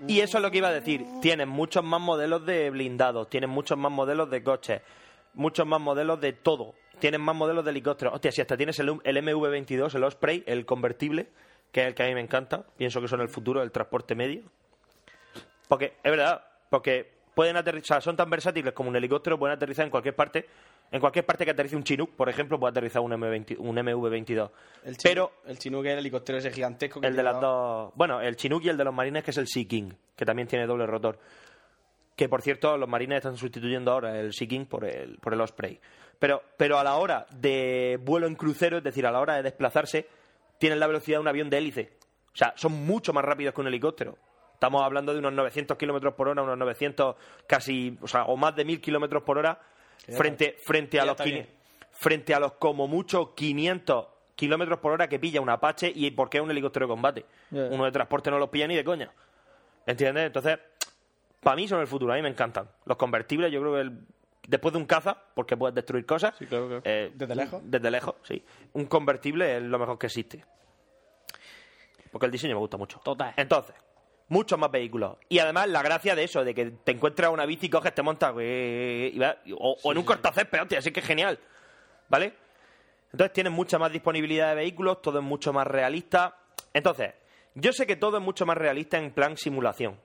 [SPEAKER 7] Y eso es lo que iba a decir. Tienen muchos más modelos de blindados, tienen muchos más modelos de coches, muchos más modelos de todo. Tienen más modelos de helicópteros. Hostia, si hasta tienes el, U- el MV-22, el Osprey, el convertible, que es el que a mí me encanta. Pienso que son el futuro del transporte medio. Porque, es verdad, porque pueden aterrizar, son tan versátiles como un helicóptero, pueden aterrizar en cualquier parte. En cualquier parte que aterrice un Chinook, por ejemplo, puede aterrizar un, M20 un MV-22.
[SPEAKER 9] El chino,
[SPEAKER 7] Pero
[SPEAKER 9] el chino que es el helicóptero ese gigantesco. Que
[SPEAKER 7] el de las
[SPEAKER 9] lleva-
[SPEAKER 7] dos. Bueno, el Chinook y el de los marines, que es el Sea King, que también tiene doble rotor. Que por cierto, los marines están sustituyendo ahora el Sea King por el, por el Osprey. Pero, pero a la hora de vuelo en crucero, es decir, a la hora de desplazarse, tienen la velocidad de un avión de hélice. O sea, son mucho más rápidos que un helicóptero. Estamos hablando de unos 900 kilómetros por hora, unos 900 casi, o sea, o más de 1000 kilómetros por hora
[SPEAKER 9] Que ya
[SPEAKER 7] frente, frente
[SPEAKER 9] ya
[SPEAKER 7] a los
[SPEAKER 9] está
[SPEAKER 7] 500
[SPEAKER 9] bien.
[SPEAKER 7] frente a los como mucho 500 kilómetros por hora que pilla un Apache y porque es un helicóptero de combate.
[SPEAKER 8] Ya.
[SPEAKER 7] Uno de transporte no los pilla ni de coña. ¿Entiendes? Entonces, para mí son el futuro, a mí me encantan. Los convertibles, yo creo que el- después de un caza, porque puedes destruir cosas. eh,
[SPEAKER 9] Desde lejos.
[SPEAKER 7] Desde lejos, sí. Un convertible es lo mejor que existe. Porque el diseño me gusta mucho. Total. Entonces, muchos más vehículos. Y además, la gracia de eso, de que te encuentras una bici, coges, te montas, eh, y va- o, o en un cortacésped, hostia, así que es genial. ¿Vale? Entonces tienes mucha más disponibilidad de vehículos, todo es mucho más realista. Entonces, yo sé que todo es mucho más realista en plan simulación.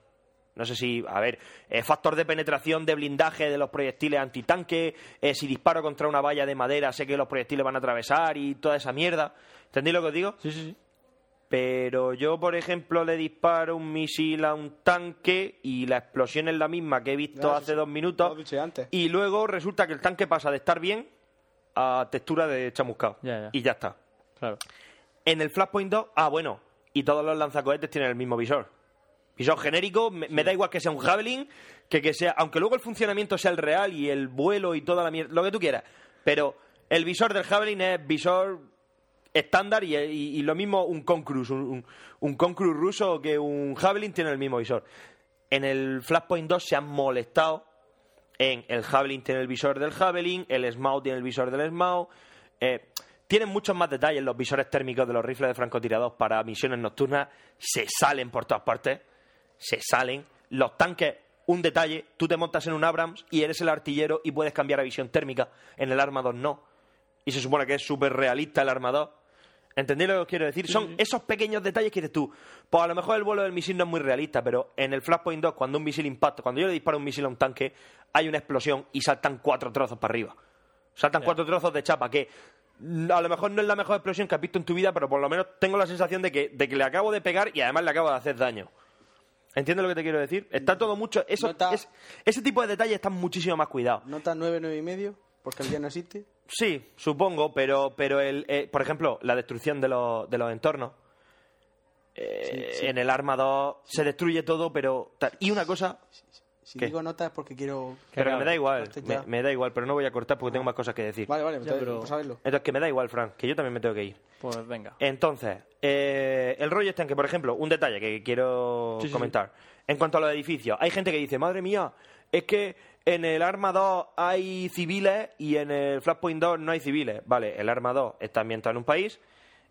[SPEAKER 7] No sé si, a ver, eh, factor de penetración, de blindaje de los proyectiles antitanque, eh, si disparo contra una valla de madera, sé que los proyectiles van a atravesar y toda esa mierda. ¿Entendéis lo que os digo? Sí, sí, sí. Pero yo, por ejemplo, le disparo un misil a un tanque y la explosión es la misma que he visto
[SPEAKER 9] Ya, sí,
[SPEAKER 7] hace
[SPEAKER 9] sí.
[SPEAKER 7] dos minutos. Y luego resulta que el tanque pasa de estar bien a textura de chamuscado.
[SPEAKER 8] Ya, ya.
[SPEAKER 7] Y ya está. Claro. En el Flashpoint 2, ah, bueno, y todos los lanzacohetes tienen el mismo visor. Visor genérico, me, me da igual que sea un Javelin, que, que sea, aunque luego el funcionamiento sea el real y el vuelo y toda la mierda, lo que tú quieras. Pero el visor del Javelin es visor estándar y, y- y lo mismo un Concrus, un, un, un Concrus ruso que un Javelin tiene el mismo visor. En el Flashpoint 2 se han molestado en el Javelin tiene el visor del Javelin, el Smaug tiene el visor del Smaug. eh, tienen muchos más detalles los visores térmicos de los rifles de francotiradores para misiones nocturnas. Se salen por todas partes. Se salen. Los tanques, un detalle, tú te montas en un Abrams y eres el artillero y puedes cambiar a visión térmica. En el Arma 2 no. Y se supone que es súper realista el Arma 2. ¿Entendéis lo que os quiero decir? Son esos pequeños detalles que dices tú. Pues a lo mejor el vuelo del misil no es muy realista, pero en el Flashpoint 2, cuando un misil impacta, cuando yo le disparo un misil a un tanque, hay una explosión y saltan cuatro trozos para arriba. Saltan cuatro trozos de chapa que mm, a lo mejor no es la mejor explosión que has visto en tu vida, pero por lo menos tengo la sensación de que, de que le acabo de pegar y además le acabo de hacer daño. ¿Entiendes lo que te quiero decir? Está todo mucho. Eso, es- ese tipo de detalles están muchísimo más cuidados.
[SPEAKER 9] Nota 9, 9 y medio, porque el día no existe.
[SPEAKER 7] Sí, supongo, pero, pero el, eh, por ejemplo, la destrucción de los, de los entornos. Eh,
[SPEAKER 9] Sí, sí.
[SPEAKER 7] En el Arma 2 se destruye todo, pero... tal. Y una cosa...
[SPEAKER 9] Si
[SPEAKER 7] ¿Qué?
[SPEAKER 9] digo notas es porque quiero...
[SPEAKER 7] Pero que me da igual,
[SPEAKER 9] Corte ya.
[SPEAKER 7] me, me da igual, pero no voy a cortar porque tengo más cosas que decir.
[SPEAKER 9] Vale, vale, Ya, entonces, pero- pues hazlo.
[SPEAKER 7] Entonces, que me da igual, Frank, que yo también me tengo que ir.
[SPEAKER 8] Pues venga.
[SPEAKER 7] Entonces, eh, el rollo está en que, por ejemplo, un detalle que quiero
[SPEAKER 8] Sí, sí,
[SPEAKER 7] comentar. En cuanto a los edificios, hay gente que dice, madre mía, es que en el Arma 2 hay civiles y en el Flashpoint 2 no hay civiles. Vale, el Arma 2 está ambientado en un país,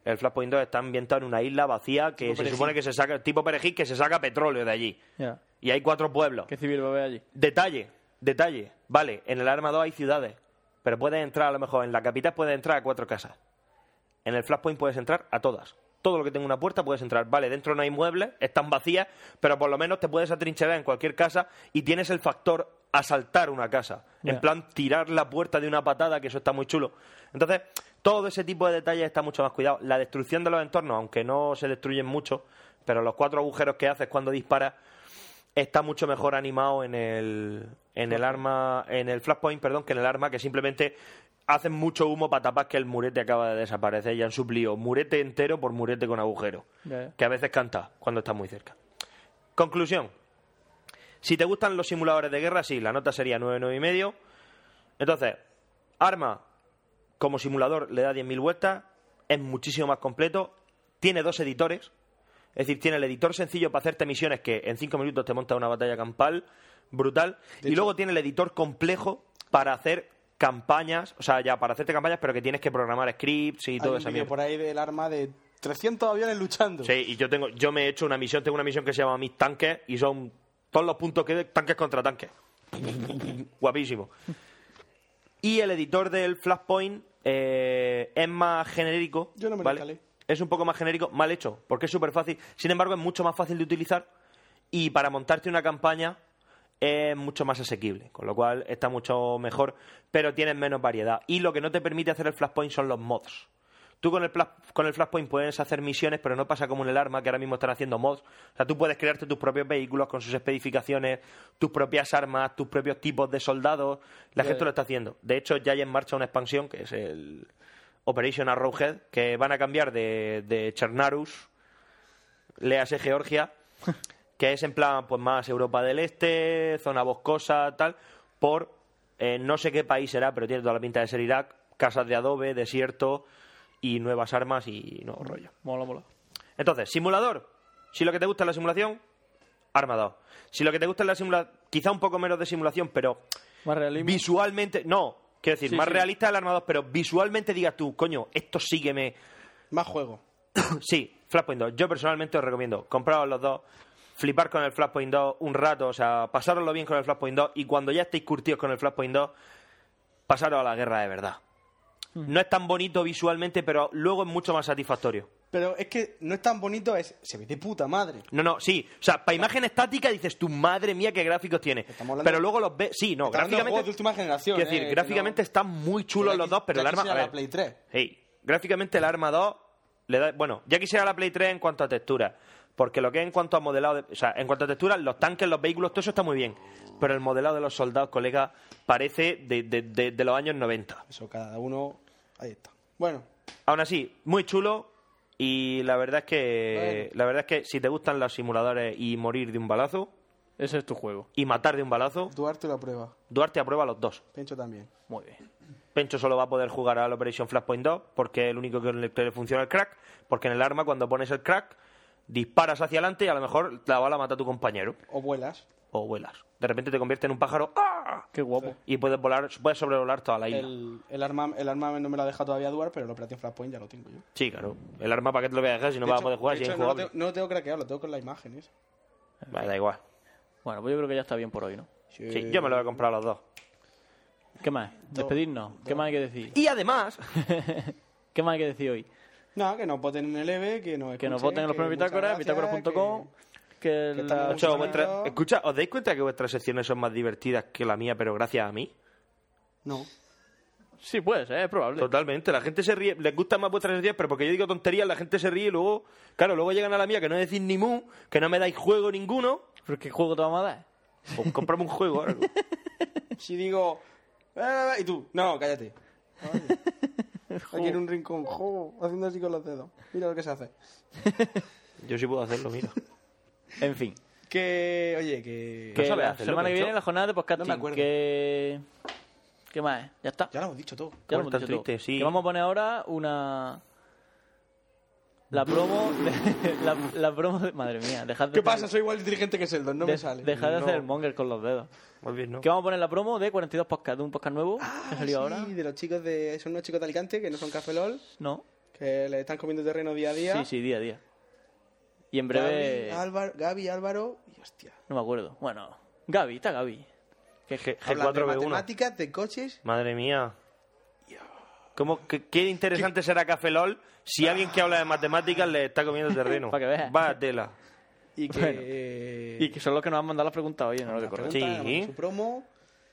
[SPEAKER 7] el Flashpoint 2 está ambientado en una isla vacía que
[SPEAKER 8] Tipo
[SPEAKER 7] se
[SPEAKER 8] Perejil.
[SPEAKER 7] supone que se saca, tipo perejil, que se saca petróleo de allí.
[SPEAKER 8] Ya.
[SPEAKER 7] Y hay cuatro pueblos.
[SPEAKER 8] ¿Qué civil va a haber allí?
[SPEAKER 7] Detalle, detalle. Vale, en el Arma 2 hay ciudades, pero puedes entrar a lo mejor, en la capital puedes entrar a cuatro casas. En el Flashpoint puedes entrar a todas. Todo lo que tenga una puerta puedes entrar. Vale, dentro no hay muebles, están vacías, pero por lo menos te puedes atrincherar en cualquier casa y tienes el factor asaltar una casa.
[SPEAKER 8] Ya.
[SPEAKER 7] En plan, tirar la puerta de una patada, que eso está muy chulo. Entonces, todo ese tipo de detalles está mucho más cuidado. La destrucción de los entornos, aunque no se destruyen mucho, pero los cuatro agujeros que haces cuando disparas está mucho mejor animado en el en el arma en el flashpoint perdón que en el arma que simplemente hacen mucho humo para tapar que el murete acaba de desaparecer y han suplido murete entero por murete con agujero
[SPEAKER 8] Ya.
[SPEAKER 7] que a veces canta cuando está muy cerca conclusión si te gustan los simuladores de guerra sí la nota sería 9,9 y medio entonces arma como simulador le da 10.000 vueltas es muchísimo más completo tiene dos editores es decir, tiene el editor sencillo para hacerte misiones que en cinco minutos te monta una batalla campal brutal. y luego tiene el editor complejo para hacer campañas, o sea, ya para hacerte campañas, pero que tienes que programar scripts y
[SPEAKER 9] Hay
[SPEAKER 7] todo
[SPEAKER 9] un
[SPEAKER 7] eso.
[SPEAKER 9] vídeo por ahí del arma de 300 aviones luchando.
[SPEAKER 7] Sí, y yo tengo, yo me he hecho una misión, tengo una misión que se llama Mis tanques y son todos los puntos que tanques contra tanques. Guapísimo. Y el editor del Flashpoint eh, es más genérico.
[SPEAKER 9] Yo no me lo
[SPEAKER 7] ¿vale?
[SPEAKER 9] instalé.
[SPEAKER 7] Es un poco más genérico, mal hecho, porque es súper fácil. Sin embargo, es mucho más fácil de utilizar y para montarte una campaña es mucho más asequible, con lo cual está mucho mejor, pero tienes menos variedad. Y lo que no te permite hacer el Flashpoint son los mods. Tú con el, plas- con el Flashpoint puedes hacer misiones, pero no pasa como en el arma, que ahora mismo están haciendo mods. O sea, tú puedes crearte tus propios vehículos con sus especificaciones, tus propias armas, tus propios tipos de soldados. La
[SPEAKER 8] Ya,
[SPEAKER 7] gente
[SPEAKER 8] ya.
[SPEAKER 7] lo está haciendo. De hecho, ya hay en marcha una expansión, que es el Operation Arrowhead, que van a cambiar de, de Chernarus, léase Georgia, que es en plan pues más Europa del Este, zona boscosa, tal, por eh, no sé qué país será, pero tiene toda la pinta de ser Irak, casas de adobe, desierto y nuevas armas y nuevo Oh, rollo.
[SPEAKER 8] Mola, mola.
[SPEAKER 7] Entonces, simulador. Si lo que te gusta es la simulación, Arma 2. Si lo que te gusta es la simulación, quizá un poco menos de simulación, pero
[SPEAKER 8] Más realismo.
[SPEAKER 7] visualmente, no, quiero decir,
[SPEAKER 8] Sí,
[SPEAKER 7] más
[SPEAKER 8] sí.
[SPEAKER 7] realista el Arma 2, pero visualmente digas tú, coño, esto sí que me...
[SPEAKER 9] Más juego.
[SPEAKER 7] sí, Flashpoint 2. Yo personalmente os recomiendo, compraros los dos, flipar con el Flashpoint 2 un rato, o sea, pasároslo bien con el Flashpoint 2 y cuando ya estéis curtidos con el Flashpoint 2, pasaros a la guerra de verdad. No es tan bonito visualmente, pero luego es mucho más satisfactorio.
[SPEAKER 9] Pero es que no es tan bonito, es se ve de puta madre.
[SPEAKER 7] No, no, sí. O sea, para imagen estática dices, tu madre mía, qué gráficos tiene.
[SPEAKER 9] hablando-
[SPEAKER 7] Pero luego los ves. Sí, no,
[SPEAKER 9] Estamos hablando de juegos
[SPEAKER 7] gráficamente.
[SPEAKER 9] de última generación.
[SPEAKER 7] Quiero decir,
[SPEAKER 9] eh, que
[SPEAKER 7] gráficamente
[SPEAKER 9] no-
[SPEAKER 7] están muy chulos
[SPEAKER 9] Ya
[SPEAKER 7] los
[SPEAKER 9] quis-
[SPEAKER 7] dos, pero
[SPEAKER 9] ya
[SPEAKER 7] el arma.
[SPEAKER 9] quisiera
[SPEAKER 7] a
[SPEAKER 9] la
[SPEAKER 7] ver.
[SPEAKER 9] Play 3.
[SPEAKER 7] Sí. Gráficamente el arma 2 le da. Bueno, ya quisiera la Play 3 en cuanto a textura. Porque lo que es en cuanto a modelado. de- o sea, en cuanto a textura, los tanques, los vehículos, todo eso está muy bien. Pero el modelado de los soldados, colega, parece de, de- de- de los años 90.
[SPEAKER 9] Eso, cada uno. Ahí está. Bueno,
[SPEAKER 7] Aún así, muy chulo. Y la verdad es que. La verdad es que si te gustan los simuladores y morir de un balazo.
[SPEAKER 8] Ese es tu juego.
[SPEAKER 7] Y matar de un balazo.
[SPEAKER 9] Duarte lo aprueba.
[SPEAKER 7] Duarte aprueba los dos.
[SPEAKER 9] Pencho también.
[SPEAKER 8] Muy bien.
[SPEAKER 7] Pencho solo va a poder jugar al Operation Flashpoint 2 porque es el único que en el que le funciona el crack. Porque en el arma, cuando pones el crack, disparas hacia adelante y a lo mejor la bala mata a tu compañero.
[SPEAKER 9] O vuelas.
[SPEAKER 7] O vuelas. De repente te convierte en un pájaro. ¡Ah!
[SPEAKER 8] Qué guapo.
[SPEAKER 7] Y puedes volar, puedes sobrevolar toda la isla.
[SPEAKER 9] El, el arma, el arma no me la deja todavía duar, pero el Operation Flashpoint ya lo tengo yo.
[SPEAKER 7] Sí, claro. El arma, ¿para qué te lo voy a dejar si no
[SPEAKER 9] De
[SPEAKER 7] vas
[SPEAKER 9] hecho-
[SPEAKER 7] a poder jugar?
[SPEAKER 9] de
[SPEAKER 7] Si es
[SPEAKER 9] hecho, no, lo
[SPEAKER 7] injugable.
[SPEAKER 9] tengo, no lo tengo craqueado, lo tengo con la imagen. esa.
[SPEAKER 7] Vale, da igual.
[SPEAKER 8] Bueno, pues yo creo que ya está bien por hoy, ¿no?
[SPEAKER 7] Sí,
[SPEAKER 9] Eh,
[SPEAKER 7] yo me lo voy a comprar a los dos.
[SPEAKER 8] ¿Qué más? Despedirnos. ¿Qué más hay que decir?
[SPEAKER 7] Y además,
[SPEAKER 8] ¿Qué más hay que decir hoy?
[SPEAKER 9] No, que nos voten en el EVE, que nos
[SPEAKER 8] Que nos
[SPEAKER 9] escuchen,
[SPEAKER 8] voten en los
[SPEAKER 9] que
[SPEAKER 8] premios
[SPEAKER 9] muchas
[SPEAKER 8] Bitácora,
[SPEAKER 9] gracias,
[SPEAKER 8] bitácora.com. Que,
[SPEAKER 9] que
[SPEAKER 8] la...
[SPEAKER 9] estamos
[SPEAKER 7] Ocho, vuestra- escucha, ¿os dais cuenta que vuestras secciones son más divertidas que la mía, pero gracias a mí?
[SPEAKER 9] No.
[SPEAKER 8] Sí, puede ser, es probable.
[SPEAKER 7] Totalmente, la gente se ríe, les gustan más vuestras secciones, pero porque yo digo tonterías, la gente se ríe y luego, claro, luego llegan a la mía que no decís ni mu, que no me dais juego ninguno.
[SPEAKER 8] ¿Pero qué juego te vamos a dar?
[SPEAKER 7] Pues comprame un juego ahora.
[SPEAKER 9] Si digo. "Eh, eh, eh", Y tú, no, cállate.
[SPEAKER 7] Oh.
[SPEAKER 9] Aquí en un rincón, jo, haciendo así con los dedos. Mira lo que se hace.
[SPEAKER 7] Yo sí puedo hacerlo, mira.
[SPEAKER 8] en fin.
[SPEAKER 9] Que, oye, que.
[SPEAKER 8] Que la semana que viene la jornada de podcasting.
[SPEAKER 9] No me acuerdo.
[SPEAKER 8] que... ¿Qué más? eh? Ya está. Ya
[SPEAKER 9] lo hemos dicho todo.
[SPEAKER 8] Ya lo hemos
[SPEAKER 7] Corta,
[SPEAKER 8] dicho
[SPEAKER 7] triste,
[SPEAKER 8] todo.
[SPEAKER 7] sí.
[SPEAKER 8] Que vamos a poner ahora una... La promo... de- la, la promo de... Madre mía, dejad de...
[SPEAKER 9] ¿Qué pasa? Soy igual de inteligente que Sheldon, no
[SPEAKER 8] de-
[SPEAKER 9] me sale.
[SPEAKER 8] Dejad de
[SPEAKER 9] No.
[SPEAKER 8] hacer el monger con los dedos. Que vamos a poner la promo de 42 podcast, de un podcast nuevo que ha
[SPEAKER 9] Sí,
[SPEAKER 8] salido ahora.
[SPEAKER 9] de los chicos de. Son unos chicos de Alicante que no son Cafelol,
[SPEAKER 8] No.
[SPEAKER 9] que le están comiendo terreno día a día.
[SPEAKER 8] Sí, sí, día a día. Y en breve...
[SPEAKER 9] Gaby, Álvaro, Gaby, Álvaro.
[SPEAKER 8] No me acuerdo. Bueno, Gaby, está Gaby. Que
[SPEAKER 9] Hablan de matemáticas, de coches.
[SPEAKER 7] Madre mía. ¿Cómo, qué, qué interesante será Café LOL si alguien que habla de matemáticas le está comiendo terreno.
[SPEAKER 8] Pa' que veas.
[SPEAKER 7] Va, tela.
[SPEAKER 9] Y que.
[SPEAKER 8] Bueno. Y que son los que nos han mandado las preguntas hoy, no lo que corre.
[SPEAKER 9] pregunta, mandan su promo.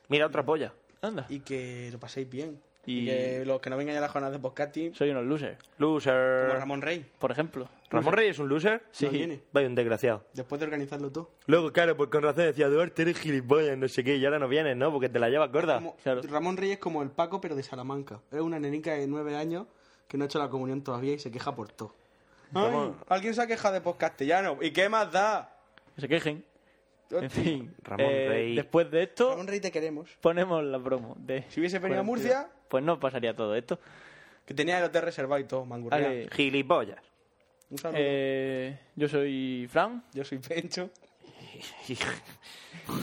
[SPEAKER 7] Mira, otra polla.
[SPEAKER 8] Anda.
[SPEAKER 9] Y que lo paséis bien.
[SPEAKER 8] Y-
[SPEAKER 9] Y, que los que no vengan ya a las jornadas de podcasting.
[SPEAKER 8] Soy unos losers.
[SPEAKER 7] Loser.
[SPEAKER 9] Como Ramón Rey.
[SPEAKER 8] Por ejemplo.
[SPEAKER 7] ¿Ramón Rey es un loser?
[SPEAKER 9] Sí. No viene.
[SPEAKER 7] Vaya, un desgraciado.
[SPEAKER 9] Después de organizarlo todo.
[SPEAKER 7] Luego, claro, pues con razón decía, Duarte, eres gilipollas, no sé qué, y ahora no vienes, ¿no? Porque te la llevas gorda.
[SPEAKER 9] Ramón Rey es como el Paco, pero de Salamanca. Es una nenica de nueve años que no ha hecho la comunión todavía y se queja por todo.
[SPEAKER 7] Ramón-
[SPEAKER 9] Alguien se ha quejado de podcastellano. ¿Y qué más da?
[SPEAKER 8] Que se quejen. En fin.
[SPEAKER 9] Ramón
[SPEAKER 8] eh,
[SPEAKER 9] Rey.
[SPEAKER 8] Después de esto,
[SPEAKER 9] Ramón Rey te queremos.
[SPEAKER 8] ponemos la promo. De
[SPEAKER 9] Si hubiese venido a Murcia-
[SPEAKER 8] Pues no pasaría todo esto.
[SPEAKER 9] Que tenía el hotel reservado y todo, mangurrea.
[SPEAKER 8] Ale.
[SPEAKER 7] Eh, Gilipollas.
[SPEAKER 9] Un saludo.
[SPEAKER 8] Eh, yo soy Fran.
[SPEAKER 9] Yo soy Pencho.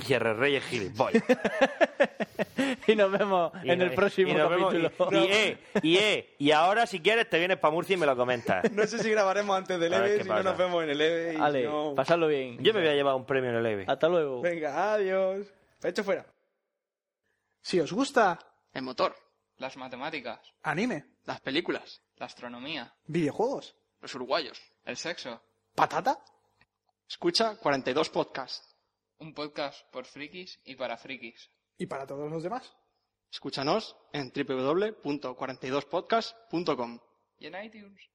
[SPEAKER 7] Guerra Rey es gilipollas.
[SPEAKER 8] y nos vemos
[SPEAKER 7] Y
[SPEAKER 8] en
[SPEAKER 7] no-
[SPEAKER 8] el próximo
[SPEAKER 7] y nos vemos-
[SPEAKER 8] capítulo.
[SPEAKER 7] y, y, eh, y, eh, y ahora si quieres te vienes para Murcia y me lo comentas.
[SPEAKER 9] No sé si grabaremos antes del
[SPEAKER 7] A ver
[SPEAKER 9] EVE,
[SPEAKER 7] qué
[SPEAKER 9] si no
[SPEAKER 7] pasa.
[SPEAKER 9] nos vemos en el EVE. y
[SPEAKER 7] Ale,
[SPEAKER 9] si no-
[SPEAKER 8] pasadlo bien.
[SPEAKER 7] Yo me voy a llevar un premio en el EVE.
[SPEAKER 8] Hasta luego.
[SPEAKER 9] Venga, adiós. Pecho fuera.
[SPEAKER 13] Si os gusta,
[SPEAKER 2] El motor, las matemáticas,
[SPEAKER 13] anime,
[SPEAKER 2] las películas, la astronomía,
[SPEAKER 13] videojuegos.
[SPEAKER 2] los uruguayos, el sexo.
[SPEAKER 9] ¿Patata? Escucha 42 podcasts.
[SPEAKER 2] Un podcast por frikis y para frikis.
[SPEAKER 13] Y para todos los demás.
[SPEAKER 9] Escúchanos en www.42podcast.com.
[SPEAKER 2] Y en iTunes.